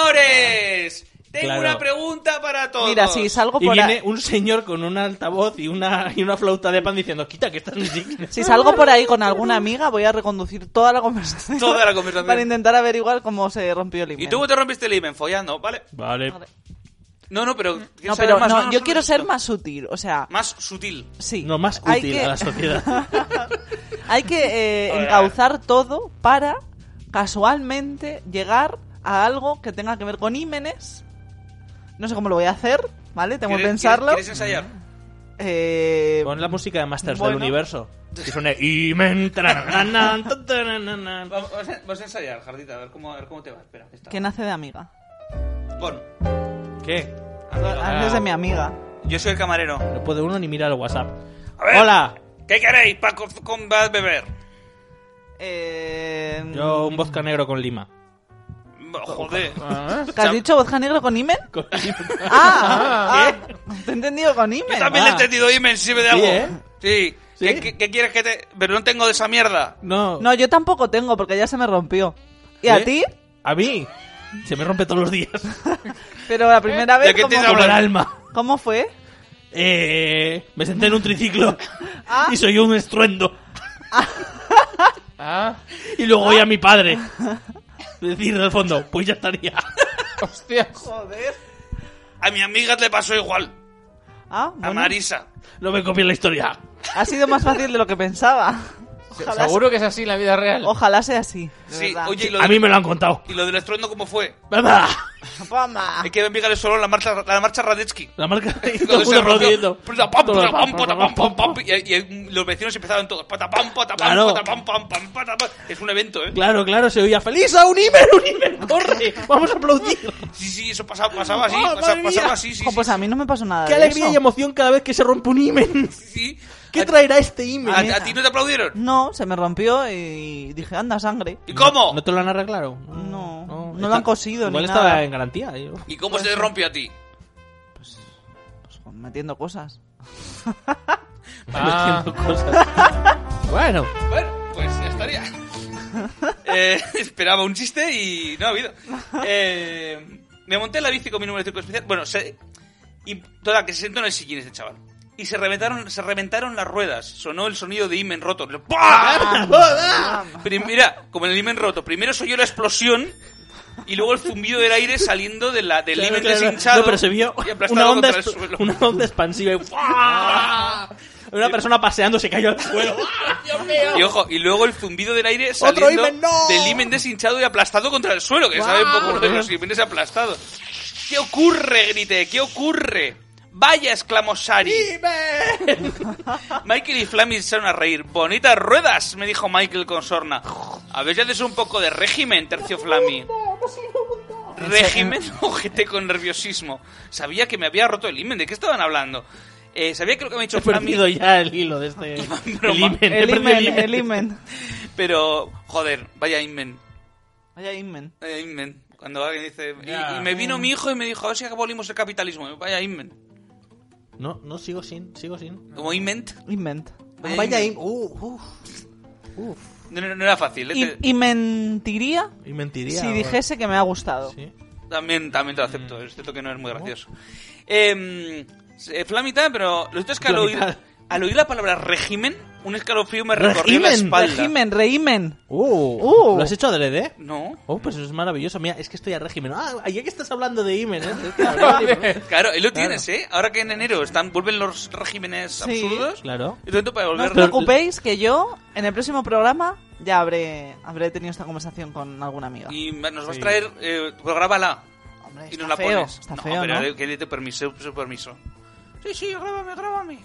[SPEAKER 1] Señores, tengo
[SPEAKER 2] Claro.
[SPEAKER 1] una pregunta para todos.
[SPEAKER 3] Mira, si salgo
[SPEAKER 2] Y
[SPEAKER 3] por
[SPEAKER 2] viene
[SPEAKER 3] ahí,
[SPEAKER 2] un señor con un altavoz y una, y una flauta de pan diciendo, quita que estás en
[SPEAKER 3] si salgo por ahí con alguna amiga, voy a reconducir toda la conversación.
[SPEAKER 1] Toda la conversación.
[SPEAKER 3] Para intentar averiguar cómo se rompió el
[SPEAKER 1] ¿Y
[SPEAKER 3] email.
[SPEAKER 1] tú cómo te rompiste el imen? Follando, ¿vale?
[SPEAKER 2] Vale.
[SPEAKER 1] No, no, pero.
[SPEAKER 3] No,
[SPEAKER 1] ¿quieres saber
[SPEAKER 3] pero
[SPEAKER 1] más?
[SPEAKER 3] no,
[SPEAKER 1] no,
[SPEAKER 3] yo
[SPEAKER 1] solo
[SPEAKER 3] quiero ser
[SPEAKER 1] esto.
[SPEAKER 3] más sutil, o sea,
[SPEAKER 1] Más sutil.
[SPEAKER 3] sí.
[SPEAKER 2] No, más
[SPEAKER 3] Hay
[SPEAKER 2] útil
[SPEAKER 3] que-
[SPEAKER 2] a la sociedad.
[SPEAKER 3] Hay que eh, encauzar todo para casualmente llegar a algo que tenga que ver con ímenes. No sé cómo lo voy a hacer, ¿vale? Tengo que
[SPEAKER 1] ¿Quieres-
[SPEAKER 3] pensarlo. Mm.
[SPEAKER 1] ¿Quieres, quieres ensayar?
[SPEAKER 3] Eh,
[SPEAKER 2] Pon la música de Masters
[SPEAKER 3] Bueno.
[SPEAKER 2] del Universo. Y suena... Y me entra... na, na, na, ta, na, na, na.
[SPEAKER 1] Vamos, vamos a, vamos a ensayar, Jardita, a ver cómo, a ver cómo te va. Espera, está.
[SPEAKER 3] que nace de amiga.
[SPEAKER 1] Bueno,
[SPEAKER 2] ¿Qué?
[SPEAKER 1] Ah.
[SPEAKER 3] Nace de mi amiga.
[SPEAKER 1] yo soy el camarero.
[SPEAKER 2] No puede uno ni mirar el WhatsApp.
[SPEAKER 1] A ver.
[SPEAKER 2] ¡Hola!
[SPEAKER 1] ¿Qué queréis para con, va a beber?
[SPEAKER 3] Eh,
[SPEAKER 2] Yo un vodka negro con lima.
[SPEAKER 1] Joder.
[SPEAKER 3] ¿Que has dicho vodka negro con imen? ah, ah, te he entendido con
[SPEAKER 1] Yo
[SPEAKER 3] imen.
[SPEAKER 1] también le he entendido y me sirve de
[SPEAKER 2] Sí,
[SPEAKER 1] algo.
[SPEAKER 2] ¿eh?
[SPEAKER 1] Sí.
[SPEAKER 2] Sí.
[SPEAKER 1] ¿Qué, qué- qué quieres que te.? Pero no tengo de esa mierda.
[SPEAKER 2] No.
[SPEAKER 3] No, yo tampoco tengo porque ya se me rompió. ¿Y
[SPEAKER 2] ¿Eh?
[SPEAKER 3] a ti?
[SPEAKER 2] ¿A mí? Se me rompe todos los días.
[SPEAKER 3] Pero la primera
[SPEAKER 1] ¿Eh? ¿De
[SPEAKER 3] vez
[SPEAKER 1] qué
[SPEAKER 3] ¿cómo,
[SPEAKER 1] te
[SPEAKER 2] Como el
[SPEAKER 1] hablas?
[SPEAKER 2] alma.
[SPEAKER 3] ¿cómo fue?
[SPEAKER 2] Eh, me senté en un triciclo y soy un estruendo.
[SPEAKER 4] Ah,
[SPEAKER 2] Y luego oí a mi padre decir del fondo, pues ya estaría.
[SPEAKER 4] hostias.
[SPEAKER 3] Joder.
[SPEAKER 1] A mi amiga le pasó igual.
[SPEAKER 3] Ah,
[SPEAKER 1] A
[SPEAKER 3] bueno.
[SPEAKER 1] Marisa.
[SPEAKER 2] No me copies la historia.
[SPEAKER 3] Ha sido más fácil de lo que pensaba. Ojalá,
[SPEAKER 4] Seguro que es así en la vida real.
[SPEAKER 3] se- ojalá sea así. de
[SPEAKER 1] Sí,
[SPEAKER 3] verdad.
[SPEAKER 1] oye, y lo,
[SPEAKER 2] A mí me lo han contado.
[SPEAKER 1] y lo del estruendo, ¿cómo fue?
[SPEAKER 2] ¡Mamá!
[SPEAKER 3] Pama.
[SPEAKER 1] Es que mi amiga le sonó la marcha, la marcha Radetzky.
[SPEAKER 2] La marca y todo el
[SPEAKER 1] Cuando se
[SPEAKER 2] mundo
[SPEAKER 1] rompió,
[SPEAKER 2] aplaudiendo.
[SPEAKER 1] puta pam,
[SPEAKER 2] Todo
[SPEAKER 1] puta
[SPEAKER 2] el
[SPEAKER 1] pam,
[SPEAKER 2] pam,
[SPEAKER 1] puta
[SPEAKER 2] pam,
[SPEAKER 1] pam,
[SPEAKER 2] pam,
[SPEAKER 1] pam, pam, y- y los vecinos empezaron todos. Pata pam, pata pam,
[SPEAKER 2] Claro.
[SPEAKER 1] pata pam, pam, pam, pata pam. Es un evento, ¿eh?
[SPEAKER 2] Claro, claro, se oía feliz a un Iber, un Iber, corre, vamos a aplaudir.
[SPEAKER 1] Sí, sí, eso pasaba, pasaba así.
[SPEAKER 2] Oh,
[SPEAKER 1] pasa-
[SPEAKER 2] madre
[SPEAKER 1] pasaba
[SPEAKER 2] mía.
[SPEAKER 1] así, sí,
[SPEAKER 3] Jo,
[SPEAKER 1] sí,
[SPEAKER 3] pues a mí no me pasó nada.
[SPEAKER 2] Qué
[SPEAKER 3] de
[SPEAKER 2] alegría
[SPEAKER 3] eso.
[SPEAKER 2] y emoción cada vez que se rompe un Imen.
[SPEAKER 1] sí, sí.
[SPEAKER 2] ¿Qué
[SPEAKER 1] A-
[SPEAKER 2] traerá este Imen?
[SPEAKER 1] a, a ti no te aplaudieron?
[SPEAKER 3] No, se me rompió y dije, anda, sangre.
[SPEAKER 1] ¿Y cómo?
[SPEAKER 2] ¿No te lo han arreglado?
[SPEAKER 3] No, no lo han cosido ni
[SPEAKER 2] Igual
[SPEAKER 3] nada.
[SPEAKER 2] estaba en garantía. yo.
[SPEAKER 1] ¿Y cómo se te rompió a ti?
[SPEAKER 3] Pues, metiendo cosas.
[SPEAKER 4] Ah,
[SPEAKER 2] Bueno,
[SPEAKER 1] Bueno, pues ya estaría. Eh, esperaba un chiste y no ha habido. Eh, me monté en la bici con mi número de circo especial. Bueno, se, y toda que se sentó en el sillín este chaval. Y se reventaron, se reventaron las ruedas. Sonó el sonido de imen roto. Le- ¡Pam! Prim- Mira, como en el imen roto. Primero se oyó la explosión y luego el zumbido del aire saliendo de la, del
[SPEAKER 2] claro,
[SPEAKER 1] imen
[SPEAKER 2] claro.
[SPEAKER 1] deshinchado.
[SPEAKER 2] No, pero se vio
[SPEAKER 1] y aplastado
[SPEAKER 2] una onda,
[SPEAKER 1] contra el
[SPEAKER 2] exp-
[SPEAKER 1] suelo.
[SPEAKER 2] una onda expansiva. y ¡guau! una persona paseando se cayó al suelo.
[SPEAKER 1] Y ojo, y luego el zumbido del aire saliendo
[SPEAKER 2] himen, no.
[SPEAKER 1] del himen deshinchado y aplastado contra el suelo, que sabe poco lo de los himenes aplastados. ¿Qué ocurre? Grité, ¿qué ocurre? Vaya, exclamó Sari. Michael y Flammy se echaron a reír. Bonitas ruedas, me dijo Michael con sorna. A ver, ya des un poco de régimen, terció Flammy. Régimen, ojete con nerviosismo. Sabía que me había roto el himen, ¿de qué estaban hablando? Eh, sabía que lo que me ha dicho
[SPEAKER 2] He
[SPEAKER 1] Flammy
[SPEAKER 2] perdido ya el hilo de este. El
[SPEAKER 1] broma.
[SPEAKER 2] Imen. he
[SPEAKER 3] El
[SPEAKER 2] perdido
[SPEAKER 3] imen, el imen.
[SPEAKER 1] Pero, joder, vaya Inmen.
[SPEAKER 3] Vaya imen.
[SPEAKER 1] Vaya Inmen. Cuando alguien dice. y-
[SPEAKER 4] Ya.
[SPEAKER 1] Y, me vino mi hijo y me dijo, a ver si abolimos el capitalismo. Vaya Inmen.
[SPEAKER 2] No, no, sigo sin, sigo sin.
[SPEAKER 1] Como Inment.
[SPEAKER 3] Invent.
[SPEAKER 1] Vaya,
[SPEAKER 2] Vaya
[SPEAKER 1] Inmen.
[SPEAKER 2] Im- uh, uf.
[SPEAKER 1] No, no- no era fácil. ¿eh?
[SPEAKER 3] Y,
[SPEAKER 1] Te-
[SPEAKER 3] y mentiría
[SPEAKER 2] Y mentiría.
[SPEAKER 3] si
[SPEAKER 2] o-
[SPEAKER 3] dijese que me ha gustado.
[SPEAKER 2] Sí.
[SPEAKER 1] También, también te lo acepto. Es cierto que no es muy gracioso. Eh, eh, Flamita, pero lo cierto es que al oír,
[SPEAKER 2] Flamita.
[SPEAKER 1] al oír la palabra régimen, un escalofrío me recorrió la
[SPEAKER 2] Régimen,
[SPEAKER 1] espalda.
[SPEAKER 3] Régimen, reimen.
[SPEAKER 2] Uh,
[SPEAKER 3] Uh.
[SPEAKER 2] ¿Lo has hecho adrede?
[SPEAKER 1] No.
[SPEAKER 2] Oh, pues eso es maravilloso. Mira, es que estoy a régimen. Ah, ya que estás hablando de Imen, ¿eh?
[SPEAKER 1] Claro, ahí lo tienes, ¿eh? Ahora que en enero están, vuelven los regímenes
[SPEAKER 3] Sí.
[SPEAKER 1] absurdos.
[SPEAKER 2] Claro.
[SPEAKER 1] Y tanto para
[SPEAKER 3] No os
[SPEAKER 1] volver.
[SPEAKER 3] preocupéis que yo, en el próximo programa, ya habré, habré tenido esta conversación con alguna amiga.
[SPEAKER 1] y nos vas a traer. Eh, pues grábala.
[SPEAKER 3] Hombre,
[SPEAKER 1] y
[SPEAKER 3] está
[SPEAKER 1] nos la
[SPEAKER 3] feo,
[SPEAKER 1] pones.
[SPEAKER 3] Está
[SPEAKER 1] no,
[SPEAKER 3] feo,
[SPEAKER 1] pero
[SPEAKER 3] ¿no?
[SPEAKER 1] que le dé permiso, su permiso. Sí, sí, grábame, grábame.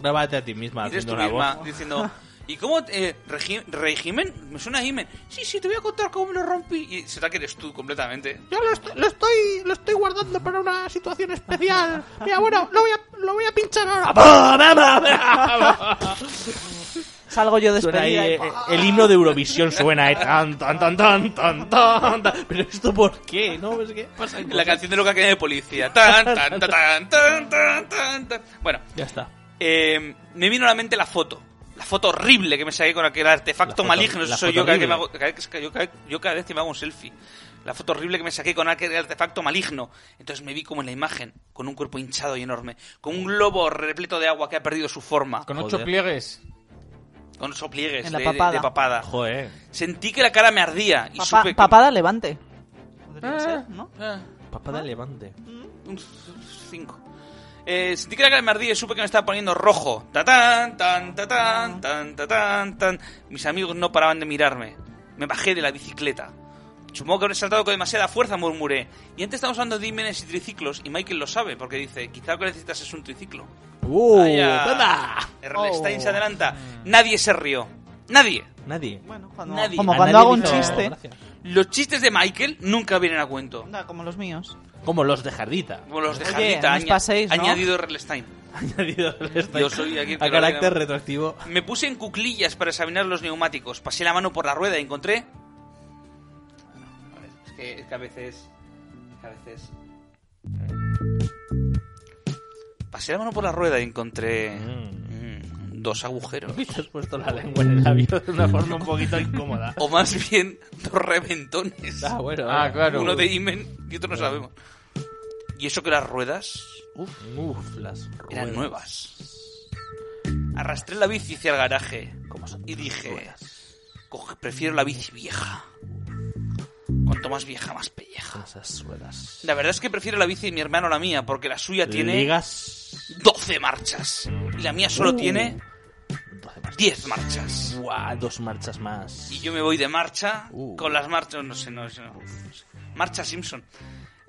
[SPEAKER 2] Grábate a ti misma
[SPEAKER 1] Eres
[SPEAKER 2] haciendo
[SPEAKER 1] tú
[SPEAKER 2] una
[SPEAKER 1] misma
[SPEAKER 2] voz.
[SPEAKER 1] diciendo... ¿Y cómo? Eh, regi- ¿Régimen? Me suena a Imen. Sí, sí, te voy a contar cómo me lo rompí. Y será que eres tú completamente.
[SPEAKER 5] Yo lo, est- lo estoy lo estoy guardando para una situación especial. Mira, bueno, lo voy a, lo voy a pinchar
[SPEAKER 2] Ah,
[SPEAKER 5] ahora.
[SPEAKER 3] Salgo yo
[SPEAKER 2] Suena ahí,
[SPEAKER 3] despedida. y-
[SPEAKER 2] eh, el himno de Eurovisión suena eh, tan tan tan tan tan tan tan. pero esto por qué no pues es que pasan
[SPEAKER 1] La
[SPEAKER 2] cosas.
[SPEAKER 1] canción de loca que hay de policía. Tan, tan, tan, tan, tan, tan, tan, tan. Bueno,
[SPEAKER 2] ya está
[SPEAKER 1] eh, me vino a la mente la foto. La foto horrible que me saqué con aquel artefacto
[SPEAKER 2] La foto-
[SPEAKER 1] maligno. Eso
[SPEAKER 2] la
[SPEAKER 1] soy
[SPEAKER 2] foto
[SPEAKER 1] yo cada, vez que me hago,
[SPEAKER 2] horrible.
[SPEAKER 1] cada vez que- yo cada- yo cada vez que me hago un selfie. La foto horrible que me saqué con aquel artefacto maligno. Entonces me vi como en la imagen, con un cuerpo hinchado y enorme. Con un globo repleto de agua que ha perdido su forma.
[SPEAKER 4] Con ocho
[SPEAKER 2] Joder.
[SPEAKER 4] pliegues.
[SPEAKER 1] Con sopliegues
[SPEAKER 3] En la
[SPEAKER 1] de, de-
[SPEAKER 3] papada.
[SPEAKER 1] de papada.
[SPEAKER 2] joder
[SPEAKER 1] Sentí que la cara me ardía y
[SPEAKER 3] Papá-
[SPEAKER 1] supe que- Ah. Eh.
[SPEAKER 3] papada levante. Podría ser, ¿no?
[SPEAKER 2] papá de levante
[SPEAKER 1] Un cinco. Eh, sentí que la cara me ardía y supe que me estaba poniendo rojo. Tatán, tan, tatán, tan, tatán, tan. Mis amigos no paraban de mirarme. Me bajé de la bicicleta. Supongo que habré saltado con demasiada fuerza, murmuré. Y antes estábamos hablando de ímenes y triciclos, y Michael lo sabe, porque dice, quizá lo que necesitas es un triciclo.
[SPEAKER 3] Oh,
[SPEAKER 2] uh
[SPEAKER 1] Vaya.
[SPEAKER 2] ¡Toma!
[SPEAKER 1] Erlenstein se adelanta. Nadie se rió. Nadie.
[SPEAKER 2] nadie
[SPEAKER 3] Bueno, cuando-
[SPEAKER 1] Nadie.
[SPEAKER 3] como
[SPEAKER 2] A
[SPEAKER 3] cuando
[SPEAKER 2] nadie
[SPEAKER 3] hago un
[SPEAKER 2] le hizo
[SPEAKER 3] chiste.
[SPEAKER 2] gracia.
[SPEAKER 1] Los chistes de Michael nunca vienen a cuento.
[SPEAKER 3] Anda, como los míos.
[SPEAKER 2] como los de jardita
[SPEAKER 1] Como los de
[SPEAKER 3] Oye,
[SPEAKER 1] Jardita,
[SPEAKER 3] nos paséis, ¿no?
[SPEAKER 1] añadido Erlenstein.
[SPEAKER 2] añadido
[SPEAKER 1] Yo soy aquí el que
[SPEAKER 2] a
[SPEAKER 1] lo viene
[SPEAKER 2] carácter
[SPEAKER 1] a-
[SPEAKER 2] retroactivo
[SPEAKER 1] Me puse en cuclillas para examinar los neumáticos. Pasé la mano por la rueda y encontré. A ver, es que, es que a veces. es que a veces. Pasé la mano por la rueda y encontré. mm, dos agujeros.
[SPEAKER 2] Uy, te has puesto la lengua en el labio de una forma un poquito incómoda
[SPEAKER 1] O más bien, dos reventones.
[SPEAKER 2] ah bueno
[SPEAKER 4] Ah, claro.
[SPEAKER 1] Uno de Imen y otro no sabemos. Y eso que las ruedas
[SPEAKER 2] Uf, las
[SPEAKER 1] eran
[SPEAKER 2] ruedas.
[SPEAKER 1] nuevas. Arrastré la bici hacia el garaje
[SPEAKER 2] Como son
[SPEAKER 1] y
[SPEAKER 2] tus
[SPEAKER 1] dije:
[SPEAKER 2] ruedas.
[SPEAKER 1] Coge- prefiero la bici vieja. Cuanto más vieja, más pelleja.
[SPEAKER 2] Esas ruedas.
[SPEAKER 1] La verdad es que prefiero la bici de mi hermano a la mía, porque la suya tiene
[SPEAKER 2] Ligas.
[SPEAKER 1] 12 marchas. Y la mía solo
[SPEAKER 2] Uh.
[SPEAKER 1] tiene
[SPEAKER 2] 12 marchas.
[SPEAKER 1] 10 marchas.
[SPEAKER 2] Buah, dos marchas más.
[SPEAKER 1] Y yo me voy de marcha
[SPEAKER 2] Uh.
[SPEAKER 1] con las marchas. No sé, no sé. no sé. Marcha Simpson.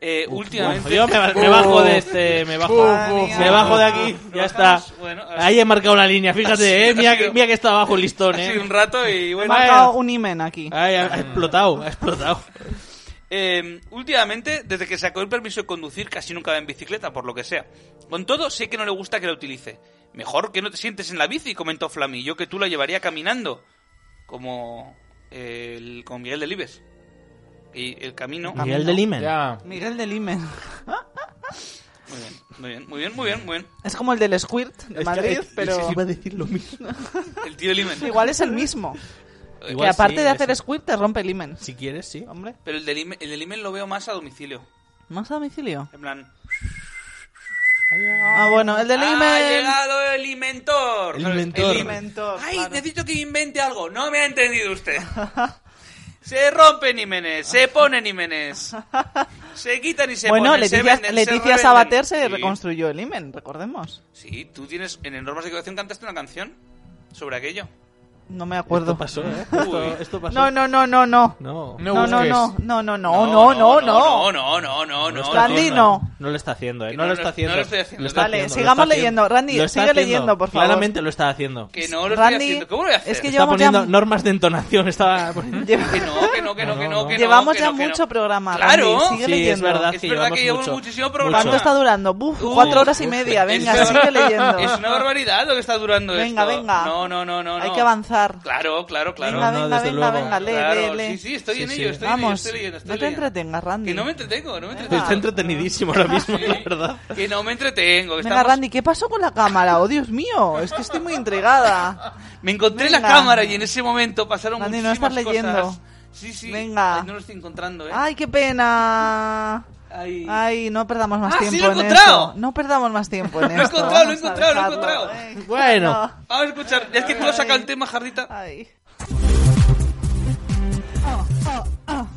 [SPEAKER 1] Eh,
[SPEAKER 2] Uf,
[SPEAKER 1] últimamente.
[SPEAKER 2] yo me, ba- me bajo de este. Me bajo.
[SPEAKER 3] Uf, uf,
[SPEAKER 2] me
[SPEAKER 3] uf.
[SPEAKER 2] bajo de aquí.
[SPEAKER 1] ¿Lo
[SPEAKER 2] Ya está.
[SPEAKER 1] bajamos? Bueno, ha
[SPEAKER 2] Ahí he marcado la línea, fíjate, eh.
[SPEAKER 1] sido- ha
[SPEAKER 2] Mira, que-
[SPEAKER 1] sido-
[SPEAKER 2] mira que está abajo el listón,
[SPEAKER 1] Ha sido un
[SPEAKER 2] eh.
[SPEAKER 1] rato y
[SPEAKER 3] He
[SPEAKER 1] bueno. Ah.
[SPEAKER 3] marcado un imen aquí.
[SPEAKER 2] Ay, ha, ha explotado, ha explotado.
[SPEAKER 1] Eh, últimamente, desde que sacó el permiso de conducir, casi nunca va en bicicleta, por lo que sea. Con todo, sé que no le gusta que la utilice. Mejor que no te sientes en la bici, comentó Flammy. Yo que tú la llevaría caminando. Como. eh, el, con Miguel Delibes. Y el camino.
[SPEAKER 3] Ah.
[SPEAKER 2] Miguel de Limen.
[SPEAKER 4] Ya.
[SPEAKER 3] Miguel del imen.
[SPEAKER 1] Muy bien, muy bien, muy bien, muy bien, muy bien.
[SPEAKER 3] Es como el del Squirt de Madrid, pero
[SPEAKER 2] a decir lo mismo.
[SPEAKER 1] El tío Limen.
[SPEAKER 3] igual es el mismo. Que
[SPEAKER 2] Igual
[SPEAKER 3] aparte
[SPEAKER 2] sí,
[SPEAKER 3] de hacer
[SPEAKER 2] es-
[SPEAKER 3] Squirt te rompe el imen.
[SPEAKER 2] Si quieres, sí.
[SPEAKER 3] Hombre,
[SPEAKER 1] Pero el de Limen, el de Limen lo veo más a domicilio.
[SPEAKER 3] más a domicilio.
[SPEAKER 1] En plan.
[SPEAKER 3] Ah, bueno, el del
[SPEAKER 1] ¡Ha
[SPEAKER 3] imen.
[SPEAKER 1] llegado el inventor!
[SPEAKER 2] El inventor.
[SPEAKER 1] im-
[SPEAKER 3] Inventor,
[SPEAKER 1] ¡Ay,
[SPEAKER 3] claro.
[SPEAKER 1] necesito que invente algo! No me ha entendido usted. Se rompen Jiménez, se ponen Jiménez. Se quitan y se
[SPEAKER 3] bueno,
[SPEAKER 1] ponen, se
[SPEAKER 3] Leticia,
[SPEAKER 1] venden, se
[SPEAKER 3] Leticia
[SPEAKER 1] revenden.
[SPEAKER 3] Sabater se
[SPEAKER 1] Sí.
[SPEAKER 3] reconstruyó el imen, recordemos.
[SPEAKER 1] Sí, tú tienes... En el Normas de Equivocación cantaste una canción sobre aquello.
[SPEAKER 3] No me acuerdo.
[SPEAKER 2] Esto pasó, eh. Esto, esto pasó.
[SPEAKER 3] No, no, no, no, no.
[SPEAKER 2] No.
[SPEAKER 4] No.
[SPEAKER 3] No, no,
[SPEAKER 4] busques.
[SPEAKER 3] no, no, no, no, no, no, no.
[SPEAKER 1] No, no, no, no, no.
[SPEAKER 3] está Randy, bien. no.
[SPEAKER 2] No lo está haciendo, eh.
[SPEAKER 1] Que
[SPEAKER 2] No,
[SPEAKER 1] no
[SPEAKER 2] lo
[SPEAKER 1] lo-
[SPEAKER 2] está haciendo.
[SPEAKER 1] no lo estoy haciendo.
[SPEAKER 2] Lo está
[SPEAKER 3] Vale,
[SPEAKER 2] haciendo, lo
[SPEAKER 3] sigamos
[SPEAKER 2] está
[SPEAKER 3] leyendo.
[SPEAKER 2] haciendo.
[SPEAKER 3] Randy,
[SPEAKER 2] Lo está
[SPEAKER 3] sigue
[SPEAKER 2] haciendo.
[SPEAKER 3] leyendo, por favor.
[SPEAKER 2] Claramente lo está haciendo.
[SPEAKER 1] Que no lo
[SPEAKER 3] Randy,
[SPEAKER 1] estoy haciendo. ¿Cómo lo voy a hacer?
[SPEAKER 3] Es que
[SPEAKER 2] Está
[SPEAKER 3] llevamos ya,
[SPEAKER 2] poniendo normas de entonación. Estaba poniendo-
[SPEAKER 3] lleva-
[SPEAKER 1] Que no, que no, que no, que no, que no,
[SPEAKER 3] llevamos
[SPEAKER 1] que
[SPEAKER 3] ya
[SPEAKER 1] no, que no.
[SPEAKER 3] mucho programa.
[SPEAKER 1] Claro.
[SPEAKER 3] Randy, sigue
[SPEAKER 2] Sí,
[SPEAKER 3] leyendo.
[SPEAKER 2] es verdad
[SPEAKER 1] Es
[SPEAKER 2] que
[SPEAKER 1] verdad
[SPEAKER 2] llevamos
[SPEAKER 1] que llevamos
[SPEAKER 2] mucho,
[SPEAKER 1] muchísimo
[SPEAKER 2] mucho.
[SPEAKER 1] programa.
[SPEAKER 3] ¿Cuánto está durando? Buf,
[SPEAKER 1] Uh,
[SPEAKER 3] cuatro horas y
[SPEAKER 1] uf,
[SPEAKER 3] media.
[SPEAKER 1] es
[SPEAKER 3] Venga,
[SPEAKER 1] una-
[SPEAKER 3] sigue leyendo.
[SPEAKER 1] Es una barbaridad lo que está durando
[SPEAKER 3] Venga,
[SPEAKER 1] esto.
[SPEAKER 3] venga.
[SPEAKER 1] No, no, no, no.
[SPEAKER 3] Hay
[SPEAKER 1] no.
[SPEAKER 3] que avanzar.
[SPEAKER 1] Claro, claro, claro.
[SPEAKER 3] venga,
[SPEAKER 2] No, no,
[SPEAKER 3] venga,
[SPEAKER 2] desde
[SPEAKER 3] venga,
[SPEAKER 2] luego.
[SPEAKER 3] venga, lee,
[SPEAKER 1] Claro,
[SPEAKER 3] lee, lee.
[SPEAKER 1] Sí, sí, estoy
[SPEAKER 2] Sí,
[SPEAKER 1] en
[SPEAKER 2] sí.
[SPEAKER 1] ello, estoy en ello,
[SPEAKER 3] Vamos,
[SPEAKER 1] estoy leyendo, estoy
[SPEAKER 3] no te
[SPEAKER 1] leyendo.
[SPEAKER 3] entretengas, Randy.
[SPEAKER 1] Que no me entretengo, no me entretengo.
[SPEAKER 2] Está entretenidísimo ahora mismo, la verdad.
[SPEAKER 1] Que no me entretengo. que
[SPEAKER 3] Venga,
[SPEAKER 1] Pues estamos-
[SPEAKER 3] Randy, ¿qué pasó con la cámara? Oh, Dios mío, es que estoy muy intrigada.
[SPEAKER 1] Me encontré la
[SPEAKER 3] Venga.
[SPEAKER 1] cámara y en ese momento pasaron
[SPEAKER 3] Randy, no
[SPEAKER 1] muchísimas
[SPEAKER 3] estás leyendo.
[SPEAKER 1] cosas. Sí, sí.
[SPEAKER 3] Venga.
[SPEAKER 1] Ay, no lo estoy encontrando, ¿eh?
[SPEAKER 3] Ay, qué pena.
[SPEAKER 1] Ay.
[SPEAKER 3] Ay, no perdamos más
[SPEAKER 1] Ah, sí,
[SPEAKER 3] tiempo
[SPEAKER 1] lo he
[SPEAKER 3] en
[SPEAKER 1] encontrado.
[SPEAKER 3] esto. No perdamos más tiempo
[SPEAKER 1] Lo
[SPEAKER 3] en
[SPEAKER 1] he
[SPEAKER 3] esto.
[SPEAKER 1] encontrado, lo he
[SPEAKER 3] Vamos a
[SPEAKER 1] encontrado, lo he
[SPEAKER 3] dejarlo. eh,
[SPEAKER 1] encontrado.
[SPEAKER 3] Ay,
[SPEAKER 2] Bueno.
[SPEAKER 1] Vamos a escuchar. Ya es que tú lo has sacado el tema, Jardita.
[SPEAKER 3] Ay.
[SPEAKER 7] Oh, oh, oh.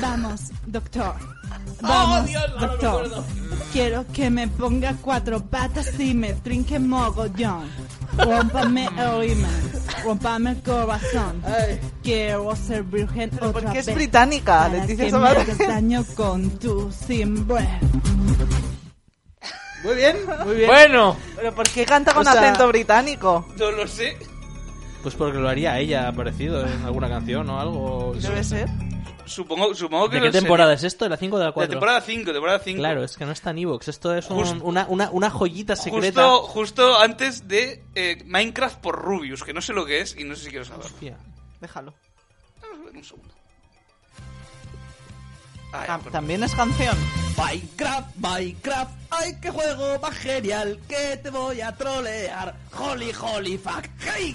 [SPEAKER 7] Vamos, doctor.
[SPEAKER 3] Oh,
[SPEAKER 7] Vamos, doctor. Quiero que me ponga cuatro patas y me trinque mogollón. Rómpame el imen, rómpame el corazón. Quiero ser virgen
[SPEAKER 3] Pero
[SPEAKER 7] otra
[SPEAKER 3] ¿por qué es
[SPEAKER 7] vez
[SPEAKER 3] británica,
[SPEAKER 7] para
[SPEAKER 3] Leticia
[SPEAKER 7] que me
[SPEAKER 3] Sabater?
[SPEAKER 7] hagas daño con tu simbre.
[SPEAKER 3] Muy bien, muy bien.
[SPEAKER 5] Bueno,
[SPEAKER 3] Pero ¿por qué canta con
[SPEAKER 7] O sea-
[SPEAKER 3] acento británico?
[SPEAKER 1] No lo sé.
[SPEAKER 2] Pues porque lo haría ella, parecido, en alguna canción o algo.
[SPEAKER 3] Debe ser.
[SPEAKER 1] Supongo, supongo que
[SPEAKER 2] ¿De qué
[SPEAKER 1] lo sé.
[SPEAKER 2] temporada es esto? ¿De la 5 o de la
[SPEAKER 1] La
[SPEAKER 2] 4?
[SPEAKER 1] temporada 5, temporada 5.
[SPEAKER 2] Claro, es que no está en Evox. Esto es un-
[SPEAKER 1] Justo-
[SPEAKER 2] una, una, una joyita secreta.
[SPEAKER 1] Justo, justo antes de eh, Minecraft por Rubius, que no sé lo que es y no sé si quiero saberlo.
[SPEAKER 2] Hostia.
[SPEAKER 3] Déjalo.
[SPEAKER 1] Vamos a ver un segundo. Ay,
[SPEAKER 3] Tam-
[SPEAKER 1] perdón.
[SPEAKER 3] Ah, También es canción.
[SPEAKER 8] Minecraft, Minecraft, ay qué juego más genial, que te voy a trolear, holy holy fuck, hey.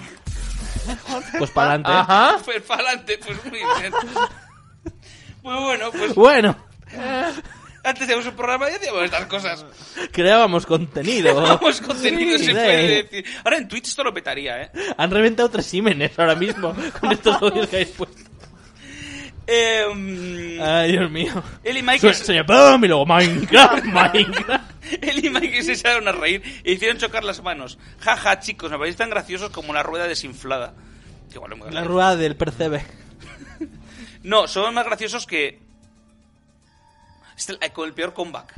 [SPEAKER 2] Pues para adelante.
[SPEAKER 5] ajá.
[SPEAKER 1] Pues para adelante, pues muy bien. Pues bueno, pues
[SPEAKER 2] Bueno,
[SPEAKER 1] antes teníamos un programa y hacíamos estas cosas.
[SPEAKER 2] creábamos contenido.
[SPEAKER 1] Vamos, contenido
[SPEAKER 2] Oh. Sí, sí.
[SPEAKER 1] se puede decir. Ahora en Twitch esto lo petaría, ¿eh?
[SPEAKER 2] Han reventado tres Jiménez ahora mismo con estos audios que habéis puesto.
[SPEAKER 1] Eh, mm,
[SPEAKER 2] Ay, Dios mío.
[SPEAKER 1] él y
[SPEAKER 2] Ah. Su-
[SPEAKER 1] Mike se,
[SPEAKER 2] Sueña, ¡pum! y luego Minecraft, Minecraft.
[SPEAKER 1] él y Mike se echaron a reír e hicieron chocar las manos. Jaja, chicos, me parecéis tan graciosos como una rueda desinflada. Igual no me
[SPEAKER 2] La
[SPEAKER 1] gracioso.
[SPEAKER 2] rueda del percebe.
[SPEAKER 1] No, son más graciosos que. Este- eh, Con el peor comeback.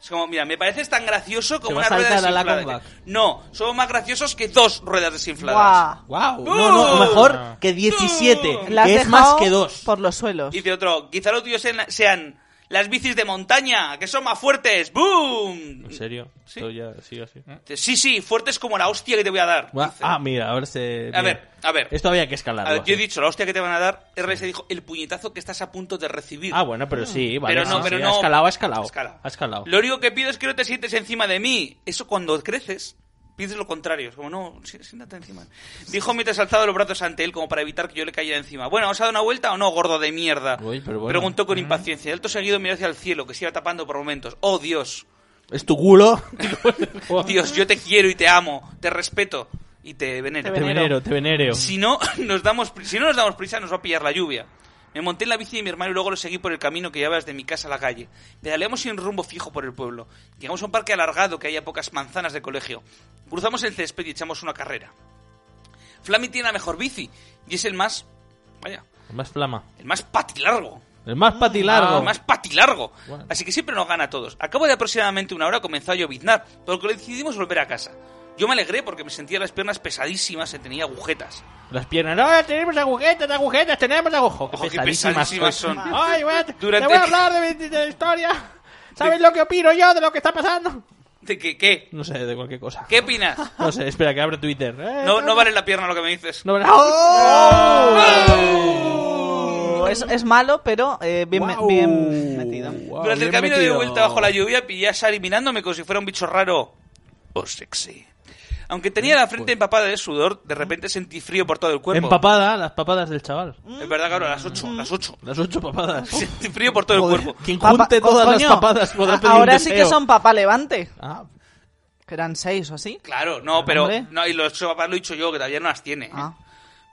[SPEAKER 1] Es como, mira, me pareces tan gracioso como
[SPEAKER 2] va
[SPEAKER 1] una
[SPEAKER 2] a
[SPEAKER 1] rueda
[SPEAKER 2] saltar a la
[SPEAKER 1] desinflada.
[SPEAKER 2] comeback.
[SPEAKER 1] No, son más graciosos que dos ruedas desinfladas.
[SPEAKER 3] Guau.
[SPEAKER 2] ¡Wow! No, no,
[SPEAKER 1] ¡Bum!
[SPEAKER 2] mejor que 17.
[SPEAKER 1] ¡Bum!
[SPEAKER 3] La has
[SPEAKER 2] que es más
[SPEAKER 3] dejado
[SPEAKER 2] que dos.
[SPEAKER 3] Por los suelos.
[SPEAKER 1] Dice otro, quizá lo tuyo sean, sean las bicis de montaña, que son más fuertes. ¡Boom!
[SPEAKER 2] ¿En serio?
[SPEAKER 1] Sí.
[SPEAKER 2] Esto ya sigue así.
[SPEAKER 1] Dice, Sí, sí, fuertes como la hostia que te voy a dar.
[SPEAKER 2] Gua-
[SPEAKER 1] Dice.
[SPEAKER 2] Ah, mira, ahora se. mira.
[SPEAKER 1] ver, a ver.
[SPEAKER 2] Esto había que escalar.
[SPEAKER 1] A ver, yo he dicho la hostia que te van a dar. RS dijo el puñetazo que estás a punto de recibir.
[SPEAKER 2] Ah, bueno, pero sí, vale,
[SPEAKER 1] pero
[SPEAKER 2] sí,
[SPEAKER 1] no,
[SPEAKER 2] sí,
[SPEAKER 1] pero
[SPEAKER 2] Ha
[SPEAKER 1] no.
[SPEAKER 2] escalado, ha escalado.
[SPEAKER 1] Ha escalado.
[SPEAKER 2] Ha escalado.
[SPEAKER 1] Lo único que pido es que no te sientes encima de mí. Eso cuando creces, pides lo contrario. Es como, no, sí- siéntate encima. Dijo mientras alzaba los brazos ante él como para evitar que yo le cayera encima. Bueno, ¿os ha dado una vuelta o no, gordo de mierda?
[SPEAKER 2] Uy, pero bueno. Mm.
[SPEAKER 1] Preguntó con impaciencia. Alto seguido miró hacia el cielo, que se iba tapando por momentos. Oh, Dios.
[SPEAKER 2] Es tu culo.
[SPEAKER 1] Dios, yo te quiero y te amo. Te respeto. y te venero.
[SPEAKER 3] Te
[SPEAKER 2] Te venero, te venero.
[SPEAKER 1] Si no, nos damos, pri- si no nos damos prisa, nos va a pillar la lluvia. Me monté en la bici de mi hermano y luego lo seguí por el camino que llevaba desde mi casa a la calle. Pedaleamos sin rumbo fijo por el pueblo. Llegamos a un parque alargado que hay a pocas manzanas de colegio. Cruzamos el césped y echamos una carrera. Flammy tiene la mejor bici y es el más. Vaya,
[SPEAKER 2] El más flama.
[SPEAKER 1] el más patilargo.
[SPEAKER 2] Ah, El más patilargo.
[SPEAKER 1] Más patilargo.
[SPEAKER 2] Bueno.
[SPEAKER 1] Así que siempre nos gana a todos. A cabo de aproximadamente una hora comenzó a lloviznar, por lo que decidimos volver a casa. Yo me alegré porque me sentía las piernas pesadísimas, se tenía agujetas.
[SPEAKER 2] Las piernas. ¡No, tenemos agujetas, agujetas, tenemos agujetas!
[SPEAKER 1] Ojo, qué pesadísimas son.
[SPEAKER 2] ¡Ay, voy a-
[SPEAKER 1] Durante-
[SPEAKER 2] te voy a hablar de, mi- de la historia! ¿Sabes lo que opino yo de lo que está pasando?
[SPEAKER 1] ¿De qué? ¿Qué?
[SPEAKER 2] No sé, de cualquier cosa.
[SPEAKER 1] ¿Qué opinas?
[SPEAKER 2] No sé, espera, que abre Twitter. Eh,
[SPEAKER 1] No, no vale la pierna lo que me dices.
[SPEAKER 2] no vale- ¡Oh!
[SPEAKER 3] Oh, es, es malo, pero eh, bien, me-
[SPEAKER 5] Guau.
[SPEAKER 3] bien metido.
[SPEAKER 5] Guau,
[SPEAKER 1] Durante el
[SPEAKER 5] bien
[SPEAKER 1] camino de
[SPEAKER 5] metido.
[SPEAKER 1] vuelta bajo la lluvia pillé a Sari mirándome como si fuera un bicho raro o sexy. Aunque tenía la frente empapada de sudor, de repente sentí frío por todo el cuerpo.
[SPEAKER 2] ¡Oh! Empapada, las papadas del chaval.
[SPEAKER 1] Es verdad, cabrón, a las 8, a las 8.
[SPEAKER 2] Las ocho papadas.
[SPEAKER 1] Sentí frío por todo el cuerpo.
[SPEAKER 2] Quien
[SPEAKER 3] Papa-
[SPEAKER 2] junte
[SPEAKER 3] oh,
[SPEAKER 2] todas las
[SPEAKER 3] coño,
[SPEAKER 2] papadas podrá
[SPEAKER 3] a-
[SPEAKER 2] pedir un
[SPEAKER 3] Ahora sí que
[SPEAKER 2] deseo.
[SPEAKER 3] son papá levante.
[SPEAKER 2] Ah,
[SPEAKER 3] Que eran seis o así.
[SPEAKER 1] Claro, no, pero...
[SPEAKER 3] Hombre.
[SPEAKER 1] No, y los papás lo he dicho yo, que todavía no las tiene. ¿eh?
[SPEAKER 3] Ah.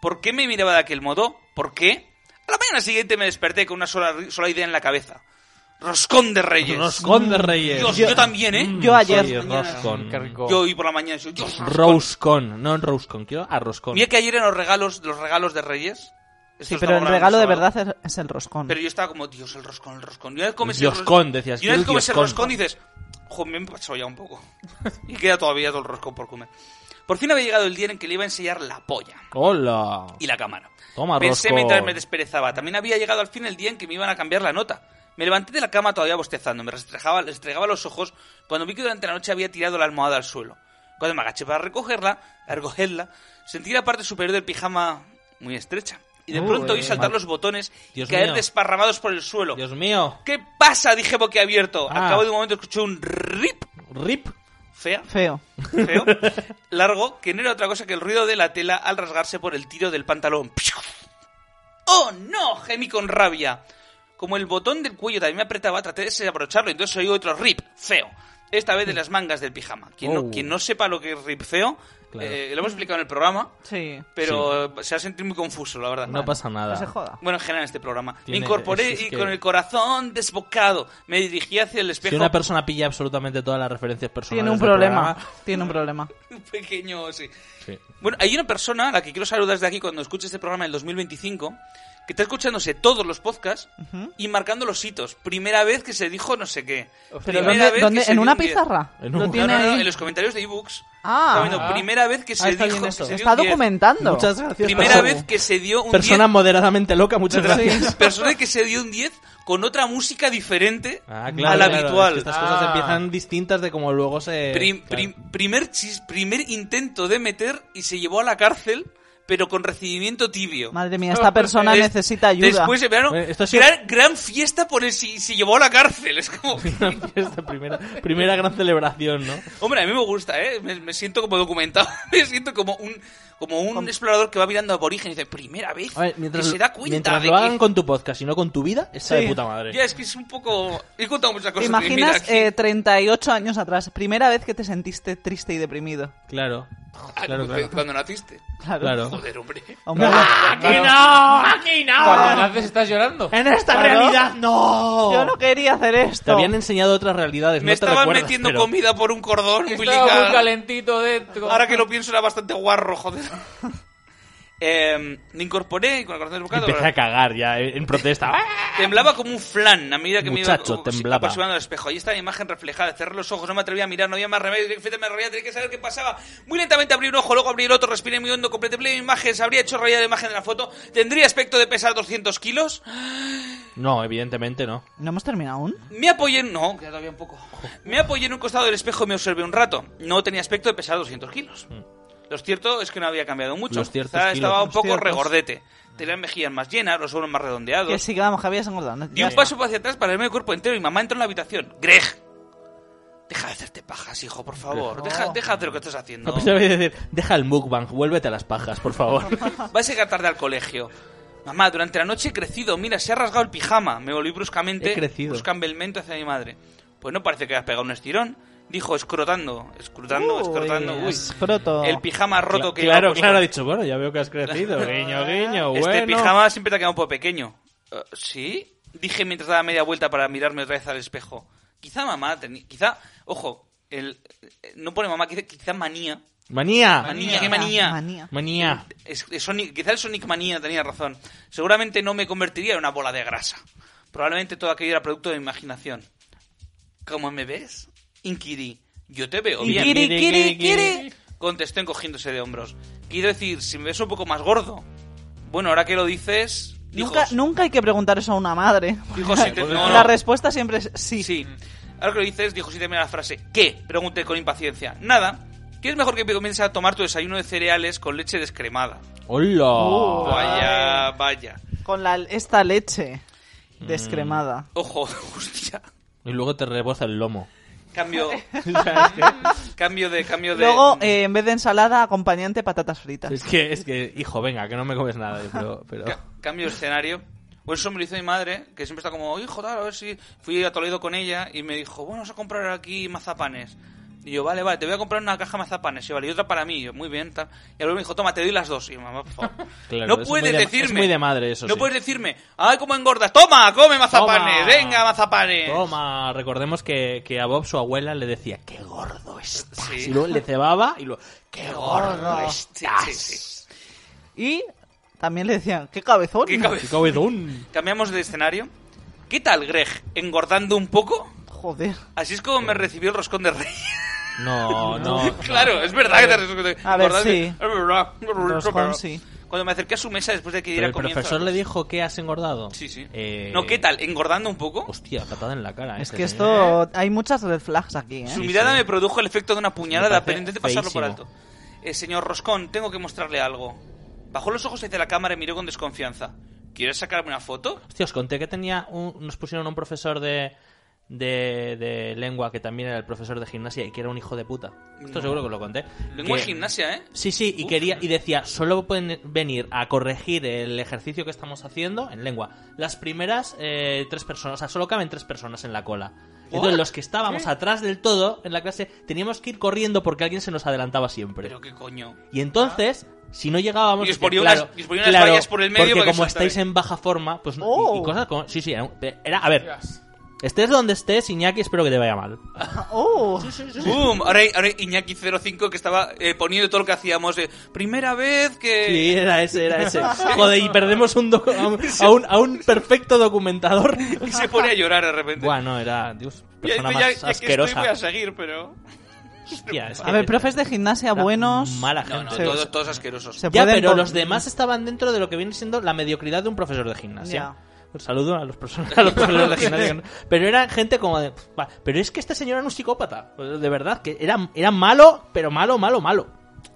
[SPEAKER 1] ¿Por qué me miraba de aquel modo? ¿Por qué? A la mañana siguiente me desperté con una sola, ri- sola idea en la cabeza. Roscón de Reyes.
[SPEAKER 2] Roscón de Reyes.
[SPEAKER 1] Dios, yo también, ¿eh?
[SPEAKER 3] Yo ayer.
[SPEAKER 2] Oye, Roscon.
[SPEAKER 4] Qué rico.
[SPEAKER 1] Yo hoy por la mañana yo, Dios, roscón.
[SPEAKER 2] Roscon, no Roscon, quiero a Roscon.
[SPEAKER 1] Mira que ayer eran los regalos, los regalos de Reyes. Esto
[SPEAKER 3] Sí,
[SPEAKER 1] es
[SPEAKER 3] pero el
[SPEAKER 1] laboral,
[SPEAKER 3] regalo de
[SPEAKER 1] sábado.
[SPEAKER 3] verdad es, es el roscón.
[SPEAKER 1] Pero yo estaba como, Dios, el roscón, el roscón. Y una vez comes el
[SPEAKER 2] Dioscón, decías.
[SPEAKER 1] Y una
[SPEAKER 2] quiero
[SPEAKER 1] vez
[SPEAKER 2] el
[SPEAKER 1] comes el
[SPEAKER 2] Dioscón.
[SPEAKER 1] roscón dices, jo, me he pasado ya un poco. y queda todavía todo el roscón por comer. Por fin había llegado el día en que le iba a enseñar la polla
[SPEAKER 2] Hola.
[SPEAKER 1] y la cámara.
[SPEAKER 2] Toma,
[SPEAKER 1] Pensé
[SPEAKER 2] roscón.
[SPEAKER 1] mientras me desperezaba. También había llegado al fin el día en que me iban a cambiar la nota. Me levanté de la cama todavía bostezando. Me restregaba, restregaba los ojos cuando vi que durante la noche había tirado la almohada al suelo. Cuando me agaché para recogerla, a recogerla, sentí la parte superior del pijama muy estrecha. Y de
[SPEAKER 2] Uh,
[SPEAKER 1] pronto oí
[SPEAKER 2] eh,
[SPEAKER 1] saltar
[SPEAKER 2] mal.
[SPEAKER 1] los botones
[SPEAKER 2] Dios
[SPEAKER 1] y caer
[SPEAKER 2] mío.
[SPEAKER 1] desparramados por el suelo.
[SPEAKER 2] Dios mío.
[SPEAKER 1] ¿Qué pasa? Dije boquiabierto.
[SPEAKER 2] Ah.
[SPEAKER 1] Al cabo de un momento escuché un rip
[SPEAKER 2] Rip.
[SPEAKER 1] fea,
[SPEAKER 3] Feo.
[SPEAKER 1] feo, largo, que no era otra cosa que el ruido de la tela al rasgarse por el tiro del pantalón. ¡Oh, no! Gemí con rabia. Como el botón del cuello también me apretaba, traté de desabrocharlo, entonces oí otro rip feo. Esta vez de las mangas del pijama. Quien,
[SPEAKER 2] Oh.
[SPEAKER 1] no, quien no sepa lo que es rip feo,
[SPEAKER 2] Claro.
[SPEAKER 1] eh, lo hemos explicado en el programa,
[SPEAKER 3] Sí.
[SPEAKER 1] pero eh, se ha sentido muy confuso, la verdad.
[SPEAKER 2] No pasa nada.
[SPEAKER 3] No se joda.
[SPEAKER 1] Bueno, en general en este programa.
[SPEAKER 2] Tiene-
[SPEAKER 1] me incorporé
[SPEAKER 2] es- es
[SPEAKER 1] y
[SPEAKER 2] que-
[SPEAKER 1] con el corazón desbocado me dirigí hacia el
[SPEAKER 2] Si
[SPEAKER 1] espejo.
[SPEAKER 2] una persona pilla absolutamente todas las referencias personales.
[SPEAKER 3] Tiene un
[SPEAKER 2] del
[SPEAKER 3] problema.
[SPEAKER 2] programa,
[SPEAKER 3] Tiene un problema.
[SPEAKER 1] Un pequeño, sí.
[SPEAKER 2] Sí.
[SPEAKER 1] Bueno, hay una persona a la que quiero saludar desde aquí cuando escuche este programa en el 2025 que está escuchándose todos los podcasts y marcando los hitos. Primera vez que se dijo no sé qué.
[SPEAKER 3] Pero
[SPEAKER 1] Primera
[SPEAKER 3] ¿dónde,
[SPEAKER 1] vez
[SPEAKER 3] dónde-
[SPEAKER 1] que se
[SPEAKER 3] ¿En
[SPEAKER 1] dio
[SPEAKER 3] una
[SPEAKER 1] un día.
[SPEAKER 3] pizarra?
[SPEAKER 2] En
[SPEAKER 3] Lo
[SPEAKER 2] un-
[SPEAKER 1] No,
[SPEAKER 3] tiene
[SPEAKER 1] no, no,
[SPEAKER 3] ahí.
[SPEAKER 1] en los comentarios de ebooks.
[SPEAKER 3] Ah.
[SPEAKER 1] Está viendo, primera vez que se
[SPEAKER 3] Ah, está
[SPEAKER 1] dijo
[SPEAKER 3] bien
[SPEAKER 1] que
[SPEAKER 3] eso.
[SPEAKER 1] se dio
[SPEAKER 3] Está
[SPEAKER 1] un 10.
[SPEAKER 3] documentando.
[SPEAKER 2] Muchas gracias.
[SPEAKER 1] Primera
[SPEAKER 2] persona.
[SPEAKER 1] vez que se dio un
[SPEAKER 2] Persona
[SPEAKER 1] 10.
[SPEAKER 2] moderadamente loca, muchas gracias.
[SPEAKER 1] Persona que se dio un 10 con otra música diferente
[SPEAKER 2] Ah, claro,
[SPEAKER 1] a la
[SPEAKER 2] claro, es que
[SPEAKER 1] habitual. Ah.
[SPEAKER 2] estas cosas empiezan distintas de como luego se.
[SPEAKER 1] Prim-
[SPEAKER 2] claro.
[SPEAKER 1] prim- primer, chis- primer intento de meter y se llevó a la cárcel, pero con recibimiento tibio.
[SPEAKER 3] Madre mía, esta persona
[SPEAKER 1] Des-
[SPEAKER 3] necesita ayuda.
[SPEAKER 1] Después de verano,
[SPEAKER 2] Bueno, esto ha sido-
[SPEAKER 1] gran, gran fiesta por el si se llevó a la cárcel. Es como.
[SPEAKER 2] Esta primera, primera gran celebración, ¿no?
[SPEAKER 1] Hombre, a mí me gusta, ¿eh? Me, me siento como documentado. Me siento como un, como un explorador que va mirando aborigen y dice: primera vez
[SPEAKER 2] A ver, mientras,
[SPEAKER 1] que se da cuenta.
[SPEAKER 2] mientras
[SPEAKER 1] de
[SPEAKER 2] lo
[SPEAKER 1] que-".
[SPEAKER 2] hagan con tu podcast y no con tu vida, está
[SPEAKER 3] Sí.
[SPEAKER 2] de puta madre.
[SPEAKER 1] Ya, es que es un poco. He contado muchas
[SPEAKER 3] ¿Te
[SPEAKER 1] cosas. que, mira,
[SPEAKER 3] imaginas
[SPEAKER 1] aquí-
[SPEAKER 3] eh, 38 años atrás? Primera vez que te sentiste triste y deprimido.
[SPEAKER 2] Claro.
[SPEAKER 1] Ah,
[SPEAKER 2] Claro, claro. Pues
[SPEAKER 1] Cuando naciste.
[SPEAKER 3] Claro.
[SPEAKER 2] Claro.
[SPEAKER 1] Joder, hombre.
[SPEAKER 3] Hombre,
[SPEAKER 4] Cuando naces estás llorando.
[SPEAKER 2] ¡En esta realidad no!
[SPEAKER 3] yo no quería hacer
[SPEAKER 2] Te
[SPEAKER 3] esto.
[SPEAKER 2] habían enseñado otras realidades. no
[SPEAKER 1] Me
[SPEAKER 2] te
[SPEAKER 1] estaban
[SPEAKER 2] recuerdas,
[SPEAKER 1] metiendo
[SPEAKER 2] pero-
[SPEAKER 1] comida por un cordón
[SPEAKER 4] Estaba muy
[SPEAKER 1] umbilical.
[SPEAKER 4] calentito dentro.
[SPEAKER 1] Ahora que lo pienso era bastante guarro, joder. Eh, me incorporé y con el corazón desbocado.
[SPEAKER 2] Empecé a cagar ya eh, en en protesta.
[SPEAKER 1] Temblaba como un flan a medida que
[SPEAKER 2] Muchacho,
[SPEAKER 1] me iba
[SPEAKER 2] temblaba.
[SPEAKER 1] aproximando al espejo. Ahí está la imagen reflejada. Cerré los ojos, no me atrevía a mirar, no había más remedio. Fíjate, me reía, tenía que saber qué pasaba. Muy lentamente abrí un ojo, luego abrí el otro, respiré muy hondo, completé plena imagen. Se habría hecho realidad la imagen de la foto. ¿Tendría aspecto de pesar 200 kilos?
[SPEAKER 2] No, evidentemente no.
[SPEAKER 3] ¿No hemos terminado aún?
[SPEAKER 1] Me apoyé en... No, queda todavía un poco. Me apoyé en un costado del espejo y me observé un rato. No tenía aspecto de pesar 200 kilos. Lo cierto es que no había cambiado mucho.
[SPEAKER 2] Mm. Los ciertos
[SPEAKER 1] Quizá
[SPEAKER 2] kilos.
[SPEAKER 1] estaba un
[SPEAKER 2] Los
[SPEAKER 1] poco
[SPEAKER 2] ciertos.
[SPEAKER 1] regordete. Tenía las mejillas más llenas, los hombros más redondeados.
[SPEAKER 3] Que sí, que vamos, que habías engordado. ¿no?
[SPEAKER 1] Di
[SPEAKER 3] Ya
[SPEAKER 1] un
[SPEAKER 3] está.
[SPEAKER 1] paso hacia atrás para verme el cuerpo entero y mamá entró en la habitación. Greg, deja de hacerte pajas, hijo, por favor. Deja, deja de hacer lo que estás haciendo.
[SPEAKER 2] No pensaba que decir, deja el mukbang, vuélvete a las pajas, por favor.
[SPEAKER 1] Vas a llegar tarde al colegio. Mamá, durante la noche he crecido. Mira, se ha rasgado el pijama. Me volví bruscamente.
[SPEAKER 2] He crecido.
[SPEAKER 1] Bruscamente hacia mi madre. Pues no parece que hayas pegado un estirón. dijo escrotando, escrotando, escrotando. Uy,
[SPEAKER 3] escroto.
[SPEAKER 1] el pijama roto que
[SPEAKER 2] claro,
[SPEAKER 1] lleva puesto.
[SPEAKER 2] claro, ha dicho, bueno, ya veo que has crecido. guiño, guiño,
[SPEAKER 1] Este
[SPEAKER 2] bueno.
[SPEAKER 1] pijama siempre te ha quedado un poco pequeño. Eh, ¿Sí? Dije mientras daba media vuelta para mirarme otra vez al espejo. Quizá mamá, teni- quizá, ojo, el, eh, no pone mamá, quizá, quizá manía.
[SPEAKER 2] Manía. Ah,
[SPEAKER 1] Manía, qué manía.
[SPEAKER 3] Manía.
[SPEAKER 2] Manía.
[SPEAKER 1] Es- es Sonic- quizá el Sonic Manía tenía razón. Seguramente no me convertiría en una bola de grasa. Probablemente todo aquello era producto de mi imaginación. ¿Cómo me ves? Inquirí. Yo te veo bien.
[SPEAKER 3] Kiri, kiri, kiri.
[SPEAKER 1] Contestó encogiéndose de hombros. Quiero decir, si me ves un poco más gordo. Bueno, ahora que lo dices... dijo-
[SPEAKER 3] Nunca, nunca hay que preguntar eso a una madre.
[SPEAKER 1] Dijo, sí, te- no,
[SPEAKER 3] La
[SPEAKER 1] no.
[SPEAKER 3] respuesta siempre es sí.
[SPEAKER 1] Sí. Ahora que lo dices, dijo sin terminar la frase. ¿Qué? Pregunté con impaciencia. Nada. ¿Qué es mejor que comiences a tomar tu desayuno de cereales con leche descremada?
[SPEAKER 2] Hola.
[SPEAKER 3] Oh.
[SPEAKER 1] Vaya, vaya.
[SPEAKER 3] Con la, esta leche descremada.
[SPEAKER 1] Ojo, hostia.
[SPEAKER 2] Y luego te reboza el lomo.
[SPEAKER 1] Cambio. cambio de. Cambio de.
[SPEAKER 3] Luego, eh, en vez de ensalada, acompañante patatas fritas.
[SPEAKER 2] Es que, es que, hijo, venga, que no me comes nada. Pero, pero...
[SPEAKER 1] ca- cambio de escenario. O eso me lo hizo mi madre, que siempre está como, hijo, tal, a ver si. Fui a Toledo con ella y me dijo, bueno, vamos a comprar aquí mazapanes. Y yo, vale, vale, te voy a comprar una caja de mazapanes. Y yo, vale, y otra para mí. Y yo, muy bien, tal. Y luego me dijo, toma, te doy las dos. Y yo, mamá, por favor.
[SPEAKER 2] Claro,
[SPEAKER 1] no
[SPEAKER 2] es
[SPEAKER 1] puedes
[SPEAKER 2] muy de ma-
[SPEAKER 1] decirme.
[SPEAKER 2] es muy de madre eso,
[SPEAKER 1] No
[SPEAKER 2] sí.
[SPEAKER 1] puedes decirme, ay, cómo engordas. Toma, come mazapanes.
[SPEAKER 2] Toma.
[SPEAKER 1] Venga, mazapanes.
[SPEAKER 2] Toma, recordemos que, que a Bob su abuela le decía, qué gordo estás. Y
[SPEAKER 1] Sí.
[SPEAKER 2] luego le cebaba y luego, qué gordo
[SPEAKER 1] Sí,
[SPEAKER 2] estás.
[SPEAKER 1] sí, sí.
[SPEAKER 3] Y también le decían, qué cabezón.
[SPEAKER 1] Qué
[SPEAKER 2] Qué
[SPEAKER 1] cabeza.
[SPEAKER 2] cabezón.
[SPEAKER 1] Cambiamos de escenario. ¿Qué tal, Greg? ¿Engordando un poco?
[SPEAKER 3] Joder.
[SPEAKER 1] Así es como me recibió el roscón de rey.
[SPEAKER 2] No, no.
[SPEAKER 1] claro, es verdad que te roscón de Eh, rey.
[SPEAKER 3] A ver,
[SPEAKER 1] ¿Verdad?
[SPEAKER 3] sí.
[SPEAKER 1] Es verdad.
[SPEAKER 3] Roscón, sí.
[SPEAKER 1] Cuando me acerqué a su mesa después de que
[SPEAKER 2] Pero
[SPEAKER 1] diera
[SPEAKER 2] el
[SPEAKER 1] comienzo.
[SPEAKER 2] profesor le dijo que has engordado.
[SPEAKER 1] Sí, sí.
[SPEAKER 2] Eh,
[SPEAKER 1] No, ¿qué tal? ¿Engordando un poco?
[SPEAKER 2] Hostia, patada en la cara. eh,
[SPEAKER 3] Es
[SPEAKER 2] ese
[SPEAKER 3] que
[SPEAKER 2] señor.
[SPEAKER 3] esto. Hay muchas red flags aquí,
[SPEAKER 1] Su
[SPEAKER 3] ¿eh?
[SPEAKER 2] Sí,
[SPEAKER 1] mirada
[SPEAKER 2] sí.
[SPEAKER 1] me produjo el efecto de una puñalada,
[SPEAKER 2] parece
[SPEAKER 1] pero intenté pasarlo por alto.
[SPEAKER 2] feísimo.
[SPEAKER 1] Eh, señor Roscón, tengo que mostrarle algo. Bajó los ojos hacia la cámara y miró con desconfianza. ¿Quieres sacarme una foto?
[SPEAKER 2] Hostia, os conté que tenía un- nos pusieron un profesor de, de, de lengua que también era el profesor de gimnasia y que era un hijo de puta. Esto seguro que os lo conté.
[SPEAKER 1] Lengua
[SPEAKER 2] Que-
[SPEAKER 1] de gimnasia, ¿eh?
[SPEAKER 2] Sí, sí, y quería y decía, solo pueden venir a corregir el ejercicio que estamos haciendo en lengua. Las primeras eh, tres personas, o sea, solo caben tres personas en la cola. Entonces los que estábamos atrás del todo en la clase teníamos que ir corriendo porque alguien se nos adelantaba siempre.
[SPEAKER 1] Pero qué coño.
[SPEAKER 2] Y entonces, si no llegábamos... eh,
[SPEAKER 1] Y os ponía unas- y os ponía unas vallas por el medio
[SPEAKER 2] porque
[SPEAKER 1] para que
[SPEAKER 2] como
[SPEAKER 1] saltara.
[SPEAKER 2] estáis en baja forma, pues... no- y-
[SPEAKER 3] Oh.
[SPEAKER 2] Y, cosas como... Sí, sí, era, un- eh, era- A ver, estés donde estés, Iñaki, espero que te vaya mal.
[SPEAKER 3] ¡Oh!
[SPEAKER 1] ¡Bum! Ahora, ahora Iñaki05 que estaba eh, poniendo todo lo que hacíamos de primera vez
[SPEAKER 2] Sí,
[SPEAKER 1] que...
[SPEAKER 2] era ese, era ese. Joder, y perdemos un docu- a, un, a un- a un perfecto documentador.
[SPEAKER 1] Y se pone a llorar de repente.
[SPEAKER 2] Bueno, era... Dios,
[SPEAKER 1] Ya-
[SPEAKER 2] persona
[SPEAKER 1] ya-
[SPEAKER 2] más
[SPEAKER 1] ya que estoy
[SPEAKER 2] asquerosa.
[SPEAKER 1] voy a seguir, pero...
[SPEAKER 2] Hostia, es
[SPEAKER 3] A
[SPEAKER 2] que-
[SPEAKER 3] ver, profes de gimnasia
[SPEAKER 2] era
[SPEAKER 3] buenos.
[SPEAKER 2] Mala gente.
[SPEAKER 1] No, no,
[SPEAKER 3] Se-
[SPEAKER 1] todos, todos asquerosos.
[SPEAKER 3] se
[SPEAKER 2] Ya,
[SPEAKER 3] pueden
[SPEAKER 2] pero
[SPEAKER 3] con-
[SPEAKER 2] los demás estaban dentro de lo que viene siendo la mediocridad de un profesor de gimnasia.
[SPEAKER 3] Ya.
[SPEAKER 2] Un saludo a los, profesores, a los profesores de gimnasia. que no- Pero era gente como de... "Pff, va, Pero es que este señor era un psicópata. Pues, De verdad, que era, era malo, pero malo, malo, malo.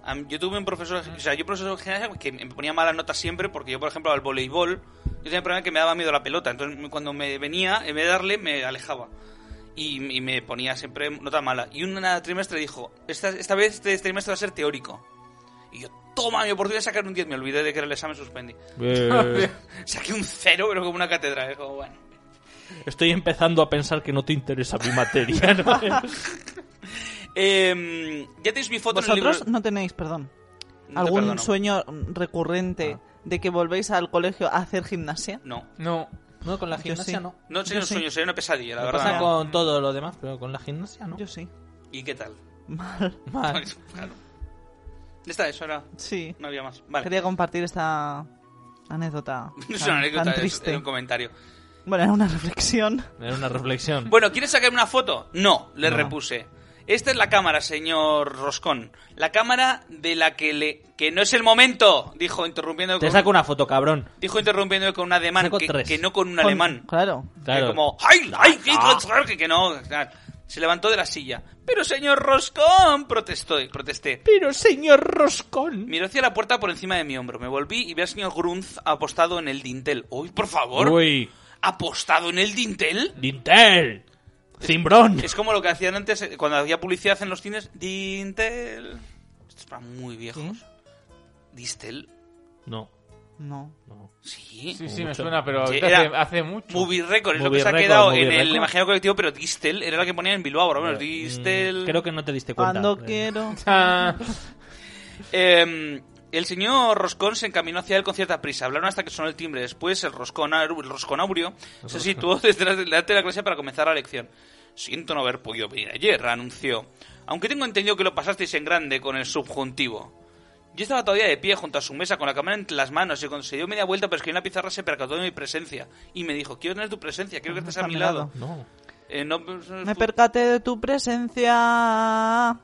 [SPEAKER 1] A mí- Yo tuve un profesor, o sea, yo profesor de gimnasia que me ponía malas notas siempre porque yo, por ejemplo, al voleibol, yo tenía el problema que me daba miedo la pelota, entonces me- cuando me venía, en vez de darle, me alejaba. Y, y me ponía siempre nota mala. Y un trimestre dijo, esta, esta vez este trimestre va a ser teórico. Y yo, toma, mi oportunidad de sacar un 10, me olvidé de que era el examen suspendí.
[SPEAKER 3] Eh.
[SPEAKER 1] Saqué un cero, pero como una cátedra, ¿eh? como bueno.
[SPEAKER 2] Estoy empezando a pensar que no te interesa mi materia. ¿no?
[SPEAKER 1] Em, ya tenéis mi foto en el
[SPEAKER 3] Vosotros
[SPEAKER 1] libro.
[SPEAKER 3] no tenéis, perdón.
[SPEAKER 1] No te
[SPEAKER 3] ¿Algún
[SPEAKER 1] perdono. Ah.
[SPEAKER 3] sueño recurrente de que volvéis al colegio a hacer gimnasia?
[SPEAKER 1] No.
[SPEAKER 4] No.
[SPEAKER 2] No, con la
[SPEAKER 3] Yo
[SPEAKER 2] gimnasia
[SPEAKER 3] sí.
[SPEAKER 2] no.
[SPEAKER 1] No sería
[SPEAKER 3] Yo
[SPEAKER 1] un
[SPEAKER 3] sí.
[SPEAKER 1] sueño, sería una pesadilla, la
[SPEAKER 2] Me
[SPEAKER 1] verdad.
[SPEAKER 2] pasa
[SPEAKER 1] ¿no?
[SPEAKER 2] con todo lo demás, pero con la gimnasia no. Ah,
[SPEAKER 3] Yo sí.
[SPEAKER 1] ¿Y qué tal?
[SPEAKER 3] Mal.
[SPEAKER 2] Mal.
[SPEAKER 1] Claro. Ya está, eso era.
[SPEAKER 3] Sí.
[SPEAKER 1] No había más. Vale.
[SPEAKER 3] Quería compartir esta anécdota.
[SPEAKER 1] No es
[SPEAKER 3] tan-
[SPEAKER 1] una anécdota,
[SPEAKER 3] tan
[SPEAKER 1] es,
[SPEAKER 3] triste.
[SPEAKER 1] era un comentario.
[SPEAKER 3] Bueno, era una reflexión.
[SPEAKER 2] Era una reflexión.
[SPEAKER 1] Bueno, ¿quieres sacar una foto? No, le
[SPEAKER 2] No.
[SPEAKER 1] repuse. Esta es la cámara, señor Roscón. La cámara de la que le... Que no es el momento, dijo interrumpiendo
[SPEAKER 2] Te
[SPEAKER 1] con...
[SPEAKER 2] saco una foto, cabrón.
[SPEAKER 1] Dijo interrumpiendo con un ademán,
[SPEAKER 2] Saco
[SPEAKER 1] que,
[SPEAKER 2] tres.
[SPEAKER 1] que no con un
[SPEAKER 3] Con-
[SPEAKER 1] alemán.
[SPEAKER 3] Claro.
[SPEAKER 2] Claro. Ah,
[SPEAKER 1] Que como... ¡Ay, ay, qué que- que no! Se levantó de la silla. Pero, señor Roscón, protestó, protesté.
[SPEAKER 2] Pero señor Roscón.
[SPEAKER 1] Miró hacia la puerta por encima de mi hombro. Me volví y vi al señor Grunz apostado en el dintel. ¡Uy, por favor!
[SPEAKER 2] Uy,
[SPEAKER 1] ¿Apostado en el dintel?
[SPEAKER 2] Dintel. Cimbrón.
[SPEAKER 1] Es como lo que hacían antes eh, cuando había publicidad en los cines.
[SPEAKER 2] ¿Mm?
[SPEAKER 1] Dintel. Esto es para muy viejos. Distel.
[SPEAKER 2] No.
[SPEAKER 3] No.
[SPEAKER 1] Sí.
[SPEAKER 4] Sí, sí, me
[SPEAKER 2] Mucho.
[SPEAKER 4] suena, pero
[SPEAKER 1] Sí,
[SPEAKER 4] hace,
[SPEAKER 1] era
[SPEAKER 4] hace mucho.
[SPEAKER 1] Movie Record es lo que
[SPEAKER 2] Movie
[SPEAKER 1] se ha
[SPEAKER 2] Record,
[SPEAKER 1] quedado
[SPEAKER 2] Movie
[SPEAKER 1] en el
[SPEAKER 2] Record.
[SPEAKER 1] imaginario colectivo, pero Distel era la que ponían en Bilbao, por lo menos. Distel.
[SPEAKER 2] Mm, Creo que no te diste cuenta.
[SPEAKER 3] Cuando
[SPEAKER 2] Eh,
[SPEAKER 3] quiero.
[SPEAKER 4] Ah,
[SPEAKER 1] Eh, el señor Roscón se encaminó hacia él con cierta prisa. Hablaron hasta que sonó el timbre. Después, el Roscón, el rosconaurio se situó detrás de- delante de la clase para comenzar la lección. Siento no haber podido venir ayer, anunció. Aunque tengo entendido que lo pasasteis en grande con el subjuntivo. Yo estaba todavía de pie junto a su mesa con la cámara entre las manos y cuando se dio media vuelta para escribir en la pizarra se percató de mi presencia y me dijo, quiero tener tu presencia, quiero que estés a mi lado.
[SPEAKER 2] No.
[SPEAKER 1] Eh, no-
[SPEAKER 3] Me percaté de tu presencia.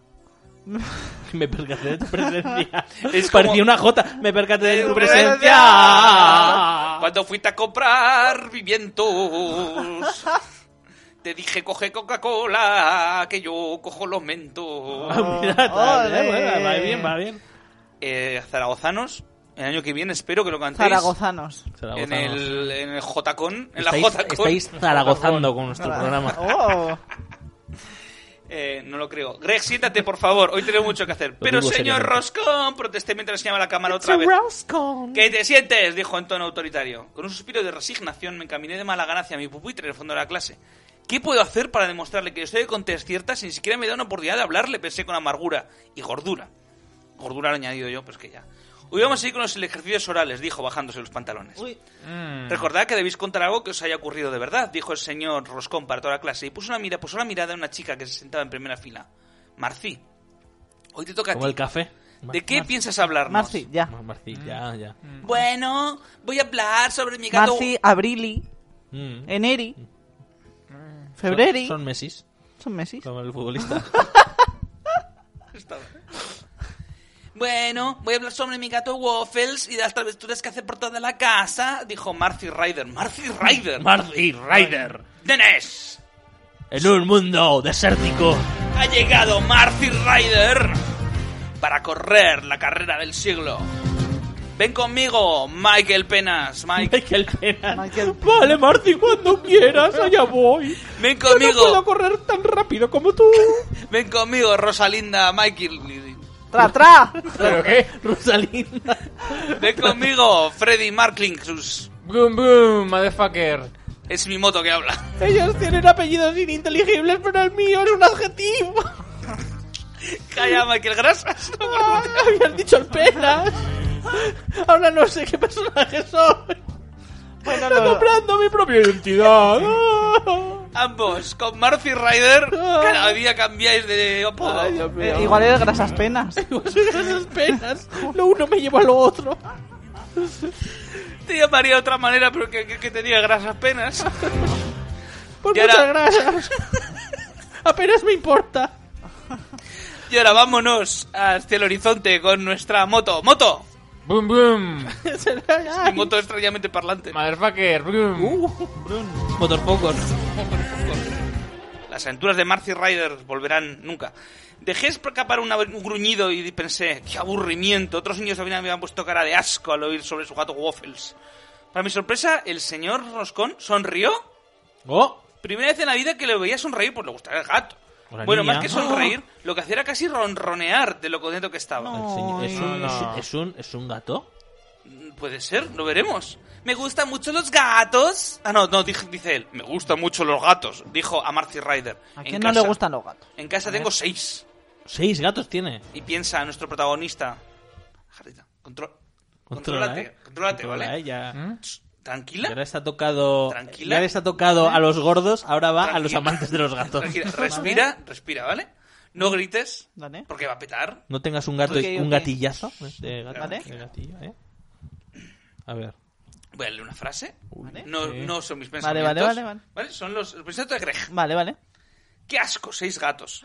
[SPEAKER 2] Me percaté de tu presencia.
[SPEAKER 1] Es
[SPEAKER 2] Parecía
[SPEAKER 1] como-
[SPEAKER 2] una jota. Me percaté de tu Ah, presencia.
[SPEAKER 1] Cuando fuiste a comprar vivientos, te dije coge Coca-Cola, que yo cojo los mentos.
[SPEAKER 2] Ah, mira, tal, eh,
[SPEAKER 3] Ole.
[SPEAKER 2] bueno, va bien, va bien.
[SPEAKER 1] Eh, zaragozanos, el año que viene espero que lo cantéis.
[SPEAKER 3] Zaragozanos.
[SPEAKER 1] En el, en el Jotacón, en
[SPEAKER 2] estáis,
[SPEAKER 1] la Jotacón.
[SPEAKER 2] estáis zaragozando con nuestro programa.
[SPEAKER 3] Oh.
[SPEAKER 1] Eh, no lo creo. Greg, siéntate, por favor. Hoy tenemos mucho que hacer. Pero,
[SPEAKER 2] digo
[SPEAKER 1] señor
[SPEAKER 2] seriamente.
[SPEAKER 1] Roscón, protesté mientras señalaba la cámara otra vez. ¿Qué te sientes? dijo en tono autoritario. Con un suspiro de resignación me encaminé de mala gana hacia mi pupitre en el fondo de la clase. ¿Qué puedo hacer para demostrarle que estoy de contes ciertas si ni siquiera me da una oportunidad de hablarle? Pensé con amargura y gordura. Gordura lo he añadido yo, pues que ya. Hoy vamos a seguir con los ejercicios orales, dijo bajándose los pantalones.
[SPEAKER 4] mm.
[SPEAKER 1] Recordad que debéis contar algo que os haya ocurrido de verdad, dijo el señor Roscón para toda la clase y puso una, mira, puso una mirada a una chica que se sentaba en primera fila. Marcí, hoy te toca a ti.
[SPEAKER 2] Como el café.
[SPEAKER 1] ¿De qué piensas Mm. hablarnos?
[SPEAKER 3] Marci, ya.
[SPEAKER 2] Ma- Marci, ya, ya.
[SPEAKER 1] Bueno, voy a hablar sobre mi gato.
[SPEAKER 3] Marci, Abrili,
[SPEAKER 2] Mm.
[SPEAKER 3] Eneri,
[SPEAKER 2] Son-
[SPEAKER 3] Febreri.
[SPEAKER 2] Mm. Son mesis,
[SPEAKER 3] Son meses.
[SPEAKER 2] como el futbolista.
[SPEAKER 1] Bueno, voy a hablar sobre mi gato Waffles y de las travesturas que hace por toda la casa, dijo Marcy Ryder. Marcy Ryder.
[SPEAKER 2] Marci Ryder.
[SPEAKER 1] ¡Denés!
[SPEAKER 2] En un mundo desértico.
[SPEAKER 1] Ha llegado Marcy Ryder para correr la carrera del siglo. Ven conmigo, Michael Penas. Mike,
[SPEAKER 2] Michael Pena.
[SPEAKER 3] Michael
[SPEAKER 2] Vale, Marci, cuando quieras, allá voy.
[SPEAKER 1] ven
[SPEAKER 5] Yo no puedo
[SPEAKER 1] conmigo.
[SPEAKER 5] correr tan rápido como tú.
[SPEAKER 1] Ven conmigo, Rosalinda, Michael.
[SPEAKER 3] Tra, tra.
[SPEAKER 4] ¿Pero qué?
[SPEAKER 2] Rosalinda.
[SPEAKER 1] Ven conmigo, Freddy Markling. sus-
[SPEAKER 4] Boom, boom, motherfucker.
[SPEAKER 1] Es mi moto que habla.
[SPEAKER 5] Ellos tienen apellidos ininteligibles, pero el mío es un adjetivo.
[SPEAKER 1] Calla, Michael, gracias.
[SPEAKER 5] Ah, Habías dicho el penas. Ahora no sé qué personaje soy.
[SPEAKER 3] Bueno,
[SPEAKER 5] Estoy
[SPEAKER 3] lo,
[SPEAKER 5] comprando mi propia identidad. Ah.
[SPEAKER 1] Ambos, con Marcy Ryder, cada día cambiáis de apodo.
[SPEAKER 5] Ay, Dios mío.
[SPEAKER 3] eh, igual eres grasas penas.
[SPEAKER 5] Esas penas. Lo uno me lleva a lo otro.
[SPEAKER 1] Te llamaría de otra manera, pero que, que, que tenía grasas penas.
[SPEAKER 5] Pues
[SPEAKER 1] Y
[SPEAKER 5] muchas
[SPEAKER 1] ahora-
[SPEAKER 5] gracias. Apenas me importa.
[SPEAKER 1] Y ahora vámonos hacia el horizonte con nuestra moto. ¡Moto!
[SPEAKER 4] Boom, boom.
[SPEAKER 1] Mi moto extrañamente parlante.
[SPEAKER 4] Motherfucker, boom.
[SPEAKER 1] Uh.
[SPEAKER 2] Motorpocos.
[SPEAKER 1] Las aventuras de Marcy Ryder volverán nunca. Dejé escapar una- un gruñido y pensé, qué aburrimiento. Otros niños también habían puesto cara de asco al oír sobre su gato Waffles. Para mi sorpresa, el señor Roscón sonrió.
[SPEAKER 2] Oh,
[SPEAKER 1] Primera vez en la vida que le veía sonreír, pues le gustaba el gato.
[SPEAKER 2] Hola,
[SPEAKER 1] bueno,
[SPEAKER 2] niña.
[SPEAKER 1] más que sonreír,
[SPEAKER 3] Oh.
[SPEAKER 1] lo que hacía era casi ronronear de lo contento que estaba.
[SPEAKER 2] el señor- es, un,
[SPEAKER 4] No,
[SPEAKER 2] es,
[SPEAKER 4] no.
[SPEAKER 2] un- es un, es un gato.
[SPEAKER 1] Mm, Puede ser, lo veremos. Me gustan mucho los gatos. Ah, no, no, dij- dice él. Me gustan mucho los gatos, dijo a Marcy Ryder.
[SPEAKER 3] ¿A
[SPEAKER 1] En
[SPEAKER 3] quién no le
[SPEAKER 1] casa-
[SPEAKER 3] gustan los gatos?
[SPEAKER 1] En casa tengo seis.
[SPEAKER 2] Seis gatos tiene.
[SPEAKER 1] Y piensa nuestro protagonista. Jarrita, control. Contrólate,
[SPEAKER 2] eh.
[SPEAKER 1] contrólate,
[SPEAKER 2] Controla,
[SPEAKER 1] ¿vale?
[SPEAKER 2] eh, ya.
[SPEAKER 3] ¿Mm?
[SPEAKER 1] Tss,
[SPEAKER 2] Ya
[SPEAKER 1] Tranquila.
[SPEAKER 2] les ha tocado.
[SPEAKER 1] Tranquila.
[SPEAKER 2] Ya les ha tocado a los gordos, ahora va a los
[SPEAKER 1] Tranquila.
[SPEAKER 2] amantes de los gatos.
[SPEAKER 1] Tranquila. Respira, respira, ¿vale? No grites,
[SPEAKER 3] Vale.
[SPEAKER 1] porque va a petar.
[SPEAKER 2] No tengas un gato
[SPEAKER 3] Ok,
[SPEAKER 2] un
[SPEAKER 3] ok.
[SPEAKER 2] gatillazo eh, de gato,
[SPEAKER 3] Vale.
[SPEAKER 2] de gatillo, ¿eh? A ver.
[SPEAKER 1] Voy a leer una frase.
[SPEAKER 3] Vale.
[SPEAKER 1] No,
[SPEAKER 2] Sí.
[SPEAKER 1] no son mis
[SPEAKER 3] Vale,
[SPEAKER 1] pensamientos.
[SPEAKER 3] vale, vale, vale.
[SPEAKER 1] Son los, los pensamientos de Greg.
[SPEAKER 3] Vale, vale.
[SPEAKER 1] ¡Qué asco! Seis gatos.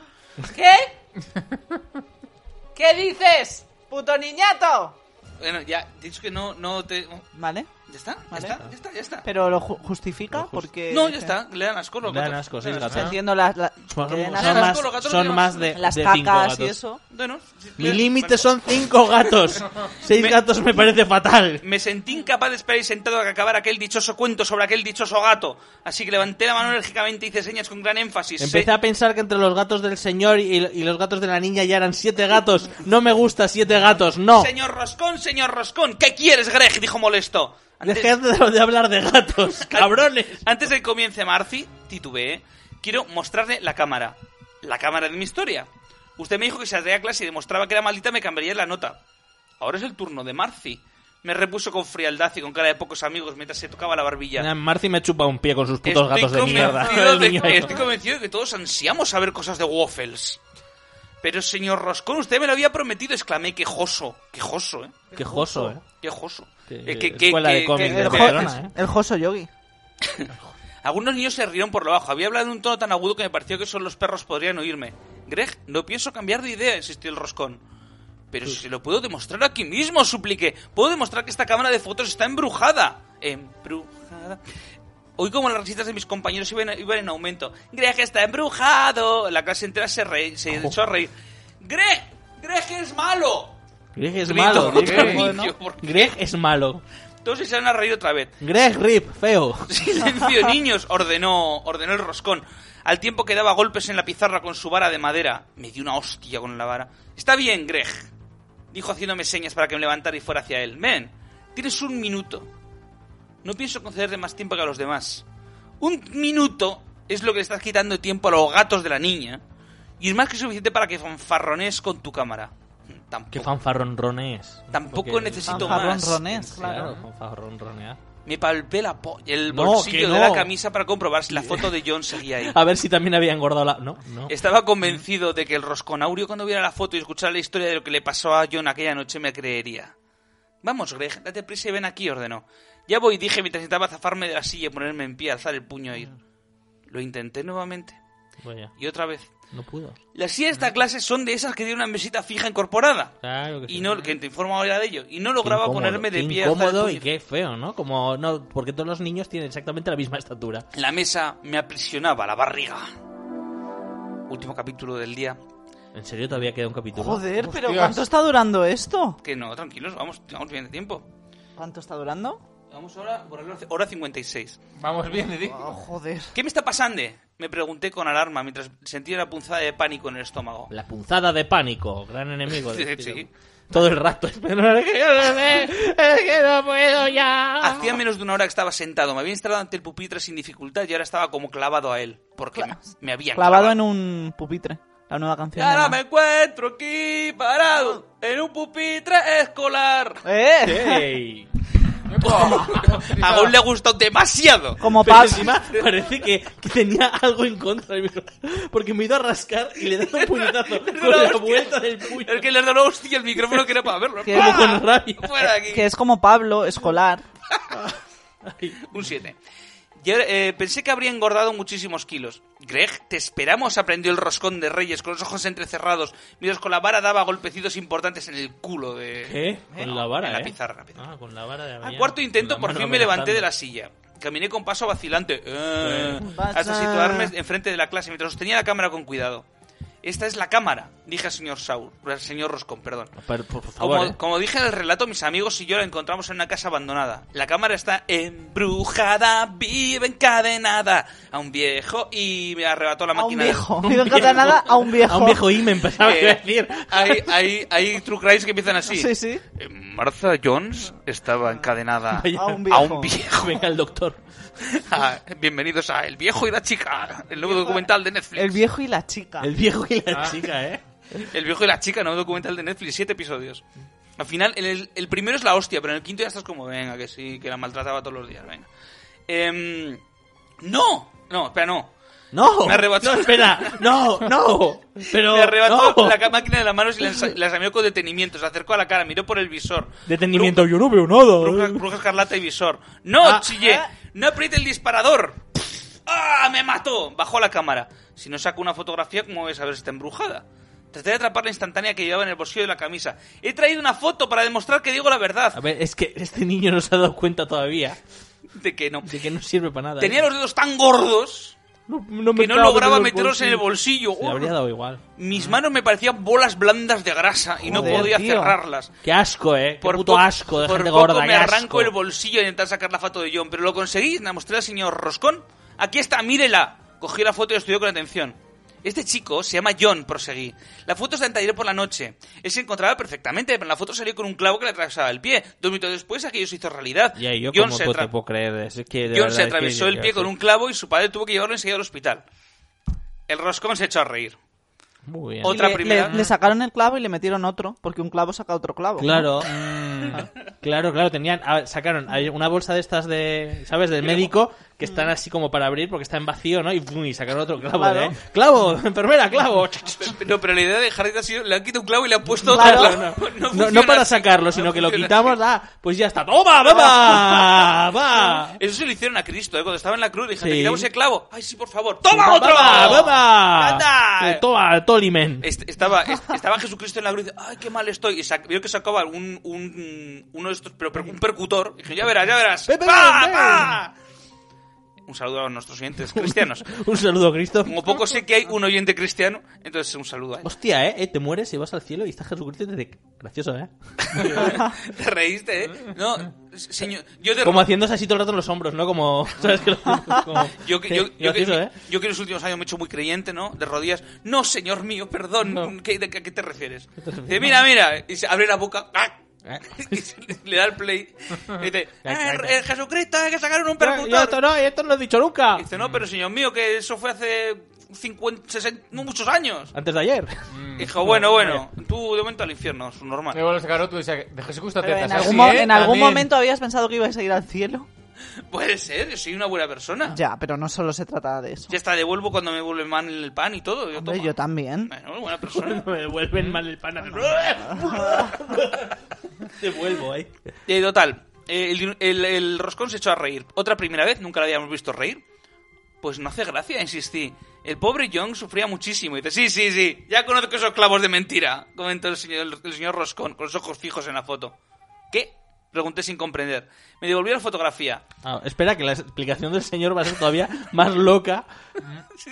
[SPEAKER 3] ¿Qué dices, puto niñato?
[SPEAKER 1] Bueno, ya, he dicho que no, no te.
[SPEAKER 3] Vale.
[SPEAKER 1] ¿Ya está? ¿Ya
[SPEAKER 3] Vale.
[SPEAKER 1] está? ¿Ya está? ¿Ya está?
[SPEAKER 3] Pero lo ju- justifica porque...
[SPEAKER 1] No, ya está. Le dan asco los
[SPEAKER 2] eh, Le dan
[SPEAKER 1] gatos.
[SPEAKER 2] asco, sí,
[SPEAKER 1] Le dan
[SPEAKER 2] gatos.
[SPEAKER 1] asco.
[SPEAKER 3] Entiendo las... la-
[SPEAKER 2] Son,
[SPEAKER 3] que den
[SPEAKER 2] son
[SPEAKER 1] asco,
[SPEAKER 3] asco,
[SPEAKER 2] más,
[SPEAKER 1] los gatos
[SPEAKER 2] son
[SPEAKER 1] tienen
[SPEAKER 2] más
[SPEAKER 1] asco.
[SPEAKER 2] de,
[SPEAKER 3] las
[SPEAKER 2] de cinco
[SPEAKER 3] cacas
[SPEAKER 2] gatos.
[SPEAKER 3] y eso.
[SPEAKER 1] Bueno, sí,
[SPEAKER 2] Mi
[SPEAKER 1] le-
[SPEAKER 2] límite
[SPEAKER 1] bueno.
[SPEAKER 2] son cinco gatos. Seis
[SPEAKER 1] Me-
[SPEAKER 2] gatos me parece fatal.
[SPEAKER 1] Me sentí incapaz de esperar y sentado a que acabara aquel dichoso cuento sobre aquel dichoso gato. Así que levanté la mano enérgicamente y hice señas con gran énfasis.
[SPEAKER 2] Empecé a pensar que entre los gatos del señor y, y los gatos de la niña ya eran siete gatos. No me gusta siete gatos, no.
[SPEAKER 1] Señor Roscón, señor Roscón, ¿qué quieres, Greg? Dijo molesto.
[SPEAKER 2] Dejad de, de hablar de gatos, cabrones.
[SPEAKER 1] Antes de que comience Marcy, titubeé. Quiero mostrarle la cámara. La cámara de mi historia. Usted me dijo que si a clase y demostraba que era maldita me cambiaría la nota. Ahora es el turno de Marcy. Me repuso con frialdad y con cara de pocos amigos mientras se tocaba la barbilla.
[SPEAKER 2] Mira, Marcy me chupa un pie con sus putos gatos de mierda.
[SPEAKER 1] convencido
[SPEAKER 2] El
[SPEAKER 1] de-
[SPEAKER 2] niño ahí.
[SPEAKER 1] estoy convencido de que todos ansiamos saber cosas de Waffles. Pero, señor Roscón, usted me lo había prometido, exclamé, quejoso. Quejoso, ¿eh?
[SPEAKER 2] Quejoso, eh.
[SPEAKER 1] Quejoso.
[SPEAKER 2] Que-
[SPEAKER 1] Eh, que- que-
[SPEAKER 2] escuela de
[SPEAKER 1] que-
[SPEAKER 2] cómic
[SPEAKER 1] que-
[SPEAKER 2] de
[SPEAKER 3] El,
[SPEAKER 1] que-
[SPEAKER 2] Barcelona.
[SPEAKER 1] que-
[SPEAKER 2] ¿eh?
[SPEAKER 3] jo- el Joso Yogi.
[SPEAKER 1] Algunos niños se rieron por lo bajo. Había hablado en un tono tan agudo que me pareció que solo los perros podrían oírme. Greg, no pienso cambiar de idea, insistió el Roscón. Pero si se lo puedo demostrar aquí mismo, supliqué. Puedo demostrar que esta cámara de fotos está embrujada. Embrujada. Hoy como las risitas de mis compañeros iban, iban en aumento. Greg está embrujado. La clase entera se, reí- se echó a reír. Greg, Greg es malo.
[SPEAKER 2] Greg es
[SPEAKER 1] Grito
[SPEAKER 2] malo.
[SPEAKER 1] por
[SPEAKER 2] Greg,
[SPEAKER 1] otro vídeo, porque
[SPEAKER 2] Greg es malo.
[SPEAKER 1] Todos se van a reír otra vez.
[SPEAKER 2] Greg Rip, feo.
[SPEAKER 1] Silencio, niños, ordenó, ordenó el roscón, al tiempo que daba golpes en la pizarra con su vara de madera. Me dio una hostia con la vara. Está bien, Greg, dijo haciéndome señas para que me levantara y fuera hacia él. Men, tienes un minuto. No pienso concederte más tiempo que a los demás. Un minuto es lo que le estás quitando de tiempo a los gatos de la niña. Y es más que suficiente para que fanfarrones con tu cámara.
[SPEAKER 2] Qué
[SPEAKER 1] Tampoco,
[SPEAKER 2] fanfarronrones.
[SPEAKER 1] tampoco
[SPEAKER 2] Porque-
[SPEAKER 1] necesito más.
[SPEAKER 3] Fanfarronrones,
[SPEAKER 2] Claro,
[SPEAKER 3] claro.
[SPEAKER 2] fanfarronronear.
[SPEAKER 1] Me palpé la po- el
[SPEAKER 2] No,
[SPEAKER 1] bolsillo
[SPEAKER 2] que
[SPEAKER 1] de la
[SPEAKER 2] no.
[SPEAKER 1] camisa para comprobar si la foto de John seguía ahí.
[SPEAKER 2] A ver si también había engordado la. No, no.
[SPEAKER 1] Estaba convencido de que el rosconaurio cuando viera la foto y escuchara la historia de lo que le pasó a John aquella noche me creería. Vamos, Greg, date prisa y ven aquí, ordenó. Ya voy, dije mientras intentaba zafarme de la silla y ponerme en pie, alzar el puño e ir. Lo intenté nuevamente.
[SPEAKER 2] Vaya,
[SPEAKER 1] Y otra vez.
[SPEAKER 2] no pudo.
[SPEAKER 1] Las sillas de esta clase son de esas que tienen una mesita fija incorporada.
[SPEAKER 2] Ah. Claro que
[SPEAKER 1] Y
[SPEAKER 2] sí.
[SPEAKER 1] no, que te informa ahora de ello. Y no
[SPEAKER 2] Qué
[SPEAKER 1] lograba
[SPEAKER 2] incómodo,
[SPEAKER 1] ponerme de
[SPEAKER 2] qué
[SPEAKER 1] pie. alzar el
[SPEAKER 2] Incómodo y
[SPEAKER 1] puño.
[SPEAKER 2] qué feo, ¿no? Como no, porque todos los niños tienen exactamente la misma estatura.
[SPEAKER 1] La mesa me aprisionaba la barriga. Último capítulo del día.
[SPEAKER 2] En serio todavía queda un capítulo.
[SPEAKER 3] Joder, pero
[SPEAKER 5] Hostias.
[SPEAKER 3] ¿cuánto está durando esto?
[SPEAKER 1] Que no, tranquilos, vamos, vamos bien de tiempo.
[SPEAKER 3] ¿Cuánto está durando?
[SPEAKER 1] Vamos ahora por la hora- hora 56.
[SPEAKER 4] Vamos bien, Edith.
[SPEAKER 3] Oh, joder.
[SPEAKER 1] ¿Qué me está pasando? Me pregunté con alarma mientras sentía la punzada de pánico en el estómago.
[SPEAKER 2] La punzada de pánico, gran enemigo. de-
[SPEAKER 1] Sí.
[SPEAKER 2] Todo el rato. Es que no sé, es que no puedo
[SPEAKER 3] Ah.
[SPEAKER 2] ya.
[SPEAKER 1] Hacía menos de una hora que estaba sentado. Me había instalado ante el pupitre sin dificultad y ahora estaba como clavado a él. Porque me, me habían
[SPEAKER 3] Clavado en un pupitre. La nueva canción. de
[SPEAKER 1] ahora me
[SPEAKER 3] Ana.
[SPEAKER 1] encuentro aquí parado en un pupitre escolar.
[SPEAKER 3] ¡Eh!
[SPEAKER 2] Ey.
[SPEAKER 1] A Gon le ha gustado demasiado.
[SPEAKER 3] Como
[SPEAKER 2] Pero
[SPEAKER 3] Pablo.
[SPEAKER 2] encima parece que, que tenía algo en contra de mí. Porque me he ido a rascar y le he dado un puñetazo con
[SPEAKER 1] una
[SPEAKER 2] la
[SPEAKER 1] hostia.
[SPEAKER 2] vuelta del puño.
[SPEAKER 1] El que le da la hostia el micrófono que era para verlo.
[SPEAKER 3] Que-
[SPEAKER 2] Como
[SPEAKER 1] ¡Ah!
[SPEAKER 2] con rabia.
[SPEAKER 1] Fuera de aquí.
[SPEAKER 3] Que es como Pablo, escolar.
[SPEAKER 1] Un 7. Yo eh, pensé que habría engordado muchísimos kilos. Greg, te esperamos, aprendió el roscón de Reyes con los ojos entrecerrados, mientras con la vara daba golpecitos importantes en el culo de...
[SPEAKER 2] ¿Qué? Con la vara,
[SPEAKER 1] En la
[SPEAKER 2] eh.
[SPEAKER 1] pizarra, la pizarra.
[SPEAKER 2] Ah, con la vara de
[SPEAKER 1] Al cuarto intento, por fin me levanté de la silla. Caminé con paso vacilante eh,
[SPEAKER 3] Pasa.
[SPEAKER 1] hasta situarme enfrente de la clase mientras sostenía la cámara con cuidado. Esta es la cámara, dije al señor Saur, al señor Roscón, perdón.
[SPEAKER 2] Por, por favor,
[SPEAKER 1] Como,
[SPEAKER 2] eh.
[SPEAKER 1] como dije en el relato, mis amigos y yo la encontramos en una casa abandonada. La cámara está embrujada, vive encadenada a un viejo y me arrebató la
[SPEAKER 3] A un
[SPEAKER 1] máquina. de-
[SPEAKER 3] viejo. No encanta nada a un viejo.
[SPEAKER 2] A un viejo y me empezaba
[SPEAKER 1] Eh,
[SPEAKER 2] a decir.
[SPEAKER 1] hay, hay, hay true crimes que empiezan así.
[SPEAKER 3] Sí, sí.
[SPEAKER 1] Eh, Martha Jones estaba encadenada
[SPEAKER 2] Vaya.
[SPEAKER 3] A un
[SPEAKER 1] a
[SPEAKER 3] viejo.
[SPEAKER 1] un viejo.
[SPEAKER 2] Venga el doctor.
[SPEAKER 1] Ah, Bienvenidos a El viejo y la chica, el nuevo documental de Netflix.
[SPEAKER 3] El viejo y la chica.
[SPEAKER 2] El viejo y la chica, eh.
[SPEAKER 1] El viejo y la chica, nuevo documental de Netflix, siete episodios. Al final, en el, el primero es la hostia, pero en el quinto ya estás como, venga, que sí, que la maltrataba todos los días, venga. Em, ¡No! No, espera, no.
[SPEAKER 2] No,
[SPEAKER 1] Me arrebató.
[SPEAKER 2] No, espera, no, no. Pero.
[SPEAKER 1] Le arrebató
[SPEAKER 2] no.
[SPEAKER 1] la ca- máquina de las manos y la ensa- la examinó con detenimiento. Se acercó a la cara, miró por el visor.
[SPEAKER 2] Detenimiento, yo no veo nada.
[SPEAKER 1] Bruja,
[SPEAKER 2] eh.
[SPEAKER 1] bruja escarlata y visor. ¡No, chillé! ¡No apriete el disparador! ¡Ah, me mató! Bajó la cámara. Si no saco una fotografía, ¿cómo voy a saber si está embrujada? Traté de atrapar la instantánea que llevaba en el bolsillo de la camisa. He traído una foto para demostrar que digo la verdad.
[SPEAKER 2] A ver, es que este niño no se ha dado cuenta todavía
[SPEAKER 1] De que no.
[SPEAKER 2] de que no sirve para nada.
[SPEAKER 1] Tenía
[SPEAKER 2] ¿eh?
[SPEAKER 1] los dedos tan gordos
[SPEAKER 2] no,
[SPEAKER 1] que no
[SPEAKER 2] cabe
[SPEAKER 1] lograba
[SPEAKER 2] los
[SPEAKER 1] meterlos en el
[SPEAKER 2] bolsillos.
[SPEAKER 1] bolsillo.
[SPEAKER 2] Se le habría dado igual.
[SPEAKER 1] Mis manos me parecían bolas blandas de grasa y no
[SPEAKER 3] Joder,
[SPEAKER 1] podía
[SPEAKER 3] tío.
[SPEAKER 1] cerrarlas.
[SPEAKER 2] Qué asco, eh. Qué puto
[SPEAKER 1] po-
[SPEAKER 2] asco de
[SPEAKER 1] por
[SPEAKER 2] gente
[SPEAKER 1] poco
[SPEAKER 2] gorda.
[SPEAKER 1] me
[SPEAKER 2] qué asco.
[SPEAKER 1] arranco el bolsillo e intentar sacar la foto de John, pero lo conseguí, la mostré al señor Roscón. Aquí está, mírela. Cogí la foto y la estudió con atención. Este chico se llama John, proseguí. La foto está en taller por la noche. Él se encontraba perfectamente, pero en la foto salió con un clavo que le atravesaba el pie. Dos minutos después, aquello se hizo realidad.
[SPEAKER 2] Ya, yo
[SPEAKER 1] John
[SPEAKER 2] como
[SPEAKER 1] se
[SPEAKER 2] puedo-
[SPEAKER 1] atra-
[SPEAKER 2] te puedo creer. Es que de
[SPEAKER 1] John
[SPEAKER 2] verdad,
[SPEAKER 1] se
[SPEAKER 2] es que-
[SPEAKER 1] atravesó el pie con un clavo y su padre tuvo que llevarlo enseguida al hospital. El Roscón se echó a reír.
[SPEAKER 2] Muy bien.
[SPEAKER 1] Otra-
[SPEAKER 3] le,
[SPEAKER 1] primera.
[SPEAKER 3] le- le sacaron el clavo y le metieron otro, porque un clavo saca otro clavo. ¿no?
[SPEAKER 2] Claro, Mm. claro, claro. Tenían, a ver, sacaron a- una bolsa de estas de, ¿sabes? Del médico que están
[SPEAKER 1] Mm.
[SPEAKER 2] así como para abrir porque está en vacío, ¿no? Y, pum, y sacaron otro clavo,
[SPEAKER 3] Claro.
[SPEAKER 2] ¿eh? Clavo, enfermera, clavo.
[SPEAKER 1] No, pero la idea de Harriet ha sido, le han quitado un clavo y le han puesto otro
[SPEAKER 3] Claro.
[SPEAKER 1] clavo.
[SPEAKER 2] No, no
[SPEAKER 1] funciona
[SPEAKER 2] para
[SPEAKER 1] así.
[SPEAKER 2] sacarlo,
[SPEAKER 1] No
[SPEAKER 2] sino que lo
[SPEAKER 1] funciona
[SPEAKER 2] quitamos, ah, pues ya está. ¡Toma, va, va! ¡Va!
[SPEAKER 1] Eso se lo hicieron a Cristo, ¿eh? cuando estaba en la cruz, dije,
[SPEAKER 2] Sí.
[SPEAKER 1] te quitamos ese clavo. Ay, sí, por favor. ¡Toma otro!
[SPEAKER 2] ¡Va, va, va! Eh,
[SPEAKER 1] ¡Anda! Eh.
[SPEAKER 2] Toma, Tolimen.
[SPEAKER 1] Est- estaba, est- estaba Jesucristo en la cruz y dice, ay, qué mal estoy. Y sac- vio que sacaba un, un- uno de estos, pero, pero un percutor. Y dije, ya verás, ya verás.
[SPEAKER 2] Ven, ven,
[SPEAKER 1] ¡Pa,
[SPEAKER 2] ven,
[SPEAKER 1] pa! Un saludo a nuestros oyentes cristianos.
[SPEAKER 2] Un saludo, Cristo.
[SPEAKER 1] Como poco sé que hay un oyente cristiano, entonces un saludo a él.
[SPEAKER 2] Hostia, ¿eh? Eh, Te mueres y vas al cielo y está Jesucristo y te dice... Gracioso, ¿eh?
[SPEAKER 1] Te reíste, ¿eh? No, s- señor, yo te
[SPEAKER 2] Como haciéndose así todo el rato en los hombros, ¿no? Como... ¿Sabes qué? Como-
[SPEAKER 1] Yo, que-
[SPEAKER 2] Sí,
[SPEAKER 1] yo, yo, que,
[SPEAKER 2] gracioso, ¿eh?
[SPEAKER 1] yo que en los últimos años me he hecho muy creyente, ¿no? De rodillas. No, señor mío, perdón. ¿Qué, de- qué- qué te refieres? Dice, mira, mira. Y se abre la boca. ¡ah! Y se le- le da el play. Y dice, "Ah, eh, Jesucristo, hay que sacaron un
[SPEAKER 5] Ya, ya esto
[SPEAKER 1] percutor.
[SPEAKER 5] no, y esto no lo he dicho nunca.
[SPEAKER 1] Y dice, no, pero señor mío, que eso fue hace 50, 60, no muchos años.
[SPEAKER 2] Antes de ayer.
[SPEAKER 1] Dijo, bueno, bueno, tú de momento al infierno, es normal.
[SPEAKER 4] Me vuelvo a sacar otro y dice, de Jesucristo
[SPEAKER 3] Pero
[SPEAKER 4] tetas.
[SPEAKER 3] en
[SPEAKER 4] así,
[SPEAKER 3] algún, mo-
[SPEAKER 4] ¿eh?
[SPEAKER 3] en algún
[SPEAKER 4] También.
[SPEAKER 3] momento habías pensado que ibas a ir al cielo.
[SPEAKER 1] Puede ser, yo soy una buena persona. Ya,
[SPEAKER 3] Ya, pero no solo se trata de eso.
[SPEAKER 1] está, devuelvo cuando me vuelve mal el pan y todo. Yo,
[SPEAKER 3] Hombre,
[SPEAKER 1] toma.
[SPEAKER 3] yo también.
[SPEAKER 1] Bueno, buena persona. ¿Mm?
[SPEAKER 2] Me devuelven mal el pan. Devuelvo, ¿eh?
[SPEAKER 1] Eh, total, eh, el, el- el roscón se echó a reír. Otra primera vez, nunca lo habíamos visto reír. Pues no hace gracia, insistí. El pobre John sufría muchísimo. Y dice, sí, sí, sí, ya conozco esos clavos de mentira, comentó el señor, el señor Roscón, con los ojos fijos en la foto. ¿Qué? Pregunté sin comprender. Me devolvió la fotografía.
[SPEAKER 2] Ah, espera, que la explicación del señor va a ser todavía más loca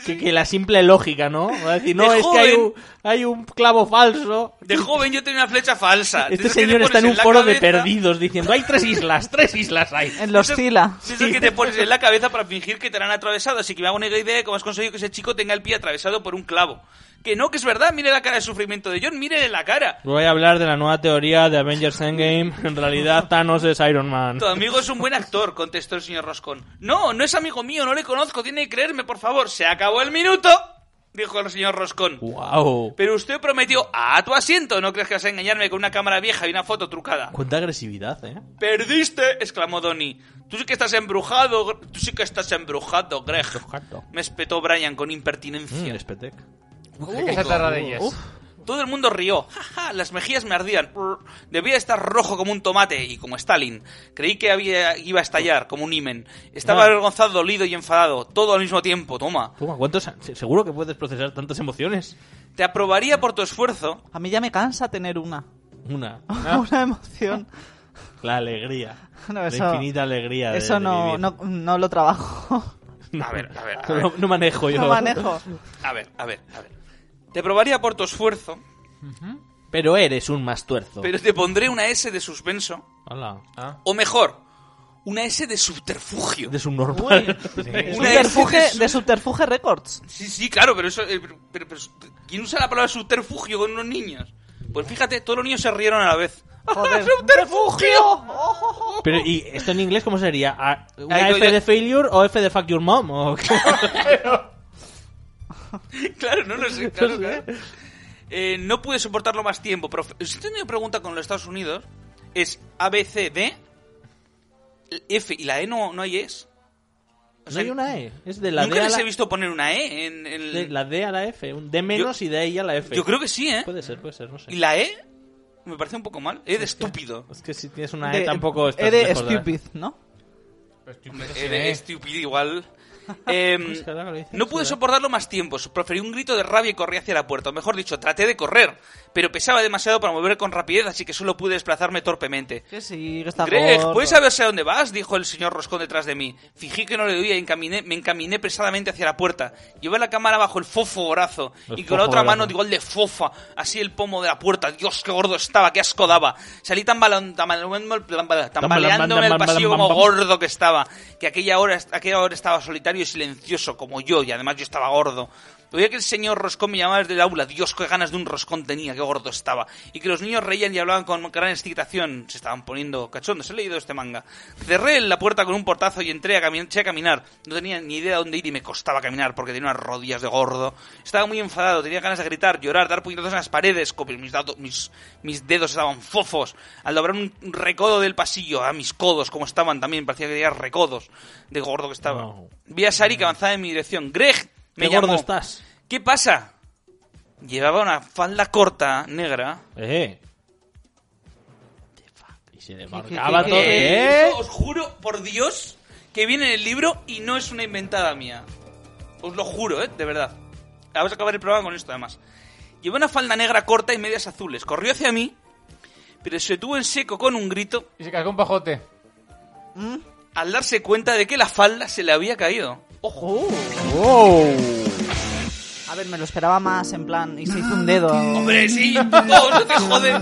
[SPEAKER 2] que, que la simple lógica, ¿no? Va a decir, no,
[SPEAKER 1] De
[SPEAKER 2] es que hay
[SPEAKER 1] joven-
[SPEAKER 2] un, hay un clavo falso.
[SPEAKER 1] De joven yo tenía una flecha falsa.
[SPEAKER 2] Este
[SPEAKER 1] Entonces, ¿qué te
[SPEAKER 2] señor
[SPEAKER 1] pones
[SPEAKER 2] está en un
[SPEAKER 1] la
[SPEAKER 2] foro de
[SPEAKER 1] cabeza?
[SPEAKER 2] perdidos diciendo, hay tres islas, tres islas hay.
[SPEAKER 3] En los Sila.
[SPEAKER 1] Sí, Es el que te pones en la cabeza para fingir que te la han atravesado. Así que me hago una idea de cómo has conseguido que ese chico tenga el pie atravesado por un clavo. Que no, que es verdad. Mire la cara de sufrimiento de John. Mire la cara.
[SPEAKER 2] Voy a hablar de la nueva teoría de Avengers Endgame. En realidad, Thanos es Iron Man.
[SPEAKER 1] Tu amigo es un buen actor, contestó el señor Roscón. No, no es amigo mío, no le conozco. Tiene que creerme, por favor. Se acabó el minuto, dijo el señor Roscón.
[SPEAKER 2] ¡Wow!
[SPEAKER 1] Pero usted prometió a tu asiento. ¿No crees que vas a engañarme con una cámara vieja y una foto trucada?
[SPEAKER 2] Cuánta agresividad, ¿eh?
[SPEAKER 1] ¡Perdiste! exclamó Donnie. Tú sí que estás embrujado, Gr- tú sí que estás embrujado, Greg. Me espetó Brian con
[SPEAKER 2] Mm,
[SPEAKER 1] impertinencia.
[SPEAKER 4] Que se atarra de ellas.
[SPEAKER 1] Todo el mundo rió. Ja, ja, Las mejillas me ardían. Brr. Debía estar rojo como un tomate y como Stalin. Creí que había, iba a estallar como un imen. Estaba
[SPEAKER 2] Ah.
[SPEAKER 1] avergonzado, dolido y enfadado. Todo al mismo tiempo. Toma.
[SPEAKER 2] Toma, ¿cuántos? se- Seguro que puedes procesar tantas emociones.
[SPEAKER 1] Te aprobaría por tu esfuerzo.
[SPEAKER 3] A mí ya me cansa tener una.
[SPEAKER 2] Una,
[SPEAKER 3] Una emoción.
[SPEAKER 2] la alegría.
[SPEAKER 3] No,
[SPEAKER 2] la
[SPEAKER 3] eso-
[SPEAKER 2] infinita alegría. de-
[SPEAKER 3] Eso
[SPEAKER 2] de
[SPEAKER 3] no,
[SPEAKER 2] vivir.
[SPEAKER 3] no, no lo trabajo.
[SPEAKER 1] A ver, a ver, a ver.
[SPEAKER 2] No, no manejo yo.
[SPEAKER 3] No manejo.
[SPEAKER 1] A ver, a ver, a ver. Te aprobaría por tu esfuerzo,
[SPEAKER 2] Pero eres un más tuerzo.
[SPEAKER 1] pero te pondré una S de suspenso.
[SPEAKER 2] Hola.
[SPEAKER 1] O mejor, una S de subterfugio.
[SPEAKER 2] De subnormal.
[SPEAKER 1] Una S
[SPEAKER 3] Subterfuge-
[SPEAKER 1] su-
[SPEAKER 3] de Subterfuge Records.
[SPEAKER 1] Sí, sí, claro, pero eso. eh, pero- pero- pero- ¿Quién usa la palabra subterfugio con unos niños? Pues fíjate, todos los niños se rieron a la vez.
[SPEAKER 3] Joder.
[SPEAKER 1] ¡Subterfugio!
[SPEAKER 2] Pero, ¿y esto en inglés cómo sería? ¿A- ¿Una
[SPEAKER 1] Ahí
[SPEAKER 2] F
[SPEAKER 1] voy yo.
[SPEAKER 2] de failure o F de fuck your mom? ¿O qué?
[SPEAKER 1] claro, no lo sé, claro, claro. Eh, no pude soportarlo más tiempo, profe. Si tengo una pregunta con los Estados Unidos, es ABCD, F y la E no, no hay es.
[SPEAKER 2] No hay una E. Es de la D
[SPEAKER 1] Nunca
[SPEAKER 2] a
[SPEAKER 1] les
[SPEAKER 2] la,
[SPEAKER 1] he visto poner una E en, en el-
[SPEAKER 2] de la D a la F. Un D menos y de ahí a la F.
[SPEAKER 1] Yo creo que sí, ¿eh?
[SPEAKER 2] Puede ser, puede ser, no sé.
[SPEAKER 1] Y la E me parece un poco mal. E de estúpido.
[SPEAKER 2] Es que si tienes una E
[SPEAKER 3] De-
[SPEAKER 2] tampoco estás
[SPEAKER 3] Eres
[SPEAKER 2] lejos de la-
[SPEAKER 3] stupid, ¿no?
[SPEAKER 4] Pues
[SPEAKER 1] este- Hombre, E de Eh, estúpido igual. Em,
[SPEAKER 5] ¿eh? Es verdad que lo dices,
[SPEAKER 1] no pude
[SPEAKER 5] es verdad.
[SPEAKER 1] soportarlo más tiempo. Proferí un grito de rabia y corrí hacia la puerta. O mejor dicho, traté de correr, pero pesaba demasiado para mover con rapidez, así que solo pude desplazarme torpemente.
[SPEAKER 3] Que sí, que está
[SPEAKER 1] Greg,
[SPEAKER 3] gordo.
[SPEAKER 1] ¿puedes saberse a dónde vas? dijo el señor Roscón detrás de mí. Fingí que no le oía y encaminé- me encaminé pesadamente hacia la puerta. Llevé la cámara bajo el foforazo
[SPEAKER 2] El
[SPEAKER 1] y con la otra
[SPEAKER 2] fofogorazo.
[SPEAKER 1] mano digo el de fofa, así el pomo de la puerta. Dios, qué gordo estaba, qué asco daba. Salí tambaleando, tambaleándome en el pasillo como gordo que estaba, que aquella hora, aquella hora estaba solitario y silencioso como yo, y además yo estaba gordo. Oía que el señor Roscón me llamaba desde el aula. Dios, qué ganas de un roscón tenía, qué gordo estaba. Y que los niños reían y hablaban con gran excitación. Se estaban poniendo cachondos. He leído este manga. Cerré la puerta con un portazo y entré a, cami- eché a caminar. No tenía ni idea de dónde ir y me costaba caminar porque tenía unas rodillas de gordo. Estaba muy enfadado, tenía ganas de gritar, llorar, dar puñetazos en las paredes. Como mis, dados- mis, mis dedos estaban fofos. Al doblar un recodo del pasillo, a mis codos, como estaban también, parecía que tenía recodos de gordo que estaba.
[SPEAKER 2] No.
[SPEAKER 1] Vi a Sari que avanzaba en mi dirección. Greg, me
[SPEAKER 2] ¿Qué gordo
[SPEAKER 1] llamó.
[SPEAKER 2] estás?
[SPEAKER 1] ¿Qué pasa? Llevaba una falda corta, negra.
[SPEAKER 2] Eh. Y se le
[SPEAKER 3] marcaba
[SPEAKER 2] marcaba
[SPEAKER 3] qué,
[SPEAKER 2] todo.
[SPEAKER 3] todo-
[SPEAKER 1] Eh,
[SPEAKER 2] ¿Eh?
[SPEAKER 1] esto Os juro por Dios que viene en el libro y no es una inventada mía. Os lo juro, ¿eh? De verdad. Vamos a acabar el programa con esto, además. Llevó una falda negra corta y medias azules. Corrió hacia mí, pero se tuvo en seco con un grito
[SPEAKER 4] Y se cargó un pajote.
[SPEAKER 1] al darse cuenta de que la falda se le había caído.
[SPEAKER 3] Oh. A ver, me lo esperaba más, en plan, y se hizo un dedo.
[SPEAKER 1] ¡Hombre, sí! ¡Oh, no te jode!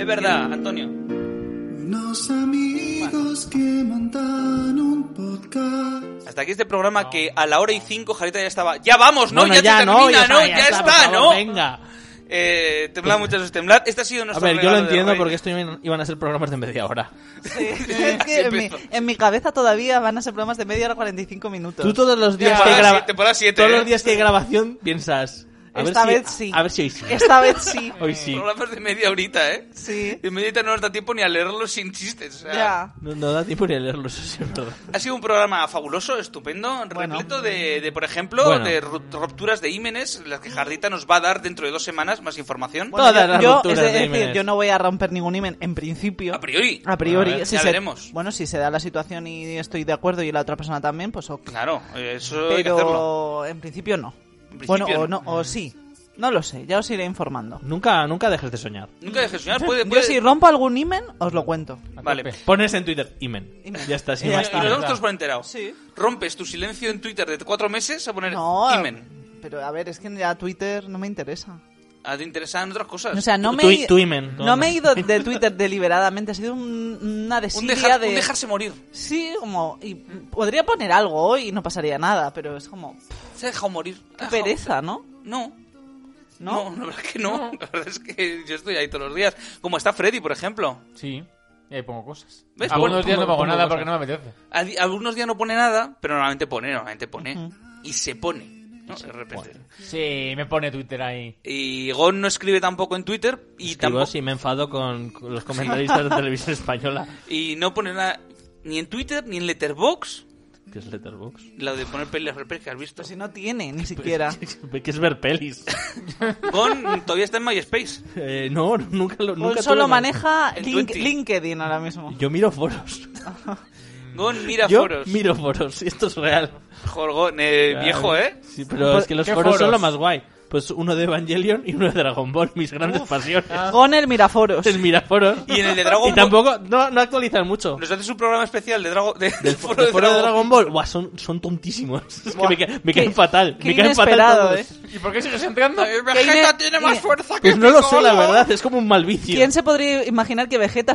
[SPEAKER 1] Es verdad, Antonio.
[SPEAKER 9] Unos amigos que montan un podcast.
[SPEAKER 1] Hasta aquí este programa que a la hora y cinco Jarita ya estaba. ¡Ya vamos, no!
[SPEAKER 2] Bueno,
[SPEAKER 1] ya, te termina, no! ¡Ya, está,
[SPEAKER 2] por favor,
[SPEAKER 1] no!
[SPEAKER 2] Venga.
[SPEAKER 1] Eh, temblad muchachos, temblad. Este ha sido
[SPEAKER 2] A
[SPEAKER 1] nuestro
[SPEAKER 2] ver, yo lo
[SPEAKER 1] regalo de
[SPEAKER 2] entiendo
[SPEAKER 1] Reyes.
[SPEAKER 2] porque esto iban iban a ser programas de media hora.
[SPEAKER 3] es que en mi, en mi cabeza todavía van a ser programas de media hora 45 minutos.
[SPEAKER 2] Tú todos los días que hay
[SPEAKER 1] Temporada
[SPEAKER 2] graba-
[SPEAKER 1] siete, temporada siete,
[SPEAKER 2] todos
[SPEAKER 1] eh.
[SPEAKER 2] los días que hay grabación piensas. A ver
[SPEAKER 3] Esta
[SPEAKER 2] si-
[SPEAKER 3] vez sí.
[SPEAKER 2] A ver si hoy sí.
[SPEAKER 3] Esta vez sí.
[SPEAKER 2] Hoy sí.
[SPEAKER 1] Programas Este de media horita, ¿eh?
[SPEAKER 3] Sí.
[SPEAKER 1] De media horita no nos da tiempo ni a leerlos sin chistes. o sea,
[SPEAKER 3] Ya.
[SPEAKER 2] No, no da tiempo ni a leerlo, eso sí es verdad.
[SPEAKER 1] Ha sido un programa fabuloso, estupendo, repleto de, de, por ejemplo,
[SPEAKER 2] Bueno.
[SPEAKER 1] de ru- rupturas de ímenes, las que Jardita nos va a dar dentro de dos semanas más información.
[SPEAKER 2] Bueno, Todas
[SPEAKER 3] yo-
[SPEAKER 2] las
[SPEAKER 3] yo,
[SPEAKER 2] rupturas
[SPEAKER 3] es de-
[SPEAKER 2] de
[SPEAKER 3] es decir,
[SPEAKER 2] Jiménez.
[SPEAKER 3] yo no voy a romper ningún imen en principio.
[SPEAKER 1] A priori.
[SPEAKER 2] A
[SPEAKER 3] A
[SPEAKER 2] ver,
[SPEAKER 3] priori. si
[SPEAKER 1] ya
[SPEAKER 3] se-
[SPEAKER 1] veremos.
[SPEAKER 3] Bueno, si se da la situación y estoy de acuerdo y la otra persona también, pues ok.
[SPEAKER 1] Claro, eso hay que hacerlo.
[SPEAKER 3] Pero en principio no.
[SPEAKER 1] En principio
[SPEAKER 3] bueno, o no, o sí. No lo sé, ya os iré informando.
[SPEAKER 2] Nunca, nunca dejes de soñar.
[SPEAKER 1] Nunca dejes de soñar, puede,
[SPEAKER 3] Yo
[SPEAKER 1] puede...
[SPEAKER 3] si rompo algún imen, os lo cuento.
[SPEAKER 1] Vale. Eh,
[SPEAKER 2] Pones en Twitter, Imen.
[SPEAKER 3] Imen.
[SPEAKER 2] Ya está, sí,
[SPEAKER 3] Ya
[SPEAKER 2] más
[SPEAKER 1] Y
[SPEAKER 3] está.
[SPEAKER 1] nos
[SPEAKER 2] Imen.
[SPEAKER 1] damos todos por enterado.
[SPEAKER 3] Sí.
[SPEAKER 1] Rompes tu silencio en Twitter de cuatro meses a poner
[SPEAKER 3] No,
[SPEAKER 1] Imen.
[SPEAKER 3] pero a ver, es que ya Twitter no me interesa.
[SPEAKER 1] Ah, ¿Te interesan otras cosas?
[SPEAKER 3] O sea, no
[SPEAKER 2] Tu-
[SPEAKER 3] me,
[SPEAKER 2] tu-
[SPEAKER 3] he-
[SPEAKER 2] tu imen,
[SPEAKER 3] no
[SPEAKER 2] no.
[SPEAKER 3] me he ido de Twitter deliberadamente, ha sido un- una
[SPEAKER 1] un,
[SPEAKER 3] desidia
[SPEAKER 1] dejar-
[SPEAKER 3] de...
[SPEAKER 1] un dejarse morir.
[SPEAKER 3] Sí, como... Y podría poner algo hoy y no pasaría nada, pero es como... pff,
[SPEAKER 1] Se ha dejado morir.
[SPEAKER 3] qué pereza, ¿no?
[SPEAKER 1] No. No, la
[SPEAKER 3] ¿No?
[SPEAKER 1] verdad es que no. La verdad es que yo estoy ahí todos los días. Como está Freddy, por ejemplo.
[SPEAKER 4] Sí. Y ahí pongo cosas.
[SPEAKER 1] ¿Ves?
[SPEAKER 4] Algunos
[SPEAKER 1] Pongo-
[SPEAKER 4] días no
[SPEAKER 1] pongo-
[SPEAKER 4] pago
[SPEAKER 1] pongo
[SPEAKER 4] nada
[SPEAKER 1] cosas.
[SPEAKER 4] porque no me apetece.
[SPEAKER 1] A di- Algunos días no pone nada, pero normalmente pone, normalmente pone. Y se pone. ¿no? De repente.
[SPEAKER 4] Sí, me pone Twitter ahí.
[SPEAKER 1] Y Gon no escribe tampoco en Twitter y
[SPEAKER 2] Escribo
[SPEAKER 1] tampoco
[SPEAKER 2] si me enfado con con los comentaristas de televisión española,
[SPEAKER 1] y no pone nada ni en Twitter ni en Letterbox.
[SPEAKER 2] que es Letterbox.
[SPEAKER 1] Lo de poner pelis pelis que has visto.
[SPEAKER 3] Pues si no tiene, ni siquiera.
[SPEAKER 2] que es ver pelis.
[SPEAKER 1] Gon todavía está en MySpace.
[SPEAKER 2] Eh, no, nunca lo nunca
[SPEAKER 3] Paul
[SPEAKER 2] tuve
[SPEAKER 3] solo
[SPEAKER 2] nada.
[SPEAKER 3] maneja
[SPEAKER 1] El
[SPEAKER 3] Link-
[SPEAKER 1] 20.
[SPEAKER 3] LinkedIn ahora mismo.
[SPEAKER 2] Yo miro foros.
[SPEAKER 1] Gon mira
[SPEAKER 2] Yo
[SPEAKER 1] foros.
[SPEAKER 2] miro foros, y esto es real.
[SPEAKER 1] Joder, Gon, eh, viejo, ¿eh?
[SPEAKER 2] Sí, pero es que los
[SPEAKER 4] ¿Qué
[SPEAKER 2] foros, son
[SPEAKER 4] foros?
[SPEAKER 2] lo más guay. Pues uno de Evangelion y uno de Dragon Ball, mis grandes pasiones.
[SPEAKER 3] Con el Miraforos.
[SPEAKER 2] El miraforos.
[SPEAKER 1] Y en el de Dragon
[SPEAKER 2] Y tampoco, no, no actualizan mucho.
[SPEAKER 1] Nos haces un programa especial de Drago- de- del
[SPEAKER 2] Del
[SPEAKER 1] foro de,
[SPEAKER 2] foro de
[SPEAKER 1] Dragon.
[SPEAKER 2] Dragon Ball, Buah, son, son tontísimos. Es que
[SPEAKER 3] Buah,
[SPEAKER 2] me, ca- me
[SPEAKER 3] qué-
[SPEAKER 2] caen fatal.
[SPEAKER 3] qué
[SPEAKER 2] Me caen
[SPEAKER 3] inesperado,
[SPEAKER 2] fatal.
[SPEAKER 3] ¿eh?
[SPEAKER 2] todos.
[SPEAKER 4] ¿Y por qué sigues entrando?
[SPEAKER 1] Eh,
[SPEAKER 3] Ine- Ine-
[SPEAKER 1] fuerza
[SPEAKER 2] Pues no lo sé, la
[SPEAKER 1] Piccolo.
[SPEAKER 2] verdad. Es como un mal vicio.
[SPEAKER 3] ¿Quién se podría imaginar que Vegeta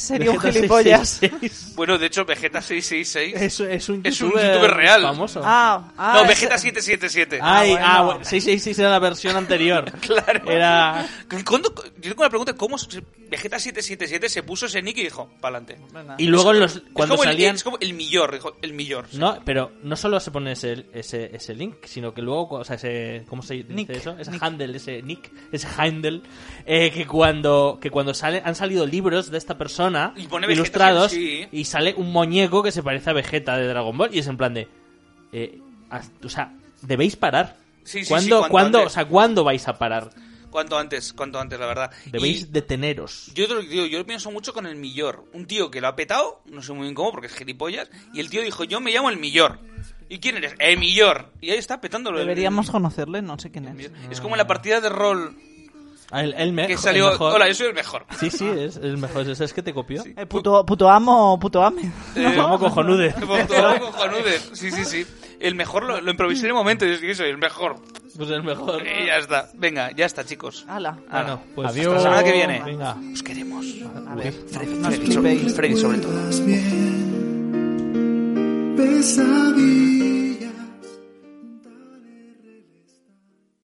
[SPEAKER 3] sería un
[SPEAKER 2] Vegeta
[SPEAKER 3] gilipollas?
[SPEAKER 2] 666.
[SPEAKER 1] Bueno, de hecho, Vegeta 666.
[SPEAKER 2] Es, es un
[SPEAKER 1] Es un
[SPEAKER 2] youtuber,
[SPEAKER 1] youtuber real.
[SPEAKER 2] famoso.
[SPEAKER 3] Ah, ah,
[SPEAKER 1] no,
[SPEAKER 3] es-
[SPEAKER 1] Vegeta 777.
[SPEAKER 2] Ay,
[SPEAKER 3] Ah,
[SPEAKER 2] ah,
[SPEAKER 3] bueno.
[SPEAKER 2] bueno, 666 era la versión anterior.
[SPEAKER 1] Claro.
[SPEAKER 2] Era.
[SPEAKER 1] ¿Cu- cuándo- yo tengo una pregunta, ¿cómo se- Vegeta 777 se puso ese nick y dijo, pa'lante?
[SPEAKER 2] Y luego los,
[SPEAKER 1] Es
[SPEAKER 2] cuando
[SPEAKER 1] como,
[SPEAKER 2] salían. Mm.
[SPEAKER 1] el, es como el millor, dijo, el millor.
[SPEAKER 2] No, pero no solo se pone ese, ese, ese link, sino que luego, o sea, ese, ¿cómo se dice
[SPEAKER 3] Nick,
[SPEAKER 2] eso? Ese
[SPEAKER 3] nick.
[SPEAKER 2] handle, ese nick, ese handle, eh, que cuando, que cuando sale, han salido libros de esta persona,
[SPEAKER 1] Y pone Vegeta,
[SPEAKER 2] ilustrados,
[SPEAKER 1] sí.
[SPEAKER 2] y sale un muñeco que se parece a Vegeta de Dragon Ball, y es en plan de, eh, haz- o sea, debéis parar.
[SPEAKER 1] Sí, sí, sí,
[SPEAKER 2] ¿Cuándo,
[SPEAKER 1] cuanto
[SPEAKER 2] cuándo-
[SPEAKER 1] antes.
[SPEAKER 2] o sea, ¿cuándo vais a parar?
[SPEAKER 1] cuanto antes, cuanto antes, la verdad.
[SPEAKER 2] Debéis
[SPEAKER 1] Y-
[SPEAKER 2] deteneros.
[SPEAKER 1] yo te lo digo, yo lo pienso mucho con el Millor. Un tío que lo ha petado, no sé muy bien cómo, porque es gilipollas, y el tío dijo, yo me llamo el Millor. ¿Y quién eres? El Millor. Y ahí está petándolo. el-
[SPEAKER 3] Deberíamos conocerle, no sé quién
[SPEAKER 1] el
[SPEAKER 3] es.
[SPEAKER 1] Millor. Es como la partida de rol
[SPEAKER 2] Ah, El, el me-
[SPEAKER 1] que
[SPEAKER 2] el
[SPEAKER 1] salió...
[SPEAKER 2] mejor.
[SPEAKER 1] Hola, yo soy el mejor.
[SPEAKER 2] Sí, sí, es el mejor. ¿Sabes que te copió?
[SPEAKER 3] Eh, puto, puto amo o puto ame.
[SPEAKER 1] Eh,
[SPEAKER 2] Como cojonude.
[SPEAKER 1] Todo cojonude. Sí, sí, sí. El mejor lo, lo improvisé en el momento y dije, soy el mejor.
[SPEAKER 2] Pues el mejor.
[SPEAKER 1] Y ya está. Venga, ya está, chicos.
[SPEAKER 3] Hala.
[SPEAKER 2] Ah, no. Pues
[SPEAKER 4] Adiós.
[SPEAKER 1] La semana que viene.
[SPEAKER 2] Venga.
[SPEAKER 1] Os queremos.
[SPEAKER 3] A ver,
[SPEAKER 1] Freddy,
[SPEAKER 3] no os
[SPEAKER 1] Freddy, sobre-
[SPEAKER 3] flipéis.
[SPEAKER 1] Freddy sobre todo.
[SPEAKER 9] Recuerdas bien, pesadilla.